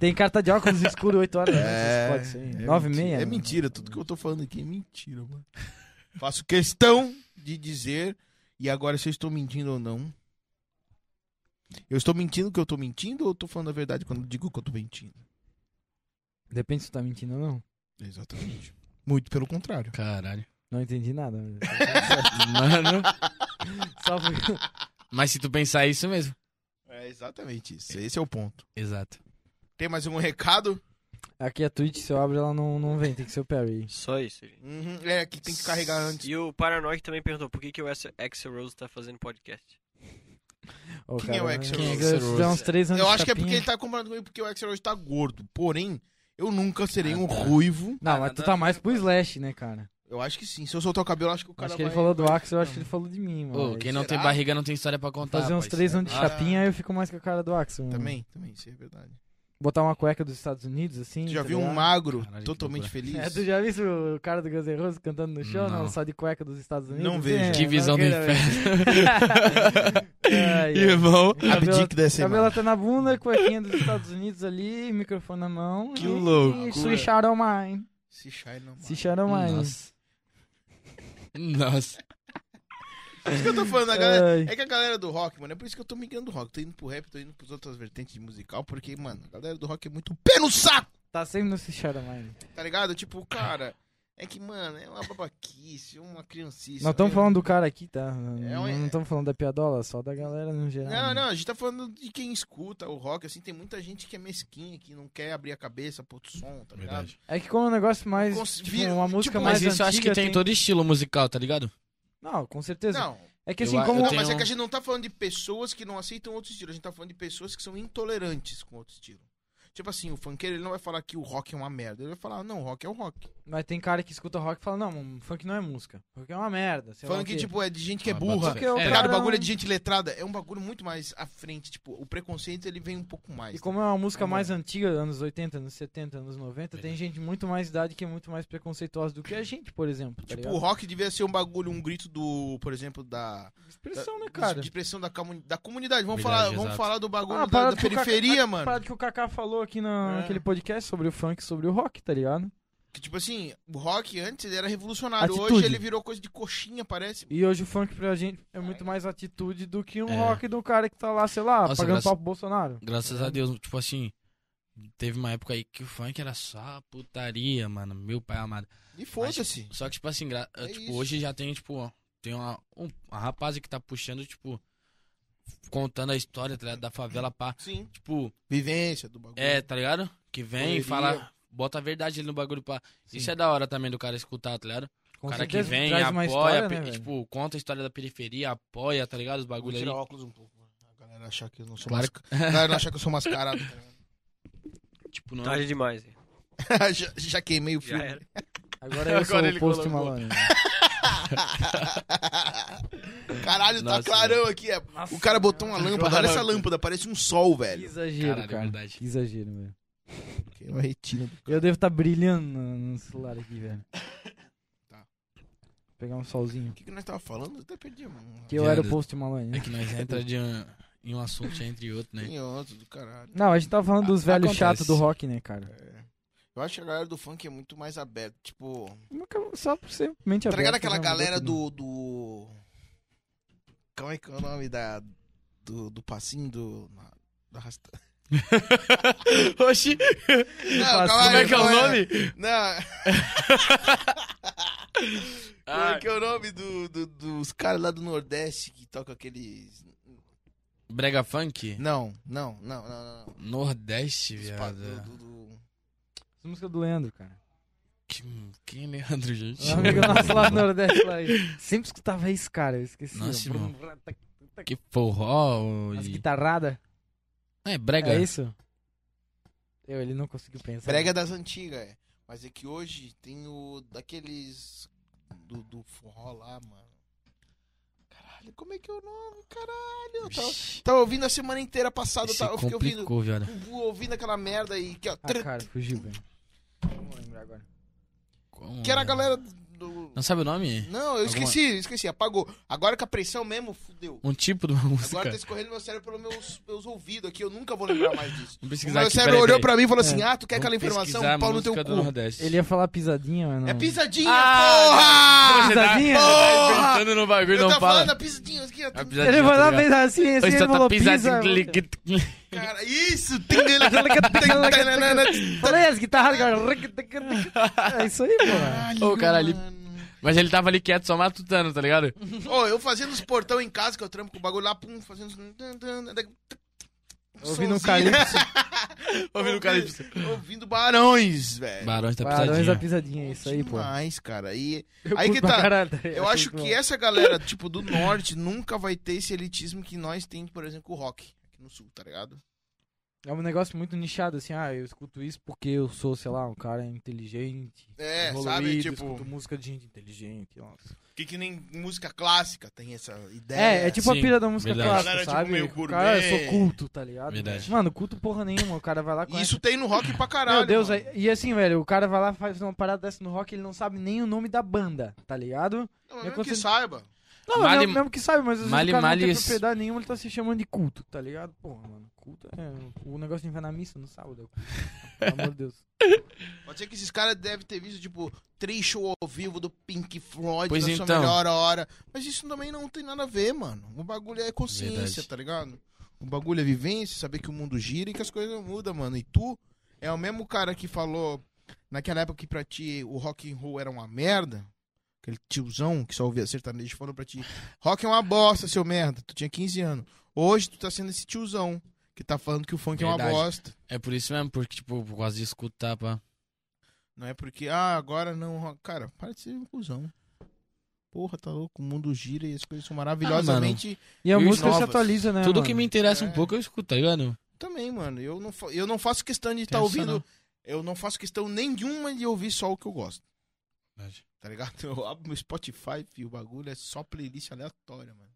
[SPEAKER 2] Tem carta de óculos escuro 8 horas. né? Pode ser. 9 e
[SPEAKER 1] mentira.
[SPEAKER 2] meia. né?
[SPEAKER 1] É mentira, tudo que eu tô falando aqui é mentira, mano. Faço questão de dizer, e agora se eu estou mentindo ou não. Eu estou mentindo que eu tô mentindo ou eu tô falando a verdade quando eu digo que eu tô mentindo?
[SPEAKER 2] Depende se tu tá mentindo ou não.
[SPEAKER 1] Exatamente. Muito pelo contrário.
[SPEAKER 3] Caralho.
[SPEAKER 2] Não entendi nada. mas-
[SPEAKER 3] Mano.
[SPEAKER 2] Só porque...
[SPEAKER 3] Mas se tu pensar é isso mesmo.
[SPEAKER 1] É exatamente isso. Esse é o ponto.
[SPEAKER 3] Exato.
[SPEAKER 1] Tem mais algum recado?
[SPEAKER 2] Aqui a Twitch, se eu abro, ela não, não vem. Tem que ser o Perry.
[SPEAKER 4] Só isso, gente.
[SPEAKER 1] Uhum, É, que tem que carregar antes.
[SPEAKER 4] E o Paranoic também perguntou por que, que o Axel Rose tá fazendo podcast.
[SPEAKER 2] Ô,
[SPEAKER 1] Quem é o Axl
[SPEAKER 2] né?
[SPEAKER 3] Rose?
[SPEAKER 2] Se eu tiver uns 3 anos
[SPEAKER 1] Eu
[SPEAKER 2] de
[SPEAKER 1] acho que é
[SPEAKER 2] chapinha-
[SPEAKER 1] porque ele tá comparando comigo porque o Axel hoje tá gordo. Porém, eu nunca serei
[SPEAKER 3] Ah,
[SPEAKER 1] um
[SPEAKER 3] tá.
[SPEAKER 1] ruivo.
[SPEAKER 2] Não,
[SPEAKER 4] Ah,
[SPEAKER 2] mas tu
[SPEAKER 4] nada-
[SPEAKER 2] tá mais pro Slash, né, cara?
[SPEAKER 1] Eu acho que sim. Se eu soltar o cabelo, eu acho que é o cara
[SPEAKER 2] acho que ele
[SPEAKER 1] vai-
[SPEAKER 2] falou do
[SPEAKER 1] vai-
[SPEAKER 2] Axel, eu acho que ele falou de mim, mano.
[SPEAKER 3] Ô, quem não
[SPEAKER 1] será?
[SPEAKER 3] tem barriga não tem história pra contar.
[SPEAKER 2] Fazer uns
[SPEAKER 3] rapaz.
[SPEAKER 2] 3 anos de
[SPEAKER 1] Ah.
[SPEAKER 2] chapinha, aí eu fico mais com a cara do Axel. mano.
[SPEAKER 1] Também, também, isso é verdade.
[SPEAKER 2] Botar uma cueca dos Estados Unidos, assim.
[SPEAKER 1] Tu já
[SPEAKER 2] tá
[SPEAKER 1] viu um
[SPEAKER 2] ligado?
[SPEAKER 1] magro
[SPEAKER 3] Caralho, que
[SPEAKER 1] totalmente
[SPEAKER 3] loucura.
[SPEAKER 1] feliz?
[SPEAKER 2] É, tu já viu isso, o cara do Guns N' Roses cantando no show? Não.
[SPEAKER 3] Não.
[SPEAKER 2] só de cueca dos Estados Unidos?
[SPEAKER 1] Não vejo.
[SPEAKER 2] É,
[SPEAKER 3] Que visão do
[SPEAKER 2] queira ver.
[SPEAKER 3] inferno.
[SPEAKER 2] Ai, ai.
[SPEAKER 3] Irmão.
[SPEAKER 1] Abdique dessa
[SPEAKER 2] É, Cabelo
[SPEAKER 1] imagem.
[SPEAKER 2] até na bunda, cuequinha dos Estados Unidos ali, microfone na mão.
[SPEAKER 3] Que
[SPEAKER 2] e-
[SPEAKER 3] loucura.
[SPEAKER 2] E se shadow mine.
[SPEAKER 1] Se chai não
[SPEAKER 2] Se
[SPEAKER 1] mata.
[SPEAKER 2] shadow mine.
[SPEAKER 3] Nossa. Nossa.
[SPEAKER 1] Por isso que eu tô falando, a galera...
[SPEAKER 2] Ai.
[SPEAKER 1] É que a galera do rock, mano, é por isso que eu tô migrando do rock. Tô indo pro rap, tô indo pras outras vertentes de musical, porque, mano, a galera do rock é muito pé no saco,
[SPEAKER 2] Tá sempre no se shadow mine.
[SPEAKER 1] tá ligado? Tipo, cara, é que, mano, é uma babaquice, uma criancice.
[SPEAKER 2] Nós estamos falando do cara aqui, tá? Não
[SPEAKER 1] um-
[SPEAKER 2] estamos falando da piadola, só da galera no geral.
[SPEAKER 1] Não,
[SPEAKER 2] né?
[SPEAKER 1] não, a gente tá falando de quem escuta o rock, assim, tem muita gente que é mesquinha, que não quer abrir a cabeça pro som, tá ligado?
[SPEAKER 3] Verdade.
[SPEAKER 2] É que como é um negócio mais.
[SPEAKER 1] Cons-
[SPEAKER 2] tipo,
[SPEAKER 1] vi-
[SPEAKER 2] uma música
[SPEAKER 1] tipo,
[SPEAKER 2] mais.
[SPEAKER 3] Mas isso eu acho que
[SPEAKER 2] antiga
[SPEAKER 3] tem em todo estilo musical, tá ligado?
[SPEAKER 2] Não, com certeza.
[SPEAKER 1] Não,
[SPEAKER 2] É que
[SPEAKER 3] Eu
[SPEAKER 2] assim,
[SPEAKER 3] a-
[SPEAKER 2] como.
[SPEAKER 3] eu
[SPEAKER 1] não,
[SPEAKER 3] tenho-
[SPEAKER 1] mas é que a gente não tá falando de pessoas que não aceitam outro estilo, a gente tá falando de pessoas que são intolerantes com outro estilo. Tipo assim, o funkeiro, ele não vai falar que o rock é uma merda, ele vai falar, não, o rock é o rock.
[SPEAKER 2] Mas tem cara que escuta rock e fala: não, mano, funk não é música. Funk é uma merda. sei lá o
[SPEAKER 1] Funk,
[SPEAKER 2] quê.
[SPEAKER 1] tipo, é de gente que é
[SPEAKER 3] Ah,
[SPEAKER 1] burra,
[SPEAKER 3] bota
[SPEAKER 2] Porque o
[SPEAKER 1] tá
[SPEAKER 3] É.
[SPEAKER 2] cara
[SPEAKER 1] ligado? O bagulho é
[SPEAKER 2] não-
[SPEAKER 1] de gente letrada, é um bagulho muito mais à frente, tipo, o preconceito, ele vem um pouco mais.
[SPEAKER 2] E como é uma música
[SPEAKER 1] Vamos
[SPEAKER 2] mais antiga, anos 80, anos 70, anos 90, tem gente muito mais idade que é muito mais preconceituosa do que a gente, por exemplo. Tá
[SPEAKER 1] Tipo, o
[SPEAKER 2] ligado?
[SPEAKER 1] rock devia ser um bagulho, um grito do, por exemplo, da...
[SPEAKER 2] Expressão, né,
[SPEAKER 1] de-
[SPEAKER 2] cara?
[SPEAKER 1] De pressão da, comu- da comunidade. Vamos,
[SPEAKER 3] Verdade,
[SPEAKER 1] falar, vamos
[SPEAKER 3] exato.
[SPEAKER 1] falar do bagulho
[SPEAKER 2] Ah,
[SPEAKER 1] da,
[SPEAKER 2] parada
[SPEAKER 1] da
[SPEAKER 2] que o Kaká-
[SPEAKER 1] periferia, mano.
[SPEAKER 2] Parado que o Kaká falou aqui na-
[SPEAKER 1] É.
[SPEAKER 2] naquele podcast sobre o funk, sobre o rock, tá ligado?
[SPEAKER 1] Que, tipo assim, o rock antes ele era revolucionário. Hoje
[SPEAKER 2] Atitude.
[SPEAKER 1] ele virou coisa de coxinha, parece.
[SPEAKER 2] E hoje o funk pra gente é muito mais atitude do que um
[SPEAKER 3] É.
[SPEAKER 2] rock do cara que tá lá, sei lá,
[SPEAKER 3] Nossa,
[SPEAKER 2] pagando
[SPEAKER 3] graça-
[SPEAKER 2] pau pro Bolsonaro.
[SPEAKER 3] Graças
[SPEAKER 1] É.
[SPEAKER 3] a Deus, tipo assim, teve uma época aí que o funk era só putaria, mano. Meu pai amado.
[SPEAKER 1] E foda-se.
[SPEAKER 3] Só que, tipo assim, gra-
[SPEAKER 1] É
[SPEAKER 3] tipo,
[SPEAKER 1] isso.
[SPEAKER 3] hoje já tem, tipo, ó, tem uma, um, uma rapaz que tá puxando, tipo, contando a história, tá ligado? Da favela pá.
[SPEAKER 1] Sim.
[SPEAKER 3] Tipo,
[SPEAKER 1] Vivência do bagulho.
[SPEAKER 3] é, tá ligado? Que vem e
[SPEAKER 1] Correria.
[SPEAKER 3] fala, bota a verdade ali no bagulho pá. Isso
[SPEAKER 2] Sim.
[SPEAKER 3] é da hora também do cara escutar, tá ligado?
[SPEAKER 2] Com
[SPEAKER 3] o cara que
[SPEAKER 2] certeza,
[SPEAKER 3] vem,
[SPEAKER 2] traz
[SPEAKER 3] apoia,
[SPEAKER 2] uma história,
[SPEAKER 3] pe-
[SPEAKER 2] né, velho?
[SPEAKER 3] tipo, conta a história da periferia, apoia, tá ligado? Os
[SPEAKER 1] Vou
[SPEAKER 3] bagulho aí.
[SPEAKER 1] tirar o óculos um pouco. mano. A galera achar que eu não sou
[SPEAKER 3] Claro
[SPEAKER 1] masca- A galera não achar que eu sou mascarado. tá ligado?
[SPEAKER 3] Tipo, não.
[SPEAKER 4] Tarde demais, hein?
[SPEAKER 1] já, já queimei o
[SPEAKER 4] Já
[SPEAKER 1] filme.
[SPEAKER 4] era.
[SPEAKER 2] Agora eu
[SPEAKER 3] Agora
[SPEAKER 2] sou
[SPEAKER 3] ele
[SPEAKER 2] o post
[SPEAKER 3] colocou.
[SPEAKER 2] malandro.
[SPEAKER 1] Caralho, tá
[SPEAKER 3] Nossa,
[SPEAKER 1] clarão aqui. é. O cara botou uma lâmpada. Olha essa
[SPEAKER 3] Claro.
[SPEAKER 1] lâmpada, parece um sol,
[SPEAKER 2] Que
[SPEAKER 1] velho.
[SPEAKER 2] exagero,
[SPEAKER 3] Caralho, é
[SPEAKER 2] cara.
[SPEAKER 3] verdade.
[SPEAKER 2] Que exagero, velho.
[SPEAKER 1] Que é uma retina.
[SPEAKER 2] Eu devo estar brilhando no no celular aqui, velho.
[SPEAKER 1] Tá.
[SPEAKER 2] Vou Pegar um solzinho.
[SPEAKER 1] O que, que nós tava falando? Eu até perdi, mano.
[SPEAKER 2] Que eu
[SPEAKER 3] Meu
[SPEAKER 2] era o
[SPEAKER 3] Deus.
[SPEAKER 2] post malone.
[SPEAKER 3] É que nós entra de um- em um assunto já entre outro, né?
[SPEAKER 1] Tem outro do caralho.
[SPEAKER 2] Não, a gente tava falando dos velhos
[SPEAKER 3] acontece.
[SPEAKER 2] chatos do rock, né, cara?
[SPEAKER 1] É. Eu acho que a galera do funk é muito mais aberta. Tipo,
[SPEAKER 2] Nunca- Só por ser mente
[SPEAKER 1] Tá ligado
[SPEAKER 2] aberta, né,
[SPEAKER 1] aquela
[SPEAKER 2] já mudou
[SPEAKER 1] galera
[SPEAKER 2] tudo.
[SPEAKER 1] do, do. Como é que é o nome da. Do, do passinho do. na- do arrasta-
[SPEAKER 3] Oxi,
[SPEAKER 1] Não,
[SPEAKER 3] como é que é o
[SPEAKER 1] calma aí.
[SPEAKER 3] nome?
[SPEAKER 1] Não, como é
[SPEAKER 3] Ah,
[SPEAKER 1] que é o nome do, do- dos caras lá do Nordeste que tocam aqueles.
[SPEAKER 3] Brega Funk?
[SPEAKER 1] Não, não, não, não, não. não.
[SPEAKER 3] Nordeste,
[SPEAKER 1] Dos pa-
[SPEAKER 3] viado.
[SPEAKER 1] do- do- do-
[SPEAKER 2] Essa música do Leandro, cara.
[SPEAKER 3] Que- Quem é Leandro, gente?
[SPEAKER 2] Um amigo nosso lá do Nordeste lá. ele Sempre escutava isso, cara. Eu esqueci.
[SPEAKER 3] Nossa,
[SPEAKER 2] Brum,
[SPEAKER 3] irmão.
[SPEAKER 2] brum, tac,
[SPEAKER 3] Que forró.
[SPEAKER 2] As
[SPEAKER 3] e-
[SPEAKER 2] guitarradas.
[SPEAKER 3] É, brega.
[SPEAKER 2] É isso? Eu, ele não conseguiu pensar.
[SPEAKER 1] Brega das antigas, é. Mas é que hoje tem o daqueles do, do forró lá, mano. Caralho, como é que é o nome? Caralho, eu tava,
[SPEAKER 3] Vixe,
[SPEAKER 1] tava ouvindo a semana inteira passada, eu
[SPEAKER 3] se
[SPEAKER 1] tava- Ah, tá, eu fiquei ouvindo,
[SPEAKER 3] complicou, viado.
[SPEAKER 1] ouvindo aquela merda aí, que, ó,
[SPEAKER 2] Ah, cara, fugiu, velho. Vamos lembrar agora.
[SPEAKER 3] Como
[SPEAKER 1] que era a
[SPEAKER 3] é?
[SPEAKER 1] galera do...
[SPEAKER 3] Não sabe o nome?
[SPEAKER 1] Não, eu esqueci, eu esqueci, apagou. Agora com a pressão mesmo, fudeu.
[SPEAKER 3] Um tipo de uma música.
[SPEAKER 1] Agora tá escorrendo meu cérebro pelos meus, meus ouvidos aqui, eu nunca vou lembrar mais disso.
[SPEAKER 3] Vamos
[SPEAKER 1] O
[SPEAKER 3] pesquisar
[SPEAKER 1] meu
[SPEAKER 3] aqui,
[SPEAKER 1] cérebro
[SPEAKER 3] peraí,
[SPEAKER 1] olhou
[SPEAKER 3] peraí.
[SPEAKER 1] pra mim e falou assim,
[SPEAKER 2] É.
[SPEAKER 1] ah, tu quer aquela
[SPEAKER 3] Vamos
[SPEAKER 1] informação,
[SPEAKER 3] pesquisar a
[SPEAKER 1] pau no teu
[SPEAKER 3] música do
[SPEAKER 1] cu.
[SPEAKER 3] Nordeste.
[SPEAKER 2] Ele é ia falar pisadinha, mas não.
[SPEAKER 1] É pisadinha,
[SPEAKER 3] Ah,
[SPEAKER 1] porra!
[SPEAKER 3] Você tá,
[SPEAKER 2] Pisadinha?
[SPEAKER 3] você
[SPEAKER 1] Porra!
[SPEAKER 3] tá inventando no bagulho e
[SPEAKER 1] Eu
[SPEAKER 3] não
[SPEAKER 1] tava
[SPEAKER 3] fala.
[SPEAKER 1] falando a pisadinha, aqui, ó.
[SPEAKER 3] A pisadinha,
[SPEAKER 2] Ele vai lá
[SPEAKER 3] tá ligado?
[SPEAKER 2] pensar assim, assim,
[SPEAKER 3] Hoje
[SPEAKER 2] ele
[SPEAKER 3] só tá
[SPEAKER 2] falou
[SPEAKER 3] pisadinha.
[SPEAKER 2] pisa.
[SPEAKER 1] Cara, isso!
[SPEAKER 2] Falei as guitarras, cara. É isso aí, porra.
[SPEAKER 3] Ô, caralho.
[SPEAKER 1] mano.
[SPEAKER 3] Mas ele tava ali quieto, só matutando, tá ligado?
[SPEAKER 1] Ô, eu fazendo os portão em casa, que eu trampo com o bagulho lá, pum, fazendo... os-
[SPEAKER 2] Ouvindo um
[SPEAKER 1] Somzinho.
[SPEAKER 2] calypso.
[SPEAKER 3] Ouvindo o cara aí, tipo,
[SPEAKER 1] um Ouvindo Barões, velho.
[SPEAKER 3] Barões tá
[SPEAKER 2] Barões da
[SPEAKER 3] pisadinha.
[SPEAKER 2] pisadinha, é isso aí, pô.
[SPEAKER 1] Demais, cara. E
[SPEAKER 2] Eu
[SPEAKER 1] Aí
[SPEAKER 2] curto
[SPEAKER 1] que
[SPEAKER 2] pra
[SPEAKER 1] tá.
[SPEAKER 2] caralho, tá
[SPEAKER 1] eu
[SPEAKER 2] ligado?
[SPEAKER 1] acho
[SPEAKER 2] Muito
[SPEAKER 1] que
[SPEAKER 2] bom.
[SPEAKER 1] essa galera, tipo, do norte, nunca vai ter esse elitismo que nós tem, por exemplo, com o rock. Aqui no sul, tá ligado?
[SPEAKER 2] É um negócio muito nichado, assim, ah, eu escuto isso porque eu sou, sei lá, um cara inteligente.
[SPEAKER 1] É, sabe?
[SPEAKER 2] evoluído,
[SPEAKER 1] Tipo,
[SPEAKER 2] escuto música de gente inteligente. ó.
[SPEAKER 1] que, que nem música clássica tem essa ideia.
[SPEAKER 2] É, é tipo
[SPEAKER 3] sim,
[SPEAKER 2] a pira da música
[SPEAKER 3] verdade.
[SPEAKER 2] clássica,
[SPEAKER 1] Galera, tipo,
[SPEAKER 2] sabe?
[SPEAKER 1] meio
[SPEAKER 2] o cara, eu
[SPEAKER 1] gourmet.
[SPEAKER 2] sou culto, tá ligado?
[SPEAKER 3] Verdade.
[SPEAKER 2] Mano, culto porra nenhuma, o cara vai lá com
[SPEAKER 1] E isso tem no rock pra caralho.
[SPEAKER 2] Meu Deus,
[SPEAKER 1] mano.
[SPEAKER 2] aí- e assim, velho, o cara vai lá, faz uma parada dessa no rock, ele não sabe nem o nome da banda, tá ligado?
[SPEAKER 1] Não, mas
[SPEAKER 2] É
[SPEAKER 1] mesmo
[SPEAKER 2] quando
[SPEAKER 1] que
[SPEAKER 2] você-
[SPEAKER 1] saiba.
[SPEAKER 2] Não,
[SPEAKER 3] Male-
[SPEAKER 2] mesmo, mesmo que sabe, mas às vezes
[SPEAKER 3] Male-
[SPEAKER 2] o cara não tem
[SPEAKER 3] males-
[SPEAKER 2] propriedade nenhuma, ele tá se chamando de culto, tá ligado? Porra, mano, culto é... O negócio de enganar missa no sábado, é o culto. pelo amor de Deus.
[SPEAKER 1] Pode ser que esses caras devem ter visto, tipo, três shows ao vivo do Pink Floyd
[SPEAKER 3] Pois
[SPEAKER 1] na sua
[SPEAKER 3] então.
[SPEAKER 1] melhor hora. Mas isso também não tem nada a ver, mano. O bagulho é consciência,
[SPEAKER 3] Verdade.
[SPEAKER 1] tá ligado? O bagulho é vivência, saber que o mundo gira e que as coisas mudam, mano. E tu é o mesmo cara que falou naquela época que pra ti o rock and roll era uma merda. Aquele tiozão que só ouvia sertanejo falou pra ti: rock é uma bosta, seu merda. Tu tinha 15 anos. Hoje tu tá sendo esse tiozão que tá falando que o funk é uma
[SPEAKER 3] Verdade.
[SPEAKER 1] bosta.
[SPEAKER 3] É por isso mesmo, porque, tipo, por causa de escutar, pá.
[SPEAKER 1] Não é porque, ah, agora não. ro- Cara, para de ser um cuzão. Porra, tá louco? O mundo gira e as coisas
[SPEAKER 3] Ah,
[SPEAKER 1] são maravilhosamente.
[SPEAKER 2] E a
[SPEAKER 3] E os
[SPEAKER 2] música se
[SPEAKER 3] novos?
[SPEAKER 2] atualiza, né,
[SPEAKER 3] Tudo
[SPEAKER 2] mano?
[SPEAKER 3] que me interessa
[SPEAKER 1] É.
[SPEAKER 3] um pouco eu escuto, tá ligado?
[SPEAKER 1] Também, mano. Eu não, fa- eu não faço questão de estar
[SPEAKER 3] Tem essa,
[SPEAKER 1] Tá ouvindo.
[SPEAKER 3] não.
[SPEAKER 1] Eu não faço questão nenhuma de ouvir só o que eu gosto, tá ligado? Eu abro meu Spotify e o bagulho é só playlist aleatória, mano.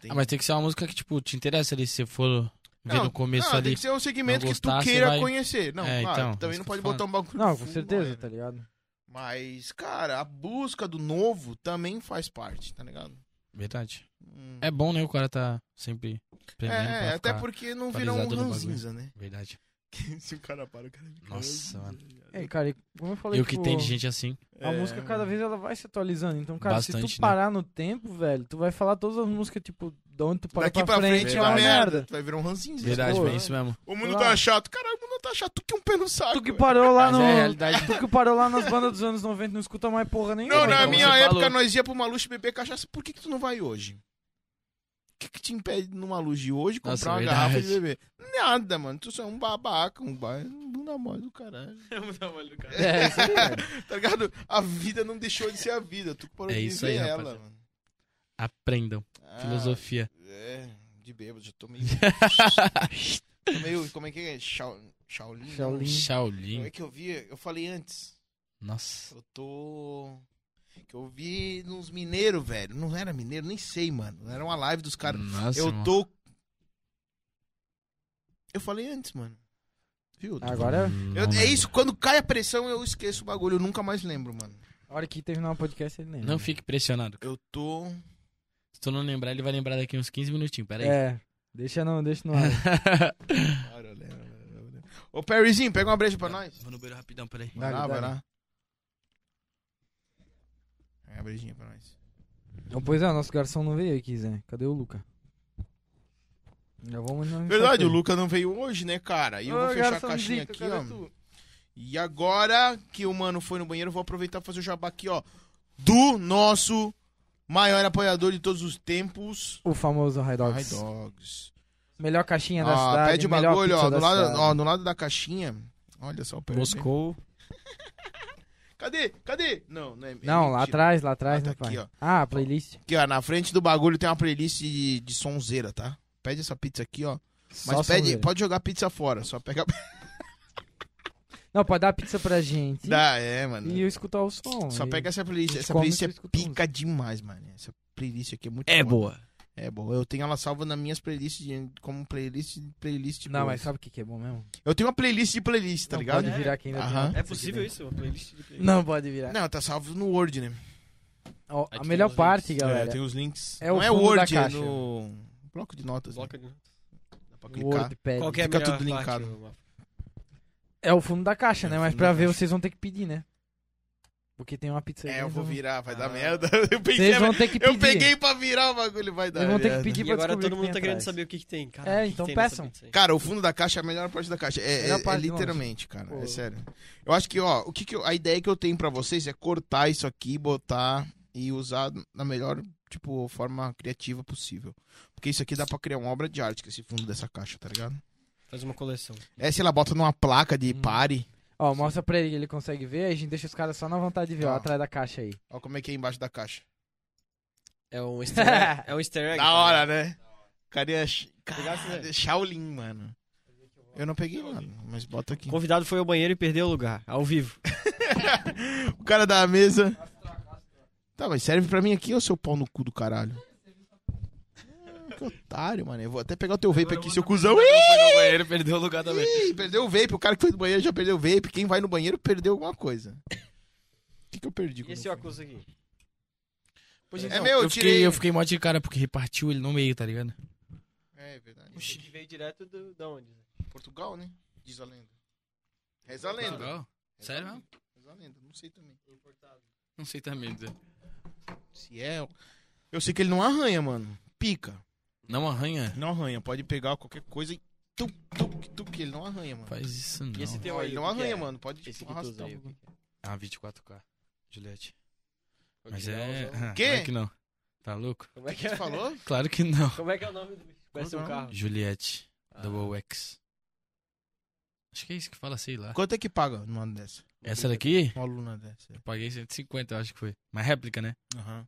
[SPEAKER 1] Tem-
[SPEAKER 3] Ah, mas tem que ser uma música que, tipo, te interessa ali, se você for ver
[SPEAKER 1] Não,
[SPEAKER 3] no começo
[SPEAKER 1] não, tem
[SPEAKER 3] ali.
[SPEAKER 1] que ser um segmento
[SPEAKER 3] não
[SPEAKER 1] que
[SPEAKER 3] gostar,
[SPEAKER 1] tu
[SPEAKER 3] você
[SPEAKER 1] queira
[SPEAKER 3] vai-
[SPEAKER 1] conhecer. Não,
[SPEAKER 3] É,
[SPEAKER 1] claro,
[SPEAKER 3] então,
[SPEAKER 1] também
[SPEAKER 3] isso
[SPEAKER 1] não
[SPEAKER 3] que
[SPEAKER 1] pode
[SPEAKER 3] eu tô
[SPEAKER 1] botar um bagulho.
[SPEAKER 2] Não, com
[SPEAKER 1] full,
[SPEAKER 2] certeza,
[SPEAKER 1] mano.
[SPEAKER 2] tá ligado?
[SPEAKER 1] Mas, cara, a busca do novo também faz parte, tá ligado?
[SPEAKER 3] Verdade.
[SPEAKER 1] Hum.
[SPEAKER 3] É bom, né? O cara tá sempre
[SPEAKER 1] É,
[SPEAKER 3] aprendendo
[SPEAKER 1] é,
[SPEAKER 3] pra
[SPEAKER 1] até
[SPEAKER 3] ficar-
[SPEAKER 1] porque não virou um
[SPEAKER 3] atualizado no
[SPEAKER 1] ranzinza, né?
[SPEAKER 3] Verdade.
[SPEAKER 1] Se o cara para, o cara fica
[SPEAKER 3] Nossa,
[SPEAKER 1] ranzinza.
[SPEAKER 2] É, cara, e como eu falei,
[SPEAKER 3] Eu que
[SPEAKER 2] tipo,
[SPEAKER 3] tem de gente assim.
[SPEAKER 2] A
[SPEAKER 1] É,
[SPEAKER 2] música cada
[SPEAKER 1] mano.
[SPEAKER 2] vez ela vai se atualizando. Então, cara, se
[SPEAKER 3] Bastante,
[SPEAKER 2] tu
[SPEAKER 3] né?
[SPEAKER 2] parar no tempo, velho, tu vai falar todas as músicas, tipo, de onde tu parou
[SPEAKER 1] Daqui
[SPEAKER 2] pra, frente, é
[SPEAKER 1] vai
[SPEAKER 2] uma merda.
[SPEAKER 1] Tu vai virar um ranzinza.
[SPEAKER 3] Verdade,
[SPEAKER 2] pô,
[SPEAKER 3] é isso mesmo.
[SPEAKER 1] O mundo
[SPEAKER 2] Claro.
[SPEAKER 1] tá chato. Caralho, o mundo tá chato. Tu que é um pé no saco.
[SPEAKER 2] Tu que
[SPEAKER 1] velho.
[SPEAKER 2] parou lá
[SPEAKER 3] Mas
[SPEAKER 2] no.
[SPEAKER 3] é a realidade.
[SPEAKER 2] Tu que parou lá nas bandas dos anos 90 não é escuta mais porra nenhuma.
[SPEAKER 1] Não, na
[SPEAKER 3] Então,
[SPEAKER 1] minha
[SPEAKER 3] você
[SPEAKER 1] época
[SPEAKER 3] falou.
[SPEAKER 1] nós ia pro Maluxo beber cachaça. Por que que tu não vai hoje? O que que te impede de ir numa luz de hoje comprar
[SPEAKER 3] Nossa,
[SPEAKER 1] uma
[SPEAKER 3] verdade.
[SPEAKER 1] garrafa de beber? Nada, mano. Tu só é um babaca, um ba... um bunda mole do caralho.
[SPEAKER 2] É, isso aí, velho.
[SPEAKER 1] Tá ligado? A vida não deixou de ser a vida. Tu que parou
[SPEAKER 3] É
[SPEAKER 1] de
[SPEAKER 3] isso
[SPEAKER 1] viver ela,
[SPEAKER 3] aí, rapaziada.
[SPEAKER 1] mano.
[SPEAKER 3] Aprendam.
[SPEAKER 1] Ah,
[SPEAKER 3] Filosofia.
[SPEAKER 1] É, de bêbado, já tô meio. tô meio. Como é que é? Shao- Shaolin? né?
[SPEAKER 2] Shaolin.
[SPEAKER 1] Como
[SPEAKER 3] Shaolin.
[SPEAKER 1] é que eu vi? Eu falei antes.
[SPEAKER 3] Nossa.
[SPEAKER 1] Eu tô. Que eu vi nos mineiros, velho. Não era mineiro, nem sei, mano. Era uma live dos caras.
[SPEAKER 3] Nossa,
[SPEAKER 1] eu
[SPEAKER 3] mano.
[SPEAKER 1] tô. Eu falei antes, mano. Viu? Eu tô-
[SPEAKER 2] Agora,
[SPEAKER 1] Eu-
[SPEAKER 3] Não,
[SPEAKER 1] é isso, quando cai a pressão eu esqueço o bagulho. Eu nunca mais lembro, mano.
[SPEAKER 2] a hora que terminar o podcast, ele lembra.
[SPEAKER 3] Não fique pressionado.
[SPEAKER 1] Eu tô.
[SPEAKER 3] Se tu não lembrar, ele vai lembrar daqui uns 15 minutinhos. Pera aí.
[SPEAKER 2] É. Deixa não, deixa no ar.
[SPEAKER 1] Cara, eu lembro, eu lembro, eu lembro. Ô, Perryzinho, pega uma breja pra nós.
[SPEAKER 3] Vou no banheiro rapidão, peraí.
[SPEAKER 1] Vai
[SPEAKER 2] Dá-lhe,
[SPEAKER 1] lá, vai
[SPEAKER 2] dá-lhe.
[SPEAKER 1] lá. Pega uma brejinha pra nós.
[SPEAKER 2] Então, pois é, nosso garçom não veio aqui, Zé. Cadê o Luca? Já vamos na
[SPEAKER 1] Verdade, o Luca não veio hoje, né, cara? E eu
[SPEAKER 2] Ô,
[SPEAKER 1] vou fechar a
[SPEAKER 2] garçomzinho,
[SPEAKER 1] caixinha aqui,
[SPEAKER 2] cadê
[SPEAKER 1] ó.
[SPEAKER 2] tu?
[SPEAKER 1] E agora que o mano foi no banheiro, eu vou aproveitar e fazer o jabá aqui, ó. Do nosso maior apoiador de todos os tempos.
[SPEAKER 2] O famoso High Dogs.
[SPEAKER 1] High Dogs.
[SPEAKER 2] Melhor caixinha da
[SPEAKER 1] Ó,
[SPEAKER 2] cidade.
[SPEAKER 1] pede o
[SPEAKER 2] melhor
[SPEAKER 1] bagulho,
[SPEAKER 2] pizza
[SPEAKER 1] ó
[SPEAKER 2] da
[SPEAKER 1] do, lado,
[SPEAKER 2] cidade.
[SPEAKER 1] ó. do lado da caixinha. Olha só o Perry.
[SPEAKER 3] Moscou.
[SPEAKER 1] Cadê? Cadê? Não, não é. é
[SPEAKER 2] Não, lá
[SPEAKER 1] mentira.
[SPEAKER 2] atrás, lá atrás,
[SPEAKER 1] tá
[SPEAKER 2] né, pai?
[SPEAKER 1] aqui, ó.
[SPEAKER 2] Ah, playlist.
[SPEAKER 1] Aqui, ó, na frente do bagulho tem uma playlist de, de sonzeira, tá? Pede essa pizza aqui, ó. Mas
[SPEAKER 2] Só
[SPEAKER 1] pede,
[SPEAKER 2] sonzeira.
[SPEAKER 1] pode jogar pizza fora, só pega a
[SPEAKER 2] Não, pode dar pizza pra gente
[SPEAKER 1] Dá, é, mano.
[SPEAKER 2] e eu escutar o som.
[SPEAKER 1] Só
[SPEAKER 2] e-
[SPEAKER 1] pega essa playlist.
[SPEAKER 2] gente
[SPEAKER 1] Essa
[SPEAKER 2] come
[SPEAKER 1] playlist
[SPEAKER 2] e
[SPEAKER 1] é
[SPEAKER 2] tu escuta
[SPEAKER 1] pica demais, mano. Essa playlist aqui é muito
[SPEAKER 3] É
[SPEAKER 1] boa.
[SPEAKER 3] boa.
[SPEAKER 1] É boa. Eu tenho ela salva nas minhas playlists de- como playlist playlist.
[SPEAKER 2] Não,
[SPEAKER 1] boas.
[SPEAKER 2] mas sabe o que, que é bom mesmo?
[SPEAKER 1] Eu tenho uma playlist de playlist, tá
[SPEAKER 2] não
[SPEAKER 1] ligado?
[SPEAKER 2] pode virar aqui ainda. tem
[SPEAKER 1] Aham.
[SPEAKER 2] uma
[SPEAKER 4] É
[SPEAKER 2] pizza
[SPEAKER 4] possível
[SPEAKER 2] aqui
[SPEAKER 4] isso? Uma playlist de
[SPEAKER 2] dentro.
[SPEAKER 4] playlist?
[SPEAKER 2] Não pode virar.
[SPEAKER 1] Não, tá salvo no Word, né?
[SPEAKER 2] Ó,
[SPEAKER 3] Aí
[SPEAKER 2] a
[SPEAKER 3] tem
[SPEAKER 2] melhor
[SPEAKER 3] os
[SPEAKER 2] parte,
[SPEAKER 3] links.
[SPEAKER 2] galera.
[SPEAKER 1] É, tem os links.
[SPEAKER 2] É o
[SPEAKER 1] não é
[SPEAKER 2] fundo da
[SPEAKER 1] Word, é
[SPEAKER 2] caixa.
[SPEAKER 1] no bloco de notas. né?
[SPEAKER 4] Bloca de-
[SPEAKER 1] Dá pra um clicar.
[SPEAKER 2] Wordpad.
[SPEAKER 4] Qual que é a
[SPEAKER 1] Fica
[SPEAKER 4] melhor
[SPEAKER 1] tudo
[SPEAKER 4] parte,
[SPEAKER 1] linkado.
[SPEAKER 4] Rafa?
[SPEAKER 2] É o fundo da caixa,
[SPEAKER 1] É
[SPEAKER 2] né?
[SPEAKER 1] o
[SPEAKER 2] Mas
[SPEAKER 1] fundo
[SPEAKER 2] pra
[SPEAKER 1] da
[SPEAKER 2] ver,
[SPEAKER 1] caixa.
[SPEAKER 2] vocês vão ter que pedir, né? Porque tem uma pizza aí,
[SPEAKER 1] É, eu
[SPEAKER 2] eles
[SPEAKER 1] vou
[SPEAKER 2] vão-
[SPEAKER 1] virar, vai
[SPEAKER 4] Ah.
[SPEAKER 1] dar merda. Eu pensei,
[SPEAKER 2] Vocês vão ter que pedir.
[SPEAKER 1] eu peguei pra virar o bagulho, vai dar
[SPEAKER 2] Eles vão ter que
[SPEAKER 1] merda.
[SPEAKER 2] pedir
[SPEAKER 4] E
[SPEAKER 2] pra
[SPEAKER 4] agora
[SPEAKER 2] descobrir
[SPEAKER 4] todo
[SPEAKER 2] o que
[SPEAKER 4] mundo
[SPEAKER 2] tem
[SPEAKER 4] tá querendo
[SPEAKER 2] atrás.
[SPEAKER 4] saber o que, que tem, cara.
[SPEAKER 2] É,
[SPEAKER 4] o que que
[SPEAKER 2] então
[SPEAKER 4] tem nessa
[SPEAKER 2] peçam.
[SPEAKER 4] pizza aí?
[SPEAKER 1] Cara, o fundo da caixa é a melhor parte da caixa. É, é,
[SPEAKER 2] Melhor
[SPEAKER 1] é
[SPEAKER 2] parte,
[SPEAKER 1] literalmente, cara.
[SPEAKER 2] Pô.
[SPEAKER 1] É sério. Eu acho que, ó, o que que eu- a ideia que eu tenho pra vocês é cortar isso aqui, botar e usar da melhor, tipo, forma criativa possível. Porque isso aqui dá pra criar uma obra de arte com esse fundo dessa caixa, tá ligado?
[SPEAKER 4] Faz uma coleção.
[SPEAKER 1] É, sei lá, bota numa placa de
[SPEAKER 2] Hum.
[SPEAKER 1] pare.
[SPEAKER 2] Ó, mostra pra ele que ele consegue ver, aí a gente deixa os caras só na vontade de ver, ó,
[SPEAKER 1] Tá.
[SPEAKER 2] atrás da caixa aí.
[SPEAKER 1] Ó, como é que é embaixo da caixa.
[SPEAKER 4] É um easter egg. é um easter egg.
[SPEAKER 1] Da
[SPEAKER 4] tá
[SPEAKER 1] hora, né? O cara ia.
[SPEAKER 4] Pegasse, né?
[SPEAKER 1] Cara, Shaolin, mano. Eu não peguei, mano, mas bota aqui.
[SPEAKER 4] ligado? O convidado foi ao banheiro e perdeu o lugar, ao vivo.
[SPEAKER 1] O cara da mesa. Tá, mas serve pra mim aqui ou seu pau no cu do caralho? Ah, Que otário, mano. Eu vou até pegar o teu vape aqui, seu cuzão.
[SPEAKER 3] Foi no banheiro, perdeu o lugar também.
[SPEAKER 1] Ih, perdeu o vape. O cara que foi do banheiro já perdeu o vape. Quem vai no banheiro perdeu alguma coisa. O que, que eu perdi?
[SPEAKER 4] E
[SPEAKER 1] quando
[SPEAKER 4] esse
[SPEAKER 1] eu fui?
[SPEAKER 4] óculos aqui?
[SPEAKER 3] Pois
[SPEAKER 1] então, meu,
[SPEAKER 3] eu
[SPEAKER 1] eu
[SPEAKER 3] Fiquei,
[SPEAKER 1] tirei.
[SPEAKER 3] eu fiquei mó de cara, porque repartiu ele no meio, tá ligado?
[SPEAKER 1] É, é verdade.
[SPEAKER 4] Esse aqui veio direto do, da onde?
[SPEAKER 1] Portugal, né? Diz a lenda. Reza a lenda.
[SPEAKER 3] Legal. Sério mesmo?
[SPEAKER 1] Reza a lenda. Não sei também.
[SPEAKER 3] Não sei também. dizer.
[SPEAKER 1] Se é. Eu sei que ele não arranha, mano. Pica.
[SPEAKER 3] Não arranha.
[SPEAKER 1] Não arranha. Pode pegar qualquer coisa e. Tuc, tuc, tuc. Ele não arranha, mano.
[SPEAKER 3] Faz isso não.
[SPEAKER 4] E esse teu
[SPEAKER 1] Ó,
[SPEAKER 4] aí?
[SPEAKER 1] ele não
[SPEAKER 4] o que que
[SPEAKER 1] arranha,
[SPEAKER 4] é?
[SPEAKER 1] mano. Pode
[SPEAKER 4] Esse
[SPEAKER 1] tipo,
[SPEAKER 4] que tu usa
[SPEAKER 1] arrastar.
[SPEAKER 4] aí. o
[SPEAKER 1] o-
[SPEAKER 4] que que
[SPEAKER 3] Ah, 24K. Juliette.
[SPEAKER 4] é?
[SPEAKER 3] Mas é...
[SPEAKER 4] Originalzão.
[SPEAKER 3] ah,
[SPEAKER 1] Quê?
[SPEAKER 3] Claro que não. Tá louco?
[SPEAKER 4] Como é
[SPEAKER 1] que
[SPEAKER 4] que
[SPEAKER 1] tu
[SPEAKER 4] é?
[SPEAKER 1] falou?
[SPEAKER 3] Claro que não.
[SPEAKER 4] Como é que é o nome do bicho? Parece um
[SPEAKER 1] Não.
[SPEAKER 4] carro.
[SPEAKER 3] Juliette. Double X. Acho que é isso que fala, sei lá.
[SPEAKER 1] Quanto é que paga numa dessa?
[SPEAKER 3] Essa daqui,
[SPEAKER 1] Uma aluna dessa.
[SPEAKER 3] eu paguei 150, eu acho que foi. Mas réplica, né?
[SPEAKER 1] Aham.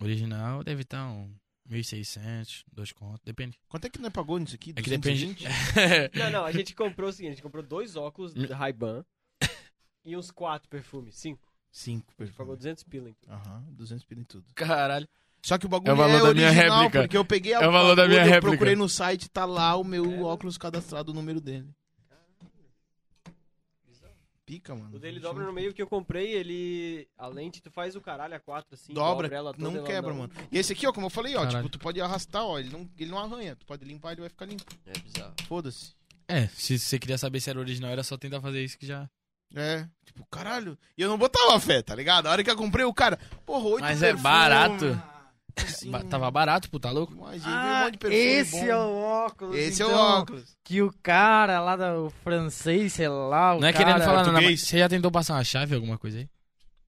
[SPEAKER 3] Original deve estar um 1.600, dois contos, depende.
[SPEAKER 1] Quanto é que não pagou nisso aqui?
[SPEAKER 3] É que depende.
[SPEAKER 1] 220?
[SPEAKER 4] Não, não, a gente comprou o seguinte, a gente comprou dois óculos da Ray-Ban e uns quatro perfumes, cinco.
[SPEAKER 1] Cinco,
[SPEAKER 4] A gente pagou
[SPEAKER 1] perfeito.
[SPEAKER 4] 200 pila. Então.
[SPEAKER 1] Aham, 200 pila em tudo.
[SPEAKER 3] Caralho.
[SPEAKER 1] Só que o bagulho
[SPEAKER 3] É
[SPEAKER 1] é
[SPEAKER 3] o valor da minha
[SPEAKER 1] original,
[SPEAKER 3] réplica.
[SPEAKER 1] porque eu peguei a
[SPEAKER 3] É o valor da
[SPEAKER 1] bagulho,
[SPEAKER 3] minha
[SPEAKER 1] eu
[SPEAKER 3] réplica.
[SPEAKER 1] procurei no site, tá lá o meu óculos cadastrado, o número dele. Pica, mano.
[SPEAKER 4] O dele dobra no meio que eu comprei, ele... A lente, tu faz o caralho a quatro, assim, dobra,
[SPEAKER 1] Dobra,
[SPEAKER 4] ela toda.
[SPEAKER 1] não
[SPEAKER 4] ela
[SPEAKER 1] quebra, mano. E esse aqui, ó, como eu falei, ó,
[SPEAKER 3] Caralho.
[SPEAKER 1] tipo, tu pode arrastar, ó, ele não, ele não arranha. Tu pode limpar, ele vai ficar limpo.
[SPEAKER 4] É bizarro.
[SPEAKER 1] Foda-se.
[SPEAKER 3] É, se você queria saber se era original, era só tentar fazer isso que já.
[SPEAKER 1] É, tipo, caralho. E eu não botava fé, tá ligado? A hora que eu comprei, o cara, porra, oito
[SPEAKER 3] Mas é
[SPEAKER 1] perfume,
[SPEAKER 3] barato.
[SPEAKER 1] assim,
[SPEAKER 3] Ba- tava barato, pô, tá louco?
[SPEAKER 1] Mas ele veio um
[SPEAKER 2] Ah,
[SPEAKER 1] monte de perfume
[SPEAKER 2] esse
[SPEAKER 1] bom.
[SPEAKER 2] é o óculos.
[SPEAKER 1] Esse é o
[SPEAKER 2] então,
[SPEAKER 1] óculos.
[SPEAKER 2] Que o cara lá da o francês, sei lá, o
[SPEAKER 3] Não é
[SPEAKER 2] cara...
[SPEAKER 3] querendo falar nada,
[SPEAKER 1] português.
[SPEAKER 3] mas você já tentou passar uma chave, alguma coisa aí?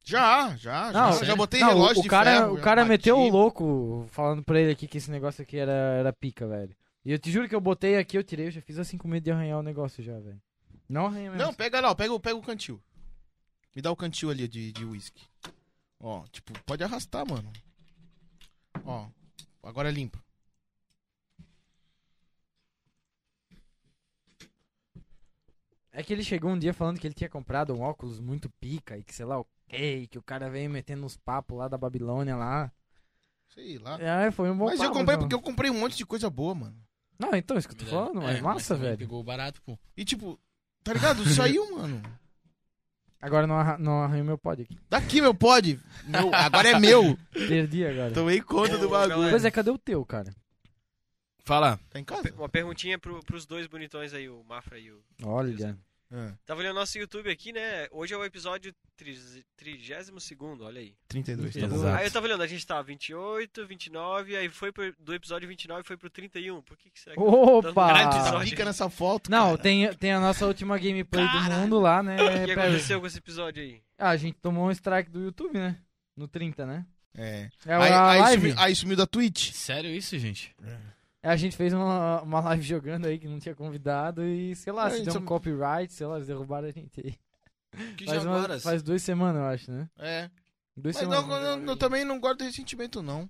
[SPEAKER 1] Já, já,
[SPEAKER 2] Não,
[SPEAKER 1] já.
[SPEAKER 2] é.
[SPEAKER 1] Já
[SPEAKER 3] sério?
[SPEAKER 1] botei
[SPEAKER 2] Não,
[SPEAKER 1] relógio
[SPEAKER 2] o
[SPEAKER 1] de
[SPEAKER 2] cara,
[SPEAKER 1] ferro, é um
[SPEAKER 2] o
[SPEAKER 1] já
[SPEAKER 2] cara
[SPEAKER 1] bati.
[SPEAKER 2] meteu o louco falando pra ele aqui que esse negócio aqui era, era pica, velho. E eu te juro que eu botei aqui, eu tirei, eu já fiz assim com medo de arranhar o negócio já, velho. Não arranha mesmo.
[SPEAKER 1] Não, pega lá, ó, pega, o- pega o cantil. Me dá o cantil ali de, de whisky. Ó, tipo, pode arrastar, mano. Ó, agora é limpa.
[SPEAKER 2] É que ele chegou um dia falando que ele tinha comprado um óculos muito pica e que sei lá o que, que o cara veio metendo uns papos lá da Babilônia lá.
[SPEAKER 1] Sei lá.
[SPEAKER 2] É, foi um bom
[SPEAKER 1] Ah. Mas eu
[SPEAKER 2] papo,
[SPEAKER 1] comprei
[SPEAKER 2] então.
[SPEAKER 1] porque eu comprei um monte de coisa boa, mano.
[SPEAKER 2] Não, então, isso que eu tô
[SPEAKER 3] É,
[SPEAKER 2] falando, mas massa,
[SPEAKER 3] também
[SPEAKER 2] velho.
[SPEAKER 3] Pegou barato, pô.
[SPEAKER 1] E tipo, tá ligado? Saiu, mano.
[SPEAKER 2] Agora não, arra não arranhei meu pod aqui.
[SPEAKER 1] Daqui, meu pod. Meu, agora é meu.
[SPEAKER 2] Perdi agora.
[SPEAKER 1] Tomei conta do
[SPEAKER 4] Ô,
[SPEAKER 1] bagulho.
[SPEAKER 4] galera.
[SPEAKER 2] Pois é, cadê o teu, cara?
[SPEAKER 3] Fala.
[SPEAKER 1] Tá em casa?
[SPEAKER 4] Uma perguntinha pro, pros dois bonitões aí, o Mafra e o...
[SPEAKER 2] Olha.
[SPEAKER 1] Ah,
[SPEAKER 4] Tava olhando nosso YouTube aqui, né? Hoje é o episódio 32, olha aí.
[SPEAKER 1] 32,
[SPEAKER 3] tá bom. Exato.
[SPEAKER 4] Aí eu tava olhando, a gente tá 28, 29, aí foi pro, do episódio 29 foi pro 31. Por que, que será que
[SPEAKER 2] Opa!
[SPEAKER 4] Caralho, tu
[SPEAKER 1] Tá
[SPEAKER 4] sabe-
[SPEAKER 1] pica nessa foto.
[SPEAKER 2] Não,
[SPEAKER 1] cara.
[SPEAKER 2] tem, tem a nossa última gameplay do mundo lá, né?
[SPEAKER 4] O que
[SPEAKER 2] Pera-
[SPEAKER 4] aconteceu com esse episódio aí?
[SPEAKER 2] Ah, a gente tomou um strike do YouTube, né? No 30, né?
[SPEAKER 1] É.
[SPEAKER 2] É
[SPEAKER 1] Aí,
[SPEAKER 2] a
[SPEAKER 1] aí
[SPEAKER 2] live.
[SPEAKER 1] sumiu, aí sumiu da Twitch.
[SPEAKER 3] Sério isso, gente?
[SPEAKER 2] É, A gente fez uma, uma live jogando aí que não tinha convidado e, sei lá,
[SPEAKER 1] É,
[SPEAKER 2] se deu
[SPEAKER 1] isso
[SPEAKER 2] um
[SPEAKER 1] é-
[SPEAKER 2] copyright, sei lá, eles derrubaram a gente aí.
[SPEAKER 1] Que
[SPEAKER 2] Faz, uma-
[SPEAKER 1] Jaguaras.
[SPEAKER 2] faz duas semanas, eu acho, né?
[SPEAKER 1] É.
[SPEAKER 2] Duas
[SPEAKER 1] Mas
[SPEAKER 2] semanas.
[SPEAKER 1] não, eu, eu também não guardo ressentimento, não.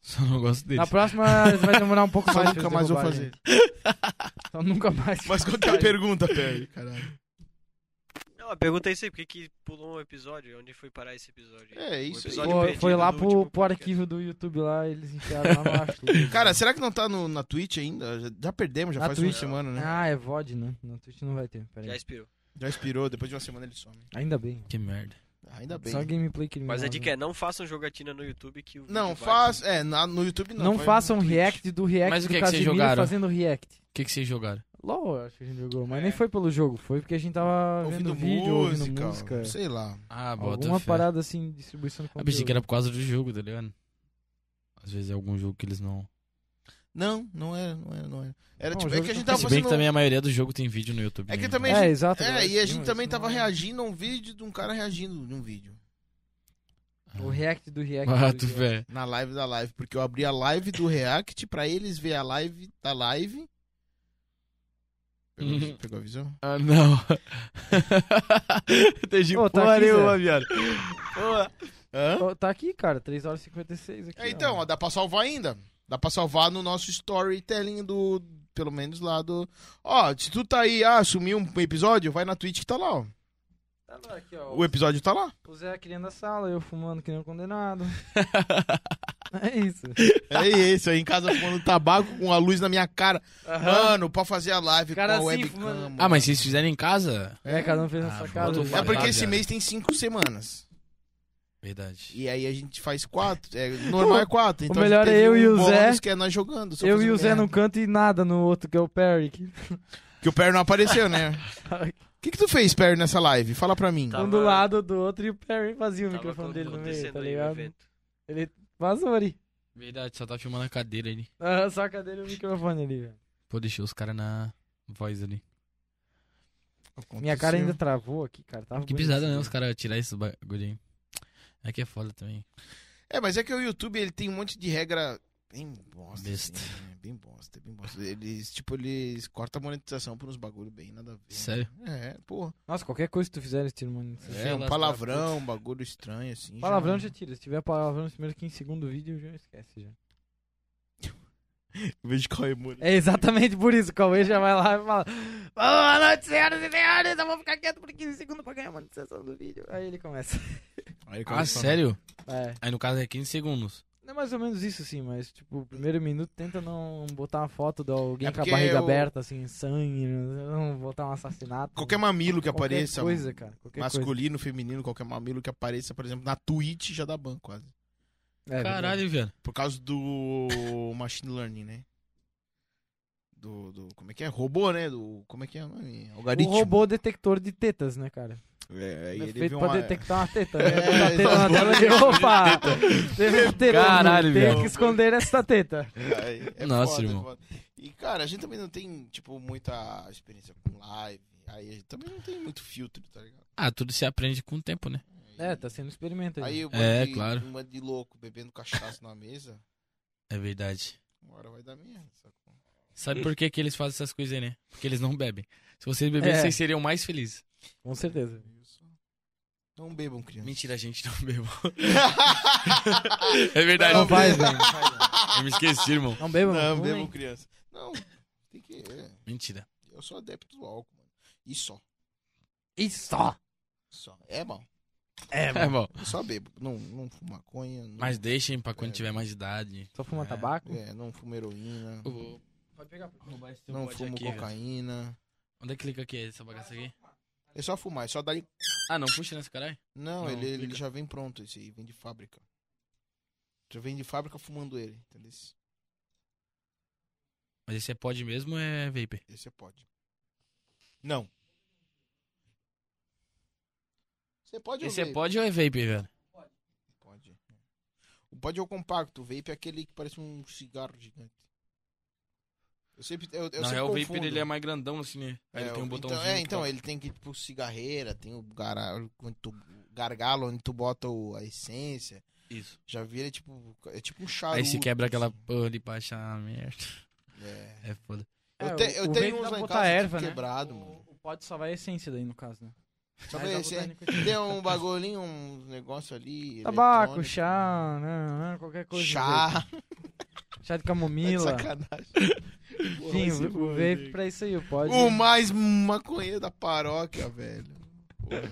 [SPEAKER 3] Só não gosto dele.
[SPEAKER 2] Na próxima você vai demorar um pouco
[SPEAKER 1] Só
[SPEAKER 2] mais. pra
[SPEAKER 1] nunca mais
[SPEAKER 2] eles
[SPEAKER 1] vou
[SPEAKER 2] derrubarem.
[SPEAKER 1] fazer.
[SPEAKER 2] Só nunca mais.
[SPEAKER 7] Mas qual que é a pergunta, Perry? Caralho.
[SPEAKER 4] Não, a pergunta é isso aí, por que, que pulou um episódio? Onde foi parar esse episódio? Um
[SPEAKER 1] É, isso aí.
[SPEAKER 4] episódio
[SPEAKER 2] Foi,
[SPEAKER 4] perdido
[SPEAKER 2] foi lá
[SPEAKER 4] do
[SPEAKER 2] pro,
[SPEAKER 4] último
[SPEAKER 2] pro
[SPEAKER 4] podcast.
[SPEAKER 2] arquivo do YouTube lá, eles enfiaram lá no arquivo.
[SPEAKER 1] Cara, será que não tá no, na Twitch ainda? Já, já perdemos, já
[SPEAKER 2] Na
[SPEAKER 1] faz
[SPEAKER 2] Twitch.
[SPEAKER 1] uma semana, né?
[SPEAKER 2] Ah, é VOD, né? Na Twitch não vai ter,
[SPEAKER 4] Já
[SPEAKER 2] peraí.
[SPEAKER 4] expirou.
[SPEAKER 1] Já expirou, depois de uma semana ele some. Ah,
[SPEAKER 2] Ainda bem.
[SPEAKER 3] Que merda.
[SPEAKER 1] Ainda bem.
[SPEAKER 2] Só gameplay que
[SPEAKER 4] Mas a dica é, não façam jogatina no YouTube que o
[SPEAKER 1] Não,
[SPEAKER 4] vídeo
[SPEAKER 1] faz. É, na- no YouTube não.
[SPEAKER 2] Não,
[SPEAKER 1] faz
[SPEAKER 2] façam
[SPEAKER 1] no Twitch.
[SPEAKER 2] react do react
[SPEAKER 3] um Mas o que
[SPEAKER 2] do
[SPEAKER 3] é que vocês
[SPEAKER 2] Casimiro
[SPEAKER 3] jogaram?
[SPEAKER 2] fazendo react.
[SPEAKER 3] O que, que vocês jogaram?
[SPEAKER 2] LOL, eu acho que a gente jogou, mas nem
[SPEAKER 3] É.
[SPEAKER 2] foi pelo jogo, foi porque a gente tava
[SPEAKER 1] Ouvindo
[SPEAKER 2] vendo vídeo,
[SPEAKER 1] música,
[SPEAKER 2] ouvindo música.
[SPEAKER 1] sei lá.
[SPEAKER 3] Ah, bota
[SPEAKER 2] Alguma
[SPEAKER 3] fé. Ah,
[SPEAKER 2] parada assim, distribuição de
[SPEAKER 3] Eu
[SPEAKER 2] conteúdo.
[SPEAKER 3] pensei que era por causa do jogo, tá ligado? Às vezes é algum jogo que eles não...
[SPEAKER 1] Não, não era, não era, não era. Era
[SPEAKER 2] Não,
[SPEAKER 1] tipo,
[SPEAKER 2] o
[SPEAKER 1] é
[SPEAKER 2] jogo
[SPEAKER 1] que a gente
[SPEAKER 2] tá-
[SPEAKER 1] tava
[SPEAKER 3] Se bem que
[SPEAKER 1] fazendo...
[SPEAKER 3] também a maioria do jogo tem vídeo no YouTube.
[SPEAKER 1] É que
[SPEAKER 3] né?
[SPEAKER 1] também a
[SPEAKER 2] É,
[SPEAKER 1] gente-
[SPEAKER 2] exato.
[SPEAKER 1] É,
[SPEAKER 2] agora
[SPEAKER 1] e a
[SPEAKER 2] sim,
[SPEAKER 1] gente
[SPEAKER 2] mas
[SPEAKER 1] também
[SPEAKER 2] não
[SPEAKER 1] tava
[SPEAKER 2] é.
[SPEAKER 1] reagindo a um vídeo de um cara reagindo de um vídeo.
[SPEAKER 2] O react do react.
[SPEAKER 3] Ah,
[SPEAKER 2] do react.
[SPEAKER 3] tu fé.
[SPEAKER 1] Na live da live, porque eu abri a live do React pra eles ver a live da live. Pegou,
[SPEAKER 3] Uhum.
[SPEAKER 1] pegou a visão?
[SPEAKER 3] Ah, não. Entendi
[SPEAKER 2] Ô, tá aqui,
[SPEAKER 3] porra nenhuma,
[SPEAKER 2] Zé.
[SPEAKER 3] viado. Ô,
[SPEAKER 1] Hã?
[SPEAKER 2] Ó, Tá aqui, cara, 3 horas e 56 aqui.
[SPEAKER 1] É, então, ó, dá pra salvar ainda. Dá pra salvar no nosso storytelling do. Pelo menos lá do. Ó, se tu tá aí, ah, sumiu um episódio, vai na Twitch que tá lá, ó.
[SPEAKER 2] Tá lá, aqui, ó.
[SPEAKER 1] O episódio tá lá.
[SPEAKER 2] O Zé aqui dentro da sala, eu fumando que nem um condenado. é isso.
[SPEAKER 1] É isso, aí em casa fumando tabaco com a luz na minha cara. Mano, pra fazer a live com
[SPEAKER 2] Cara,
[SPEAKER 1] a
[SPEAKER 2] assim,
[SPEAKER 1] webcam.
[SPEAKER 2] fumando.
[SPEAKER 1] mano.
[SPEAKER 3] Ah, mas se vocês fizerem em casa...
[SPEAKER 2] É, cada um fez na
[SPEAKER 3] Ah,
[SPEAKER 2] sua
[SPEAKER 3] bota
[SPEAKER 2] casa.
[SPEAKER 3] o
[SPEAKER 1] É
[SPEAKER 3] fone.
[SPEAKER 1] porque
[SPEAKER 3] Vai,
[SPEAKER 1] esse
[SPEAKER 3] viado.
[SPEAKER 1] mês tem cinco semanas.
[SPEAKER 3] Verdade.
[SPEAKER 1] E aí a gente faz quatro. É, normal é quatro. Então a gente
[SPEAKER 2] melhor é
[SPEAKER 1] teve
[SPEAKER 2] eu e o
[SPEAKER 1] bônus
[SPEAKER 2] Zé.
[SPEAKER 1] Que é nós jogando. só
[SPEAKER 2] Eu e o
[SPEAKER 1] fazendo
[SPEAKER 2] Zé num
[SPEAKER 1] merda.
[SPEAKER 2] canto e nada no outro, que é o Perry. que-
[SPEAKER 1] Que o Perry não apareceu, né? O que, que tu fez, Perry, nessa live? Fala pra mim.
[SPEAKER 4] Tá.
[SPEAKER 2] Um
[SPEAKER 4] Tava-
[SPEAKER 2] do lado do outro e o Perry vazia o
[SPEAKER 4] Tava
[SPEAKER 2] microfone dele no meio,
[SPEAKER 4] acontecendo
[SPEAKER 2] tá
[SPEAKER 4] aí o
[SPEAKER 2] ligado?
[SPEAKER 4] evento.
[SPEAKER 2] Ele vazou ali.
[SPEAKER 3] Verdade, só tá filmando a cadeira ali.
[SPEAKER 2] Ah, só a cadeira e o microfone ali, velho.
[SPEAKER 3] Pô, deixei os caras na voz ali.
[SPEAKER 2] Minha cara ainda travou aqui, cara. Tava
[SPEAKER 3] Que
[SPEAKER 2] bonito
[SPEAKER 3] bizarro,
[SPEAKER 2] isso
[SPEAKER 3] né?
[SPEAKER 2] aqui.
[SPEAKER 3] Os caras tirar esse bagulho aí. É que é foda também.
[SPEAKER 1] É, mas é que o YouTube ele tem um monte de regra bem bosta.
[SPEAKER 3] Besta.
[SPEAKER 1] assim, né? Bem bosta, bem bosta. Eles, tipo, eles cortam a monetização por uns bagulho bem nada a ver.
[SPEAKER 3] Sério?
[SPEAKER 1] É, porra.
[SPEAKER 2] Nossa, qualquer coisa que tu fizer, eles tiram mano. Se
[SPEAKER 1] É,
[SPEAKER 3] Sei
[SPEAKER 1] um
[SPEAKER 3] lá,
[SPEAKER 1] palavrão, um bagulho estranho, assim.
[SPEAKER 2] Palavrão
[SPEAKER 1] já...
[SPEAKER 2] já tira. Se tiver palavrão nos primeiros 15 segundos do vídeo, já esquece já.
[SPEAKER 1] Vejo qual é, mano.
[SPEAKER 2] É exatamente por isso. O Cauê já vai lá e fala: Boa noite, senhoras e senhores. Eu vou ficar quieto por 15 segundos pra ganhar a monetização do vídeo. Aí ele começa.
[SPEAKER 1] Aí ele
[SPEAKER 3] Ah,
[SPEAKER 1] começa a-
[SPEAKER 3] sério?
[SPEAKER 2] É.
[SPEAKER 3] Aí no caso é 15 segundos.
[SPEAKER 2] Não é mais ou menos isso, sim, mas, tipo, o primeiro minuto tenta não botar uma foto de alguém
[SPEAKER 1] É
[SPEAKER 2] com a
[SPEAKER 1] porque
[SPEAKER 2] barriga
[SPEAKER 1] eu-
[SPEAKER 2] aberta, assim, sangue, não botar um assassinato.
[SPEAKER 1] Qualquer mamilo que
[SPEAKER 2] Qualquer
[SPEAKER 1] apareça. um
[SPEAKER 2] coisa, cara. Qualquer coisa.
[SPEAKER 1] Masculino, feminino, qualquer mamilo que apareça, por exemplo, na Twitch já dá ban quase.
[SPEAKER 2] É, verdade.
[SPEAKER 3] Caralho, velho.
[SPEAKER 1] Por causa do machine learning, né? Do, do- como é que é? Robô, né? Do como é que é o nome?
[SPEAKER 2] O
[SPEAKER 1] Algoritmo.
[SPEAKER 2] robô detector de tetas, né, cara?
[SPEAKER 1] É, aí
[SPEAKER 2] É
[SPEAKER 1] ele vê
[SPEAKER 2] feito pra
[SPEAKER 1] uma-
[SPEAKER 2] detectar uma teta.
[SPEAKER 1] É,
[SPEAKER 2] Né? Tem uma teta na tela de opa! Teve uma teta.
[SPEAKER 3] Caralho,
[SPEAKER 2] Tem
[SPEAKER 3] velho.
[SPEAKER 2] que esconder essa teta.
[SPEAKER 1] Aí é
[SPEAKER 3] Nossa,
[SPEAKER 1] foda,
[SPEAKER 3] irmão.
[SPEAKER 1] é foda. E cara, a gente também não tem tipo muita experiência com live. Aí a gente também não tem muito filtro, tá ligado?
[SPEAKER 3] Ah, tudo se aprende com o tempo, né?
[SPEAKER 2] É, tá sendo um experimento aí.
[SPEAKER 1] Aí eu
[SPEAKER 3] É,
[SPEAKER 1] de,
[SPEAKER 3] claro.
[SPEAKER 1] uma de louco bebendo cachaça na mesa,
[SPEAKER 3] É verdade.
[SPEAKER 1] uma hora vai dar merda, sacou?
[SPEAKER 3] Sabe por que, que eles fazem essas coisas aí, né? Porque eles não bebem. Se vocês bebessem,
[SPEAKER 2] É.
[SPEAKER 3] vocês seriam mais felizes.
[SPEAKER 2] Com certeza.
[SPEAKER 1] Não bebam, criança.
[SPEAKER 3] Mentira, a gente não bebeu. é verdade.
[SPEAKER 2] Não vai,
[SPEAKER 1] beba.
[SPEAKER 2] velho.
[SPEAKER 3] Eu me esqueci, irmão.
[SPEAKER 2] Não beba,
[SPEAKER 1] Não,
[SPEAKER 2] não
[SPEAKER 1] bebam,
[SPEAKER 2] beba.
[SPEAKER 1] criança. Não, tem que. é,
[SPEAKER 3] Mentira.
[SPEAKER 1] eu sou adepto do álcool, mano. E só.
[SPEAKER 2] Isso! só.
[SPEAKER 1] Só. É bom.
[SPEAKER 2] É,
[SPEAKER 3] É
[SPEAKER 2] mano.
[SPEAKER 3] bom.
[SPEAKER 1] Eu só bebo. Não, não fumo maconha. Não,
[SPEAKER 3] Mas deixem pra quando
[SPEAKER 1] É.
[SPEAKER 3] tiver mais idade.
[SPEAKER 2] Só fuma
[SPEAKER 3] É.
[SPEAKER 2] tabaco?
[SPEAKER 1] é, não fumo heroína.
[SPEAKER 3] Pode pegar pra roubar esse
[SPEAKER 1] Não fumo
[SPEAKER 3] né?
[SPEAKER 1] cocaína.
[SPEAKER 3] Onde é que clica aqui essa bagaça aqui?
[SPEAKER 1] É só fumar, é só dar. ali-
[SPEAKER 3] Ah, não puxa nessa caralho?
[SPEAKER 1] Não,
[SPEAKER 3] Não,
[SPEAKER 1] ele, ele
[SPEAKER 3] clica.
[SPEAKER 1] já vem pronto esse aí, vem de fábrica. Já vem de fábrica fumando ele, entendeu?
[SPEAKER 3] Mas esse é pod mesmo ou é vapor?
[SPEAKER 1] Esse é pode. Não. Você pode
[SPEAKER 3] Esse
[SPEAKER 1] ou
[SPEAKER 3] é
[SPEAKER 1] vape?
[SPEAKER 3] pod ou é vapor, velho?
[SPEAKER 1] Pode. O pod é o compacto, o vape é aquele que parece um cigarro gigante. Eu sempre, eu, eu
[SPEAKER 3] não,
[SPEAKER 1] sempre
[SPEAKER 3] é o
[SPEAKER 1] confundo.
[SPEAKER 3] vapor, ele é mais grandão assim, né? Aí
[SPEAKER 1] É,
[SPEAKER 3] ele tem um
[SPEAKER 1] então-
[SPEAKER 3] botãozinho.
[SPEAKER 1] é,
[SPEAKER 3] que
[SPEAKER 1] então,
[SPEAKER 3] toca.
[SPEAKER 1] ele tem que, tipo, cigarreira, tem o gargalo onde tu, gargalo, onde tu bota o- a essência.
[SPEAKER 3] Isso.
[SPEAKER 1] Já vira, tipo, é tipo um charuto.
[SPEAKER 3] Aí se quebra aquela
[SPEAKER 1] assim.
[SPEAKER 3] porra ali pra achar a merda.
[SPEAKER 1] É.
[SPEAKER 3] É foda.
[SPEAKER 1] Eu,
[SPEAKER 2] É,
[SPEAKER 1] te-
[SPEAKER 2] o-
[SPEAKER 1] eu
[SPEAKER 2] o
[SPEAKER 1] tenho
[SPEAKER 2] vape
[SPEAKER 1] uns
[SPEAKER 2] dá pra
[SPEAKER 1] lá em
[SPEAKER 2] botar
[SPEAKER 1] casa
[SPEAKER 2] erva,
[SPEAKER 1] tipo,
[SPEAKER 2] né?
[SPEAKER 1] quebrado, mano.
[SPEAKER 2] O, o pode só vai a essência daí, no caso, né?
[SPEAKER 1] Só
[SPEAKER 2] Mas
[SPEAKER 1] pra
[SPEAKER 2] eu
[SPEAKER 1] esse,
[SPEAKER 2] vou dar
[SPEAKER 1] hein?
[SPEAKER 2] nicotina.
[SPEAKER 1] Tem um bagulhinho, um negócio ali.
[SPEAKER 2] Tabaco,
[SPEAKER 1] eletrônico.
[SPEAKER 2] chá, né, né, qualquer coisa.
[SPEAKER 1] Chá. Tá
[SPEAKER 2] Chá de camomila.
[SPEAKER 1] Sacanagem.
[SPEAKER 2] Enfim, o- o vape pra isso aí, pode.
[SPEAKER 1] O mais maconheiro da paróquia, velho. Porra.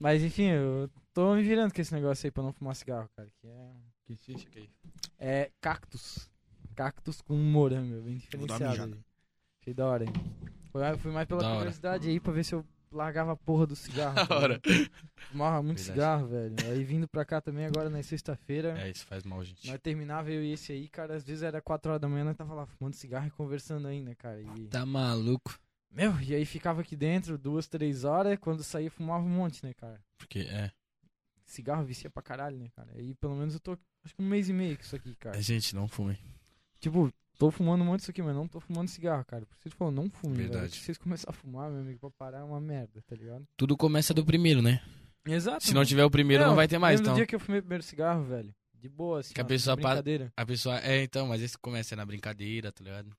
[SPEAKER 2] Mas enfim, eu tô me virando com esse negócio aí pra não fumar cigarro, cara. Que é,
[SPEAKER 3] Que xixi que é isso?
[SPEAKER 2] é cactus. Cactus com morango, é bem
[SPEAKER 1] Vou dar uma
[SPEAKER 2] diferenciado.
[SPEAKER 1] mijada.
[SPEAKER 2] aí. Achei da hora, hein? Foi, eu fui mais pela
[SPEAKER 3] Da hora.
[SPEAKER 2] curiosidade aí pra ver se eu largava a porra do cigarro. tá
[SPEAKER 3] Da hora.
[SPEAKER 2] ligado? Fumava muito
[SPEAKER 3] Verdade.
[SPEAKER 2] cigarro, velho. Aí vindo pra cá também agora na sexta-feira.
[SPEAKER 3] É, isso faz mal, gente.
[SPEAKER 2] Nós terminava eu e esse aí, cara, às vezes era 4 horas da manhã, nós tava lá fumando cigarro e conversando ainda, cara. E...
[SPEAKER 3] Tá maluco?
[SPEAKER 2] Meu, e aí ficava aqui dentro duas, três horas, quando saía fumava um monte, né, cara?
[SPEAKER 3] Porque, é.
[SPEAKER 2] Cigarro vicia pra caralho, né, cara? E pelo menos eu tô, acho que um mês e meio com isso aqui, cara.
[SPEAKER 3] é, Gente, não fumem.
[SPEAKER 2] Tipo, tô fumando um monte disso aqui, mas não tô fumando cigarro, cara. Por isso que eu falo, não fume,
[SPEAKER 3] Verdade.
[SPEAKER 2] velho. Se vocês começarem a fumar, meu amigo, pra parar é uma merda, tá ligado?
[SPEAKER 3] Tudo começa do primeiro, né?
[SPEAKER 2] Exato.
[SPEAKER 3] Se não tiver o primeiro, não, vai ter mais.
[SPEAKER 2] Lembra
[SPEAKER 3] Então,
[SPEAKER 2] do dia que eu fumei o primeiro cigarro, velho? De boa, assim,
[SPEAKER 3] Que a
[SPEAKER 2] ó,
[SPEAKER 3] pessoa
[SPEAKER 2] de
[SPEAKER 3] para-
[SPEAKER 2] brincadeira.
[SPEAKER 3] a pessoa. É, então, mas esse começa na brincadeira, tá ligado?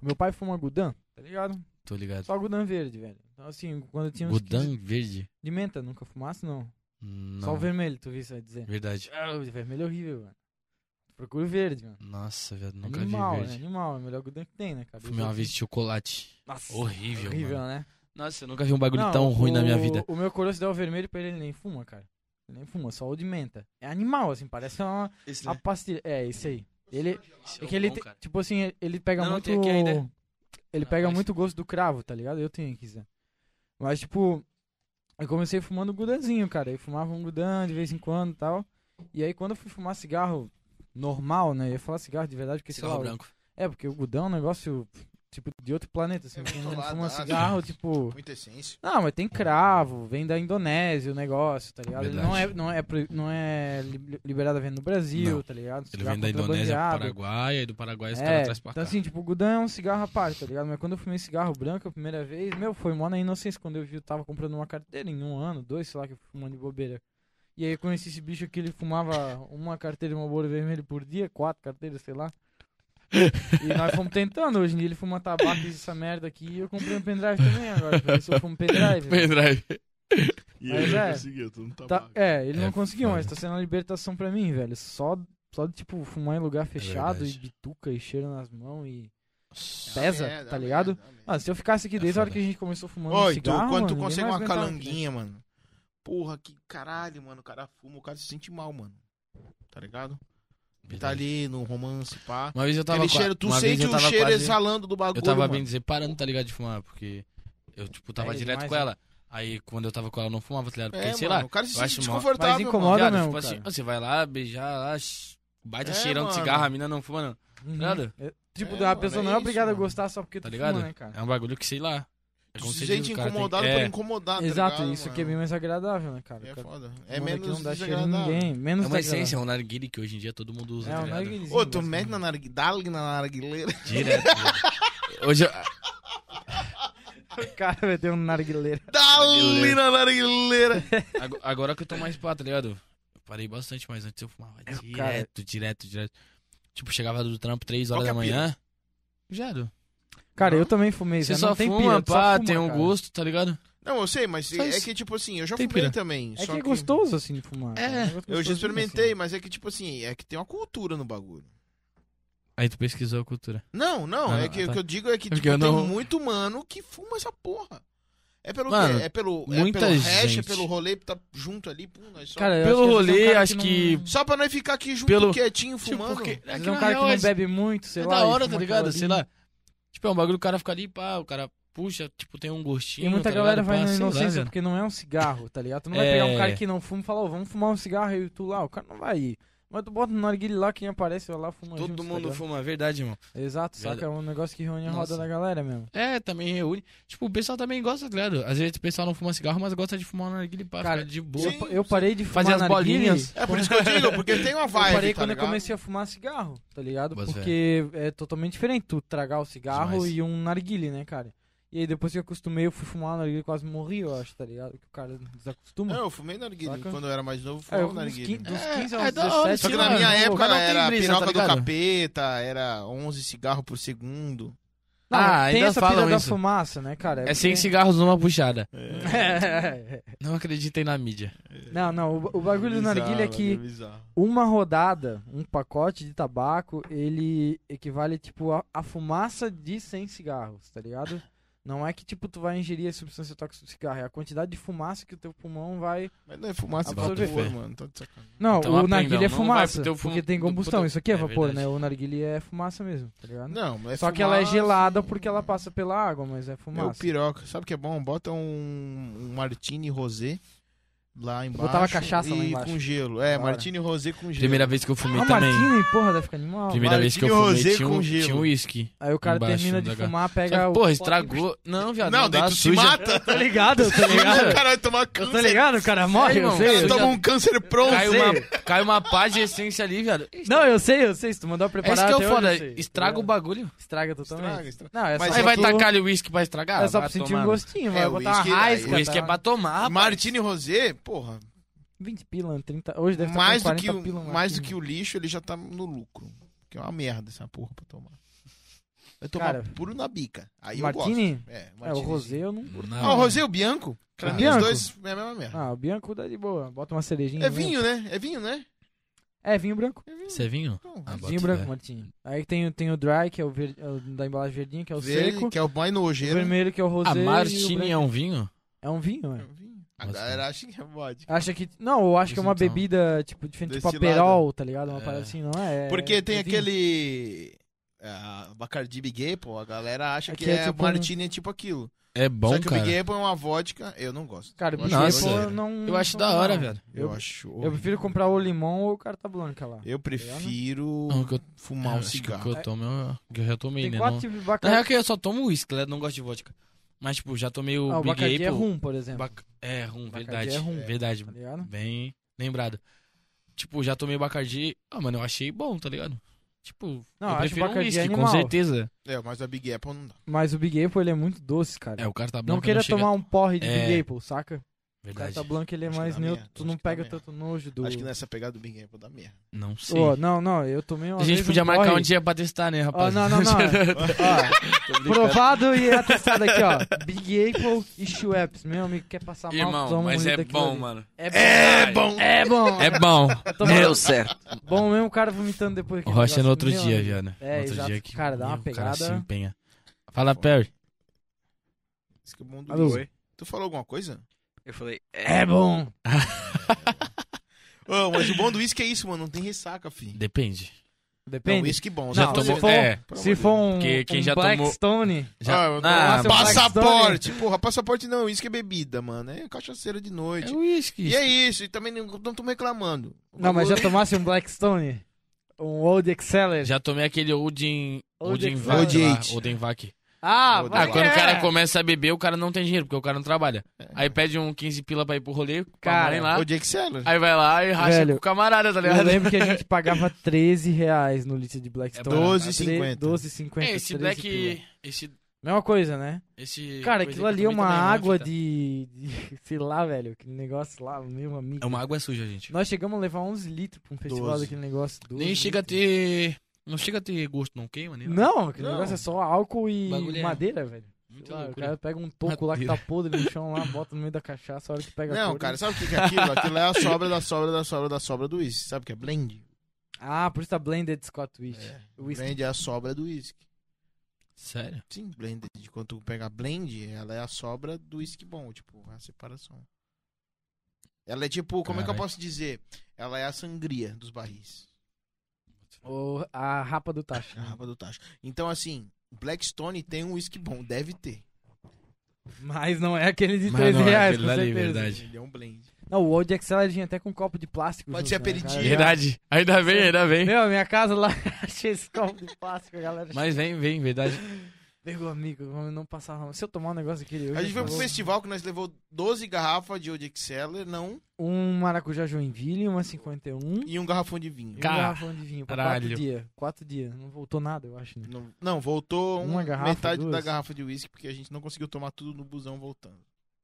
[SPEAKER 2] Meu pai fuma Gudan, tá ligado?
[SPEAKER 3] Tô ligado.
[SPEAKER 2] Só Gudan verde, velho. Então, assim, quando eu tinha uns 15
[SPEAKER 3] Godam verde?
[SPEAKER 2] De menta, nunca fumasse, não.
[SPEAKER 3] Não.
[SPEAKER 2] Só o vermelho, tu viu isso aí dizer.
[SPEAKER 3] Verdade.
[SPEAKER 2] Ah, o vermelho é horrível, mano. Procura o verde, mano.
[SPEAKER 3] Nossa, velho, nunca
[SPEAKER 2] animal,
[SPEAKER 3] vi
[SPEAKER 2] né?
[SPEAKER 3] verde.
[SPEAKER 2] Animal, é o melhor gudão que tem, né, cara?
[SPEAKER 3] Fumei uma vez de chocolate.
[SPEAKER 2] Nossa,
[SPEAKER 3] Horrível,
[SPEAKER 2] horrível,
[SPEAKER 3] mano.
[SPEAKER 2] né?
[SPEAKER 3] Nossa, eu nunca vi um bagulho
[SPEAKER 2] Não,
[SPEAKER 3] tão ruim
[SPEAKER 2] o-
[SPEAKER 3] na minha vida.
[SPEAKER 2] O meu coroço dá o vermelho pra ele, ele nem fuma, cara. Ele nem fuma, só o de menta. É animal, assim, parece uma,
[SPEAKER 3] Esse,
[SPEAKER 2] uma pastilha. É, esse aí. Ele, é que ele, tem- tipo assim, ele- ele pega
[SPEAKER 3] Não, não,
[SPEAKER 2] muito...
[SPEAKER 3] tem aqui ainda.
[SPEAKER 2] Ele
[SPEAKER 3] Ah,
[SPEAKER 2] pega
[SPEAKER 3] mas-
[SPEAKER 2] muito gosto do cravo, tá ligado? Eu tenho aqui, Zé. Mas, tipo, eu comecei fumando gudanzinho, cara. Eu fumava um gudan de vez em quando e tal. E aí, quando eu fui fumar cigarro normal, né? Eu ia falar cigarro de verdade, porque,
[SPEAKER 3] Cigarro
[SPEAKER 2] sei lá...
[SPEAKER 3] branco.
[SPEAKER 2] É, porque o gudão é um negócio, tipo, de outro planeta, assim.
[SPEAKER 1] É
[SPEAKER 2] Quando
[SPEAKER 1] muito
[SPEAKER 2] fuma
[SPEAKER 1] lado,
[SPEAKER 2] cigarro,
[SPEAKER 1] acho.
[SPEAKER 2] tipo...
[SPEAKER 1] Muita essência.
[SPEAKER 2] Não, mas tem cravo, vem da Indonésia o negócio, tá ligado? Ele Não é,
[SPEAKER 3] Verdade.
[SPEAKER 2] não, é, pro- não é li- liberado a venda no Brasil,
[SPEAKER 3] Não.
[SPEAKER 2] tá ligado?
[SPEAKER 3] Ele
[SPEAKER 2] Cigarro
[SPEAKER 3] vem da Indonésia pro
[SPEAKER 2] contrabandeado.
[SPEAKER 3] Paraguai, aí do Paraguai os
[SPEAKER 2] É,
[SPEAKER 3] caras trazem pra
[SPEAKER 2] então
[SPEAKER 3] cá.
[SPEAKER 2] assim, tipo, o Gudan é um cigarro à parte, tá ligado? Mas quando eu fumei cigarro branco a primeira vez, meu, foi mó na inocência. Quando eu vi, eu tava comprando uma carteira em um ano, dois, sei lá, que eu fui fumando de bobeira. E aí eu conheci esse bicho que ele fumava uma carteira de Marlboro vermelho por dia, quatro carteiras, sei lá. E nós fomos tentando, hoje em dia ele fuma tabaco e essa merda aqui, e eu comprei um pendrive também agora, pra ver se eu fumo pendrive.
[SPEAKER 3] Pendrive.
[SPEAKER 8] E
[SPEAKER 2] Mas
[SPEAKER 8] ele não
[SPEAKER 2] é.
[SPEAKER 8] conseguiu, tu não tá,
[SPEAKER 2] Tá-
[SPEAKER 8] tá
[SPEAKER 2] é, ele
[SPEAKER 3] É
[SPEAKER 2] não conseguiu, mas
[SPEAKER 3] foda.
[SPEAKER 2] tá sendo uma libertação pra mim, velho. Só, só de, tipo, fumar em lugar fechado e
[SPEAKER 3] É verdade.
[SPEAKER 2] bituca e cheiro nas mãos e...
[SPEAKER 3] Nossa,
[SPEAKER 2] Pesa,
[SPEAKER 1] É, dá
[SPEAKER 2] tá
[SPEAKER 1] merda,
[SPEAKER 2] ligado?
[SPEAKER 1] dá merda.
[SPEAKER 2] Ah, se eu ficasse aqui desde a hora
[SPEAKER 3] foda.
[SPEAKER 2] que a gente começou fumando
[SPEAKER 1] Oi,
[SPEAKER 2] cigarro,
[SPEAKER 1] tu, então, quando tu
[SPEAKER 2] mano,
[SPEAKER 1] consegue
[SPEAKER 2] ninguém
[SPEAKER 1] uma
[SPEAKER 2] mais aguentava,
[SPEAKER 1] calanguinha, mano. Porra, que caralho, mano. O cara fuma, o cara se sente mal, mano. Tá ligado? Tá
[SPEAKER 3] verdade.
[SPEAKER 1] ali no romance, pá.
[SPEAKER 3] Uma vez eu tava
[SPEAKER 1] Aquele
[SPEAKER 3] qua-
[SPEAKER 1] cheiro, tu
[SPEAKER 3] uma vez
[SPEAKER 1] sente
[SPEAKER 3] eu
[SPEAKER 1] o
[SPEAKER 3] tava
[SPEAKER 1] cheiro
[SPEAKER 3] quase-
[SPEAKER 1] exalando do bagulho,
[SPEAKER 3] Eu tava
[SPEAKER 1] mano.
[SPEAKER 3] bem dizer, parando, tá ligado, de fumar, porque eu, tipo, tava
[SPEAKER 2] É
[SPEAKER 3] direto
[SPEAKER 2] demais,
[SPEAKER 3] com
[SPEAKER 2] né?
[SPEAKER 3] ela. Aí, quando eu tava com ela, eu não fumava, tá ligado? Porque,
[SPEAKER 1] É,
[SPEAKER 3] sei
[SPEAKER 1] mano,
[SPEAKER 3] lá,
[SPEAKER 1] o cara se
[SPEAKER 3] eu
[SPEAKER 1] sente
[SPEAKER 3] acho mó-
[SPEAKER 1] desconfortável,
[SPEAKER 2] Mas
[SPEAKER 1] mano.
[SPEAKER 2] incomoda Foda
[SPEAKER 3] viado,
[SPEAKER 2] mesmo,
[SPEAKER 3] tipo assim,
[SPEAKER 2] cara.
[SPEAKER 3] ó, você vai lá, beijar lá, sh- baita
[SPEAKER 1] É,
[SPEAKER 3] cheirão de
[SPEAKER 1] mano.
[SPEAKER 3] cigarro, a mina não fuma, não. tá
[SPEAKER 2] Uhum.
[SPEAKER 3] Nada.
[SPEAKER 2] É, tipo,
[SPEAKER 1] É,
[SPEAKER 2] a
[SPEAKER 1] mano,
[SPEAKER 2] pessoa
[SPEAKER 1] é
[SPEAKER 2] não é
[SPEAKER 1] isso,
[SPEAKER 2] obrigada
[SPEAKER 1] mano.
[SPEAKER 2] a gostar só porque
[SPEAKER 3] Tá
[SPEAKER 2] tu
[SPEAKER 3] ligado?
[SPEAKER 2] fuma, né, cara?
[SPEAKER 3] É um bagulho que, sei lá. É
[SPEAKER 1] Tu
[SPEAKER 3] como
[SPEAKER 1] se
[SPEAKER 3] você
[SPEAKER 1] sente
[SPEAKER 3] diz, o cara tem-
[SPEAKER 1] incomodado
[SPEAKER 3] é,
[SPEAKER 1] por incomodar, tá
[SPEAKER 2] Exato,
[SPEAKER 1] ligado,
[SPEAKER 2] isso aqui é bem
[SPEAKER 1] mano?
[SPEAKER 2] mais agradável, né, cara?
[SPEAKER 1] É
[SPEAKER 2] Cara,
[SPEAKER 1] foda. É
[SPEAKER 2] fumando aqui
[SPEAKER 1] menos
[SPEAKER 2] não dá cheiro em
[SPEAKER 1] desagradável.
[SPEAKER 2] ninguém, menos
[SPEAKER 3] É
[SPEAKER 1] tá
[SPEAKER 3] uma essência,
[SPEAKER 2] desagradável.
[SPEAKER 3] é um narguile que hoje em dia todo mundo usa,
[SPEAKER 2] É,
[SPEAKER 3] tá
[SPEAKER 2] um
[SPEAKER 3] ligado?
[SPEAKER 2] narguilzinho,
[SPEAKER 1] Ô, tu
[SPEAKER 2] basicamente.
[SPEAKER 1] mete na narguilha, na narguileira.
[SPEAKER 3] Direto. velho. hoje eu...
[SPEAKER 2] O cara vai ter um narguileiro.
[SPEAKER 1] Dali na narguileira.
[SPEAKER 3] Ago- Agora que eu tô mais pá, tá ligado? Eu parei bastante, mas antes eu fumava direto,
[SPEAKER 2] É, cara-
[SPEAKER 3] direto, direto. Tipo, chegava do trampo 3
[SPEAKER 1] Qual
[SPEAKER 3] horas
[SPEAKER 1] que é
[SPEAKER 3] da
[SPEAKER 1] a
[SPEAKER 3] manhã. Viado.
[SPEAKER 2] Cara, eu também fumei.
[SPEAKER 3] Você
[SPEAKER 2] Zé,
[SPEAKER 3] só
[SPEAKER 2] não tem
[SPEAKER 3] fuma,
[SPEAKER 2] pira, tu só
[SPEAKER 3] pá,
[SPEAKER 2] fuma,
[SPEAKER 3] tem um
[SPEAKER 2] cara.
[SPEAKER 3] gosto, tá ligado?
[SPEAKER 1] Não, eu sei, mas
[SPEAKER 3] Só
[SPEAKER 1] é
[SPEAKER 3] isso.
[SPEAKER 1] que, tipo assim, eu já
[SPEAKER 3] Tem
[SPEAKER 1] fumei
[SPEAKER 3] pira.
[SPEAKER 1] também.
[SPEAKER 2] É
[SPEAKER 1] só
[SPEAKER 2] que é gostoso, assim, de fumar. cara.
[SPEAKER 3] É,
[SPEAKER 2] um
[SPEAKER 1] Eu
[SPEAKER 2] negócio
[SPEAKER 1] já
[SPEAKER 2] gostosinho,
[SPEAKER 1] experimentei,
[SPEAKER 2] assim.
[SPEAKER 1] mas é que, tipo assim, é que tem uma cultura no bagulho.
[SPEAKER 3] Aí tu pesquisou a cultura.
[SPEAKER 1] Não, não,
[SPEAKER 3] Ah,
[SPEAKER 1] é
[SPEAKER 3] não,
[SPEAKER 1] que
[SPEAKER 3] tá.
[SPEAKER 1] o que eu digo é que
[SPEAKER 3] Porque
[SPEAKER 1] tipo,
[SPEAKER 3] eu não-
[SPEAKER 1] tem muito mano que fuma essa porra. É pelo
[SPEAKER 3] Mano,
[SPEAKER 1] quê? É pelo,
[SPEAKER 3] muita
[SPEAKER 1] é pelo hash,
[SPEAKER 3] gente.
[SPEAKER 1] é pelo rolê, tá junto ali, pum, nós só...
[SPEAKER 2] Cara, eu
[SPEAKER 3] Pelo
[SPEAKER 2] acho que às vezes é um
[SPEAKER 3] rolê,
[SPEAKER 2] cara
[SPEAKER 3] acho que.
[SPEAKER 2] não-
[SPEAKER 1] só pra nós ficar aqui junto,
[SPEAKER 3] Pelo-
[SPEAKER 1] quietinho,
[SPEAKER 3] Tipo,
[SPEAKER 1] fumando.
[SPEAKER 3] porque-
[SPEAKER 2] às vezes
[SPEAKER 3] que
[SPEAKER 2] é um
[SPEAKER 3] na
[SPEAKER 2] cara
[SPEAKER 3] real
[SPEAKER 2] que
[SPEAKER 3] é-
[SPEAKER 2] não bebe muito, sei
[SPEAKER 3] é
[SPEAKER 2] lá.
[SPEAKER 3] da
[SPEAKER 2] e
[SPEAKER 3] hora, tá
[SPEAKER 2] fuma
[SPEAKER 3] ligado?
[SPEAKER 2] aquela
[SPEAKER 3] Sei
[SPEAKER 2] ali.
[SPEAKER 3] lá. Tipo, é um bagulho que o cara fica ali, pá, o cara puxa, tipo, tem um gostinho.
[SPEAKER 2] E muita
[SPEAKER 3] tá
[SPEAKER 2] galera
[SPEAKER 3] ligado?
[SPEAKER 2] vai
[SPEAKER 3] Pá,
[SPEAKER 2] na
[SPEAKER 3] sei lá,
[SPEAKER 2] inocência
[SPEAKER 3] velho.
[SPEAKER 2] porque não é um cigarro, tá ligado? Tu não vai
[SPEAKER 3] É.
[SPEAKER 2] pegar um cara que não fuma e falar, ô, vamos fumar um cigarro e tu lá, o cara não vai ir. Mas tu bota no narguilé lá, quem aparece vai lá fuma junto,
[SPEAKER 3] Todo
[SPEAKER 2] tá
[SPEAKER 3] mundo
[SPEAKER 2] ligado?
[SPEAKER 3] fuma, é verdade, irmão.
[SPEAKER 2] Exato, saca? É um negócio que reúne a roda
[SPEAKER 3] Nossa.
[SPEAKER 2] da galera mesmo.
[SPEAKER 3] É, também reúne. Tipo, o pessoal também gosta, tá ligado? Às vezes o pessoal não fuma cigarro, mas gosta de fumar na narguilha, pá,
[SPEAKER 2] Cara,
[SPEAKER 3] fica de boa.
[SPEAKER 2] Eu,
[SPEAKER 1] Sim,
[SPEAKER 2] pa- eu parei de fumar
[SPEAKER 3] Fazer as
[SPEAKER 2] narguilé,
[SPEAKER 3] bolinhas.
[SPEAKER 1] É por isso que eu digo, porque tem uma vibe,
[SPEAKER 2] eu parei
[SPEAKER 1] tá
[SPEAKER 2] quando eu
[SPEAKER 1] ligado?
[SPEAKER 2] comecei a fumar cigarro, tá ligado?
[SPEAKER 3] Boas
[SPEAKER 2] Porque é totalmente diferente tu tragar o cigarro
[SPEAKER 3] Demais.
[SPEAKER 2] e um narguilé, né, cara? E aí depois que eu acostumei, eu fui fumar um narguilé quase morri, eu acho, tá ligado? Que o cara desacostuma.
[SPEAKER 1] Não, eu fumei narguilha,
[SPEAKER 2] Saca?
[SPEAKER 1] quando eu era mais novo, eu
[SPEAKER 2] É,
[SPEAKER 1] fumava
[SPEAKER 2] eu, dos,
[SPEAKER 1] narguilha.
[SPEAKER 2] 15, dos
[SPEAKER 3] É,
[SPEAKER 2] 15
[SPEAKER 3] é
[SPEAKER 2] aos
[SPEAKER 3] da hora,
[SPEAKER 2] 17
[SPEAKER 1] Só que
[SPEAKER 3] sei
[SPEAKER 1] na
[SPEAKER 3] lá,
[SPEAKER 1] minha
[SPEAKER 3] não-
[SPEAKER 1] época
[SPEAKER 3] mas não tem
[SPEAKER 1] era
[SPEAKER 3] brisa, tá
[SPEAKER 1] piroca do
[SPEAKER 3] ligado?
[SPEAKER 1] capeta, era 11 cigarros por segundo.
[SPEAKER 2] Não,
[SPEAKER 3] Ah,
[SPEAKER 2] tem
[SPEAKER 3] ainda
[SPEAKER 2] essa
[SPEAKER 3] falam
[SPEAKER 2] pira da
[SPEAKER 3] isso.
[SPEAKER 2] fumaça, né, cara?
[SPEAKER 3] É sem
[SPEAKER 2] porque-
[SPEAKER 3] cigarros numa puxada.
[SPEAKER 2] É.
[SPEAKER 3] Não acreditem na mídia.
[SPEAKER 2] Não, não, o, o bagulho do narguilha
[SPEAKER 3] né?
[SPEAKER 2] é que
[SPEAKER 9] bizarro.
[SPEAKER 2] uma rodada, um pacote de tabaco, ele equivale, tipo, a, a fumaça de 100 cigarros, tá ligado? Não é que, tipo, tu vai ingerir a substância tóxica do cigarro, é a quantidade de fumaça que o teu pulmão vai...
[SPEAKER 1] Mas não é fumaça, é
[SPEAKER 3] Absorver.
[SPEAKER 1] vapor, mano. Tá de sacanagem.
[SPEAKER 2] Não,
[SPEAKER 3] Então
[SPEAKER 2] o
[SPEAKER 3] aprendam,
[SPEAKER 2] narguilha é
[SPEAKER 3] não vai
[SPEAKER 2] fumaça,
[SPEAKER 3] pro teu fum-
[SPEAKER 2] porque tem
[SPEAKER 3] do- pro
[SPEAKER 2] combustão,
[SPEAKER 3] teu-
[SPEAKER 2] isso aqui é
[SPEAKER 3] É
[SPEAKER 2] vapor, né?
[SPEAKER 3] verdade.
[SPEAKER 2] O narguilha é fumaça mesmo, tá ligado?
[SPEAKER 1] Não, mas é
[SPEAKER 2] Só que ela é
[SPEAKER 1] fumaça, assim.
[SPEAKER 2] gelada porque ela passa pela água, mas é
[SPEAKER 1] É o
[SPEAKER 2] fumaça.
[SPEAKER 1] piroca. Sabe o que é bom? Bota um, um martini rosé lá embaixo.
[SPEAKER 2] Botava cachaça
[SPEAKER 1] e
[SPEAKER 2] lá embaixo.
[SPEAKER 1] com gelo. É,
[SPEAKER 2] Da hora.
[SPEAKER 1] martini rosé com gelo.
[SPEAKER 3] Primeira vez que eu fumei
[SPEAKER 2] Ah,
[SPEAKER 3] também.
[SPEAKER 2] Martini, porra, deve ficar animal.
[SPEAKER 3] Primeira vez que eu
[SPEAKER 1] Martini
[SPEAKER 3] fumei
[SPEAKER 1] rosé
[SPEAKER 3] tinha
[SPEAKER 1] com
[SPEAKER 3] um,
[SPEAKER 1] gelo.
[SPEAKER 3] tinha um whisky.
[SPEAKER 2] Aí o cara
[SPEAKER 3] Embaixo
[SPEAKER 2] termina de
[SPEAKER 3] da
[SPEAKER 2] fumar,
[SPEAKER 3] Só que,
[SPEAKER 2] pega o...
[SPEAKER 3] porra, estragou. Não, viado.
[SPEAKER 1] Não, daí
[SPEAKER 3] dá
[SPEAKER 1] tu se
[SPEAKER 3] suja.
[SPEAKER 1] mata.
[SPEAKER 2] Tá ligado, tá ligado?
[SPEAKER 1] O cara vai tomar câncer.
[SPEAKER 2] Tá ligado? O cara morre, eu
[SPEAKER 3] irmão, tá
[SPEAKER 2] sei.
[SPEAKER 3] cara,
[SPEAKER 2] eu
[SPEAKER 1] Ele
[SPEAKER 3] tu
[SPEAKER 2] sei.
[SPEAKER 1] toma um câncer pronto.
[SPEAKER 3] Cai uma, cai uma pá de essência ali, viado.
[SPEAKER 2] Não, eu sei, eu sei. Se tu mandar
[SPEAKER 3] É
[SPEAKER 2] preparar
[SPEAKER 3] isso que é o
[SPEAKER 2] até hoje,
[SPEAKER 3] foda.
[SPEAKER 2] sei, tá
[SPEAKER 3] Estraga o
[SPEAKER 2] ligado?
[SPEAKER 3] bagulho.
[SPEAKER 2] Estraga totalmente.
[SPEAKER 1] Estraga, estraga.
[SPEAKER 2] Não, é só,
[SPEAKER 1] Mas
[SPEAKER 2] pra
[SPEAKER 3] Aí vai
[SPEAKER 2] tu-
[SPEAKER 3] tacar ali o whisky pra estragar?
[SPEAKER 2] é só pra
[SPEAKER 3] Vai
[SPEAKER 2] sentir
[SPEAKER 3] tomar,
[SPEAKER 2] um
[SPEAKER 3] mano.
[SPEAKER 2] gostinho, vai
[SPEAKER 1] É, o
[SPEAKER 2] botar uma
[SPEAKER 1] uísque dá,
[SPEAKER 2] raiz.
[SPEAKER 3] O whisky é pra tomar, rapaz.
[SPEAKER 1] Martini rosé, porra,
[SPEAKER 2] 20 pila, 30... Hoje deve estar
[SPEAKER 1] mais,
[SPEAKER 2] com
[SPEAKER 1] do
[SPEAKER 2] 40
[SPEAKER 1] que,
[SPEAKER 2] pila.
[SPEAKER 1] o,
[SPEAKER 2] um
[SPEAKER 1] mais do
[SPEAKER 2] Martini.
[SPEAKER 1] que o lixo, ele já tá no lucro. Que é uma merda essa porra pra tomar. Eu tomar
[SPEAKER 2] Cara,
[SPEAKER 1] puro na bica. Aí eu
[SPEAKER 2] Martini?
[SPEAKER 1] gosto. É,
[SPEAKER 2] É, o rosé eu não...
[SPEAKER 3] Não.
[SPEAKER 1] Ah, o rosé e o bianco. Pra
[SPEAKER 2] Ah,
[SPEAKER 1] mim, os
[SPEAKER 2] Bianco.
[SPEAKER 1] dois é a mesma merda.
[SPEAKER 2] Ah, o Bianco dá de boa. Bota uma cerejinha.
[SPEAKER 1] é
[SPEAKER 2] mesmo.
[SPEAKER 1] vinho, né? É vinho, né?
[SPEAKER 2] É, vinho branco.
[SPEAKER 3] Isso é vinho?
[SPEAKER 1] Então,
[SPEAKER 3] Ah, bota
[SPEAKER 2] vinho branco,
[SPEAKER 3] fé.
[SPEAKER 2] Martini. Aí tem, o- tem o dry, que é o, ver... é o da embalagem verdinha, que é o
[SPEAKER 1] verde,
[SPEAKER 2] seco.
[SPEAKER 1] que é o mais
[SPEAKER 2] O
[SPEAKER 1] nojeiro.
[SPEAKER 2] vermelho, que é o rosé.
[SPEAKER 3] A
[SPEAKER 2] e o
[SPEAKER 3] Martini
[SPEAKER 2] branco.
[SPEAKER 3] é um vinho?
[SPEAKER 2] É um vinho,
[SPEAKER 1] É
[SPEAKER 2] é.
[SPEAKER 1] um vinho. A
[SPEAKER 3] Nossa.
[SPEAKER 1] galera acha que é vodka.
[SPEAKER 2] Acha que. Não, eu acho que é uma
[SPEAKER 3] Pois então.
[SPEAKER 2] bebida, tipo, diferente de
[SPEAKER 1] Destilada.
[SPEAKER 2] paperol, tá ligado? Uma
[SPEAKER 3] É.
[SPEAKER 2] parada assim, não é? É-
[SPEAKER 1] Porque tem
[SPEAKER 2] é vinho.
[SPEAKER 1] aquele... ah, Bacardi Big Apple, a galera acha
[SPEAKER 2] Aqui
[SPEAKER 1] que
[SPEAKER 2] é
[SPEAKER 1] é,
[SPEAKER 2] tipo um-
[SPEAKER 1] Martini, é tipo aquilo.
[SPEAKER 3] É
[SPEAKER 1] Só
[SPEAKER 3] bom,
[SPEAKER 1] que o Big
[SPEAKER 3] cara.
[SPEAKER 1] Apple é uma vodka, eu não gosto.
[SPEAKER 2] Cara,
[SPEAKER 1] Eu
[SPEAKER 2] Big
[SPEAKER 1] acho
[SPEAKER 3] Nossa.
[SPEAKER 2] Apple
[SPEAKER 1] nojeiro.
[SPEAKER 2] não.
[SPEAKER 3] Eu acho
[SPEAKER 2] não-
[SPEAKER 3] da hora, velho.
[SPEAKER 1] Eu,
[SPEAKER 2] Eu-
[SPEAKER 1] acho.
[SPEAKER 2] Eu
[SPEAKER 1] horrível.
[SPEAKER 2] prefiro comprar o limão ou carta blanca lá.
[SPEAKER 1] Eu prefiro
[SPEAKER 3] Não, o que eu-
[SPEAKER 2] é,
[SPEAKER 1] fumar um
[SPEAKER 3] É, acho que o
[SPEAKER 1] cigarro.
[SPEAKER 3] que eu tomo, eu, o que eu já tomei,
[SPEAKER 2] Tem
[SPEAKER 3] né?
[SPEAKER 2] quatro
[SPEAKER 3] Não-
[SPEAKER 2] tipos de
[SPEAKER 3] Na real
[SPEAKER 2] bacardi.
[SPEAKER 3] que eu só tomo uísque, né? Não gosto de vodka. Mas, tipo, já tomei o
[SPEAKER 2] Ah, o
[SPEAKER 3] Big
[SPEAKER 2] bacardi
[SPEAKER 3] Apple.
[SPEAKER 2] é rum, por exemplo.
[SPEAKER 3] Bac- É rum,
[SPEAKER 2] Bacardi
[SPEAKER 3] verdade.
[SPEAKER 2] é rum.
[SPEAKER 3] Verdade.
[SPEAKER 2] Tá ligado?
[SPEAKER 3] Bem lembrado. Tipo, já tomei Bacardi. Ah, mano, eu achei bom, tá ligado? Tipo,
[SPEAKER 2] Não, eu
[SPEAKER 3] eu
[SPEAKER 2] acho
[SPEAKER 3] prefiro um
[SPEAKER 2] Bacardi
[SPEAKER 3] whisky, com
[SPEAKER 2] animal.
[SPEAKER 3] certeza.
[SPEAKER 1] É, mas a Big Apple não dá.
[SPEAKER 2] Mas o Big Apple ele é muito doce, cara.
[SPEAKER 3] É, o carta branca
[SPEAKER 2] não queira
[SPEAKER 3] chega-
[SPEAKER 2] tomar um porre de
[SPEAKER 3] É.
[SPEAKER 2] Big Apple, saca? O
[SPEAKER 3] Verdade.
[SPEAKER 2] carta blanca ele é
[SPEAKER 1] Acho que
[SPEAKER 2] mais
[SPEAKER 1] dá
[SPEAKER 2] neutro,
[SPEAKER 1] merda,
[SPEAKER 2] tu
[SPEAKER 1] acho
[SPEAKER 2] não
[SPEAKER 1] que dá
[SPEAKER 2] pega
[SPEAKER 3] é.
[SPEAKER 1] merda.
[SPEAKER 2] tanto nojo do.
[SPEAKER 1] Acho que nessa pegada do Big Apple dá merda.
[SPEAKER 3] Não sei.
[SPEAKER 2] Ô, não, não, eu tomei uma
[SPEAKER 3] a gente
[SPEAKER 2] vez
[SPEAKER 3] podia
[SPEAKER 2] um
[SPEAKER 3] marcar
[SPEAKER 2] porre.
[SPEAKER 3] um dia pra testar, né,
[SPEAKER 2] Ó,
[SPEAKER 3] rapaz?
[SPEAKER 2] não, Tá não, não. Ó, provado e atestado aqui, ó. Big Apple e Schweppes. Meu amigo, quer passar mal, toma
[SPEAKER 3] Irmão,
[SPEAKER 2] um
[SPEAKER 3] mas
[SPEAKER 2] litro
[SPEAKER 3] é
[SPEAKER 2] daquilo
[SPEAKER 3] bom,
[SPEAKER 2] ali.
[SPEAKER 3] mano.
[SPEAKER 2] É bom.
[SPEAKER 1] bom!
[SPEAKER 2] É bom.
[SPEAKER 3] É bom.
[SPEAKER 2] Toma- um
[SPEAKER 4] Deu certo.
[SPEAKER 2] Bom mesmo o cara vomitando depois.
[SPEAKER 3] O
[SPEAKER 2] aquele
[SPEAKER 3] Rocha é no
[SPEAKER 2] negócio.
[SPEAKER 3] outro
[SPEAKER 2] Meu
[SPEAKER 3] dia,
[SPEAKER 2] amigo.
[SPEAKER 3] viado.
[SPEAKER 2] É,
[SPEAKER 3] No outro
[SPEAKER 2] exato.
[SPEAKER 3] dia que,
[SPEAKER 2] Cara, dá uma
[SPEAKER 3] meu, O cara se
[SPEAKER 2] pegada.
[SPEAKER 3] empenha. Fala, Perry.
[SPEAKER 1] Isso que é bom do
[SPEAKER 2] Alô?
[SPEAKER 1] Big Apple. Tu falou alguma coisa?
[SPEAKER 4] Eu falei,
[SPEAKER 2] É bom.
[SPEAKER 1] Ô, mas o bom do uísque é isso, mano. Não tem ressaca, fi.
[SPEAKER 3] Depende.
[SPEAKER 1] Não,
[SPEAKER 2] Depende.
[SPEAKER 1] uísque bom.
[SPEAKER 2] Já
[SPEAKER 1] né?
[SPEAKER 2] tomou-
[SPEAKER 1] Você-
[SPEAKER 2] for-
[SPEAKER 3] É.
[SPEAKER 1] Pelo
[SPEAKER 2] Se
[SPEAKER 1] amor de
[SPEAKER 2] for
[SPEAKER 1] Deus.
[SPEAKER 2] um,
[SPEAKER 3] Porque quem
[SPEAKER 2] um
[SPEAKER 3] já tomou-
[SPEAKER 2] Blackstone...
[SPEAKER 1] Ah,
[SPEAKER 3] Já...
[SPEAKER 1] eu vou tomar
[SPEAKER 3] Ah,
[SPEAKER 2] seu
[SPEAKER 1] passaporte! Porra, passaporte não, uísque é bebida, mano. É cachaceira de
[SPEAKER 3] É
[SPEAKER 1] noite.
[SPEAKER 3] uísque.
[SPEAKER 1] E é isso, e também não, não tô reclamando.
[SPEAKER 2] Não, mas já tomasse um Blackstone? Um Old Exceller?
[SPEAKER 3] Já tomei aquele Odin...
[SPEAKER 2] Old
[SPEAKER 3] Odin
[SPEAKER 2] Express.
[SPEAKER 3] Vac. lá,
[SPEAKER 1] Old Eight.
[SPEAKER 3] Odin Vac.
[SPEAKER 2] Ah,
[SPEAKER 1] Old
[SPEAKER 2] vai-
[SPEAKER 3] Ah, quando o cara
[SPEAKER 2] é.
[SPEAKER 3] começa a beber, o cara não tem dinheiro, porque o cara não trabalha. Aí pede um 15 pila pra ir pro rolê,
[SPEAKER 2] Cara,
[SPEAKER 3] cara, mãe lá.
[SPEAKER 1] O Jake Seller.
[SPEAKER 3] Aí vai lá e racha
[SPEAKER 2] Velho,
[SPEAKER 3] com o camarada, tá
[SPEAKER 2] Eu
[SPEAKER 3] ligado?
[SPEAKER 2] lembro que a gente pagava 13 reais no litro de Blackstone.
[SPEAKER 3] É barato.
[SPEAKER 1] 12,50.
[SPEAKER 2] 12,50.
[SPEAKER 3] É, esse
[SPEAKER 2] 13 pila.
[SPEAKER 3] Black... Esse...
[SPEAKER 2] Mesma coisa, né?
[SPEAKER 3] esse
[SPEAKER 2] Cara,
[SPEAKER 3] coisa tá
[SPEAKER 2] aquilo
[SPEAKER 3] que eu
[SPEAKER 2] ali é
[SPEAKER 3] tomei
[SPEAKER 2] uma
[SPEAKER 3] também, mano,
[SPEAKER 2] água
[SPEAKER 3] fita.
[SPEAKER 2] de, de- Sei lá, velho. Aquele negócio lá, meu amigo.
[SPEAKER 3] É uma água suja, gente.
[SPEAKER 2] Nós chegamos a levar 11 litros pra um festival
[SPEAKER 1] 12.
[SPEAKER 2] daquele negócio. 12
[SPEAKER 3] Nem chega a
[SPEAKER 2] litros.
[SPEAKER 3] ter... Não chega a ter gosto, não queima, nem nada.
[SPEAKER 2] Não, aquele
[SPEAKER 1] Não.
[SPEAKER 2] negócio é só álcool e
[SPEAKER 3] Bagulho é-
[SPEAKER 2] madeira, velho.
[SPEAKER 3] Muito
[SPEAKER 2] Sei lá, o
[SPEAKER 1] né?
[SPEAKER 3] loucura.
[SPEAKER 2] cara pega um toco lá que tá podre no chão lá, bota no meio da cachaça, a hora que pega
[SPEAKER 1] Não,
[SPEAKER 2] podre-
[SPEAKER 1] cara, sabe o que que é aquilo? Aquilo é a sobra da sobra da sobra da sobra do uísque. Sabe o que é blend?
[SPEAKER 2] Ah, por isso tá blended Scott Witch.
[SPEAKER 1] É,
[SPEAKER 2] Whisky.
[SPEAKER 1] Blend é a sobra do uísque.
[SPEAKER 3] Sério?
[SPEAKER 1] Sim, blend. De quando tu pega blend, ela é a sobra do uísque bom, tipo, a separação. Ela é tipo, como é que eu
[SPEAKER 3] Caralho.
[SPEAKER 1] posso dizer? Ela é a sangria dos barris.
[SPEAKER 2] Ou a rapa do tacho.
[SPEAKER 1] A rapa do tacho. Então, assim, Blackstone tem um uísque bom, deve ter.
[SPEAKER 2] Mas não é aquele de
[SPEAKER 3] Mas
[SPEAKER 2] 13
[SPEAKER 3] não é
[SPEAKER 2] reais,
[SPEAKER 3] aquele
[SPEAKER 2] com
[SPEAKER 3] ali,
[SPEAKER 2] certeza.
[SPEAKER 3] verdade.
[SPEAKER 1] Ele é um blend.
[SPEAKER 2] Não, o Old Excel ele vinha até com um copo de plástico.
[SPEAKER 1] Pode
[SPEAKER 2] junto,
[SPEAKER 1] ser né?
[SPEAKER 2] né, cara?
[SPEAKER 1] aperitivo.
[SPEAKER 3] Verdade. Ainda bem, ainda bem.
[SPEAKER 2] Meu, a minha casa lá, achei esse copo de plástico, a galera.
[SPEAKER 3] Mas vem, vem, verdade.
[SPEAKER 2] Pegou amigo, eu não passava. Se eu tomar um negócio aquele hoje.
[SPEAKER 1] A gente foi
[SPEAKER 2] eu
[SPEAKER 1] pro
[SPEAKER 2] vou-
[SPEAKER 1] festival que nós levou 12 garrafas de Old Exceller, não,
[SPEAKER 2] Um maracujá Joinville, uma 51. E
[SPEAKER 1] e um garrafão de vinho.
[SPEAKER 2] um
[SPEAKER 3] Cara,
[SPEAKER 2] garrafão de vinho. Por quatro
[SPEAKER 3] caralho.
[SPEAKER 2] dias. Quatro dias. Não voltou nada, eu acho, né?
[SPEAKER 1] Não, não, voltou
[SPEAKER 2] Uma
[SPEAKER 1] um-
[SPEAKER 2] garrafa,
[SPEAKER 1] metade da
[SPEAKER 2] duas?
[SPEAKER 1] garrafa de uísque, porque a gente não conseguiu tomar tudo no busão voltando.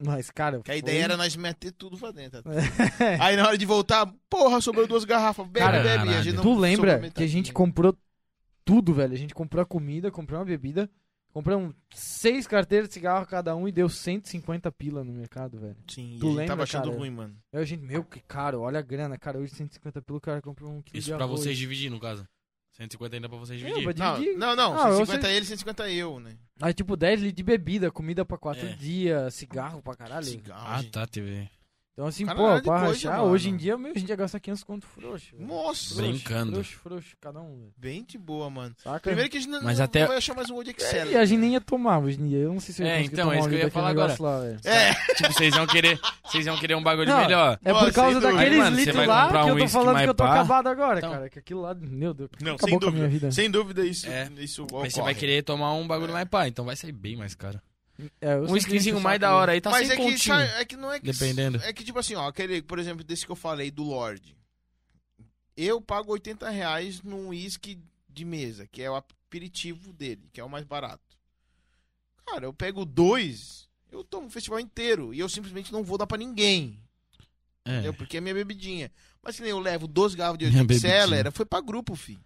[SPEAKER 2] Mas, cara.
[SPEAKER 1] Que a ideia era nós meter tudo pra dentro. tá?
[SPEAKER 2] era.
[SPEAKER 1] Aí na hora de voltar, porra, sobrou duas garrafas. Bebe,
[SPEAKER 3] Cara,
[SPEAKER 1] bebe. E a
[SPEAKER 3] caralho.
[SPEAKER 1] gente não
[SPEAKER 2] tu
[SPEAKER 1] sobrou
[SPEAKER 2] lembra
[SPEAKER 1] metade.
[SPEAKER 2] que a gente comprou tudo, velho? A gente comprou a comida, comprou uma bebida, Compramos seis carteiras de cigarro cada um e deu 150 pila no mercado, velho.
[SPEAKER 1] Sim, e a
[SPEAKER 2] Tu
[SPEAKER 1] gente
[SPEAKER 2] lembra,
[SPEAKER 1] tava achando
[SPEAKER 2] cara?
[SPEAKER 1] ruim, mano.
[SPEAKER 2] Aí a gente, meu, que caro, olha a grana, cara, hoje 150 pila o cara comprou um quilo
[SPEAKER 3] Isso
[SPEAKER 2] de
[SPEAKER 3] pra
[SPEAKER 2] arroz.
[SPEAKER 3] vocês dividir, no caso. 150 ainda pra vocês
[SPEAKER 2] É,
[SPEAKER 3] dividir.
[SPEAKER 2] pra
[SPEAKER 1] Não,
[SPEAKER 2] dividir.
[SPEAKER 1] não, não
[SPEAKER 2] Ah, eu
[SPEAKER 1] 150 ele, 150 eu, né?
[SPEAKER 2] Aí tipo 10 litros de bebida, comida pra quatro
[SPEAKER 3] É.
[SPEAKER 2] dias, cigarro pra caralho.
[SPEAKER 1] Cigarro,
[SPEAKER 3] Ah,
[SPEAKER 1] gente.
[SPEAKER 3] tá, TV.
[SPEAKER 2] Então assim,
[SPEAKER 1] Cara,
[SPEAKER 2] pô,
[SPEAKER 1] olha de
[SPEAKER 2] pra
[SPEAKER 1] coisa,
[SPEAKER 2] rachar,
[SPEAKER 1] mano.
[SPEAKER 2] hoje em dia, meu, a gente ia gastar 500 conto frouxo. velho.
[SPEAKER 1] Nossa,
[SPEAKER 2] Frouxo,
[SPEAKER 3] Brincando.
[SPEAKER 2] Frouxo, frouxo, cada um, velho.
[SPEAKER 1] bem de boa, mano.
[SPEAKER 2] Saca? É,
[SPEAKER 1] Primeiro que a gente não,
[SPEAKER 3] Mas
[SPEAKER 1] não
[SPEAKER 3] até-
[SPEAKER 1] vai achar mais um Word Excel.
[SPEAKER 2] E a gente nem ia tomar hoje em dia. Eu não sei se eu ia
[SPEAKER 3] É,
[SPEAKER 2] conseguir
[SPEAKER 3] então, é
[SPEAKER 2] tomar
[SPEAKER 3] isso
[SPEAKER 2] um
[SPEAKER 3] que eu ia
[SPEAKER 2] daquele
[SPEAKER 3] falar
[SPEAKER 2] negócio lá, velho.
[SPEAKER 3] Tipo, vocês iam querer, vocês iam querer um bagulho
[SPEAKER 2] Não,
[SPEAKER 3] melhor.
[SPEAKER 2] É
[SPEAKER 1] Ó,
[SPEAKER 2] por
[SPEAKER 1] sem
[SPEAKER 2] causa
[SPEAKER 1] dúvida.
[SPEAKER 2] daqueles
[SPEAKER 3] Aí, mano, você
[SPEAKER 2] litros
[SPEAKER 3] vai
[SPEAKER 2] lá
[SPEAKER 3] comprar
[SPEAKER 2] que
[SPEAKER 3] um
[SPEAKER 2] eu tô
[SPEAKER 3] whisky
[SPEAKER 2] falando
[SPEAKER 3] mais
[SPEAKER 2] que eu tô
[SPEAKER 3] pá.
[SPEAKER 2] acabado agora,
[SPEAKER 3] Então.
[SPEAKER 2] cara. Que aquilo lá, meu Deus,
[SPEAKER 1] Não,
[SPEAKER 2] acabou
[SPEAKER 1] sem
[SPEAKER 2] com a minha vida.
[SPEAKER 1] dúvida. Sem dúvida isso,
[SPEAKER 3] É.
[SPEAKER 1] isso
[SPEAKER 3] Aí
[SPEAKER 1] ocorre.
[SPEAKER 3] você vai querer tomar um bagulho mais pá, então vai sair bem mais caro.
[SPEAKER 2] É, eu
[SPEAKER 3] Um
[SPEAKER 2] sempre encho
[SPEAKER 3] skinzinho
[SPEAKER 2] o saco,
[SPEAKER 3] mais da
[SPEAKER 2] né?
[SPEAKER 3] hora aí tá
[SPEAKER 1] Mas
[SPEAKER 3] sem
[SPEAKER 1] é que,
[SPEAKER 3] continho.
[SPEAKER 1] sabe, é que não é que...
[SPEAKER 3] Dependendo.
[SPEAKER 1] É que tipo assim, ó, aquele, por exemplo, desse que eu falei, do Lorde. Eu pago 80 reais num uísque de mesa, que é o aperitivo dele, que é o mais barato. Cara, eu pego dois, eu tomo o festival inteiro e eu simplesmente não vou dar pra ninguém.
[SPEAKER 3] É.
[SPEAKER 1] Entendeu? Porque é minha bebidinha. Mas se nem eu levo 12 garrafas de
[SPEAKER 3] Minha
[SPEAKER 1] Old
[SPEAKER 3] bebidinha.
[SPEAKER 1] Cellar, foi pra grupo, fi.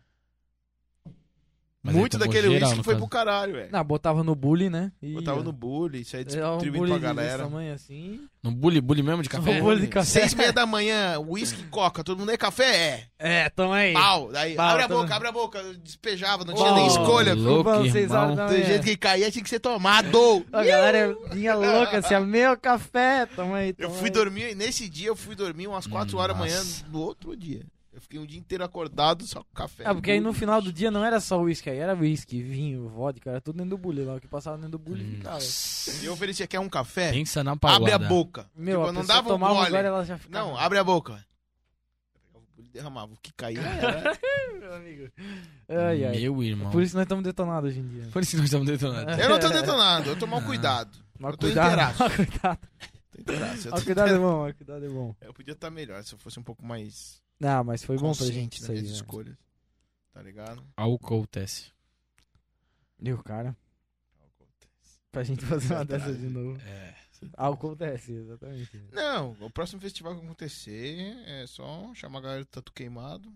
[SPEAKER 3] Mas aí
[SPEAKER 1] Muito
[SPEAKER 3] tomou
[SPEAKER 1] daquele
[SPEAKER 3] geral,
[SPEAKER 1] uísque
[SPEAKER 3] no
[SPEAKER 1] foi
[SPEAKER 3] caso.
[SPEAKER 1] pro caralho, velho.
[SPEAKER 2] Não, botava no bully, né? E,
[SPEAKER 1] Botava
[SPEAKER 2] ó,
[SPEAKER 1] no bullying, isso aí
[SPEAKER 2] era um
[SPEAKER 1] distribuindo
[SPEAKER 2] bully
[SPEAKER 1] pra
[SPEAKER 2] desse
[SPEAKER 1] galera.
[SPEAKER 2] tamanho assim.
[SPEAKER 3] No bully, bully mesmo de café?
[SPEAKER 2] Um bully de café.
[SPEAKER 1] Seis e meia da manhã, uísque e coca, todo mundo é café?
[SPEAKER 2] É,
[SPEAKER 3] então
[SPEAKER 2] toma aí.
[SPEAKER 1] É. Pau! Daí,
[SPEAKER 2] Pau,
[SPEAKER 1] abre a
[SPEAKER 2] tá
[SPEAKER 1] boca,
[SPEAKER 2] bom.
[SPEAKER 1] abre a boca, eu despejava, não
[SPEAKER 2] Ô,
[SPEAKER 1] tinha nem escolha.
[SPEAKER 3] filho.
[SPEAKER 1] filho.
[SPEAKER 3] Louco,
[SPEAKER 2] Vão, seis
[SPEAKER 3] irmão.
[SPEAKER 2] horas da
[SPEAKER 1] Do
[SPEAKER 2] manhã.
[SPEAKER 1] jeito que caía, tinha que ser tomado.
[SPEAKER 2] A é. galera vinha louca assim, ó, meu café, toma aí.
[SPEAKER 1] Eu
[SPEAKER 2] toma
[SPEAKER 1] fui
[SPEAKER 2] aí.
[SPEAKER 1] dormir, nesse dia eu fui dormir umas 4
[SPEAKER 3] Hum,
[SPEAKER 1] horas da manhã
[SPEAKER 3] nossa.
[SPEAKER 1] no outro dia. Eu fiquei um dia inteiro acordado só com café.
[SPEAKER 2] Ah, porque aí no final do dia não era só uísque, aí era uísque, vinho, vodka, era tudo dentro do bully lá, o que passava dentro do
[SPEAKER 1] Hum.
[SPEAKER 2] bully ficava.
[SPEAKER 3] Hum, Nossa.
[SPEAKER 1] E eu oferecia, quer um café?
[SPEAKER 3] Pensa na
[SPEAKER 1] Abre
[SPEAKER 3] paulada.
[SPEAKER 1] a boca.
[SPEAKER 2] Meu,
[SPEAKER 1] tipo,
[SPEAKER 2] é. a
[SPEAKER 1] eu não
[SPEAKER 2] pessoa
[SPEAKER 1] dava um
[SPEAKER 2] tomava um
[SPEAKER 1] gole.
[SPEAKER 2] gole, ela já ficava...
[SPEAKER 1] Não, abre a boca. Eu derramava o que caía. era-
[SPEAKER 2] meu amigo. Ai, ai.
[SPEAKER 3] Meu irmão.
[SPEAKER 2] Por isso nós estamos detonados hoje em dia.
[SPEAKER 3] Por isso nós estamos detonando.
[SPEAKER 1] Eu não tô detonando, eu tô mal cuidado.
[SPEAKER 2] Mas
[SPEAKER 1] Eu tô
[SPEAKER 2] cuidado,
[SPEAKER 1] inteiraço.
[SPEAKER 2] cuidado.
[SPEAKER 1] Tô inteiraço, eu, tô
[SPEAKER 2] Mas cuidado é
[SPEAKER 1] inteiraço.
[SPEAKER 2] bom, mas cuidado é bom.
[SPEAKER 1] Eu podia estar melhor se eu fosse um pouco mais.
[SPEAKER 2] Não, mas foi bom pra
[SPEAKER 1] consciente
[SPEAKER 2] gente isso
[SPEAKER 1] nas
[SPEAKER 2] aí, né?
[SPEAKER 1] minhas
[SPEAKER 2] velho.
[SPEAKER 1] escolhas. Tá ligado?
[SPEAKER 3] Álcool teste.
[SPEAKER 2] E o cara, pra gente fazer uma dessa de novo. Ah,
[SPEAKER 3] É.
[SPEAKER 2] Acontece, exatamente.
[SPEAKER 1] Não, o próximo festival que acontecer é só chamar a galera do Tatu Queimado.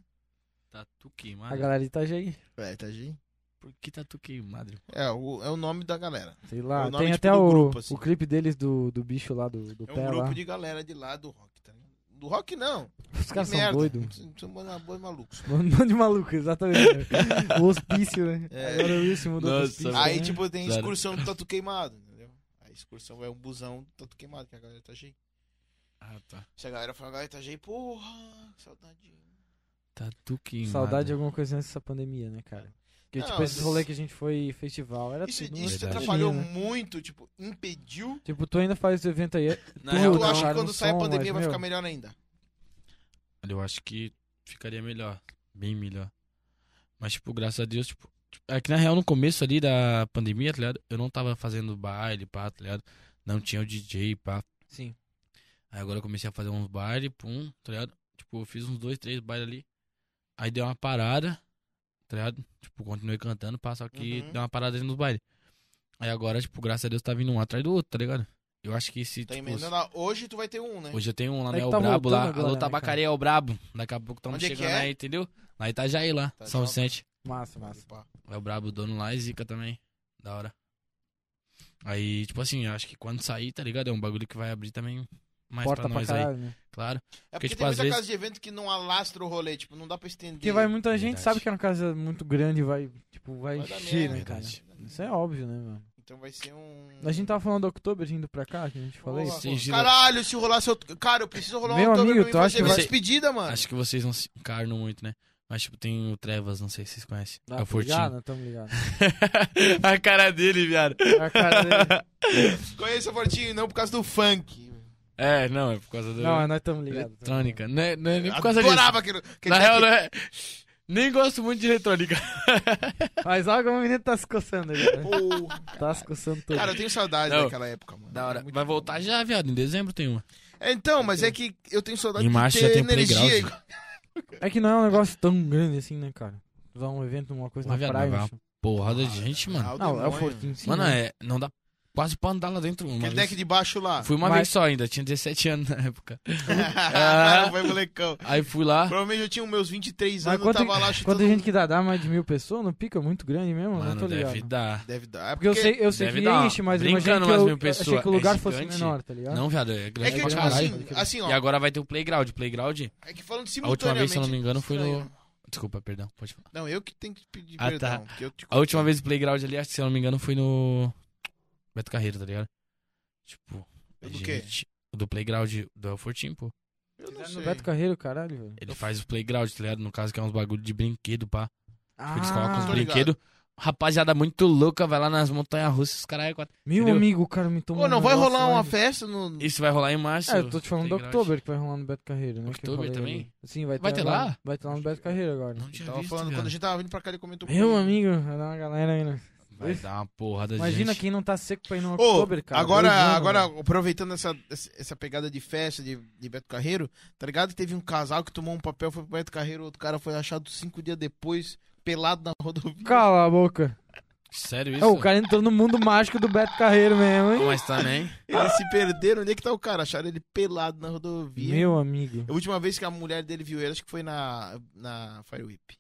[SPEAKER 3] Tatu
[SPEAKER 2] A
[SPEAKER 3] tá queimado.
[SPEAKER 2] galera de Itajaí,
[SPEAKER 1] É, tá gente?
[SPEAKER 3] Por que tatu queimado?
[SPEAKER 1] É, o, é o nome da galera.
[SPEAKER 2] sei
[SPEAKER 1] É
[SPEAKER 2] lá,
[SPEAKER 1] o nome,
[SPEAKER 2] tem
[SPEAKER 1] tipo,
[SPEAKER 2] até
[SPEAKER 1] do
[SPEAKER 2] o,
[SPEAKER 1] grupo, assim.
[SPEAKER 2] o clipe deles do, do bicho lá, do, do
[SPEAKER 1] É um
[SPEAKER 2] pé
[SPEAKER 1] grupo
[SPEAKER 2] lá.
[SPEAKER 1] de galera de lá do rock, tá ligado? Do rock não.
[SPEAKER 2] Os caras
[SPEAKER 1] de
[SPEAKER 2] são
[SPEAKER 1] merda.
[SPEAKER 2] doidos.
[SPEAKER 1] São boi malucos.
[SPEAKER 2] Mano de maluco, exatamente. né? o hospício, né?
[SPEAKER 1] É.
[SPEAKER 2] Agora o Wilson mudou
[SPEAKER 3] Nossa,
[SPEAKER 2] pro hospício.
[SPEAKER 1] Aí,
[SPEAKER 2] né?
[SPEAKER 1] tipo, tem
[SPEAKER 3] Claro.
[SPEAKER 1] excursão do Tatu Queimado, entendeu? A excursão vai um busão do Tatu Queimado, que a galera tá cheia.
[SPEAKER 3] Ah, tá.
[SPEAKER 1] Se a galera falar, a galera tá cheia, porra, que saudade.
[SPEAKER 3] Tatu queimado.
[SPEAKER 2] né? Saudade de alguma coisa antes dessa pandemia, né, cara? Porque,
[SPEAKER 1] Não,
[SPEAKER 2] tipo, esse
[SPEAKER 1] mas-
[SPEAKER 2] rolê que a gente foi festival era
[SPEAKER 1] Isso,
[SPEAKER 2] Tá tudo.
[SPEAKER 1] isso te
[SPEAKER 3] Verdade.
[SPEAKER 1] atrapalhou
[SPEAKER 2] Imagina.
[SPEAKER 1] muito, tipo, impediu.
[SPEAKER 2] Tipo, tu ainda faz é o né? evento aí.
[SPEAKER 3] Na
[SPEAKER 2] Tu
[SPEAKER 3] real,
[SPEAKER 1] tu
[SPEAKER 2] Não,
[SPEAKER 3] não,
[SPEAKER 1] acha
[SPEAKER 2] cara,
[SPEAKER 1] que quando
[SPEAKER 2] tá no
[SPEAKER 1] sai a
[SPEAKER 2] som,
[SPEAKER 1] pandemia
[SPEAKER 2] mas,
[SPEAKER 1] vai
[SPEAKER 2] meu.
[SPEAKER 1] ficar melhor ainda?
[SPEAKER 3] Eu acho que ficaria melhor. Bem melhor. Mas, tipo, graças a Deus, tipo. tipo, É que na real, no começo ali da pandemia, tá ligado? Eu não tava fazendo baile, pá, tá ligado? Não tinha o DJ, pá.
[SPEAKER 2] Sim.
[SPEAKER 3] Aí agora eu comecei a fazer uns baile, pum, tá ligado? Tipo, eu fiz uns dois, três bailes ali. Aí deu uma parada, tá ligado? Tipo, continuei cantando, pá, só que
[SPEAKER 1] Uhum.
[SPEAKER 3] deu uma parada ali nos bailes. Aí agora, tipo, graças a Deus tá vindo um atrás do outro, tá ligado? Eu acho que se.
[SPEAKER 1] Tá
[SPEAKER 3] tipo,
[SPEAKER 1] emendando a... Hoje tu vai ter um, né?
[SPEAKER 3] Hoje eu tenho um lá no
[SPEAKER 2] É que
[SPEAKER 3] El
[SPEAKER 2] tá
[SPEAKER 3] Brabo
[SPEAKER 2] voltando
[SPEAKER 3] lá.
[SPEAKER 2] agora, né,
[SPEAKER 3] Alô,
[SPEAKER 2] cara?
[SPEAKER 3] Tabacaria El Brabo. Daqui a pouco estamos
[SPEAKER 1] Onde é que
[SPEAKER 3] chegando
[SPEAKER 1] é?
[SPEAKER 3] aí, entendeu? Lá em Itajaí lá,
[SPEAKER 1] Tá,
[SPEAKER 3] São
[SPEAKER 1] já.
[SPEAKER 3] Vicente.
[SPEAKER 2] Massa, massa.
[SPEAKER 1] É
[SPEAKER 3] El Brabo, dono lá e Zica também. Da hora. Aí, tipo assim, eu acho que quando sair, tá ligado? É um bagulho que vai abrir também mais
[SPEAKER 2] Porta
[SPEAKER 3] pra
[SPEAKER 2] pra
[SPEAKER 3] nós aí,
[SPEAKER 2] caralho, né?
[SPEAKER 3] claro.
[SPEAKER 1] É
[SPEAKER 3] Porque,
[SPEAKER 1] porque,
[SPEAKER 3] tipo,
[SPEAKER 1] tem
[SPEAKER 3] às
[SPEAKER 1] muita
[SPEAKER 3] vezes-
[SPEAKER 1] casa de evento que não alastra o rolê, tipo, não dá pra estender.
[SPEAKER 2] Porque vai muita gente,
[SPEAKER 3] Verdade.
[SPEAKER 2] sabe que é uma casa muito grande e vai, tipo, vai
[SPEAKER 1] Vai dar
[SPEAKER 2] encher, né,
[SPEAKER 1] merda.
[SPEAKER 2] cara?
[SPEAKER 3] Verdade.
[SPEAKER 2] Isso é óbvio, né, mano?
[SPEAKER 1] Então vai ser um.
[SPEAKER 2] A gente tava falando do Oktober indo pra cá, que a gente falou
[SPEAKER 1] Porra,
[SPEAKER 2] isso.
[SPEAKER 3] Sim, gira-
[SPEAKER 1] Caralho, se rolar seu. Cara, eu preciso rolar
[SPEAKER 2] Meu
[SPEAKER 1] um autógrafo
[SPEAKER 2] amigo,
[SPEAKER 1] pra mim
[SPEAKER 2] tu acha
[SPEAKER 1] fazer
[SPEAKER 2] que
[SPEAKER 1] minha
[SPEAKER 3] vai-
[SPEAKER 1] despedida, mano.
[SPEAKER 3] Acho que vocês não se encarnam muito, né? Mas, tipo, tem o Trevas, não sei se vocês conhecem.
[SPEAKER 2] Ah,
[SPEAKER 3] é o
[SPEAKER 2] tô
[SPEAKER 3] Fortinho.
[SPEAKER 2] ligado, tamo ligado. É
[SPEAKER 3] a cara dele, viado.
[SPEAKER 2] A cara dele-
[SPEAKER 1] Conheço o Fortinho, não por causa do funk.
[SPEAKER 3] É, não, é por causa do...
[SPEAKER 2] Não, mas nós tamo ligados. tamo
[SPEAKER 3] eletrônica. Não é, não é nem por causa disso.
[SPEAKER 1] Adorava tá aquele. aquele
[SPEAKER 3] Na real, não é... Nem gosto muito de eletrônica.
[SPEAKER 2] ligado. Mas olha como o menino tá se coçando ali, né?
[SPEAKER 1] Pô,
[SPEAKER 2] Tá se coçando todo.
[SPEAKER 1] Cara, eu tenho saudade
[SPEAKER 3] Não.
[SPEAKER 1] daquela época, mano.
[SPEAKER 3] Da hora.
[SPEAKER 1] Muito
[SPEAKER 3] Vai
[SPEAKER 1] bom.
[SPEAKER 3] voltar já, viado. Em dezembro tem uma.
[SPEAKER 1] É, então, mas é que eu tenho saudade
[SPEAKER 3] Em março
[SPEAKER 1] de
[SPEAKER 3] já
[SPEAKER 1] ter
[SPEAKER 3] tem um
[SPEAKER 1] energia.
[SPEAKER 3] playground.
[SPEAKER 2] É que não é um negócio tão grande assim, né, cara? Vai um evento, uma coisa
[SPEAKER 3] Mas,
[SPEAKER 2] na
[SPEAKER 3] viado,
[SPEAKER 2] praia.
[SPEAKER 3] vai
[SPEAKER 2] um show.
[SPEAKER 1] é
[SPEAKER 3] Porrada de gente, mano.
[SPEAKER 2] Não, é o Fortinho, sim.
[SPEAKER 3] Mano,
[SPEAKER 2] né?
[SPEAKER 3] é, não dá quase pra andar lá dentro. Uma
[SPEAKER 1] Aquele
[SPEAKER 3] vez.
[SPEAKER 1] deck de baixo lá.
[SPEAKER 3] Fui uma
[SPEAKER 2] Mas-
[SPEAKER 3] vez só ainda, tinha 17 anos na época.
[SPEAKER 1] Cara, Foi molecão.
[SPEAKER 3] Aí fui lá.
[SPEAKER 1] Provavelmente eu tinha os meus 23
[SPEAKER 2] Mas
[SPEAKER 1] anos,
[SPEAKER 2] quanto-
[SPEAKER 1] tava lá chutando.
[SPEAKER 2] Quanta gente que dá, dá mais de mil pessoas, não pica muito grande mesmo? eu não
[SPEAKER 3] Mano,
[SPEAKER 2] tô ligado.
[SPEAKER 3] deve dar.
[SPEAKER 1] Deve dar. É
[SPEAKER 2] Porque eu sei, eu sei
[SPEAKER 3] deve
[SPEAKER 2] que
[SPEAKER 3] dar.
[SPEAKER 2] enche, mas eu
[SPEAKER 3] Brincando
[SPEAKER 2] imagino que
[SPEAKER 3] mais
[SPEAKER 2] eu,
[SPEAKER 3] mil
[SPEAKER 2] eu achei
[SPEAKER 3] pessoas.
[SPEAKER 2] que o lugar
[SPEAKER 3] É
[SPEAKER 2] fosse
[SPEAKER 3] gigante.
[SPEAKER 2] menor, tá ligado?
[SPEAKER 3] Não, viado, é
[SPEAKER 1] É
[SPEAKER 3] grande
[SPEAKER 1] que,
[SPEAKER 3] pra
[SPEAKER 1] tipo
[SPEAKER 3] caralho.
[SPEAKER 1] assim, assim, ó.
[SPEAKER 3] E agora vai ter o playground. Playground,
[SPEAKER 1] É que falando
[SPEAKER 3] a última vez,
[SPEAKER 1] simultaneamente.
[SPEAKER 3] se eu não me engano, foi no.
[SPEAKER 1] estranho.
[SPEAKER 3] Desculpa, perdão, pode falar.
[SPEAKER 1] Não, eu que tenho que pedir
[SPEAKER 3] Ah,
[SPEAKER 1] perdão.
[SPEAKER 3] tá.
[SPEAKER 1] porque eu te
[SPEAKER 3] A última vez do playground ali, acho que, se eu não me engano, foi no. Beto Carreiro, tá ligado? Tipo. a
[SPEAKER 1] Do quê?
[SPEAKER 3] gente- Do playground do Elfortim, pô.
[SPEAKER 1] Eu não
[SPEAKER 2] No
[SPEAKER 1] sei.
[SPEAKER 2] Beto Carreiro, caralho, velho.
[SPEAKER 3] Ele faz o playground, tá ligado? No caso, que é uns bagulho de brinquedo, pá. Tipo, Eles colocam
[SPEAKER 2] Ah,
[SPEAKER 3] uns
[SPEAKER 1] tô ligado.
[SPEAKER 3] brinquedos. Rapaziada muito louca, vai lá nas montanhas russas, os caras. é
[SPEAKER 2] meu
[SPEAKER 3] entendeu?
[SPEAKER 2] amigo, o cara me tomou.
[SPEAKER 1] Pô, não
[SPEAKER 2] um
[SPEAKER 1] vai
[SPEAKER 2] negócio
[SPEAKER 1] rolar
[SPEAKER 2] lá,
[SPEAKER 1] uma
[SPEAKER 2] velho.
[SPEAKER 1] festa no.
[SPEAKER 3] Isso vai rolar em março.
[SPEAKER 2] É, eu tô te falando do
[SPEAKER 3] Playground.
[SPEAKER 2] Oktober que vai rolar no Beto Carreiro, né? que eu
[SPEAKER 3] Oktober
[SPEAKER 2] falei
[SPEAKER 3] também?
[SPEAKER 2] ali. Sim, vai ter.
[SPEAKER 3] Vai ter
[SPEAKER 2] agora.
[SPEAKER 3] lá?
[SPEAKER 2] Vai ter lá no Beto Carreiro agora.
[SPEAKER 3] Não tinha
[SPEAKER 1] Tava
[SPEAKER 3] visto,
[SPEAKER 1] falando, quando
[SPEAKER 3] viado.
[SPEAKER 1] a gente tava vindo pra cá, ele comentou
[SPEAKER 2] Meu
[SPEAKER 1] comigo.
[SPEAKER 2] amigo, vai dar uma galera aí, né?
[SPEAKER 3] Vai dar uma porrada de
[SPEAKER 2] Imagina
[SPEAKER 3] gente.
[SPEAKER 2] quem não tá seco pra ir no
[SPEAKER 1] Ô,
[SPEAKER 2] Oktober, cara.
[SPEAKER 1] agora,
[SPEAKER 2] Dois anos,
[SPEAKER 1] agora
[SPEAKER 2] velho.
[SPEAKER 1] aproveitando essa, essa pegada de festa de, de Beto Carreiro, tá ligado? que Teve um casal que tomou um papel, foi pro Beto Carreiro, outro cara foi achado cinco dias depois, pelado na rodovia.
[SPEAKER 2] Cala a boca.
[SPEAKER 3] Sério
[SPEAKER 2] É,
[SPEAKER 3] isso? é
[SPEAKER 2] o cara entrou no mundo mágico do Beto Carreiro mesmo, hein?
[SPEAKER 3] Mas também.
[SPEAKER 1] Eles se perderam, onde é que tá o cara? Acharam ele pelado na rodovia.
[SPEAKER 2] Meu amigo.
[SPEAKER 1] A última vez que a mulher dele viu ele, acho que foi na, na Fire Whip.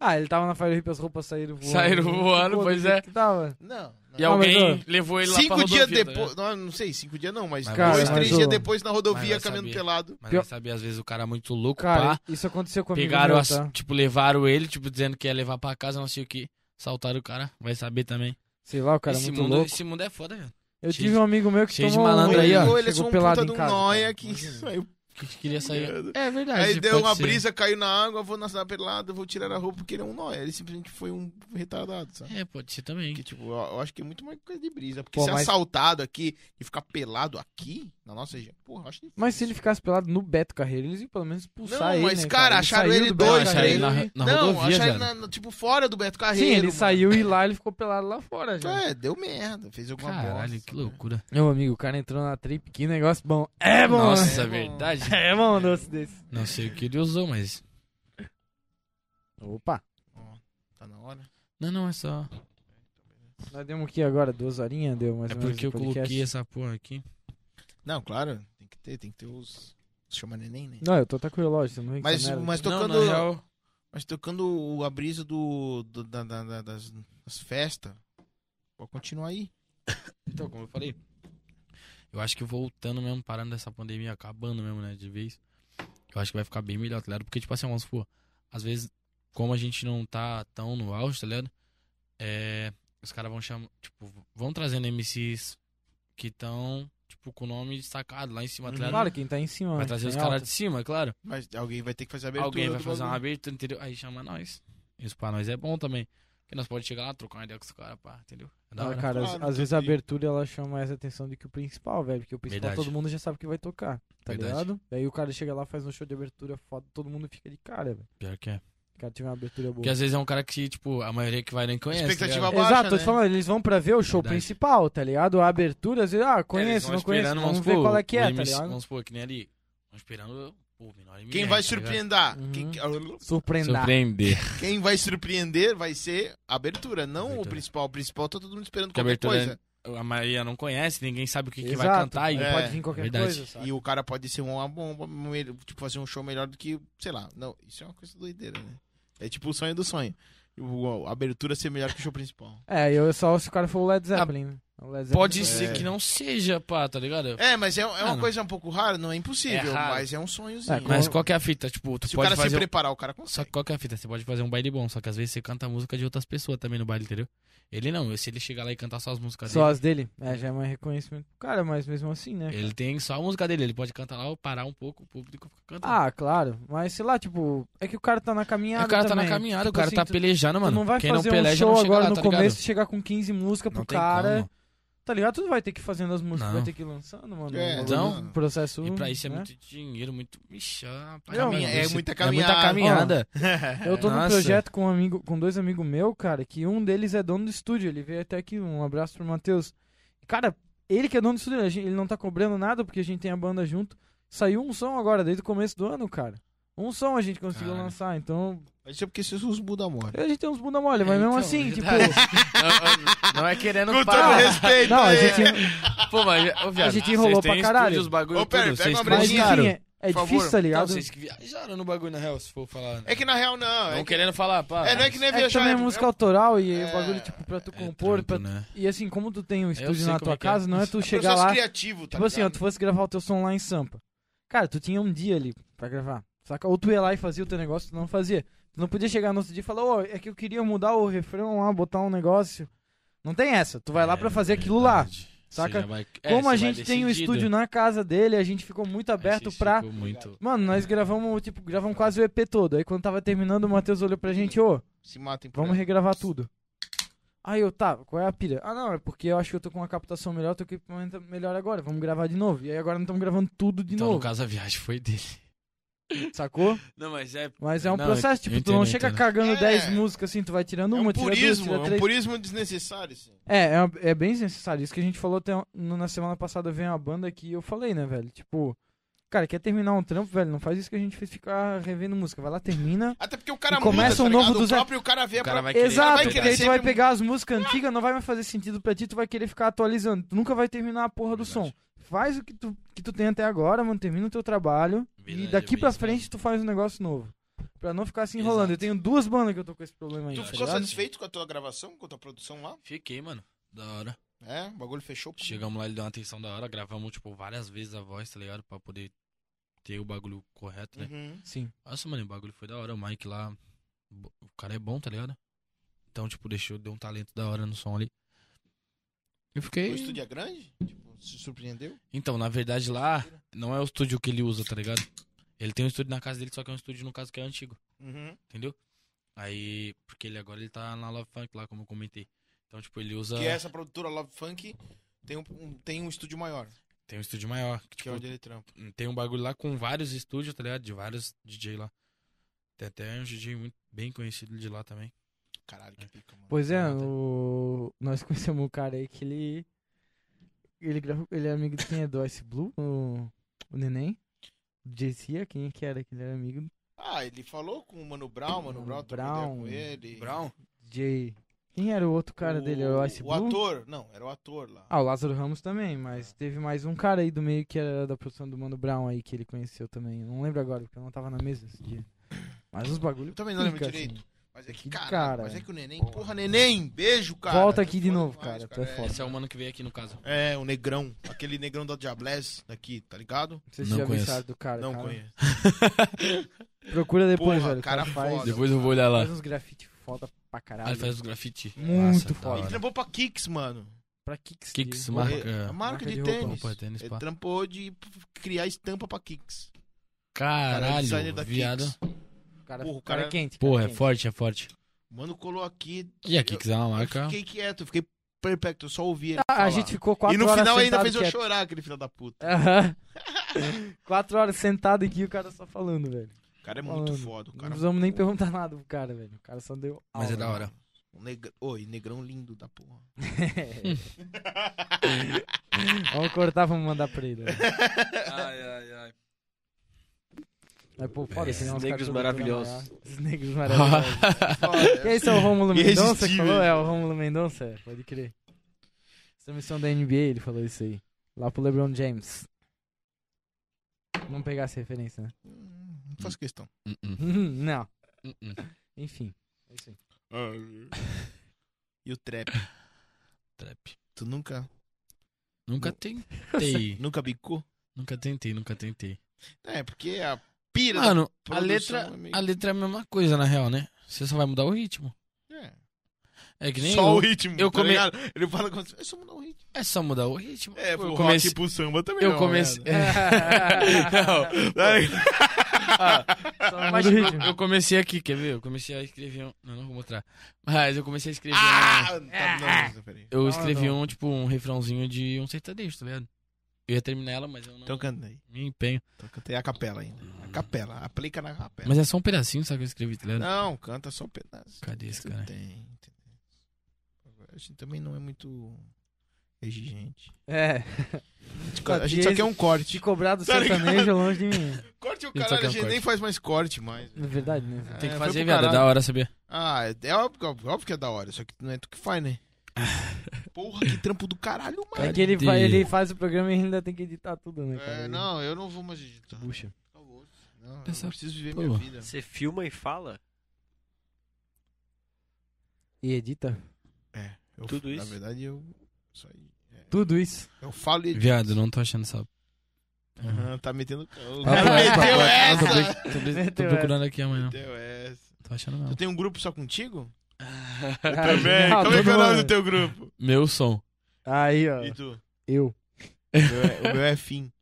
[SPEAKER 2] Ah, ele tava na Fire Hip, as roupas saíram voando.
[SPEAKER 3] Saíram voando,
[SPEAKER 2] Pô, do
[SPEAKER 3] pois
[SPEAKER 2] jeito
[SPEAKER 3] é.
[SPEAKER 2] Que tava.
[SPEAKER 1] Não. não.
[SPEAKER 3] E
[SPEAKER 2] Ah, mas,
[SPEAKER 3] alguém
[SPEAKER 2] ó,
[SPEAKER 3] levou ele lá pra
[SPEAKER 1] cinco dias
[SPEAKER 3] rodovia, tá
[SPEAKER 1] depois,
[SPEAKER 3] ligado?
[SPEAKER 1] não, não sei, cinco dias não, mas
[SPEAKER 3] Mas
[SPEAKER 1] dois,
[SPEAKER 2] vai-
[SPEAKER 1] três
[SPEAKER 2] mas,
[SPEAKER 1] dias
[SPEAKER 2] ô,
[SPEAKER 1] depois na rodovia,
[SPEAKER 3] mas vai
[SPEAKER 1] caminhando
[SPEAKER 3] saber.
[SPEAKER 1] pelado.
[SPEAKER 3] Mas
[SPEAKER 2] Pior-
[SPEAKER 3] vai saber, às vezes o cara é muito louco,
[SPEAKER 2] Cara,
[SPEAKER 3] pá.
[SPEAKER 2] isso aconteceu comigo.
[SPEAKER 3] Pegaram,
[SPEAKER 2] meu,
[SPEAKER 3] as-
[SPEAKER 2] tá?
[SPEAKER 3] tipo, levaram ele, tipo, dizendo que ia levar pra casa, não sei o que. Saltaram o cara, vai saber também.
[SPEAKER 2] Sei lá, o cara é
[SPEAKER 3] esse,
[SPEAKER 2] muito
[SPEAKER 3] mundo,
[SPEAKER 2] louco.
[SPEAKER 3] esse mundo é foda, velho.
[SPEAKER 2] Eu
[SPEAKER 3] cheio
[SPEAKER 2] tive um amigo meu que
[SPEAKER 3] cheio de
[SPEAKER 2] tomou um-
[SPEAKER 3] malandro aí, ó.
[SPEAKER 1] Ou ele é
[SPEAKER 2] chegou
[SPEAKER 1] só um
[SPEAKER 2] pelado
[SPEAKER 1] puta de
[SPEAKER 2] em
[SPEAKER 1] um
[SPEAKER 2] casa,
[SPEAKER 1] noia
[SPEAKER 2] cara.
[SPEAKER 1] que
[SPEAKER 2] Imagina.
[SPEAKER 1] saiu
[SPEAKER 3] Que queria sair.
[SPEAKER 1] pelado.
[SPEAKER 3] É verdade.
[SPEAKER 1] Aí deu
[SPEAKER 3] pode
[SPEAKER 1] uma
[SPEAKER 3] ser.
[SPEAKER 1] brisa, caiu na água, vou nascer na pelada, vou tirar a roupa, porque ele é um nó. Ele simplesmente foi um retardado, sabe?
[SPEAKER 3] É, pode ser também.
[SPEAKER 1] Porque, tipo, eu, eu acho que é muito mais coisa de brisa. Porque
[SPEAKER 2] Pô,
[SPEAKER 1] ser
[SPEAKER 2] mas-
[SPEAKER 1] assaltado aqui e ficar pelado aqui, na nossa região, porra, eu acho difícil.
[SPEAKER 2] Mas se ele ficasse pelado no Beto Carreiro, eles iam pelo menos expulsar
[SPEAKER 1] Não,
[SPEAKER 2] ele.
[SPEAKER 1] mas,
[SPEAKER 2] né,
[SPEAKER 1] cara, acharam
[SPEAKER 2] saiu
[SPEAKER 1] ele
[SPEAKER 2] do Beto
[SPEAKER 1] dois,
[SPEAKER 3] acharam ele
[SPEAKER 2] Carreiro.
[SPEAKER 3] na, na
[SPEAKER 1] não,
[SPEAKER 3] rodovia,
[SPEAKER 1] achar ele, na-
[SPEAKER 3] velho.
[SPEAKER 1] na- tipo, fora do Beto Carreiro.
[SPEAKER 2] Sim, ele
[SPEAKER 1] mano.
[SPEAKER 2] saiu e lá ele ficou pelado lá fora já.
[SPEAKER 1] É, deu merda, fez alguma coisa.
[SPEAKER 3] né? Caralho, que loucura.
[SPEAKER 2] Meu amigo, o cara entrou na trip, que negócio bom. É bom, né?
[SPEAKER 3] Nossa,
[SPEAKER 1] É bom.
[SPEAKER 3] verdade.
[SPEAKER 2] É bom um doce desse.
[SPEAKER 3] Não sei o que ele usou, mas...
[SPEAKER 2] Opa,
[SPEAKER 1] Tá na hora.
[SPEAKER 3] Não, não, é só...
[SPEAKER 2] nós demos o que agora? Duas horinhas? Deu mais
[SPEAKER 3] É
[SPEAKER 2] ou menos
[SPEAKER 3] porque eu
[SPEAKER 2] de um podcast.
[SPEAKER 3] coloquei essa porra aqui.
[SPEAKER 1] Não, claro, tem que ter, tem que ter os. os Chama neném, né?
[SPEAKER 2] Não, eu tô tá com o relógio, você não vem com
[SPEAKER 1] Mas,
[SPEAKER 2] essa merda.
[SPEAKER 1] mas
[SPEAKER 3] Não,
[SPEAKER 1] tocando.
[SPEAKER 3] na real...
[SPEAKER 1] Mas tocando o- a brisa do, do- da, da- da- das, das festas. Pode continuar aí.
[SPEAKER 3] Então, como eu falei, eu acho que voltando mesmo, parando dessa pandemia, acabando mesmo, né, de vez, eu acho que vai ficar bem melhor, tá ligado? Porque, tipo assim, vamos supor, às vezes, como a gente não tá tão no auge, tá ligado? É, os caras vão chamar, tipo, vão trazendo MCs que estão, tipo, com o nome destacado lá em cima, tá ligado?
[SPEAKER 2] Claro, quem tá em cima.
[SPEAKER 3] Vai
[SPEAKER 2] né?
[SPEAKER 3] trazer
[SPEAKER 2] Quem
[SPEAKER 3] os
[SPEAKER 2] é
[SPEAKER 3] caras
[SPEAKER 2] alto.
[SPEAKER 3] de cima, é claro.
[SPEAKER 1] Mas alguém vai ter que fazer a abertura.
[SPEAKER 3] Alguém vai
[SPEAKER 1] do
[SPEAKER 3] fazer uma
[SPEAKER 1] bagulho.
[SPEAKER 3] abertura, entendeu? Aí chama nós. Isso pra nós é bom também. Porque nós podemos chegar lá, trocar uma ideia com os caras, pá, entendeu? É da
[SPEAKER 2] Ah,
[SPEAKER 3] hora.
[SPEAKER 2] cara,
[SPEAKER 1] Claro,
[SPEAKER 2] às-
[SPEAKER 1] não
[SPEAKER 2] às
[SPEAKER 1] tem
[SPEAKER 2] vezes a
[SPEAKER 1] jeito.
[SPEAKER 2] abertura ela chama mais atenção do que o principal, velho. Porque o principal
[SPEAKER 3] Verdade.
[SPEAKER 2] todo mundo já sabe que vai tocar, tá
[SPEAKER 3] Verdade.
[SPEAKER 2] ligado? Daí o cara chega lá, faz um show de abertura foda, todo mundo fica de cara, velho.
[SPEAKER 3] Pior que é.
[SPEAKER 2] O cara tiver uma abertura boa.
[SPEAKER 3] Porque às vezes é um cara que, tipo, a maioria que vai nem conhece.
[SPEAKER 1] Expectativa
[SPEAKER 3] tá ligado?
[SPEAKER 1] baixa,
[SPEAKER 2] Exato, tô
[SPEAKER 1] né?
[SPEAKER 2] te falando, eles vão pra ver o show
[SPEAKER 3] Verdade.
[SPEAKER 2] principal, tá ligado? A abertura, às vezes, ah, conheço,
[SPEAKER 3] É,
[SPEAKER 2] não
[SPEAKER 3] eles vão
[SPEAKER 2] conheço,
[SPEAKER 3] esperando,
[SPEAKER 2] vamos ver qual é que
[SPEAKER 3] o
[SPEAKER 2] é, tá
[SPEAKER 3] MC
[SPEAKER 2] ligado?
[SPEAKER 3] Vamos supor, que nem ali. Vamos esperando o menor eminente,
[SPEAKER 1] Quem vai
[SPEAKER 3] tá ligado?
[SPEAKER 1] surpreender?
[SPEAKER 2] Uhum.
[SPEAKER 1] Quem,
[SPEAKER 2] Surpreender.
[SPEAKER 3] Surpreender.
[SPEAKER 1] quem vai surpreender vai ser a abertura, não o
[SPEAKER 3] Abertura.
[SPEAKER 1] principal. O principal tá todo mundo esperando
[SPEAKER 3] Que a
[SPEAKER 1] qualquer
[SPEAKER 3] abertura é-
[SPEAKER 1] coisa.
[SPEAKER 3] A maioria não conhece, ninguém sabe o que, que vai
[SPEAKER 2] Exato,
[SPEAKER 3] cantar. E...
[SPEAKER 1] É.
[SPEAKER 2] Pode vir qualquer
[SPEAKER 3] verdade.
[SPEAKER 2] coisa, sabe?
[SPEAKER 1] E o cara pode ser uma bomba, melhor- tipo, fazer um show melhor do que, sei lá. Não, isso é uma coisa doideira, né? É tipo o sonho do sonho. O- A abertura ser melhor que o show principal.
[SPEAKER 2] É, eu só se o cara for o Led Zeppelin. né? O Led Zeppelin
[SPEAKER 3] Ah, Pode
[SPEAKER 2] foi-
[SPEAKER 3] ser que não seja, pá, tá ligado?
[SPEAKER 1] É, mas é, é uma
[SPEAKER 3] Ah, não.
[SPEAKER 1] coisa um pouco rara, não é impossível,
[SPEAKER 3] É raro.
[SPEAKER 1] mas é um sonhozinho.
[SPEAKER 2] É,
[SPEAKER 3] Mas
[SPEAKER 2] como-
[SPEAKER 3] qual que é a fita? Tipo, tu
[SPEAKER 1] Se o
[SPEAKER 3] pode
[SPEAKER 1] cara se
[SPEAKER 3] fazer... um-
[SPEAKER 1] preparar, o cara
[SPEAKER 3] Só
[SPEAKER 1] consegue.
[SPEAKER 3] que qual que é a fita? Você pode fazer um baile bom, só que às vezes você canta a música de outras pessoas também no baile, entendeu? Ele não, se ele chegar lá e cantar só as músicas
[SPEAKER 2] Só as dele. É, já é mais reconhecimento. Cara, mas mesmo assim, né?
[SPEAKER 3] dele, ele tem só a música dele, ele pode cantar lá, ou parar um pouco, o público fica cantando.
[SPEAKER 2] Ah, claro. Mas sei lá, tipo, é que o cara tá na
[SPEAKER 3] É,
[SPEAKER 2] caminhada.
[SPEAKER 3] o cara tá
[SPEAKER 2] também.
[SPEAKER 3] na caminhada, o
[SPEAKER 2] Tipo
[SPEAKER 3] cara
[SPEAKER 2] assim,
[SPEAKER 3] tá
[SPEAKER 2] tu-
[SPEAKER 3] pelejando,
[SPEAKER 2] Tu
[SPEAKER 3] mano.
[SPEAKER 2] não vai
[SPEAKER 3] Quem
[SPEAKER 2] fazer
[SPEAKER 3] não
[SPEAKER 2] um
[SPEAKER 3] peleja
[SPEAKER 2] show
[SPEAKER 3] não chega
[SPEAKER 2] agora
[SPEAKER 3] lá,
[SPEAKER 2] no
[SPEAKER 3] tá
[SPEAKER 2] começo
[SPEAKER 3] ligado?
[SPEAKER 2] e chegar com 15 músicas
[SPEAKER 3] Não
[SPEAKER 2] pro
[SPEAKER 3] tem
[SPEAKER 2] cara.
[SPEAKER 3] como.
[SPEAKER 2] Tá ligado? Tu vai ter que ir fazendo as músicas,
[SPEAKER 3] Não.
[SPEAKER 2] vai ter que ir lançando, mano.
[SPEAKER 1] É,
[SPEAKER 2] Um
[SPEAKER 1] então,
[SPEAKER 2] processo.
[SPEAKER 3] E pra isso é
[SPEAKER 2] né?
[SPEAKER 3] muito dinheiro, muito. Ixi, ah, pra
[SPEAKER 2] Não,
[SPEAKER 3] caminhar.
[SPEAKER 2] é
[SPEAKER 3] Isso-
[SPEAKER 1] muita
[SPEAKER 3] É muita
[SPEAKER 2] caminhada.
[SPEAKER 3] caminhada.
[SPEAKER 2] Eu tô num
[SPEAKER 3] Nossa.
[SPEAKER 2] projeto com um amigo, com dois amigos meu, cara, que um deles é dono do estúdio, ele veio até aqui, um abraço pro Matheus. Cara, ele que é dono do estúdio, a gente- ele não tá cobrando nada porque a gente tem a banda junto. Saiu um som agora, desde o começo do ano, cara. Um som a gente conseguiu
[SPEAKER 3] Cara.
[SPEAKER 2] lançar, então.
[SPEAKER 6] Mas isso é porque vocês os Buda morrem.
[SPEAKER 2] A gente tem uns bunda mole, mas
[SPEAKER 3] É,
[SPEAKER 2] mesmo
[SPEAKER 3] então,
[SPEAKER 2] assim,
[SPEAKER 3] é
[SPEAKER 2] tipo.
[SPEAKER 3] verdade. Não, não é querendo
[SPEAKER 1] Com todo
[SPEAKER 3] parar.
[SPEAKER 1] respeito.
[SPEAKER 2] Não, a
[SPEAKER 1] é.
[SPEAKER 2] gente.
[SPEAKER 3] Pô, mas, ô, viado,
[SPEAKER 2] A gente
[SPEAKER 3] vocês
[SPEAKER 2] enrolou
[SPEAKER 3] têm
[SPEAKER 2] pra caralho.
[SPEAKER 3] estúdio, Os bagulho,
[SPEAKER 1] Ô, pera,
[SPEAKER 3] tudo,
[SPEAKER 1] pega
[SPEAKER 3] vocês
[SPEAKER 1] uma
[SPEAKER 3] têm-
[SPEAKER 2] Mas
[SPEAKER 1] Imagina,
[SPEAKER 2] enfim, é, é
[SPEAKER 1] por
[SPEAKER 2] difícil, tá
[SPEAKER 3] Então,
[SPEAKER 2] ligado?
[SPEAKER 3] vocês que viajaram no bagulho, na real, se for falar. né?
[SPEAKER 1] É que na real não.
[SPEAKER 3] Não
[SPEAKER 1] É que,
[SPEAKER 3] querendo falar, pá.
[SPEAKER 1] é, não é que nem
[SPEAKER 2] É que
[SPEAKER 1] viajar.
[SPEAKER 2] também é
[SPEAKER 1] é-
[SPEAKER 2] música autoral e
[SPEAKER 1] é-
[SPEAKER 2] o bagulho, tipo, pra tu
[SPEAKER 3] É
[SPEAKER 2] compor. pra-
[SPEAKER 3] trampo, né?
[SPEAKER 2] E assim, como tu tem um estúdio
[SPEAKER 3] sei
[SPEAKER 2] na
[SPEAKER 3] como
[SPEAKER 2] tua
[SPEAKER 3] é que é.
[SPEAKER 2] casa, não é tu
[SPEAKER 1] é um
[SPEAKER 2] chegar
[SPEAKER 1] processo
[SPEAKER 2] lá.
[SPEAKER 1] criativo, tá
[SPEAKER 2] Tipo assim, ó,
[SPEAKER 1] ligado?
[SPEAKER 2] tu fosse gravar o teu som lá em Sampa. Cara, tu tinha um dia ali pra gravar. Saca? Ou tu ia lá e fazia o teu negócio, tu não fazia. Tu não podia chegar no outro dia e falar, ô, é que eu queria mudar o refrão lá, botar um negócio. Não tem essa. Tu vai lá
[SPEAKER 3] É,
[SPEAKER 2] pra fazer aquilo lá.
[SPEAKER 3] verdade. Você
[SPEAKER 2] saca?
[SPEAKER 3] já vai- é,
[SPEAKER 2] Como a
[SPEAKER 3] você vai
[SPEAKER 2] gente tem o
[SPEAKER 3] decidido.
[SPEAKER 2] estúdio na casa dele, a gente ficou muito aberto
[SPEAKER 3] Esse
[SPEAKER 2] pra.
[SPEAKER 3] ficou muito-
[SPEAKER 2] Mano, nós gravamos, tipo, gravamos quase o EP todo. Aí quando tava terminando, o Matheus olhou pra gente, ô,
[SPEAKER 1] Se matem né? por
[SPEAKER 3] É.
[SPEAKER 2] vamos regravar tudo. Aí eu, tá, qual é a pilha? Ah, não, é porque eu acho que eu tô com uma captação melhor, tô com equipamento é melhor agora, vamos gravar de novo. E aí agora não estamos gravando tudo de
[SPEAKER 3] Então, no
[SPEAKER 2] novo,
[SPEAKER 3] caso, a viagem foi dele.
[SPEAKER 2] sacou?
[SPEAKER 3] Não, mas é.
[SPEAKER 2] Mas é um
[SPEAKER 3] Não,
[SPEAKER 2] processo,
[SPEAKER 3] eu
[SPEAKER 2] tipo, tu
[SPEAKER 3] entendo,
[SPEAKER 2] não
[SPEAKER 3] eu
[SPEAKER 2] chega
[SPEAKER 3] entendo.
[SPEAKER 2] cagando
[SPEAKER 1] É.
[SPEAKER 2] 10 músicas assim, tu vai tirando
[SPEAKER 1] É
[SPEAKER 2] uma,
[SPEAKER 1] um
[SPEAKER 2] tira duas,
[SPEAKER 1] purismo,
[SPEAKER 2] tira
[SPEAKER 1] é um
[SPEAKER 2] três.
[SPEAKER 1] purismo desnecessário. Assim.
[SPEAKER 2] É, é, uma- é bem necessário. Isso que a gente falou até no- na semana passada, vem uma banda que eu falei, né, velho? Tipo, cara, quer terminar um trampo, velho? Não faz isso que a gente fez ficar revendo música. Vai lá, termina.
[SPEAKER 1] Até porque o cara
[SPEAKER 2] E
[SPEAKER 1] muda,
[SPEAKER 2] começa um
[SPEAKER 1] tá
[SPEAKER 2] novo
[SPEAKER 1] ligado?
[SPEAKER 2] do
[SPEAKER 1] o
[SPEAKER 2] zero.
[SPEAKER 1] próprio o cara vê a
[SPEAKER 3] O cara vai querer.
[SPEAKER 2] Exato,
[SPEAKER 1] vai
[SPEAKER 2] porque
[SPEAKER 1] querer
[SPEAKER 2] aí tu
[SPEAKER 1] sempre
[SPEAKER 2] vai
[SPEAKER 1] um-
[SPEAKER 2] pegar as músicas antigas, não vai mais fazer sentido pra ti, tu vai querer ficar atualizando. Tu nunca vai terminar a porra do
[SPEAKER 3] Verdade.
[SPEAKER 2] som. Faz o que tu, que tu tem até agora, mano, termina o teu trabalho.
[SPEAKER 3] Verdade,
[SPEAKER 2] e
[SPEAKER 3] é
[SPEAKER 2] daqui
[SPEAKER 3] bem
[SPEAKER 2] pra
[SPEAKER 3] isso
[SPEAKER 2] frente
[SPEAKER 3] mesmo.
[SPEAKER 2] tu faz um negócio novo. Pra não ficar se enrolando.
[SPEAKER 3] Exato.
[SPEAKER 2] Eu tenho duas bandas que eu tô com esse problema aí.
[SPEAKER 1] Tu
[SPEAKER 2] tá
[SPEAKER 1] ficou
[SPEAKER 2] ligado?
[SPEAKER 1] satisfeito com a tua gravação, com a tua produção lá?
[SPEAKER 3] Fiquei, mano. Da hora.
[SPEAKER 1] É, o bagulho fechou.
[SPEAKER 3] Chegamos lá, ele deu uma atenção da hora. Gravamos, tipo, várias vezes a voz, tá ligado? Pra poder ter o bagulho correto, né?
[SPEAKER 1] Uhum.
[SPEAKER 2] Sim.
[SPEAKER 3] Nossa, mano, o bagulho foi da hora. O Mike lá. bo- O cara é bom, tá ligado? Então, tipo, deixou, deu um talento da hora no som ali. Eu
[SPEAKER 1] O
[SPEAKER 3] fiquei.
[SPEAKER 1] estúdio é grande? Tipo, se surpreendeu?
[SPEAKER 3] Então, na verdade, lá não é o estúdio que ele usa, tá ligado? Ele tem um estúdio na casa dele, só que é um estúdio, no caso, que é antigo.
[SPEAKER 1] Uhum.
[SPEAKER 3] Entendeu? Aí, porque ele agora ele tá na Love Funk lá, como eu comentei. Então, tipo, ele usa.
[SPEAKER 1] Que é- essa produtora Love Funk tem um, um- tem um estúdio maior,
[SPEAKER 3] Tem um estúdio maior. que,
[SPEAKER 1] que é
[SPEAKER 3] tipo,
[SPEAKER 1] onde ele trampa.
[SPEAKER 3] tem um bagulho lá com vários estúdios, tá ligado? De vários DJ lá. Tem até um DJ muito bem conhecido de lá também.
[SPEAKER 1] Caralho, que pica, mano.
[SPEAKER 2] Pois é,
[SPEAKER 3] Ah, tá.
[SPEAKER 2] o- nós conhecemos um cara aí que ele. Ele, grava... ele é amigo de quem é do Ice Blue? O, o Neném? Jessia, quem é que era que ele era amigo?
[SPEAKER 1] Ah, ele falou com o Mano Brown, Mano
[SPEAKER 2] Mano
[SPEAKER 1] Brown trocou
[SPEAKER 2] Brown.
[SPEAKER 1] ideia com ele.
[SPEAKER 3] Brown?
[SPEAKER 2] Jay. Quem era o outro cara dele? Era o Ice
[SPEAKER 1] O
[SPEAKER 2] Blue?
[SPEAKER 1] ator, não, era o ator lá.
[SPEAKER 2] Ah, o Lázaro Ramos também, mas teve mais um cara aí do meio que era da produção do Mano Brown aí que ele conheceu também. Eu não lembro agora, porque eu não tava na mesa esse dia. Mas os bagulho.
[SPEAKER 1] Eu também não lembro
[SPEAKER 2] pica,
[SPEAKER 1] direito.
[SPEAKER 2] assim.
[SPEAKER 1] Mas é que,
[SPEAKER 2] Que
[SPEAKER 1] cara,
[SPEAKER 2] cara.
[SPEAKER 1] mas é que o neném, porra, neném, beijo, cara.
[SPEAKER 2] Volta
[SPEAKER 1] Tu
[SPEAKER 2] aqui
[SPEAKER 1] é
[SPEAKER 2] de
[SPEAKER 1] foda
[SPEAKER 2] novo,
[SPEAKER 1] demais,
[SPEAKER 2] cara, tu é foda.
[SPEAKER 3] Esse é o mano que veio aqui no caso.
[SPEAKER 1] É, o negrão, aquele negrão da Diablesse daqui, tá ligado?
[SPEAKER 2] Não sei se
[SPEAKER 3] Não
[SPEAKER 2] já
[SPEAKER 3] conheço.
[SPEAKER 2] avisaram do cara.
[SPEAKER 1] Não
[SPEAKER 2] cara.
[SPEAKER 1] conheço.
[SPEAKER 2] Procura depois,
[SPEAKER 1] Porra,
[SPEAKER 2] velho. O cara,
[SPEAKER 1] cara
[SPEAKER 2] faz,
[SPEAKER 1] foda. Depois
[SPEAKER 3] eu vou olhar
[SPEAKER 2] faz uns grafites foda pra caralho.
[SPEAKER 3] Ah, ele faz os grafite.
[SPEAKER 2] Muito
[SPEAKER 3] da
[SPEAKER 2] foda.
[SPEAKER 1] Ele
[SPEAKER 3] hora.
[SPEAKER 1] trampou pra Kicks, mano.
[SPEAKER 2] Pra Kicks.
[SPEAKER 3] Kicks,
[SPEAKER 2] de-
[SPEAKER 3] Marca-
[SPEAKER 1] É, a marca,
[SPEAKER 2] marca
[SPEAKER 1] de,
[SPEAKER 2] de roupa.
[SPEAKER 1] tênis.
[SPEAKER 3] Roupa, tênis,
[SPEAKER 1] ele
[SPEAKER 3] pá.
[SPEAKER 1] trampou de p- criar estampa pra Kicks. Cara, é
[SPEAKER 3] Caralho,
[SPEAKER 1] designer da
[SPEAKER 3] viado.
[SPEAKER 1] Kicks.
[SPEAKER 2] O cara,
[SPEAKER 1] Porra, o
[SPEAKER 2] o cara é
[SPEAKER 1] cara-
[SPEAKER 2] quente.
[SPEAKER 3] Porra,
[SPEAKER 2] cara
[SPEAKER 3] é
[SPEAKER 2] quente.
[SPEAKER 3] forte, é forte.
[SPEAKER 1] Mano, colou aqui.
[SPEAKER 3] E a Kicks é uma
[SPEAKER 1] Eu
[SPEAKER 3] marca.
[SPEAKER 1] fiquei quieto, eu fiquei perpecto, eu só ouvi ele
[SPEAKER 2] Ah,
[SPEAKER 1] falar.
[SPEAKER 2] a gente ficou quatro
[SPEAKER 1] E no
[SPEAKER 2] horas
[SPEAKER 1] final ainda
[SPEAKER 2] sentado
[SPEAKER 1] fez eu
[SPEAKER 2] quieto. É,
[SPEAKER 1] chorar, aquele filho da puta.
[SPEAKER 2] Aham. Quatro horas sentado aqui e o cara só falando, velho.
[SPEAKER 1] O cara é muito
[SPEAKER 2] Falando.
[SPEAKER 1] foda, o
[SPEAKER 2] Não
[SPEAKER 1] cara.
[SPEAKER 2] precisamos nem perguntar nada pro cara, velho. O cara só deu.
[SPEAKER 3] Mas é
[SPEAKER 2] aula.
[SPEAKER 3] da hora.
[SPEAKER 1] Um neg- Oi, negrão lindo da porra. É
[SPEAKER 2] Vamos cortar, vamos mandar pra ele. velho.
[SPEAKER 4] Ai, ai, ai.
[SPEAKER 2] Mas, pô, foda,
[SPEAKER 3] Esses
[SPEAKER 2] tem uns caras
[SPEAKER 4] negros
[SPEAKER 2] todo
[SPEAKER 4] maravilhosos.
[SPEAKER 2] mundo trabalhar. Esses negros maravilhosos. e esse é o Rômulo
[SPEAKER 1] Irresistível.
[SPEAKER 2] Mendonça que falou? É o Rômulo Mendonça? é, Pode crer. Essa missão da NBA, ele falou isso aí. Lá pro LeBron James. Não pegar essa referência, né?
[SPEAKER 1] Hum, Não faço questão.
[SPEAKER 3] Hum, hum,
[SPEAKER 2] Não.
[SPEAKER 3] hum, hum.
[SPEAKER 2] Enfim. É isso aí.
[SPEAKER 1] E o trap?
[SPEAKER 3] Trap.
[SPEAKER 1] Tu nunca,
[SPEAKER 3] Nunca
[SPEAKER 1] Nu-
[SPEAKER 3] tentei.
[SPEAKER 1] nunca bicou?
[SPEAKER 3] Nunca tentei, nunca tentei.
[SPEAKER 1] É, porque a pira da
[SPEAKER 3] Mano, a
[SPEAKER 1] produção
[SPEAKER 3] letra,
[SPEAKER 1] é meio-
[SPEAKER 3] a letra é a mesma coisa, na real, né? Você só vai mudar o ritmo.
[SPEAKER 1] É.
[SPEAKER 3] É que nem
[SPEAKER 1] Só
[SPEAKER 3] eu.
[SPEAKER 1] o ritmo,
[SPEAKER 3] eu
[SPEAKER 1] tá
[SPEAKER 3] come-
[SPEAKER 1] ligado? Ele fala como assim, é só mudar o ritmo.
[SPEAKER 3] É só mudar o ritmo.
[SPEAKER 1] É, pro
[SPEAKER 3] eu
[SPEAKER 1] comecei...
[SPEAKER 3] comecei.
[SPEAKER 1] rock e pro samba também
[SPEAKER 3] Eu
[SPEAKER 1] não,
[SPEAKER 3] comecei.
[SPEAKER 1] né?
[SPEAKER 3] Não.
[SPEAKER 1] Tá
[SPEAKER 2] Só um muda
[SPEAKER 3] Mas
[SPEAKER 2] o ritmo.
[SPEAKER 3] eu comecei aqui, quer ver? Eu comecei a escrever um. Não, não vou mostrar. Mas eu comecei a escrever. um-
[SPEAKER 1] Ah, tá, não, peraí.
[SPEAKER 3] Eu
[SPEAKER 2] não,
[SPEAKER 3] escrevi
[SPEAKER 2] não.
[SPEAKER 3] um, tipo, um refrãozinho de um sertanejo, tá ligado? Eu ia terminar ela, mas eu não
[SPEAKER 1] Então cantei.
[SPEAKER 3] me empenho.
[SPEAKER 1] Então cantei a capela ainda. A capela, aplica na capela.
[SPEAKER 3] Mas é só um pedacinho, sabe, que eu escrevi, tá ligado?
[SPEAKER 1] Não, canta só um pedaço.
[SPEAKER 3] Cadê esse
[SPEAKER 1] Tu
[SPEAKER 3] cara?
[SPEAKER 1] Tem, entendeu? A gente também não é muito é Exigente.
[SPEAKER 2] É.
[SPEAKER 1] A gente só quer um corte.
[SPEAKER 2] Te cobrar do sertanejo longe de mim.
[SPEAKER 1] Corte o
[SPEAKER 3] só
[SPEAKER 1] caralho,
[SPEAKER 3] quer
[SPEAKER 1] a
[SPEAKER 3] um
[SPEAKER 1] gente
[SPEAKER 3] corte.
[SPEAKER 1] nem faz mais corte mais.
[SPEAKER 2] É verdade, né?
[SPEAKER 3] Tem que
[SPEAKER 1] É, foi
[SPEAKER 3] fazer,
[SPEAKER 1] pro
[SPEAKER 3] viado. É
[SPEAKER 1] caralho.
[SPEAKER 3] da hora saber.
[SPEAKER 1] Ah, é, é óbvio, óbvio- óbvio que é da hora, só que não é tu que faz, né? Porra, que trampo do caralho, mano.
[SPEAKER 2] É que ele,
[SPEAKER 3] Cadê?
[SPEAKER 2] vai, ele faz o programa e ainda tem que editar tudo, né, cara?
[SPEAKER 1] É, não, eu não vou mais editar.
[SPEAKER 2] Puxa.
[SPEAKER 1] Acabou. Não, eu
[SPEAKER 3] Essa
[SPEAKER 1] preciso viver
[SPEAKER 3] porra.
[SPEAKER 1] minha vida.
[SPEAKER 4] Você filma e fala?
[SPEAKER 2] E edita?
[SPEAKER 1] Eu-
[SPEAKER 4] Tudo isso?
[SPEAKER 1] Na verdade, eu. Só,
[SPEAKER 2] Tudo isso.
[SPEAKER 1] eu falo e.
[SPEAKER 3] Viado, não tô achando essa.
[SPEAKER 1] Aham, tá metendo. O
[SPEAKER 3] Ah,
[SPEAKER 1] cara
[SPEAKER 3] pá, pá,
[SPEAKER 1] meteu
[SPEAKER 3] pá.
[SPEAKER 1] essa!
[SPEAKER 3] Tô, bri- tô bri-
[SPEAKER 2] Meteu é.
[SPEAKER 3] tô procurando aqui amanhã. não.
[SPEAKER 1] Meteu essa.
[SPEAKER 3] Tô achando
[SPEAKER 1] Tu
[SPEAKER 3] não. Ah,
[SPEAKER 1] tem um grupo só contigo?
[SPEAKER 2] Eu
[SPEAKER 1] Também. Como é que é o nome do teu grupo?
[SPEAKER 3] Meu som.
[SPEAKER 2] Aí,
[SPEAKER 3] Ah.
[SPEAKER 2] ó.
[SPEAKER 1] E tu?
[SPEAKER 2] Eu.
[SPEAKER 1] O meu é- o meu é fim.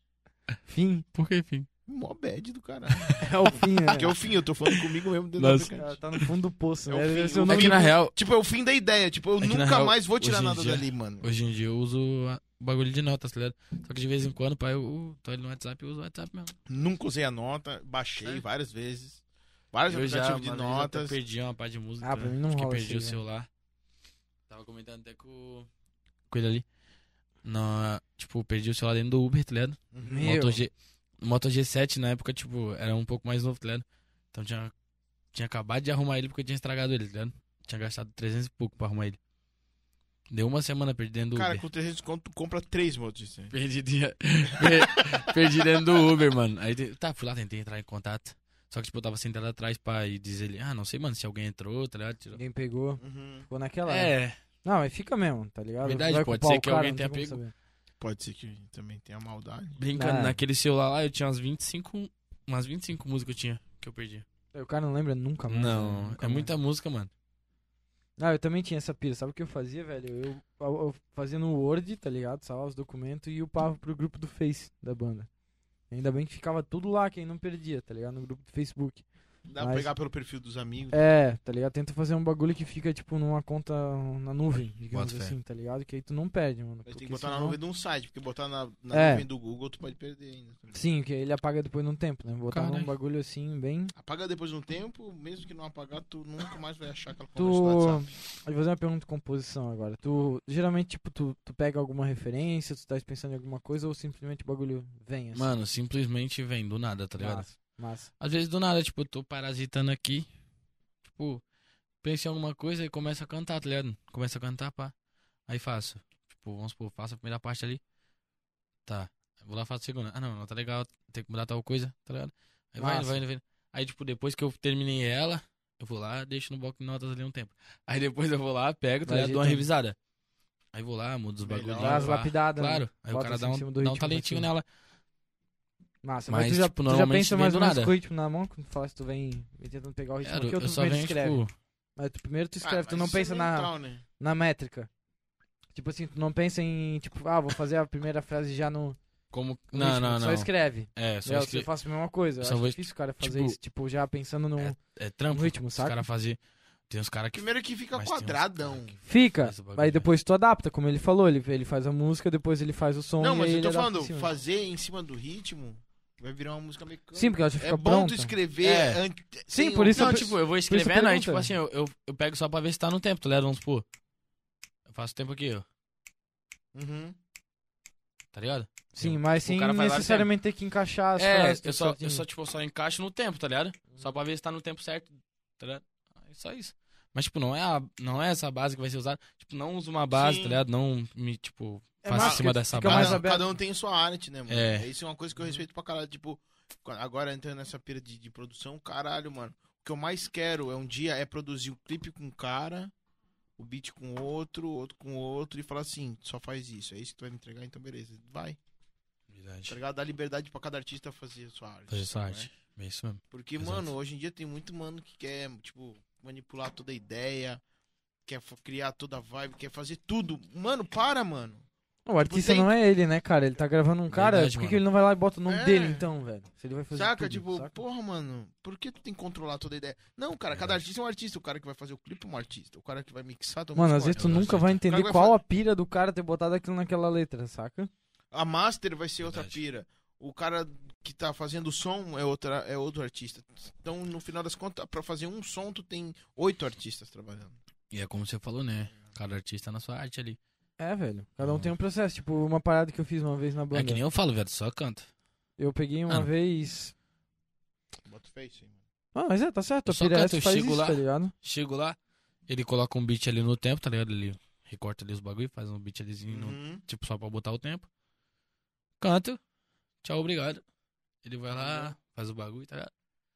[SPEAKER 2] Fim.
[SPEAKER 3] Por que, enfim?
[SPEAKER 1] Mó bad do caralho.
[SPEAKER 2] É o fim, né?
[SPEAKER 1] Porque é o fim, eu tô falando comigo mesmo dentro
[SPEAKER 3] Nossa.
[SPEAKER 1] do
[SPEAKER 2] Tá-
[SPEAKER 1] aplicativo.
[SPEAKER 2] Tá no fundo do poço,
[SPEAKER 1] É
[SPEAKER 2] né?
[SPEAKER 1] o fim,
[SPEAKER 2] Deve ser o
[SPEAKER 1] o
[SPEAKER 3] É
[SPEAKER 2] nome
[SPEAKER 3] que na
[SPEAKER 2] do-
[SPEAKER 3] real,
[SPEAKER 1] Tipo, é o fim da ideia. Tipo, eu
[SPEAKER 3] É que, na
[SPEAKER 1] nunca
[SPEAKER 3] real,
[SPEAKER 1] mais vou tirar
[SPEAKER 3] hoje em
[SPEAKER 1] nada
[SPEAKER 3] dia-
[SPEAKER 1] dali, mano.
[SPEAKER 3] hoje em dia eu uso a- bagulho de nota, tá ligado? Só que de vez em quando, pai, eu uh, tô ali no WhatsApp e uso o WhatsApp mesmo.
[SPEAKER 1] Nunca usei a nota, baixei
[SPEAKER 3] Sério?
[SPEAKER 1] várias vezes. Vários
[SPEAKER 3] eu já,
[SPEAKER 1] aplicativos
[SPEAKER 3] uma
[SPEAKER 1] de
[SPEAKER 3] vez eu até
[SPEAKER 1] notas.
[SPEAKER 3] perdi uma parte de música.
[SPEAKER 2] Ah, pra mim não
[SPEAKER 3] Acho que
[SPEAKER 2] rola
[SPEAKER 3] perdi o
[SPEAKER 2] isso aí,
[SPEAKER 3] celular. Tava comentando até com, com ele ali. Na- tipo, perdi o celular dentro do Uber, tá ligado?
[SPEAKER 1] Uhum.
[SPEAKER 2] Meu.
[SPEAKER 3] Moto, G, Moto G7 na época, tipo, era um pouco mais novo, tá ligado? Então tinha, tinha acabado de arrumar ele porque eu tinha estragado ele, tá ligado? Tinha gastado 300 e pouco pra arrumar ele. Deu uma semana perdendo o
[SPEAKER 1] Cara,
[SPEAKER 3] Uber.
[SPEAKER 1] com 300 conto, tu compra três motos. né?
[SPEAKER 3] Perdi, dia- per- perdi dentro do Uber, mano. Aí te- tá, fui lá, tentei entrar em contato. Só que, tipo, eu tava sentado atrás pra e dizer ele, ah, não sei, mano, se alguém entrou, tá ligado? Tirou.
[SPEAKER 2] Ninguém pegou. Ficou naquela.
[SPEAKER 3] É,
[SPEAKER 2] Não, mas fica mesmo, tá ligado?
[SPEAKER 3] Verdade,
[SPEAKER 2] Vai
[SPEAKER 3] pode
[SPEAKER 2] culpar
[SPEAKER 3] ser
[SPEAKER 2] o
[SPEAKER 3] que
[SPEAKER 2] cara,
[SPEAKER 3] alguém
[SPEAKER 2] não
[SPEAKER 3] tenha
[SPEAKER 2] tem como
[SPEAKER 3] pego.
[SPEAKER 2] saber.
[SPEAKER 1] Pode ser que também tenha maldade.
[SPEAKER 3] brincando,
[SPEAKER 2] Ah.
[SPEAKER 3] naquele celular lá eu tinha umas 25, umas 25 músicas que eu tinha, que eu perdi.
[SPEAKER 2] O cara não lembra nunca mais. né?
[SPEAKER 3] Não,
[SPEAKER 2] Nunca
[SPEAKER 3] é
[SPEAKER 2] mais.
[SPEAKER 3] muita música, mano.
[SPEAKER 2] Ah, eu também tinha essa pira. Sabe o que eu fazia, velho? Eu, eu- eu fazia no Word, tá ligado? Salvava os documentos e upava pro grupo do Face da banda. Ainda bem que ficava tudo lá, quem não perdia, tá ligado? No grupo do Facebook.
[SPEAKER 1] Dá pra
[SPEAKER 2] Mas-
[SPEAKER 1] pegar pelo perfil dos amigos.
[SPEAKER 2] É, tá ligado? Tenta fazer um bagulho que fica, tipo, numa conta na nuvem, digamos
[SPEAKER 3] Bota fé.
[SPEAKER 2] assim, tá ligado? Que aí tu não perde, mano.
[SPEAKER 1] Mas
[SPEAKER 2] porque
[SPEAKER 1] tem que botar na
[SPEAKER 2] senão-
[SPEAKER 1] nuvem de um site, porque botar na, na
[SPEAKER 2] É.
[SPEAKER 1] nuvem do Google tu pode perder ainda.
[SPEAKER 2] Sim, que ele apaga depois num tempo, né? Botar num
[SPEAKER 3] Caralho.
[SPEAKER 2] bagulho assim, bem.
[SPEAKER 1] Apaga depois de um tempo, mesmo que não apagar, tu nunca mais vai achar aquela
[SPEAKER 2] Tu.
[SPEAKER 1] conversa do WhatsApp.
[SPEAKER 2] Vou fazer uma pergunta de composição agora. Tu, geralmente, tipo, tu, tu pega alguma referência, tu tá pensando em alguma coisa ou simplesmente o bagulho vem assim?
[SPEAKER 3] Mano, simplesmente vem do nada, tá ligado?
[SPEAKER 2] Massa, massa.
[SPEAKER 3] Às vezes do nada, tipo, eu tô parasitando aqui, tipo, penso em alguma coisa e começo a cantar, tá ligado? Começo a cantar, pá. Aí faço. Tipo, vamos supor, faço a primeira parte ali. Tá. Vou lá faço a segunda. Ah, não, não tá legal, tem que mudar tal coisa, tá ligado? Aí vai, indo,
[SPEAKER 2] Massa.
[SPEAKER 3] vai, indo, vai. indo. Aí, tipo, depois que eu terminei ela, eu vou lá, deixo no bloco de notas ali um tempo. Aí depois eu vou lá, pego, tá
[SPEAKER 2] Vai
[SPEAKER 3] ligado? Dou
[SPEAKER 2] ajeitando.
[SPEAKER 3] uma revisada. Aí vou lá, mudo os
[SPEAKER 1] Melhor.
[SPEAKER 3] bagulhos.
[SPEAKER 2] Dá as
[SPEAKER 3] pá.
[SPEAKER 2] lapidadas, né?
[SPEAKER 3] Claro. Aí o
[SPEAKER 2] Bota
[SPEAKER 3] cara
[SPEAKER 2] assim
[SPEAKER 3] dá
[SPEAKER 2] em
[SPEAKER 3] um,
[SPEAKER 2] cima do
[SPEAKER 3] dá um
[SPEAKER 2] ritmo pra
[SPEAKER 3] talentinho
[SPEAKER 2] cima.
[SPEAKER 3] nela.
[SPEAKER 2] Massa,
[SPEAKER 3] Mas,
[SPEAKER 2] mas, tu já,
[SPEAKER 3] tipo,
[SPEAKER 2] tu já
[SPEAKER 3] normalmente
[SPEAKER 2] pensa
[SPEAKER 3] vem
[SPEAKER 2] mais
[SPEAKER 3] do
[SPEAKER 2] ou menos né?
[SPEAKER 3] nada.
[SPEAKER 2] com o ritmo na mão, quando tu faz, tu vem, vem tentando pegar o ritmo,
[SPEAKER 3] Cara,
[SPEAKER 2] porque
[SPEAKER 3] eu
[SPEAKER 2] tu
[SPEAKER 3] só
[SPEAKER 2] primeiro
[SPEAKER 3] venho,
[SPEAKER 2] escreve.
[SPEAKER 3] tipo,
[SPEAKER 2] Mas tu primeiro tu
[SPEAKER 1] Ah,
[SPEAKER 2] escreve, tu
[SPEAKER 1] mas
[SPEAKER 2] não
[SPEAKER 1] isso é
[SPEAKER 2] pensa na,
[SPEAKER 1] mental, né?
[SPEAKER 2] na métrica. Tipo assim, tu não pensa em, tipo, ah, vou fazer a primeira frase já no,
[SPEAKER 3] como.
[SPEAKER 2] no
[SPEAKER 3] Não,
[SPEAKER 2] ritmo,
[SPEAKER 3] não,
[SPEAKER 2] tu
[SPEAKER 3] não.
[SPEAKER 2] só escreve.
[SPEAKER 3] É, só
[SPEAKER 2] eu,
[SPEAKER 3] escre-
[SPEAKER 2] eu faço a mesma coisa, eu
[SPEAKER 3] Só
[SPEAKER 2] acho
[SPEAKER 3] vou-
[SPEAKER 2] difícil o cara fazer
[SPEAKER 3] tipo,
[SPEAKER 2] isso, tipo, já pensando no,
[SPEAKER 3] É
[SPEAKER 2] no
[SPEAKER 3] trampo.
[SPEAKER 2] ritmo,
[SPEAKER 3] Os
[SPEAKER 2] sabe?
[SPEAKER 3] caras fazem. Tem uns caras que.
[SPEAKER 1] Primeiro que fica
[SPEAKER 3] Mas tem uns
[SPEAKER 1] quadradão.
[SPEAKER 3] cara que
[SPEAKER 2] Fica,
[SPEAKER 3] faz o bagulho,
[SPEAKER 2] aí depois tu adapta, como ele falou, ele, ele faz a música, depois ele faz o som
[SPEAKER 1] Não,
[SPEAKER 2] e
[SPEAKER 1] mas
[SPEAKER 2] aí
[SPEAKER 1] eu tô
[SPEAKER 2] ele é adapta
[SPEAKER 1] falando,
[SPEAKER 2] em cima.
[SPEAKER 1] fazer em cima do ritmo vai virar uma música mecânica.
[SPEAKER 2] Sim, porque ela já fica
[SPEAKER 1] é bom
[SPEAKER 2] pronta.
[SPEAKER 1] tu escrever.
[SPEAKER 3] É.
[SPEAKER 1] an-
[SPEAKER 2] Sim,
[SPEAKER 1] tem
[SPEAKER 2] por
[SPEAKER 1] um-
[SPEAKER 2] isso
[SPEAKER 3] Não,
[SPEAKER 2] eu-
[SPEAKER 3] tipo, eu vou
[SPEAKER 2] isso eu
[SPEAKER 3] escrevendo, aí,
[SPEAKER 2] pergunto.
[SPEAKER 3] tipo assim, eu, eu, eu pego só pra ver se tá no tempo, tá ligado? Vamos supor. Eu faço o tempo aqui, ó.
[SPEAKER 1] Uhum.
[SPEAKER 3] Tá ligado?
[SPEAKER 2] Sim, mas
[SPEAKER 3] Tipo, o
[SPEAKER 2] sem
[SPEAKER 3] cara vai lá e
[SPEAKER 2] necessariamente ter que encaixar as
[SPEAKER 3] É,
[SPEAKER 2] frases.
[SPEAKER 3] eu
[SPEAKER 2] tudo
[SPEAKER 3] só, eu
[SPEAKER 2] certinho.
[SPEAKER 3] só, tipo, só encaixo no tempo, tá ligado? Só pra ver se tá no tempo certo, tá ligado? É só isso. Mas, tipo, não é, a, não é essa base que vai ser usada. Tipo, não uso uma base,
[SPEAKER 1] Sim.
[SPEAKER 3] tá ligado? Não me, tipo,
[SPEAKER 2] É
[SPEAKER 3] faço
[SPEAKER 2] massa,
[SPEAKER 3] em cima
[SPEAKER 2] porque
[SPEAKER 3] dessa
[SPEAKER 2] fica mais
[SPEAKER 3] base.
[SPEAKER 1] Cada,
[SPEAKER 2] aberto.
[SPEAKER 1] cada um tem sua arte, né, mano?
[SPEAKER 3] É.
[SPEAKER 1] Isso é uma coisa que eu respeito pra caralho. Tipo, agora entrando nessa pira de, de produção, caralho, mano. O que eu mais quero é um dia é produzir o clipe com um cara, o beat com outro, outro com outro, e falar assim, só faz isso, é isso que tu vai me entregar, então beleza. Vai. Tá
[SPEAKER 3] Verdade.
[SPEAKER 1] ligado? Dá liberdade pra cada artista fazer a sua arte.
[SPEAKER 3] Fazer sua
[SPEAKER 1] né?
[SPEAKER 3] arte. É isso mesmo.
[SPEAKER 1] Porque,
[SPEAKER 3] Exato.
[SPEAKER 1] mano, hoje em dia tem muito mano que quer, tipo, manipular toda a ideia, quer fa- criar toda a vibe, quer fazer tudo. Mano, para, mano.
[SPEAKER 2] O artista
[SPEAKER 1] tem-
[SPEAKER 2] não é ele, né, cara? Ele tá gravando um cara,
[SPEAKER 3] Verdade,
[SPEAKER 2] por que, que
[SPEAKER 3] mano.
[SPEAKER 2] ele não vai lá e bota o nome
[SPEAKER 1] É.
[SPEAKER 2] dele então, velho? Se ele vai fazer
[SPEAKER 1] saca?
[SPEAKER 2] tudo,
[SPEAKER 1] tipo,
[SPEAKER 2] saca?
[SPEAKER 1] porra, mano, por que tu tem que controlar toda a ideia? Não, cara, cada artista é um artista. O cara que vai fazer o clipe é um artista. O cara que vai mixar tua
[SPEAKER 2] Mano,
[SPEAKER 1] música é
[SPEAKER 2] às
[SPEAKER 1] um
[SPEAKER 2] vezes tu
[SPEAKER 3] eu
[SPEAKER 2] nunca
[SPEAKER 3] aceito.
[SPEAKER 2] vai
[SPEAKER 1] O
[SPEAKER 2] entender
[SPEAKER 1] cara vai
[SPEAKER 2] qual
[SPEAKER 1] fa-
[SPEAKER 2] a pira do cara ter botado aquilo naquela letra, saca?
[SPEAKER 1] A master vai ser outra
[SPEAKER 3] Verdade.
[SPEAKER 1] pira. O cara que tá fazendo o som é, outra, é outro artista. Então, no final das contas, pra fazer um som, tu tem oito artistas trabalhando.
[SPEAKER 3] E é como você falou, né? Cada artista na sua arte ali.
[SPEAKER 2] É, velho. Cada um tem um processo. Tipo, uma parada que eu fiz uma vez na
[SPEAKER 3] É
[SPEAKER 2] banda.
[SPEAKER 3] que nem eu falo, velho, só canta.
[SPEAKER 2] Eu peguei uma
[SPEAKER 3] Ah.
[SPEAKER 2] vez.
[SPEAKER 1] Bota o face, mano.
[SPEAKER 2] Ah, mas é, tá certo.
[SPEAKER 3] Eu
[SPEAKER 2] A
[SPEAKER 3] só
[SPEAKER 2] Pirelli
[SPEAKER 3] canto, eu
[SPEAKER 2] faz
[SPEAKER 3] chego
[SPEAKER 2] isso,
[SPEAKER 3] lá.
[SPEAKER 2] tá ligado?
[SPEAKER 3] Chego lá, ele coloca um beat ali no tempo, tá ligado? Ele recorta ali os bagulho, faz um beat alizinho,
[SPEAKER 2] Uhum.
[SPEAKER 3] no-
[SPEAKER 1] Uhum.
[SPEAKER 3] tipo, só pra botar o tempo. Canto, tchau, obrigado. Ele vai lá, faz o bagulho, tá ligado?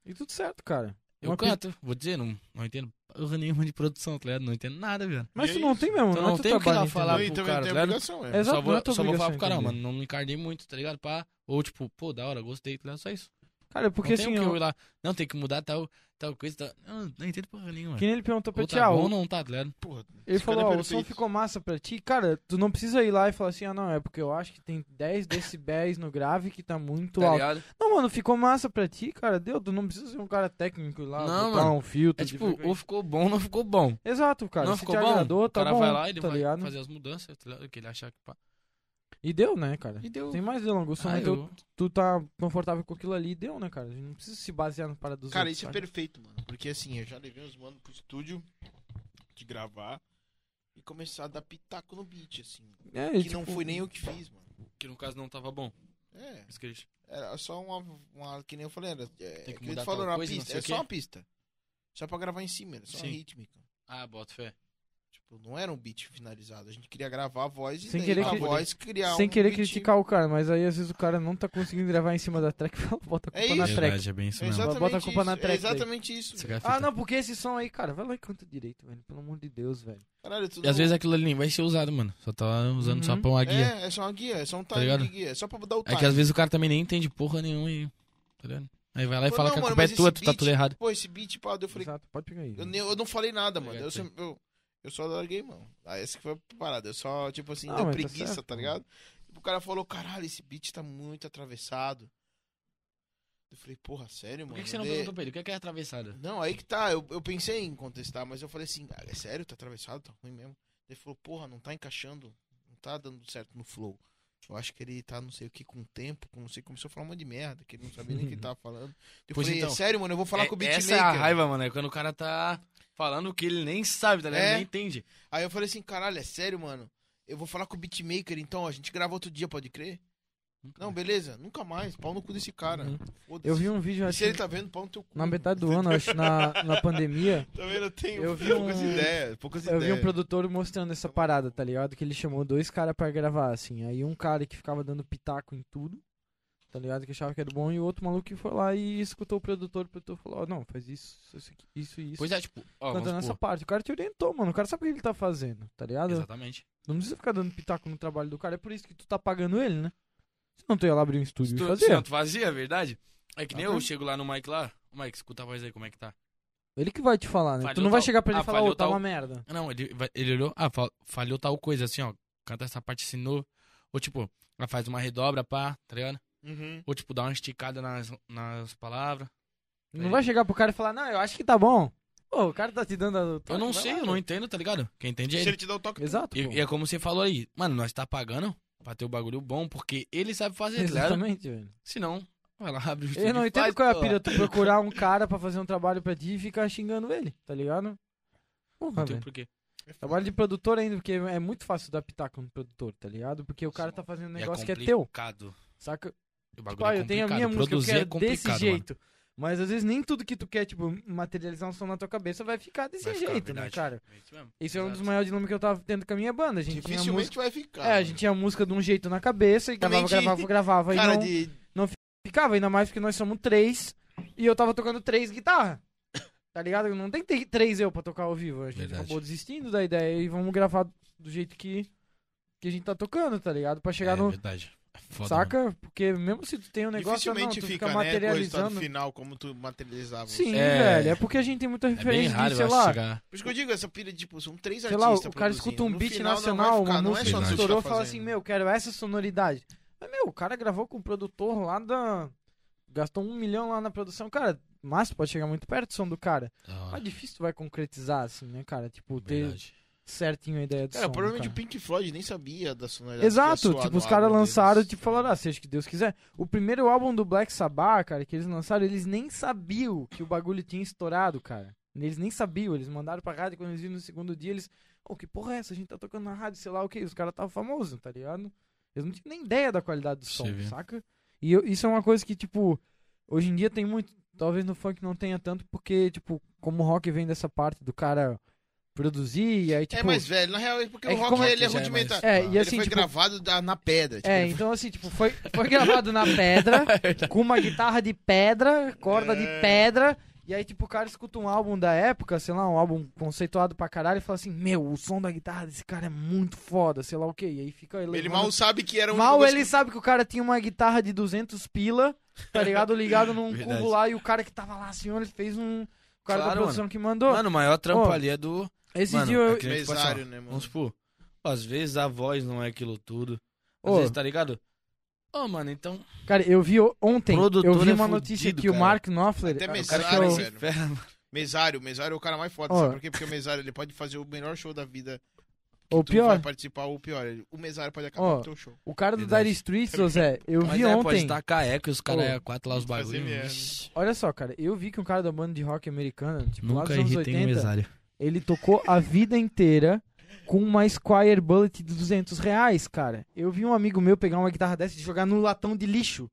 [SPEAKER 2] E tudo certo, cara.
[SPEAKER 3] Eu
[SPEAKER 2] Uhum. Uma pi-
[SPEAKER 3] canto, vou dizer, não, não entendo porra nenhuma de produção, tá ligado? Não entendo nada, velho.
[SPEAKER 2] Mas
[SPEAKER 1] E
[SPEAKER 2] tu
[SPEAKER 1] é
[SPEAKER 2] não
[SPEAKER 1] isso.
[SPEAKER 2] tem mesmo,
[SPEAKER 3] Então
[SPEAKER 2] não,
[SPEAKER 3] não
[SPEAKER 2] é tu
[SPEAKER 3] tem o que lá
[SPEAKER 2] trabalho, entendeu?
[SPEAKER 3] falar.
[SPEAKER 1] Não, Uhum. e
[SPEAKER 3] pro
[SPEAKER 1] também
[SPEAKER 3] cara,
[SPEAKER 1] tem
[SPEAKER 3] tá ligado?
[SPEAKER 1] obrigação, é.
[SPEAKER 2] É Exato,
[SPEAKER 3] só vou,
[SPEAKER 2] não é tua
[SPEAKER 3] só vou falar pro
[SPEAKER 2] obrigação
[SPEAKER 3] cara, ó,
[SPEAKER 2] entender.
[SPEAKER 3] mano, não me encardei muito, tá ligado? Pá, ou tipo, pô, da hora, gostei, tá ligado? Só isso.
[SPEAKER 2] Cara, porque
[SPEAKER 3] não tem
[SPEAKER 2] assim,
[SPEAKER 3] o que
[SPEAKER 2] ó,
[SPEAKER 3] eu ir lá, não, tem que mudar tal, tal coisa, tal. Não, não entendo porra nenhuma.
[SPEAKER 2] que nem ele perguntou pra
[SPEAKER 3] Ou
[SPEAKER 2] ti,
[SPEAKER 3] tá
[SPEAKER 2] ah,
[SPEAKER 3] bom ou
[SPEAKER 2] o-
[SPEAKER 3] não tá, tá ligado?
[SPEAKER 1] Porra,
[SPEAKER 2] ele
[SPEAKER 1] esse cara
[SPEAKER 2] falou,
[SPEAKER 1] é
[SPEAKER 2] ó, o som
[SPEAKER 1] perfeito.
[SPEAKER 2] ficou massa pra ti. Cara, tu não precisa ir lá e falar assim, ah, não, é porque eu acho que tem 10 decibéis no grave que tá muito
[SPEAKER 3] Tá
[SPEAKER 2] alto.
[SPEAKER 3] ligado?
[SPEAKER 2] Não, mano, ficou massa pra ti, cara, deu, tu não precisa ser um cara técnico lá,
[SPEAKER 3] Não,
[SPEAKER 2] botar
[SPEAKER 3] mano.
[SPEAKER 2] um filtro.
[SPEAKER 3] É
[SPEAKER 2] de
[SPEAKER 3] tipo,
[SPEAKER 2] frequência.
[SPEAKER 3] ou ficou bom ou não ficou bom.
[SPEAKER 2] Exato, cara,
[SPEAKER 3] não
[SPEAKER 2] se
[SPEAKER 3] ficou
[SPEAKER 2] te
[SPEAKER 3] bom,
[SPEAKER 2] agradou, tá
[SPEAKER 3] o cara
[SPEAKER 2] bom,
[SPEAKER 3] vai lá e ele
[SPEAKER 2] tá
[SPEAKER 3] vai
[SPEAKER 2] ligado?
[SPEAKER 3] fazer as mudanças, tá ligado? Que ele achar que pá.
[SPEAKER 2] E deu, né, cara?
[SPEAKER 3] E deu.
[SPEAKER 2] Tem mais delongo, o som
[SPEAKER 3] Ah,
[SPEAKER 2] é teu,
[SPEAKER 3] eu-
[SPEAKER 2] tu tá confortável com aquilo ali, deu, né, cara? A gente não precisa se basear no parada dos
[SPEAKER 1] Cara,
[SPEAKER 2] outros,
[SPEAKER 1] isso é
[SPEAKER 2] sabe?
[SPEAKER 1] perfeito, mano. Porque assim, eu já levei uns manos pro estúdio de gravar e começar a dar pitaco no beat, assim.
[SPEAKER 2] É,
[SPEAKER 1] Que
[SPEAKER 2] tipo,
[SPEAKER 1] não foi nem eu que fiz, mano.
[SPEAKER 3] Que no caso não tava bom.
[SPEAKER 1] É,
[SPEAKER 3] Isso que eles-
[SPEAKER 1] era só uma. uma- que nem eu falei, era. É,
[SPEAKER 3] Tem que
[SPEAKER 1] que
[SPEAKER 3] mudar
[SPEAKER 1] ele falou,
[SPEAKER 3] tal
[SPEAKER 1] era uma
[SPEAKER 3] coisa, não
[SPEAKER 1] pista.
[SPEAKER 3] sei
[SPEAKER 1] É
[SPEAKER 3] o
[SPEAKER 1] só
[SPEAKER 3] quê.
[SPEAKER 1] uma pista. Só pra gravar em cima, era só uma
[SPEAKER 3] Sim.
[SPEAKER 1] rítmica.
[SPEAKER 3] Ah, bota fé.
[SPEAKER 1] Tipo, não era um beat finalizado. A gente queria gravar a voz e
[SPEAKER 2] Sem
[SPEAKER 1] daí
[SPEAKER 2] querer
[SPEAKER 1] a
[SPEAKER 2] cri-
[SPEAKER 1] voz criar
[SPEAKER 2] Sem
[SPEAKER 1] um
[SPEAKER 2] querer
[SPEAKER 1] beat.
[SPEAKER 2] criticar o cara, mas aí às vezes o cara não tá conseguindo gravar em cima da track e fala, bota a
[SPEAKER 1] É
[SPEAKER 2] culpa na
[SPEAKER 1] isso.
[SPEAKER 2] track.
[SPEAKER 3] Verdade, é bem isso
[SPEAKER 1] É
[SPEAKER 3] mesmo.
[SPEAKER 1] exatamente
[SPEAKER 2] Bota a culpa
[SPEAKER 1] isso.
[SPEAKER 2] na
[SPEAKER 1] é
[SPEAKER 2] track
[SPEAKER 1] exatamente isso.
[SPEAKER 3] Isso que é a
[SPEAKER 2] Ah,
[SPEAKER 3] fita.
[SPEAKER 2] não, porque esse som aí, cara, vai lá e canta direito, velho. Pelo amor de Deus, velho.
[SPEAKER 1] Caralho, é tudo
[SPEAKER 3] E às vezes aquilo ali nem vai ser usado, mano. Só tá usando só
[SPEAKER 2] Uhum.
[SPEAKER 3] pra uma guia.
[SPEAKER 1] É, é só uma guia, é só um
[SPEAKER 3] Tá
[SPEAKER 1] time
[SPEAKER 3] ligado?
[SPEAKER 1] de guia. É só pra dar o
[SPEAKER 3] É,
[SPEAKER 1] time.
[SPEAKER 3] que às vezes o cara também nem entende porra nenhuma e. Tá ligado? Aí vai lá e
[SPEAKER 1] Pô,
[SPEAKER 3] fala
[SPEAKER 1] não,
[SPEAKER 3] que a
[SPEAKER 1] mano,
[SPEAKER 3] culpa é
[SPEAKER 1] mas
[SPEAKER 3] tua,
[SPEAKER 1] esse
[SPEAKER 3] tu tá
[SPEAKER 1] beat-
[SPEAKER 3] tudo errado.
[SPEAKER 1] Pô, esse beat, pá, eu falei,
[SPEAKER 2] Exato, pode pegar aí.
[SPEAKER 1] Eu, nem- eu não falei nada, mano.
[SPEAKER 3] Uhum. Tá ligado,
[SPEAKER 1] Eu,
[SPEAKER 3] sim.
[SPEAKER 1] sem- eu, eu só larguei, mano. Ah, essa que foi a parada. Eu só, tipo assim,
[SPEAKER 2] Não,
[SPEAKER 1] deu
[SPEAKER 2] mas tá
[SPEAKER 1] preguiça, tá,
[SPEAKER 2] certo,
[SPEAKER 1] ligado? Tipo, o cara falou, caralho, esse beat tá muito atravessado. Eu falei, porra, sério,
[SPEAKER 3] Por
[SPEAKER 1] mano?
[SPEAKER 3] que, que você não
[SPEAKER 1] Dê-
[SPEAKER 3] perguntou pra ele? O que é, que é atravessada?
[SPEAKER 1] Não, aí que tá. Eu, eu pensei em contestar, mas eu falei assim, ah, é sério, tá atravessado, tá ruim mesmo. Ele falou, porra, não tá encaixando, não tá dando certo no flow. Eu acho que ele tá, não sei o que, com o tempo, com não sei, começou a falar um monte de merda, que ele não sabia nem o que ele tava falando. Eu
[SPEAKER 3] Pois
[SPEAKER 1] falei,
[SPEAKER 3] então,
[SPEAKER 1] é sério, mano, eu vou falar
[SPEAKER 3] É-
[SPEAKER 1] com o beatmaker.
[SPEAKER 3] Essa é a raiva, mano. É quando o cara tá falando o que ele nem sabe, tá ligado?
[SPEAKER 1] É.
[SPEAKER 3] Ele nem entende.
[SPEAKER 1] Aí eu falei assim, caralho, é sério, mano? Eu vou falar com o beatmaker, então, a gente grava outro dia, pode crer? Não, beleza, nunca mais, pau no cu desse cara.
[SPEAKER 2] Uhum.
[SPEAKER 1] Foda-se.
[SPEAKER 2] Eu vi um vídeo
[SPEAKER 1] E se ele
[SPEAKER 2] assim,
[SPEAKER 1] tá vendo, pau no teu cu.
[SPEAKER 2] na metade do ano, acho, na, na pandemia,
[SPEAKER 1] Também não tenho
[SPEAKER 2] Eu vi um-
[SPEAKER 1] poucas ideias, poucas
[SPEAKER 2] eu vi
[SPEAKER 1] ideias.
[SPEAKER 2] um produtor mostrando essa parada, tá ligado? Que ele chamou dois caras pra gravar, assim. Aí um cara que ficava dando pitaco em tudo, tá ligado? Que achava que era bom, e o outro maluco que foi lá e escutou o produtor, o produtor falou, ó, não, faz isso, isso, aqui, isso e isso.
[SPEAKER 3] Pois é, tipo, ó,
[SPEAKER 2] Cantando
[SPEAKER 3] vamos
[SPEAKER 2] essa
[SPEAKER 3] supor,
[SPEAKER 2] parte. O cara te orientou, mano. O cara sabe o que ele tá fazendo, tá ligado?
[SPEAKER 3] Exatamente.
[SPEAKER 2] Não precisa ficar dando pitaco no trabalho do cara. É por isso que tu tá pagando ele, né? Senão tu ia lá abrir um
[SPEAKER 3] Se
[SPEAKER 2] estúdio
[SPEAKER 3] tu,
[SPEAKER 2] e
[SPEAKER 3] se não,
[SPEAKER 2] fazer.
[SPEAKER 3] tu fazia, é verdade? É que nem
[SPEAKER 2] Aham.
[SPEAKER 3] eu chego lá no Mike lá. Ô, Mike, escuta a voz aí, como é que tá?
[SPEAKER 2] Ele que vai te falar, né? tu
[SPEAKER 3] Falhou
[SPEAKER 2] não vai
[SPEAKER 3] tal-
[SPEAKER 2] chegar pra ele e
[SPEAKER 3] Ah,
[SPEAKER 2] falar, ô,
[SPEAKER 3] falhou
[SPEAKER 2] tá
[SPEAKER 3] tal-
[SPEAKER 2] uma merda.
[SPEAKER 3] Não, ele, vai- ele olhou, ah, fal- falhou tal coisa, assim, ó. Canta essa parte assim novo. Ou tipo, ela faz uma redobra, pá, tá ligado?
[SPEAKER 1] Uhum.
[SPEAKER 3] Ou tipo, dá uma esticada nas, nas palavras.
[SPEAKER 2] Não vai chegar pro cara e falar, não, eu acho que tá bom. Pô, o cara tá te dando a...
[SPEAKER 3] Eu não sei, eu não entendo, tá ligado? Quem entende é
[SPEAKER 1] Se
[SPEAKER 3] ele.
[SPEAKER 1] ele te dá o toque,
[SPEAKER 2] Exato,
[SPEAKER 3] E,
[SPEAKER 2] pô.
[SPEAKER 3] e é como você falou aí, mano, nós tá pagando pra ter o bagulho bom, porque ele sabe fazer, tá ligado?
[SPEAKER 2] Exatamente, velho.
[SPEAKER 3] Se não, vai lá, abre o estúdio
[SPEAKER 2] Eu não
[SPEAKER 3] e
[SPEAKER 2] entendo
[SPEAKER 3] faz,
[SPEAKER 2] qual é a
[SPEAKER 3] porra.
[SPEAKER 2] pira tu procurar um cara pra fazer um trabalho pra ti e ficar xingando ele, tá ligado? Porra,
[SPEAKER 3] Não tem
[SPEAKER 2] velho.
[SPEAKER 3] porquê.
[SPEAKER 2] Trabalho de produtor ainda, porque é muito fácil dar pitaco no produtor, tá ligado? Porque o cara tá fazendo um
[SPEAKER 3] E
[SPEAKER 2] negócio que é teu,
[SPEAKER 3] complicado.
[SPEAKER 2] saca?
[SPEAKER 3] E O bagulho
[SPEAKER 2] Tipo, ah,
[SPEAKER 3] é
[SPEAKER 2] eu tenho a
[SPEAKER 3] complicado.
[SPEAKER 2] minha música, eu
[SPEAKER 3] Produzir é
[SPEAKER 2] quero
[SPEAKER 3] complicado,
[SPEAKER 2] desse
[SPEAKER 3] mano.
[SPEAKER 2] jeito. Mas às vezes nem tudo que tu quer, tipo, materializar um som na tua cabeça vai ficar desse
[SPEAKER 3] Vai ficar,
[SPEAKER 2] jeito, né,
[SPEAKER 3] verdade.
[SPEAKER 2] cara?
[SPEAKER 3] É isso mesmo.
[SPEAKER 2] Isso é um dos
[SPEAKER 3] Exato.
[SPEAKER 2] maiores dilemas que eu tava tendo com a minha banda. A gente tinha
[SPEAKER 1] dificilmente
[SPEAKER 2] música.
[SPEAKER 1] vai ficar.
[SPEAKER 2] É, a
[SPEAKER 1] mano.
[SPEAKER 2] gente tinha a música de um jeito na cabeça e
[SPEAKER 1] Também
[SPEAKER 2] gravava, gravava,
[SPEAKER 1] de-
[SPEAKER 2] gravava.
[SPEAKER 1] Cara
[SPEAKER 2] e não
[SPEAKER 1] de.
[SPEAKER 2] ficava, ainda mais porque nós somos três e eu tava tocando três guitarras. Tá ligado? Não tem que ter três eu pra tocar ao vivo. A gente
[SPEAKER 3] Verdade.
[SPEAKER 2] acabou desistindo da ideia e vamos gravar do jeito que, que a gente tá tocando, tá ligado? Pra chegar
[SPEAKER 3] é,
[SPEAKER 2] no.
[SPEAKER 3] verdade. É foda,
[SPEAKER 2] saca? Porque mesmo se tu tem um negócio, ah, não,
[SPEAKER 1] dificilmente
[SPEAKER 2] tu
[SPEAKER 1] fica, né? Com o
[SPEAKER 2] fica
[SPEAKER 1] resultado
[SPEAKER 2] materializando.
[SPEAKER 1] final, como tu materializava.
[SPEAKER 2] Sim,
[SPEAKER 3] É.
[SPEAKER 2] velho. É porque a gente tem muita
[SPEAKER 3] mano. É bem
[SPEAKER 2] referência
[SPEAKER 3] raro,
[SPEAKER 2] de,
[SPEAKER 3] eu
[SPEAKER 2] sei
[SPEAKER 3] acho,
[SPEAKER 2] lá.
[SPEAKER 3] chegar...
[SPEAKER 1] Por isso que eu digo, essa pira de, tipo, são três
[SPEAKER 2] Sei lá,
[SPEAKER 1] artistas
[SPEAKER 2] o cara
[SPEAKER 1] produzindo.
[SPEAKER 2] escuta um
[SPEAKER 1] No
[SPEAKER 2] beat
[SPEAKER 1] final não vai
[SPEAKER 2] nacional,
[SPEAKER 1] ficar,
[SPEAKER 2] uma
[SPEAKER 1] não
[SPEAKER 2] música
[SPEAKER 1] é só
[SPEAKER 2] que
[SPEAKER 1] tu que
[SPEAKER 2] estourou,
[SPEAKER 1] tá
[SPEAKER 2] fala assim,
[SPEAKER 1] fazendo.
[SPEAKER 2] meu, quero essa sonoridade. Mas, meu, o cara gravou com o produtor lá da... Gastou um milhão lá na produção. Cara, massa, pode chegar muito perto do som do cara.
[SPEAKER 3] Da hora,
[SPEAKER 2] Mas difícil tu vai concretizar, assim, né, cara? Tipo, ter
[SPEAKER 3] Ah. verdade.
[SPEAKER 2] certinho a ideia do
[SPEAKER 1] Cara,
[SPEAKER 2] som.
[SPEAKER 1] provavelmente
[SPEAKER 2] cara.
[SPEAKER 1] o Pink Floyd nem sabia da sonoridade. que ia
[SPEAKER 2] Exato,
[SPEAKER 1] soar
[SPEAKER 2] tipo,
[SPEAKER 1] no
[SPEAKER 2] os caras
[SPEAKER 1] álbum
[SPEAKER 2] lançaram,
[SPEAKER 1] deles.
[SPEAKER 2] tipo, falaram, ah, seja o que Deus quiser. O primeiro álbum do Black Sabbath, cara, que eles lançaram, eles nem sabiam que o bagulho tinha estourado, cara. Eles nem sabiam, eles mandaram pra rádio quando eles viram no segundo dia, eles. Ô, que porra é essa? A gente tá tocando na rádio, sei lá o que. Os caras estavam famosos, tá ligado? Eles não tinham nem ideia da qualidade do som,
[SPEAKER 3] Sim, viu?
[SPEAKER 2] saca? E eu- isso é uma coisa que, tipo, hoje em dia tem muito. Talvez no funk não tenha tanto, porque, tipo, como o rock vem dessa parte do cara produzir, e aí, tipo.
[SPEAKER 1] é mais velho, na real, é porque
[SPEAKER 2] é
[SPEAKER 1] o
[SPEAKER 2] que
[SPEAKER 1] rock
[SPEAKER 2] como-
[SPEAKER 1] ele é
[SPEAKER 3] já é mais-
[SPEAKER 1] rudimentar.
[SPEAKER 2] É,
[SPEAKER 3] Ah,
[SPEAKER 2] e
[SPEAKER 1] Ele
[SPEAKER 2] assim,
[SPEAKER 1] foi
[SPEAKER 2] tipo,
[SPEAKER 1] gravado da- na pedra. tipo,
[SPEAKER 2] É,
[SPEAKER 1] ele-
[SPEAKER 2] então assim, tipo, foi, foi gravado na pedra, com uma guitarra de pedra, corda de pedra, e aí, tipo, o cara escuta um álbum da época, sei lá, um álbum conceituado pra caralho, e fala assim, meu, o som da guitarra desse cara é muito foda, sei lá o quê, e aí fica...
[SPEAKER 1] Ele
[SPEAKER 2] levando-
[SPEAKER 1] mal sabe que era um.
[SPEAKER 2] Mal ele sabe que o cara tinha uma guitarra de 200 pila, tá ligado? Ligado num
[SPEAKER 3] Verdade.
[SPEAKER 2] cubo lá, e o cara que tava lá, assim, ele fez um... O cara da
[SPEAKER 3] Claro,
[SPEAKER 2] produção que mandou.
[SPEAKER 3] Mano, o maior trampo
[SPEAKER 2] Ô,
[SPEAKER 3] ali é do.
[SPEAKER 2] Esse
[SPEAKER 3] mano,
[SPEAKER 2] dia eu...
[SPEAKER 3] é que nem tu pode
[SPEAKER 1] Mesário,
[SPEAKER 3] falar.
[SPEAKER 1] né, mano?
[SPEAKER 3] Vamos supor. Às vezes a voz não é aquilo tudo. Às
[SPEAKER 2] Ô.
[SPEAKER 3] vezes, tá ligado? Ô, mano, então.
[SPEAKER 2] Cara, eu vi ontem,
[SPEAKER 3] Produtor
[SPEAKER 2] eu vi
[SPEAKER 3] é
[SPEAKER 2] uma
[SPEAKER 3] fudido,
[SPEAKER 2] notícia que o
[SPEAKER 3] cara. assim,
[SPEAKER 2] Mark Knopfler...
[SPEAKER 1] Até
[SPEAKER 2] o
[SPEAKER 3] O cara
[SPEAKER 1] Mesário,
[SPEAKER 2] cara que é
[SPEAKER 3] que
[SPEAKER 2] o-
[SPEAKER 1] velho.
[SPEAKER 3] se ferra, mano.
[SPEAKER 1] Mesário, o mesário é o cara mais foda,
[SPEAKER 2] Ó.
[SPEAKER 1] sabe por quê? Porque o mesário ele pode fazer o melhor show da vida. que
[SPEAKER 2] Ou
[SPEAKER 1] tu
[SPEAKER 2] pior.
[SPEAKER 1] vai participar ou pior. ele- O mesário pode acabar
[SPEAKER 2] Ó.
[SPEAKER 1] com o teu show.
[SPEAKER 2] O cara do
[SPEAKER 3] Verdade.
[SPEAKER 2] Dire Streets, ô Zé, eu
[SPEAKER 3] Mas
[SPEAKER 2] vi
[SPEAKER 3] é, pode
[SPEAKER 2] ontem.
[SPEAKER 3] estar caeca e os caras
[SPEAKER 2] Ô,
[SPEAKER 3] é quatro lá os
[SPEAKER 1] fazer
[SPEAKER 3] bagulhos.
[SPEAKER 1] merda.
[SPEAKER 2] Olha só, cara, eu vi que um cara da banda de rock americana, tipo, lá
[SPEAKER 3] Nunca
[SPEAKER 2] dos anos
[SPEAKER 3] irritem o
[SPEAKER 2] 80,
[SPEAKER 3] mesário.
[SPEAKER 2] ele tocou a vida inteira com uma Squire Bullet de 200 reais, cara. Eu vi um amigo meu pegar uma guitarra dessa e jogar no latão de lixo,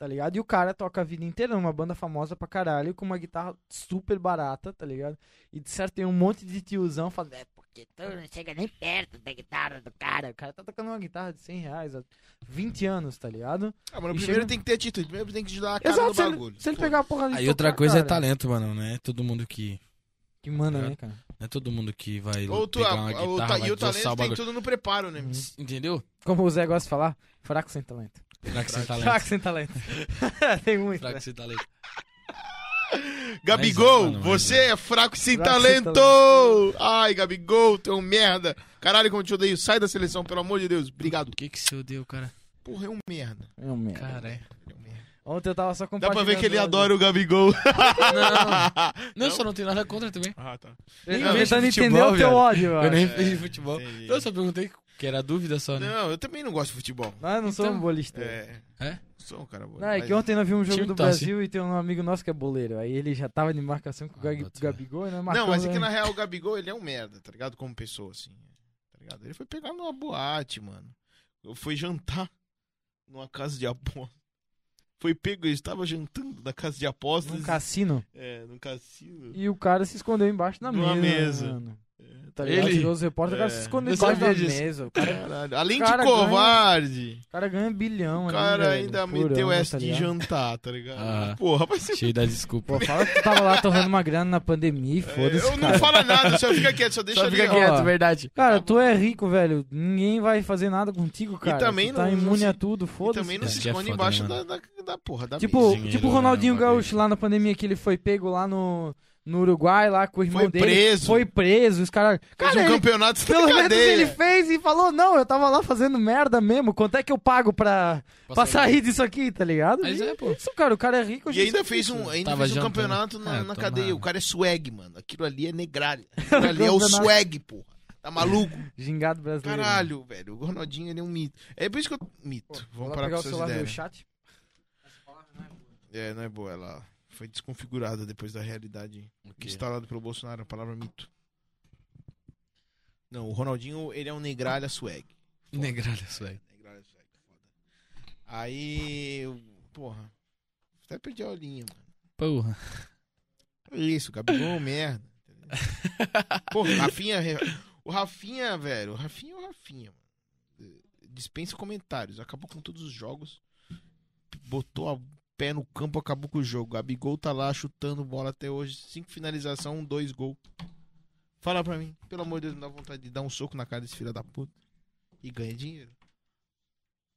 [SPEAKER 2] tá ligado? E o cara toca a vida inteira numa banda famosa pra caralho, com uma guitarra super barata, tá ligado? E de certo tem um monte de tiozão falando, é porque tu não chega nem perto da guitarra do cara. O cara tá tocando uma guitarra de 100 reais há 20 anos, tá ligado?
[SPEAKER 1] Ah, mano,
[SPEAKER 2] E
[SPEAKER 1] primeiro
[SPEAKER 2] chega-
[SPEAKER 1] tem que ter atitude. Primeiro tem que te dar a cara
[SPEAKER 2] Exato,
[SPEAKER 1] do
[SPEAKER 2] se ele-
[SPEAKER 1] bagulho.
[SPEAKER 2] se ele
[SPEAKER 1] Pô,
[SPEAKER 2] pegar a porra de
[SPEAKER 3] Aí
[SPEAKER 2] tocar,
[SPEAKER 3] outra coisa é
[SPEAKER 2] cara,
[SPEAKER 3] talento, mano, né? Todo mundo que.
[SPEAKER 2] Que manda,
[SPEAKER 3] Tá
[SPEAKER 2] né, cara?
[SPEAKER 3] Não é todo mundo que vai
[SPEAKER 1] Ou tu,
[SPEAKER 3] pegar
[SPEAKER 1] a-
[SPEAKER 3] uma
[SPEAKER 1] a- o
[SPEAKER 3] guitarra,
[SPEAKER 1] ta-
[SPEAKER 3] vai
[SPEAKER 1] e o
[SPEAKER 3] desossar o
[SPEAKER 1] talento tem
[SPEAKER 3] bagulho.
[SPEAKER 1] tudo no preparo, né?
[SPEAKER 2] Uhum.
[SPEAKER 3] S- Entendeu?
[SPEAKER 2] Como o Zé gosta de falar, fraco sem talento.
[SPEAKER 3] Fraco sem
[SPEAKER 2] Fraco
[SPEAKER 3] talento.
[SPEAKER 2] sem talento. Tem muito.
[SPEAKER 3] Fraco
[SPEAKER 2] Né?
[SPEAKER 3] sem talento.
[SPEAKER 1] Gabigol,
[SPEAKER 3] Mas é, mano, mas
[SPEAKER 1] você
[SPEAKER 3] é.
[SPEAKER 1] é fraco e sem
[SPEAKER 2] Fraco e sem
[SPEAKER 1] talento! Ai, Gabigol, tu é um merda. Caralho, como eu te odeio. Sai da seleção, pelo amor de Deus. Obrigado.
[SPEAKER 3] O que que você odeia, cara?
[SPEAKER 1] Porra, é um merda.
[SPEAKER 2] É um merda.
[SPEAKER 3] Cara, é.
[SPEAKER 1] É um merda.
[SPEAKER 2] Ontem eu tava só
[SPEAKER 1] Dá
[SPEAKER 2] compartilhando.
[SPEAKER 1] pra ver que ele adora o Gabigol.
[SPEAKER 3] Não, só não tem nada contra também.
[SPEAKER 1] Ah, tá.
[SPEAKER 2] Ele
[SPEAKER 3] Eu
[SPEAKER 2] tentando
[SPEAKER 3] vejo
[SPEAKER 2] entender o
[SPEAKER 3] futebol,
[SPEAKER 2] teu
[SPEAKER 3] velho.
[SPEAKER 2] ódio,
[SPEAKER 3] Eu
[SPEAKER 2] mano.
[SPEAKER 3] nem fiz de futebol.
[SPEAKER 1] É, entendi.
[SPEAKER 3] Eu só perguntei que era dúvida só, né?
[SPEAKER 1] Não, eu também não gosto de futebol.
[SPEAKER 2] Não, eu não sou
[SPEAKER 3] Então-
[SPEAKER 2] um bolista.
[SPEAKER 1] É.
[SPEAKER 3] É?
[SPEAKER 1] Sou um cara bom.
[SPEAKER 2] Não, é
[SPEAKER 1] mas-
[SPEAKER 2] que ontem nós vimos um jogo
[SPEAKER 3] Time
[SPEAKER 2] do
[SPEAKER 3] tá
[SPEAKER 2] Brasil e tem um amigo nosso que é boleiro. Aí ele já tava de marcação com o
[SPEAKER 3] Ah,
[SPEAKER 2] Gag-
[SPEAKER 3] bota fé.
[SPEAKER 2] Gabigol e nós marcamos.
[SPEAKER 1] Não, mas é que
[SPEAKER 2] né?
[SPEAKER 1] na real o Gabigol, ele é um merda, tá ligado? Como pessoa, assim. Tá ligado? Ele foi pegar numa boate, mano. Eu fui jantar numa casa de aposta. Foi pego, ele estava jantando na casa de apostas.
[SPEAKER 2] Num cassino.
[SPEAKER 1] É, num cassino.
[SPEAKER 2] E o cara se escondeu embaixo da mesa.
[SPEAKER 1] Numa mesa.
[SPEAKER 2] Mano. Tá ligado?
[SPEAKER 3] Ele-
[SPEAKER 2] Tirou os repórteres, o cara se
[SPEAKER 1] É.
[SPEAKER 2] escondeu
[SPEAKER 3] Eu
[SPEAKER 2] embaixo da
[SPEAKER 3] sabia disso.
[SPEAKER 2] mesa. O cara
[SPEAKER 1] Caralho. Além
[SPEAKER 2] Cara,
[SPEAKER 1] de covarde,
[SPEAKER 2] O cara ganha um bilhão,
[SPEAKER 1] o
[SPEAKER 2] ali,
[SPEAKER 1] cara
[SPEAKER 2] velho,
[SPEAKER 1] ainda
[SPEAKER 2] por
[SPEAKER 1] meteu
[SPEAKER 2] ano,
[SPEAKER 1] essa
[SPEAKER 2] tá
[SPEAKER 1] de
[SPEAKER 2] ligado?
[SPEAKER 1] jantar, tá ligado?
[SPEAKER 3] Ah.
[SPEAKER 1] Porra, vai ser.
[SPEAKER 3] Cheio da desculpa.
[SPEAKER 2] Pô, fala que tu tava lá torrando uma grana na pandemia e foda-se.
[SPEAKER 1] É, Eu não
[SPEAKER 2] cara.
[SPEAKER 1] falo nada, só fica quieto, só deixa
[SPEAKER 3] Só fica
[SPEAKER 1] ali. ó.
[SPEAKER 3] quieto, verdade.
[SPEAKER 2] Cara, tu é rico, velho. Ninguém vai fazer nada contigo, cara.
[SPEAKER 1] também
[SPEAKER 2] tu tá
[SPEAKER 1] não- não
[SPEAKER 2] imune
[SPEAKER 1] se-
[SPEAKER 2] a tudo,
[SPEAKER 1] E
[SPEAKER 2] foda-se.
[SPEAKER 1] também não
[SPEAKER 2] cara.
[SPEAKER 1] se
[SPEAKER 3] Isso aqui é
[SPEAKER 1] esconde
[SPEAKER 3] foda,
[SPEAKER 1] embaixo
[SPEAKER 3] né,
[SPEAKER 1] da, da, da porra, da
[SPEAKER 2] Tipo,
[SPEAKER 3] Dinheiro,
[SPEAKER 2] tipo o
[SPEAKER 3] né,
[SPEAKER 2] Ronaldinho
[SPEAKER 3] um bagulho.
[SPEAKER 2] Gaúcho lá na pandemia que ele foi pego lá no, no Uruguai, lá com o irmão
[SPEAKER 1] Foi
[SPEAKER 2] dele.
[SPEAKER 1] preso.
[SPEAKER 2] Foi preso, os caras.
[SPEAKER 1] Fez
[SPEAKER 2] Cara,
[SPEAKER 1] um
[SPEAKER 2] ele-
[SPEAKER 1] campeonato
[SPEAKER 2] pelo
[SPEAKER 1] na
[SPEAKER 2] menos
[SPEAKER 1] cadeia.
[SPEAKER 2] ele fez e falou: não, eu tava lá fazendo merda mesmo. Quanto é que eu pago pra, pra sair disso aqui, tá ligado?
[SPEAKER 3] Mas
[SPEAKER 2] E
[SPEAKER 3] é, pô.
[SPEAKER 2] Isso, cara, o cara é rico.
[SPEAKER 1] E ainda fez um, ainda
[SPEAKER 3] Tava
[SPEAKER 1] fez um
[SPEAKER 3] jantando.
[SPEAKER 1] campeonato na,
[SPEAKER 3] Ah,
[SPEAKER 1] na
[SPEAKER 3] tomara.
[SPEAKER 1] cadeia. O cara é swag, mano. Aquilo ali é negralha. Aquilo ali é o
[SPEAKER 2] Campeonato.
[SPEAKER 1] swag, porra. Tá maluco?
[SPEAKER 2] Gingado brasileiro.
[SPEAKER 1] Caralho, velho. O Ronaldinho, ele é um mito. É por isso que eu... Mito. Vamos
[SPEAKER 2] Vou lá
[SPEAKER 1] parar com
[SPEAKER 2] pegar o
[SPEAKER 1] essas
[SPEAKER 2] celular do
[SPEAKER 1] ideias. né?
[SPEAKER 2] chat.
[SPEAKER 1] É, não é boa. Ela foi desconfigurada depois da realidade instalada pelo Bolsonaro. A palavra mito. Não, o Ronaldinho, ele é um negralha swag.
[SPEAKER 3] Negralha, isso aí.
[SPEAKER 1] Negralha swag, foda. Aí... eu- Porra. Até perdi a olhinha, mano.
[SPEAKER 3] Porra.
[SPEAKER 1] Isso, Gabigol é um merda. Pô, Rafinha. re- O Rafinha, velho. O Rafinha é o Rafinha, mano. Eh, Dispensa comentários. Acabou com todos os jogos. Botou a pé no campo, acabou com o jogo. Gabigol tá lá chutando bola até hoje. Cinco finalização, um, dois gol. Fala pra mim. Pelo amor de Deus, me dá vontade de dar um soco na cara desse filho da puta. E ganha dinheiro.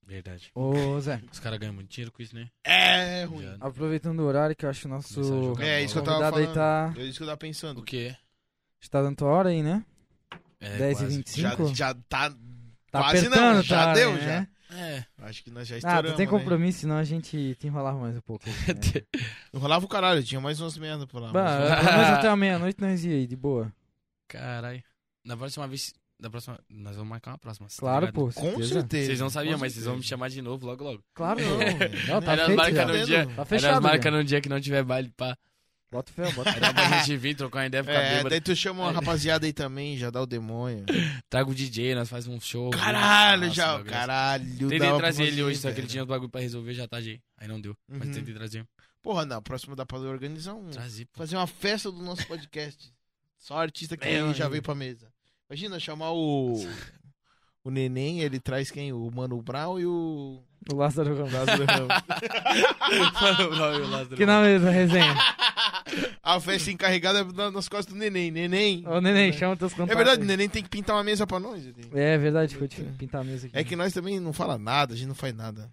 [SPEAKER 3] Verdade.
[SPEAKER 2] Ô, Zé.
[SPEAKER 3] Os caras ganham muito dinheiro com isso, né?
[SPEAKER 1] É ruim.
[SPEAKER 3] Já-
[SPEAKER 2] Aproveitando o horário que eu acho que o nosso
[SPEAKER 3] Começar a jogar
[SPEAKER 1] É, isso que eu tava
[SPEAKER 2] convidado aí
[SPEAKER 1] falando.
[SPEAKER 2] tá,
[SPEAKER 1] É isso que eu tava pensando.
[SPEAKER 3] O que
[SPEAKER 2] tá dando tua hora aí, né?
[SPEAKER 3] é?
[SPEAKER 2] 10 e
[SPEAKER 3] quase.
[SPEAKER 2] 25.
[SPEAKER 1] Já,
[SPEAKER 2] Cinco?
[SPEAKER 1] já tá.
[SPEAKER 2] Tá
[SPEAKER 1] Quase não,
[SPEAKER 2] apertando,
[SPEAKER 1] já
[SPEAKER 2] tá,
[SPEAKER 1] deu,
[SPEAKER 2] né?
[SPEAKER 1] já.
[SPEAKER 3] É.
[SPEAKER 1] Acho que nós já
[SPEAKER 2] Ah,
[SPEAKER 1] estouramos.
[SPEAKER 2] tu tem
[SPEAKER 1] né?
[SPEAKER 2] compromisso, senão a gente te enrolava mais um pouco. Né?
[SPEAKER 1] Eu rolava o caralho, tinha mais um Tá umas merda por lá.
[SPEAKER 2] bah,
[SPEAKER 1] mas-
[SPEAKER 2] pelo menos até a meia-noite nós ia aí, de boa.
[SPEAKER 3] Caralho. Na próxima vez. Na próxima. Nós vamos marcar uma próxima. tá
[SPEAKER 2] Claro,
[SPEAKER 3] ligado?
[SPEAKER 2] pô.
[SPEAKER 1] com
[SPEAKER 2] certeza.
[SPEAKER 1] certeza.
[SPEAKER 3] Vocês não sabiam,
[SPEAKER 1] com
[SPEAKER 3] mas vocês vão me
[SPEAKER 1] certeza.
[SPEAKER 3] chamar de novo logo logo.
[SPEAKER 2] Claro,
[SPEAKER 1] Não,
[SPEAKER 2] não.
[SPEAKER 1] velho.
[SPEAKER 2] Não, tá
[SPEAKER 3] Era
[SPEAKER 2] feito
[SPEAKER 3] marca
[SPEAKER 2] já.
[SPEAKER 3] no
[SPEAKER 1] Entendo.
[SPEAKER 3] dia.
[SPEAKER 2] Tá
[SPEAKER 3] Aí nós
[SPEAKER 2] fechado. já.
[SPEAKER 3] marca num dia que não tiver baile, pá.
[SPEAKER 2] Bota fé, bota fé.
[SPEAKER 3] Dá pra gente vir trocar ideia, ficar
[SPEAKER 1] É,
[SPEAKER 3] bêbado.
[SPEAKER 1] daí tu chama uma rapaziada aí também, já dá o demônio.
[SPEAKER 3] Traga o DJ, nós faz um show.
[SPEAKER 1] Caralho,
[SPEAKER 3] Nossa,
[SPEAKER 1] já,
[SPEAKER 3] bagulho.
[SPEAKER 1] caralho.
[SPEAKER 3] Tentei
[SPEAKER 1] dava
[SPEAKER 3] trazer
[SPEAKER 1] pra fazer,
[SPEAKER 3] ele hoje, só que ele
[SPEAKER 1] velho.
[SPEAKER 3] tinha os bagulho pra resolver, já tá de. Aí não deu. Mas
[SPEAKER 1] Uhum.
[SPEAKER 3] tentei trazer.
[SPEAKER 1] Porra, na próxima dá pra organizar um.
[SPEAKER 3] Trazer, pô.
[SPEAKER 1] Fazer uma festa do nosso podcast. Só artista que
[SPEAKER 3] É,
[SPEAKER 1] já
[SPEAKER 3] mano.
[SPEAKER 1] veio pra mesa. Imagina chamar o. O neném, ele traz quem? O Mano Brown e o.
[SPEAKER 2] O Lázaro Ramos.
[SPEAKER 1] Lázaro Ramos.
[SPEAKER 2] Que nome da resenha?
[SPEAKER 1] A festa encarregada é na- nas costas do neném. Neném.
[SPEAKER 2] Ô, neném, chama teus
[SPEAKER 1] É
[SPEAKER 2] contatos.
[SPEAKER 1] verdade, o
[SPEAKER 2] aí.
[SPEAKER 1] neném tem que pintar uma mesa pra nós. ele.
[SPEAKER 2] É verdade que eu tive que pintar a mesa aqui.
[SPEAKER 1] É que nós também não fala nada, a gente não faz nada.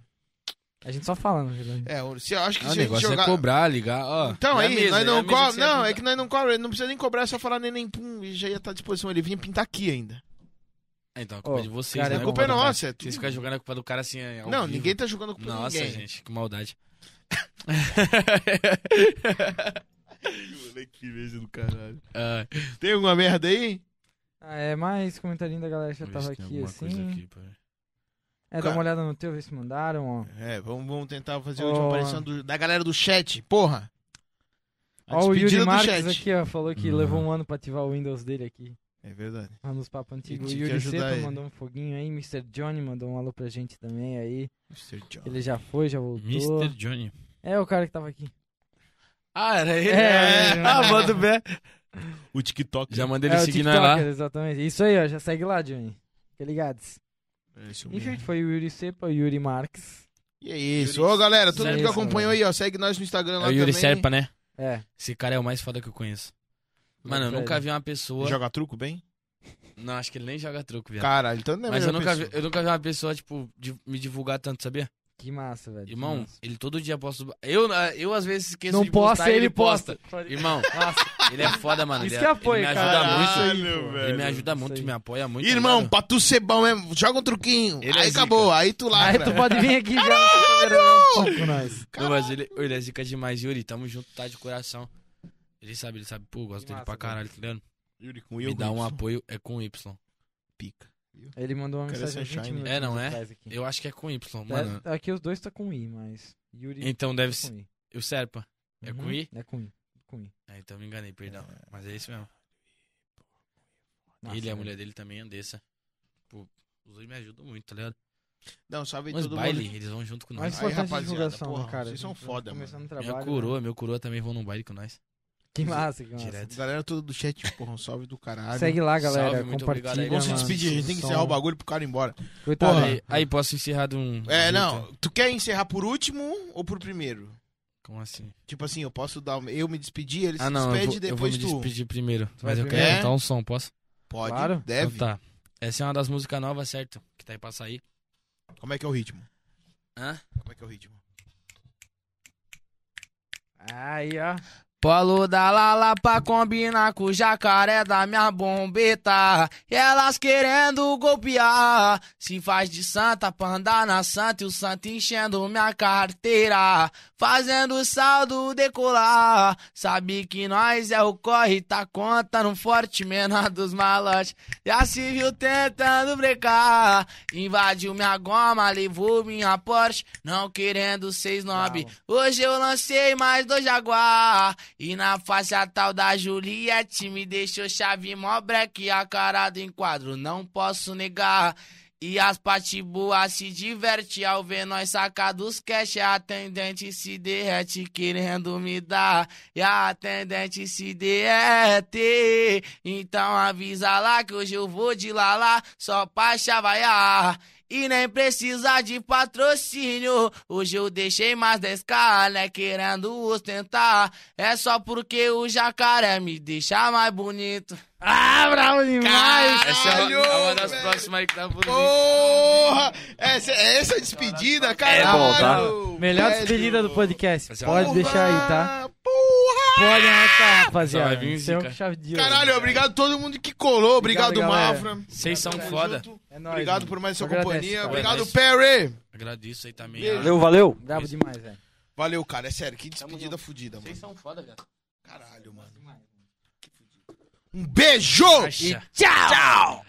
[SPEAKER 2] A gente só fala, na verdade.
[SPEAKER 1] É, o- se, eu acho que
[SPEAKER 3] Ah, o
[SPEAKER 1] se a gente
[SPEAKER 3] negócio
[SPEAKER 1] jogar.
[SPEAKER 3] é cobrar, ligar, ó.
[SPEAKER 1] Então,
[SPEAKER 3] É a
[SPEAKER 1] aí,
[SPEAKER 3] mesa,
[SPEAKER 1] nós
[SPEAKER 3] é a
[SPEAKER 1] não
[SPEAKER 3] mesa
[SPEAKER 1] cobramos.
[SPEAKER 3] que você
[SPEAKER 1] Não, é
[SPEAKER 3] ajuda.
[SPEAKER 1] que nós não cobramos, ele não precisa nem cobrar, é só falar neném pum, e já ia estar à disposição. Ele vinha pintar aqui ainda.
[SPEAKER 3] É, Então, a culpa
[SPEAKER 2] Ó,
[SPEAKER 3] é de vocês,
[SPEAKER 2] cara,
[SPEAKER 3] né?
[SPEAKER 1] a culpa é
[SPEAKER 3] maldade.
[SPEAKER 1] nossa, é
[SPEAKER 3] Vocês
[SPEAKER 1] tudo.
[SPEAKER 3] ficam jogando a culpa do cara assim. é, ao
[SPEAKER 1] Não,
[SPEAKER 3] vivo.
[SPEAKER 1] ninguém tá jogando com
[SPEAKER 3] Nossa,
[SPEAKER 1] ninguém.
[SPEAKER 3] gente, que maldade.
[SPEAKER 1] Que beijo do caralho.
[SPEAKER 3] Ah,
[SPEAKER 1] Tem alguma merda aí?
[SPEAKER 2] Ah, é mais comentarinho da galera que já
[SPEAKER 3] vamos ver
[SPEAKER 2] tava
[SPEAKER 3] se tem
[SPEAKER 2] aqui,
[SPEAKER 3] alguma coisa
[SPEAKER 2] assim.
[SPEAKER 3] aqui, pô.
[SPEAKER 2] É,
[SPEAKER 3] Tá.
[SPEAKER 2] dá uma olhada no teu, ver se mandaram, ó.
[SPEAKER 1] É, vamos, vamos tentar fazer a
[SPEAKER 2] Ó.
[SPEAKER 1] última aparição do- da galera do chat, porra.
[SPEAKER 3] Tá
[SPEAKER 1] A
[SPEAKER 2] Ó, o
[SPEAKER 1] despedida
[SPEAKER 2] Yuri
[SPEAKER 1] do
[SPEAKER 2] Marques
[SPEAKER 1] chat.
[SPEAKER 2] aqui, ó, falou que
[SPEAKER 3] Não.
[SPEAKER 2] levou um ano pra ativar o Windows dele aqui.
[SPEAKER 1] É verdade.
[SPEAKER 2] Lá nos papos antigos. O
[SPEAKER 1] tinha que
[SPEAKER 2] Yuri
[SPEAKER 1] ajudar
[SPEAKER 2] Seto
[SPEAKER 1] ele.
[SPEAKER 2] mandou um foguinho aí. Mr. Johnny mandou um alô pra gente também aí.
[SPEAKER 1] Mr. John.
[SPEAKER 2] Ele já foi, já voltou.
[SPEAKER 3] Mr. Johnny.
[SPEAKER 2] É o cara que tava aqui.
[SPEAKER 3] Ah, era ele?
[SPEAKER 2] É, é.
[SPEAKER 3] ah, manda o pé.
[SPEAKER 1] O TikTok.
[SPEAKER 3] Já mandei ele
[SPEAKER 2] é o
[SPEAKER 3] seguir nós lá.
[SPEAKER 2] TikToker, exatamente. Isso aí, ó. Já segue lá, Johnny. Fica ligados.
[SPEAKER 1] É isso
[SPEAKER 2] Enfim,
[SPEAKER 1] mesmo.
[SPEAKER 2] foi o Yuri Sepa, o Yuri Marques.
[SPEAKER 1] E é isso. Ô, galera, todo
[SPEAKER 2] É
[SPEAKER 1] mundo que
[SPEAKER 2] isso,
[SPEAKER 1] acompanhou aí, ó, segue nós no Instagram
[SPEAKER 3] É
[SPEAKER 1] lá
[SPEAKER 3] o Yuri
[SPEAKER 1] também.
[SPEAKER 3] Serpa, né?
[SPEAKER 2] É.
[SPEAKER 3] Esse cara é o mais foda que eu conheço. Mano, eu
[SPEAKER 2] Velho.
[SPEAKER 3] nunca vi uma pessoa.
[SPEAKER 1] Joga truco bem?
[SPEAKER 3] Não, acho que ele nem joga truco, viado.
[SPEAKER 1] Caralho, então não é
[SPEAKER 3] Mas
[SPEAKER 1] melhor
[SPEAKER 3] eu nunca, vi,
[SPEAKER 1] pessoa.
[SPEAKER 3] eu nunca vi uma pessoa, tipo, de- me divulgar tanto, sabia?
[SPEAKER 2] Que massa, velho. que
[SPEAKER 3] Irmão,
[SPEAKER 2] massa.
[SPEAKER 3] ele todo dia posta. Eu, ah, eu às vezes esqueço
[SPEAKER 2] Não
[SPEAKER 3] de postar,
[SPEAKER 2] posta, ele posta.
[SPEAKER 3] Irmão, ele é foda, mano.
[SPEAKER 2] Isso
[SPEAKER 3] ele,
[SPEAKER 2] que
[SPEAKER 3] é-
[SPEAKER 2] apoio,
[SPEAKER 3] ele me ajuda
[SPEAKER 2] cara.
[SPEAKER 1] Caralho,
[SPEAKER 3] muito.
[SPEAKER 2] isso aí, pô.
[SPEAKER 3] Ele me
[SPEAKER 1] velho.
[SPEAKER 3] ajuda
[SPEAKER 2] Isso
[SPEAKER 3] muito,
[SPEAKER 2] aí.
[SPEAKER 3] me apoia muito.
[SPEAKER 1] Irmão,
[SPEAKER 3] ligado?
[SPEAKER 1] pra tu ser bom mesmo, joga um truquinho.
[SPEAKER 3] Ele é
[SPEAKER 1] aí
[SPEAKER 3] zica.
[SPEAKER 1] acabou, aí tu lá.
[SPEAKER 2] Aí
[SPEAKER 3] é
[SPEAKER 2] tu pode vir aqui já. Caralho! né? Com nós.
[SPEAKER 3] Não, mas ele, ele é zica demais, Yuri. Tamo junto, tá de coração. Ele sabe, ele sabe, pô, eu gosto
[SPEAKER 2] Que
[SPEAKER 3] dele
[SPEAKER 2] massa,
[SPEAKER 3] pra
[SPEAKER 2] velho.
[SPEAKER 3] caralho, tá ligado?
[SPEAKER 1] Yuri com
[SPEAKER 3] Me
[SPEAKER 1] Will
[SPEAKER 3] dá um
[SPEAKER 1] Gibson.
[SPEAKER 3] apoio, é com Y.
[SPEAKER 1] pica.
[SPEAKER 2] Ele mandou uma
[SPEAKER 1] Cara,
[SPEAKER 2] mensagem há
[SPEAKER 1] Sunshine.
[SPEAKER 2] 20 minutos
[SPEAKER 3] É, não é?
[SPEAKER 2] atrás aqui.
[SPEAKER 3] Eu acho que é com Y,
[SPEAKER 2] Tá-
[SPEAKER 3] mano.
[SPEAKER 2] Aqui os dois tá com I, mas. Yuri
[SPEAKER 3] Então deve
[SPEAKER 2] tá
[SPEAKER 3] ser.
[SPEAKER 2] com I.
[SPEAKER 3] O Serpa. É com
[SPEAKER 2] Uhum,
[SPEAKER 3] I?
[SPEAKER 2] É com I. Com I.
[SPEAKER 3] Ah, então me enganei, perdão. Mas é isso mesmo. ele e a
[SPEAKER 2] velho.
[SPEAKER 3] mulher dele também, Andessa. Pô, os dois me ajudam muito, tá ligado?
[SPEAKER 1] Não, salve
[SPEAKER 3] Mas
[SPEAKER 1] todo
[SPEAKER 3] baile,
[SPEAKER 1] mundo.
[SPEAKER 3] eles vão junto com
[SPEAKER 2] Mais
[SPEAKER 3] nós.
[SPEAKER 1] Aí,
[SPEAKER 2] importante a
[SPEAKER 1] rapaziada,
[SPEAKER 2] divulgação,
[SPEAKER 1] porra,
[SPEAKER 2] né, cara.
[SPEAKER 1] vocês são
[SPEAKER 2] A gente tá
[SPEAKER 1] foda,
[SPEAKER 2] Começando o trabalho.
[SPEAKER 3] Minha
[SPEAKER 2] né?
[SPEAKER 3] coroa, meu coroa também vão num baile com nós.
[SPEAKER 2] Que massa, que massa.
[SPEAKER 3] Direto.
[SPEAKER 1] Galera toda do chat, porra, um salve do caralho.
[SPEAKER 2] Segue lá, galera.
[SPEAKER 3] Salve, muito
[SPEAKER 2] compartilha.
[SPEAKER 3] obrigado aí,
[SPEAKER 1] Vamos se
[SPEAKER 2] mano,
[SPEAKER 1] despedir, a gente tem que
[SPEAKER 2] som.
[SPEAKER 3] um-
[SPEAKER 1] encerrar o bagulho pro cara ir embora.
[SPEAKER 2] Coitado.
[SPEAKER 1] Porra.
[SPEAKER 3] Aí, aí posso encerrar de um.
[SPEAKER 1] É,
[SPEAKER 3] de
[SPEAKER 1] não,
[SPEAKER 3] outro?
[SPEAKER 1] tu quer encerrar por último ou por primeiro?
[SPEAKER 3] Como assim?
[SPEAKER 1] Tipo assim, eu posso dar. Eu me despedir, ele
[SPEAKER 3] Ah,
[SPEAKER 1] se
[SPEAKER 3] não, eu vou,
[SPEAKER 1] despede
[SPEAKER 3] eu vou
[SPEAKER 1] depois
[SPEAKER 3] me
[SPEAKER 1] tu.
[SPEAKER 3] despedir primeiro.
[SPEAKER 2] vai
[SPEAKER 3] Mas eu
[SPEAKER 2] primeiro?
[SPEAKER 3] quero
[SPEAKER 1] É?
[SPEAKER 3] cantar um som, posso?
[SPEAKER 1] Pode,
[SPEAKER 2] Claro.
[SPEAKER 1] deve.
[SPEAKER 3] Então tá. Essa é uma das músicas novas, certo? Que tá aí pra sair. tá.
[SPEAKER 1] Como é que é o ritmo?
[SPEAKER 3] Hã?
[SPEAKER 1] Como é que é o ritmo?
[SPEAKER 2] Aí, ó.
[SPEAKER 3] Polo da Lala pra combinar com o jacaré da minha bombeta. E elas querendo golpear. Se faz de santa pra andar na santa e o santo enchendo minha carteira. Fazendo o saldo decolar. Sabe que nós é o corre, tá conta no forte menor dos malotes. Já se viu tentando brecar. Invadiu minha goma, levou minha Porsche. Não querendo seis nobre. Hoje eu lancei mais dois Jaguar. E na faixa tal da Juliette me deixou chave mó breque a cara do enquadro, não posso negar. E as patibuas se diverte ao ver nós sacar dos cash. A atendente se derrete querendo me dar. E a atendente se derrete. Então avisa lá que hoje eu vou de lá lá só pra chavaiar. E nem precisa de patrocínio. Hoje eu deixei mais 10k, né? Querendo ostentar. É só porque o jacaré me deixa mais bonito.
[SPEAKER 2] Ah, bravo demais!
[SPEAKER 3] Essa é uma,
[SPEAKER 1] Caralho,
[SPEAKER 3] é uma das
[SPEAKER 1] velho.
[SPEAKER 3] próximas aí que tá por vir.
[SPEAKER 1] Porra! Essa, essa é a despedida, caralho!
[SPEAKER 2] tá? Melhor
[SPEAKER 1] Velho.
[SPEAKER 2] despedida do podcast.
[SPEAKER 3] Essa é uma
[SPEAKER 2] Pode deixar aí, tá?
[SPEAKER 1] Porra!
[SPEAKER 2] Pode anotar, rapaziada.
[SPEAKER 3] Vai vir
[SPEAKER 2] Isso é um
[SPEAKER 3] zica.
[SPEAKER 2] chave de ouro.
[SPEAKER 1] Caralho, obrigado a todo mundo que colou. Obrigado,
[SPEAKER 2] Obrigado, galera.
[SPEAKER 1] Mafra.
[SPEAKER 3] Vocês são
[SPEAKER 1] Tamo
[SPEAKER 3] foda.
[SPEAKER 1] junto.
[SPEAKER 2] É nóis,
[SPEAKER 1] Obrigado
[SPEAKER 2] mano.
[SPEAKER 1] por mais sua
[SPEAKER 2] Agradece,
[SPEAKER 1] companhia.
[SPEAKER 2] cara.
[SPEAKER 1] Obrigado,
[SPEAKER 3] Agradece.
[SPEAKER 1] Perry.
[SPEAKER 3] Agradeço aí também.
[SPEAKER 1] Beijo.
[SPEAKER 3] Ah,
[SPEAKER 4] Valeu, valeu.
[SPEAKER 2] Brabo demais, velho.
[SPEAKER 1] Valeu, cara. É sério, que
[SPEAKER 3] Tamo
[SPEAKER 1] despedida
[SPEAKER 3] junto.
[SPEAKER 1] fodida, mano.
[SPEAKER 3] Vocês são foda, velho.
[SPEAKER 1] Caralho, mano. Um beijo!
[SPEAKER 3] Acha.
[SPEAKER 1] Tchau!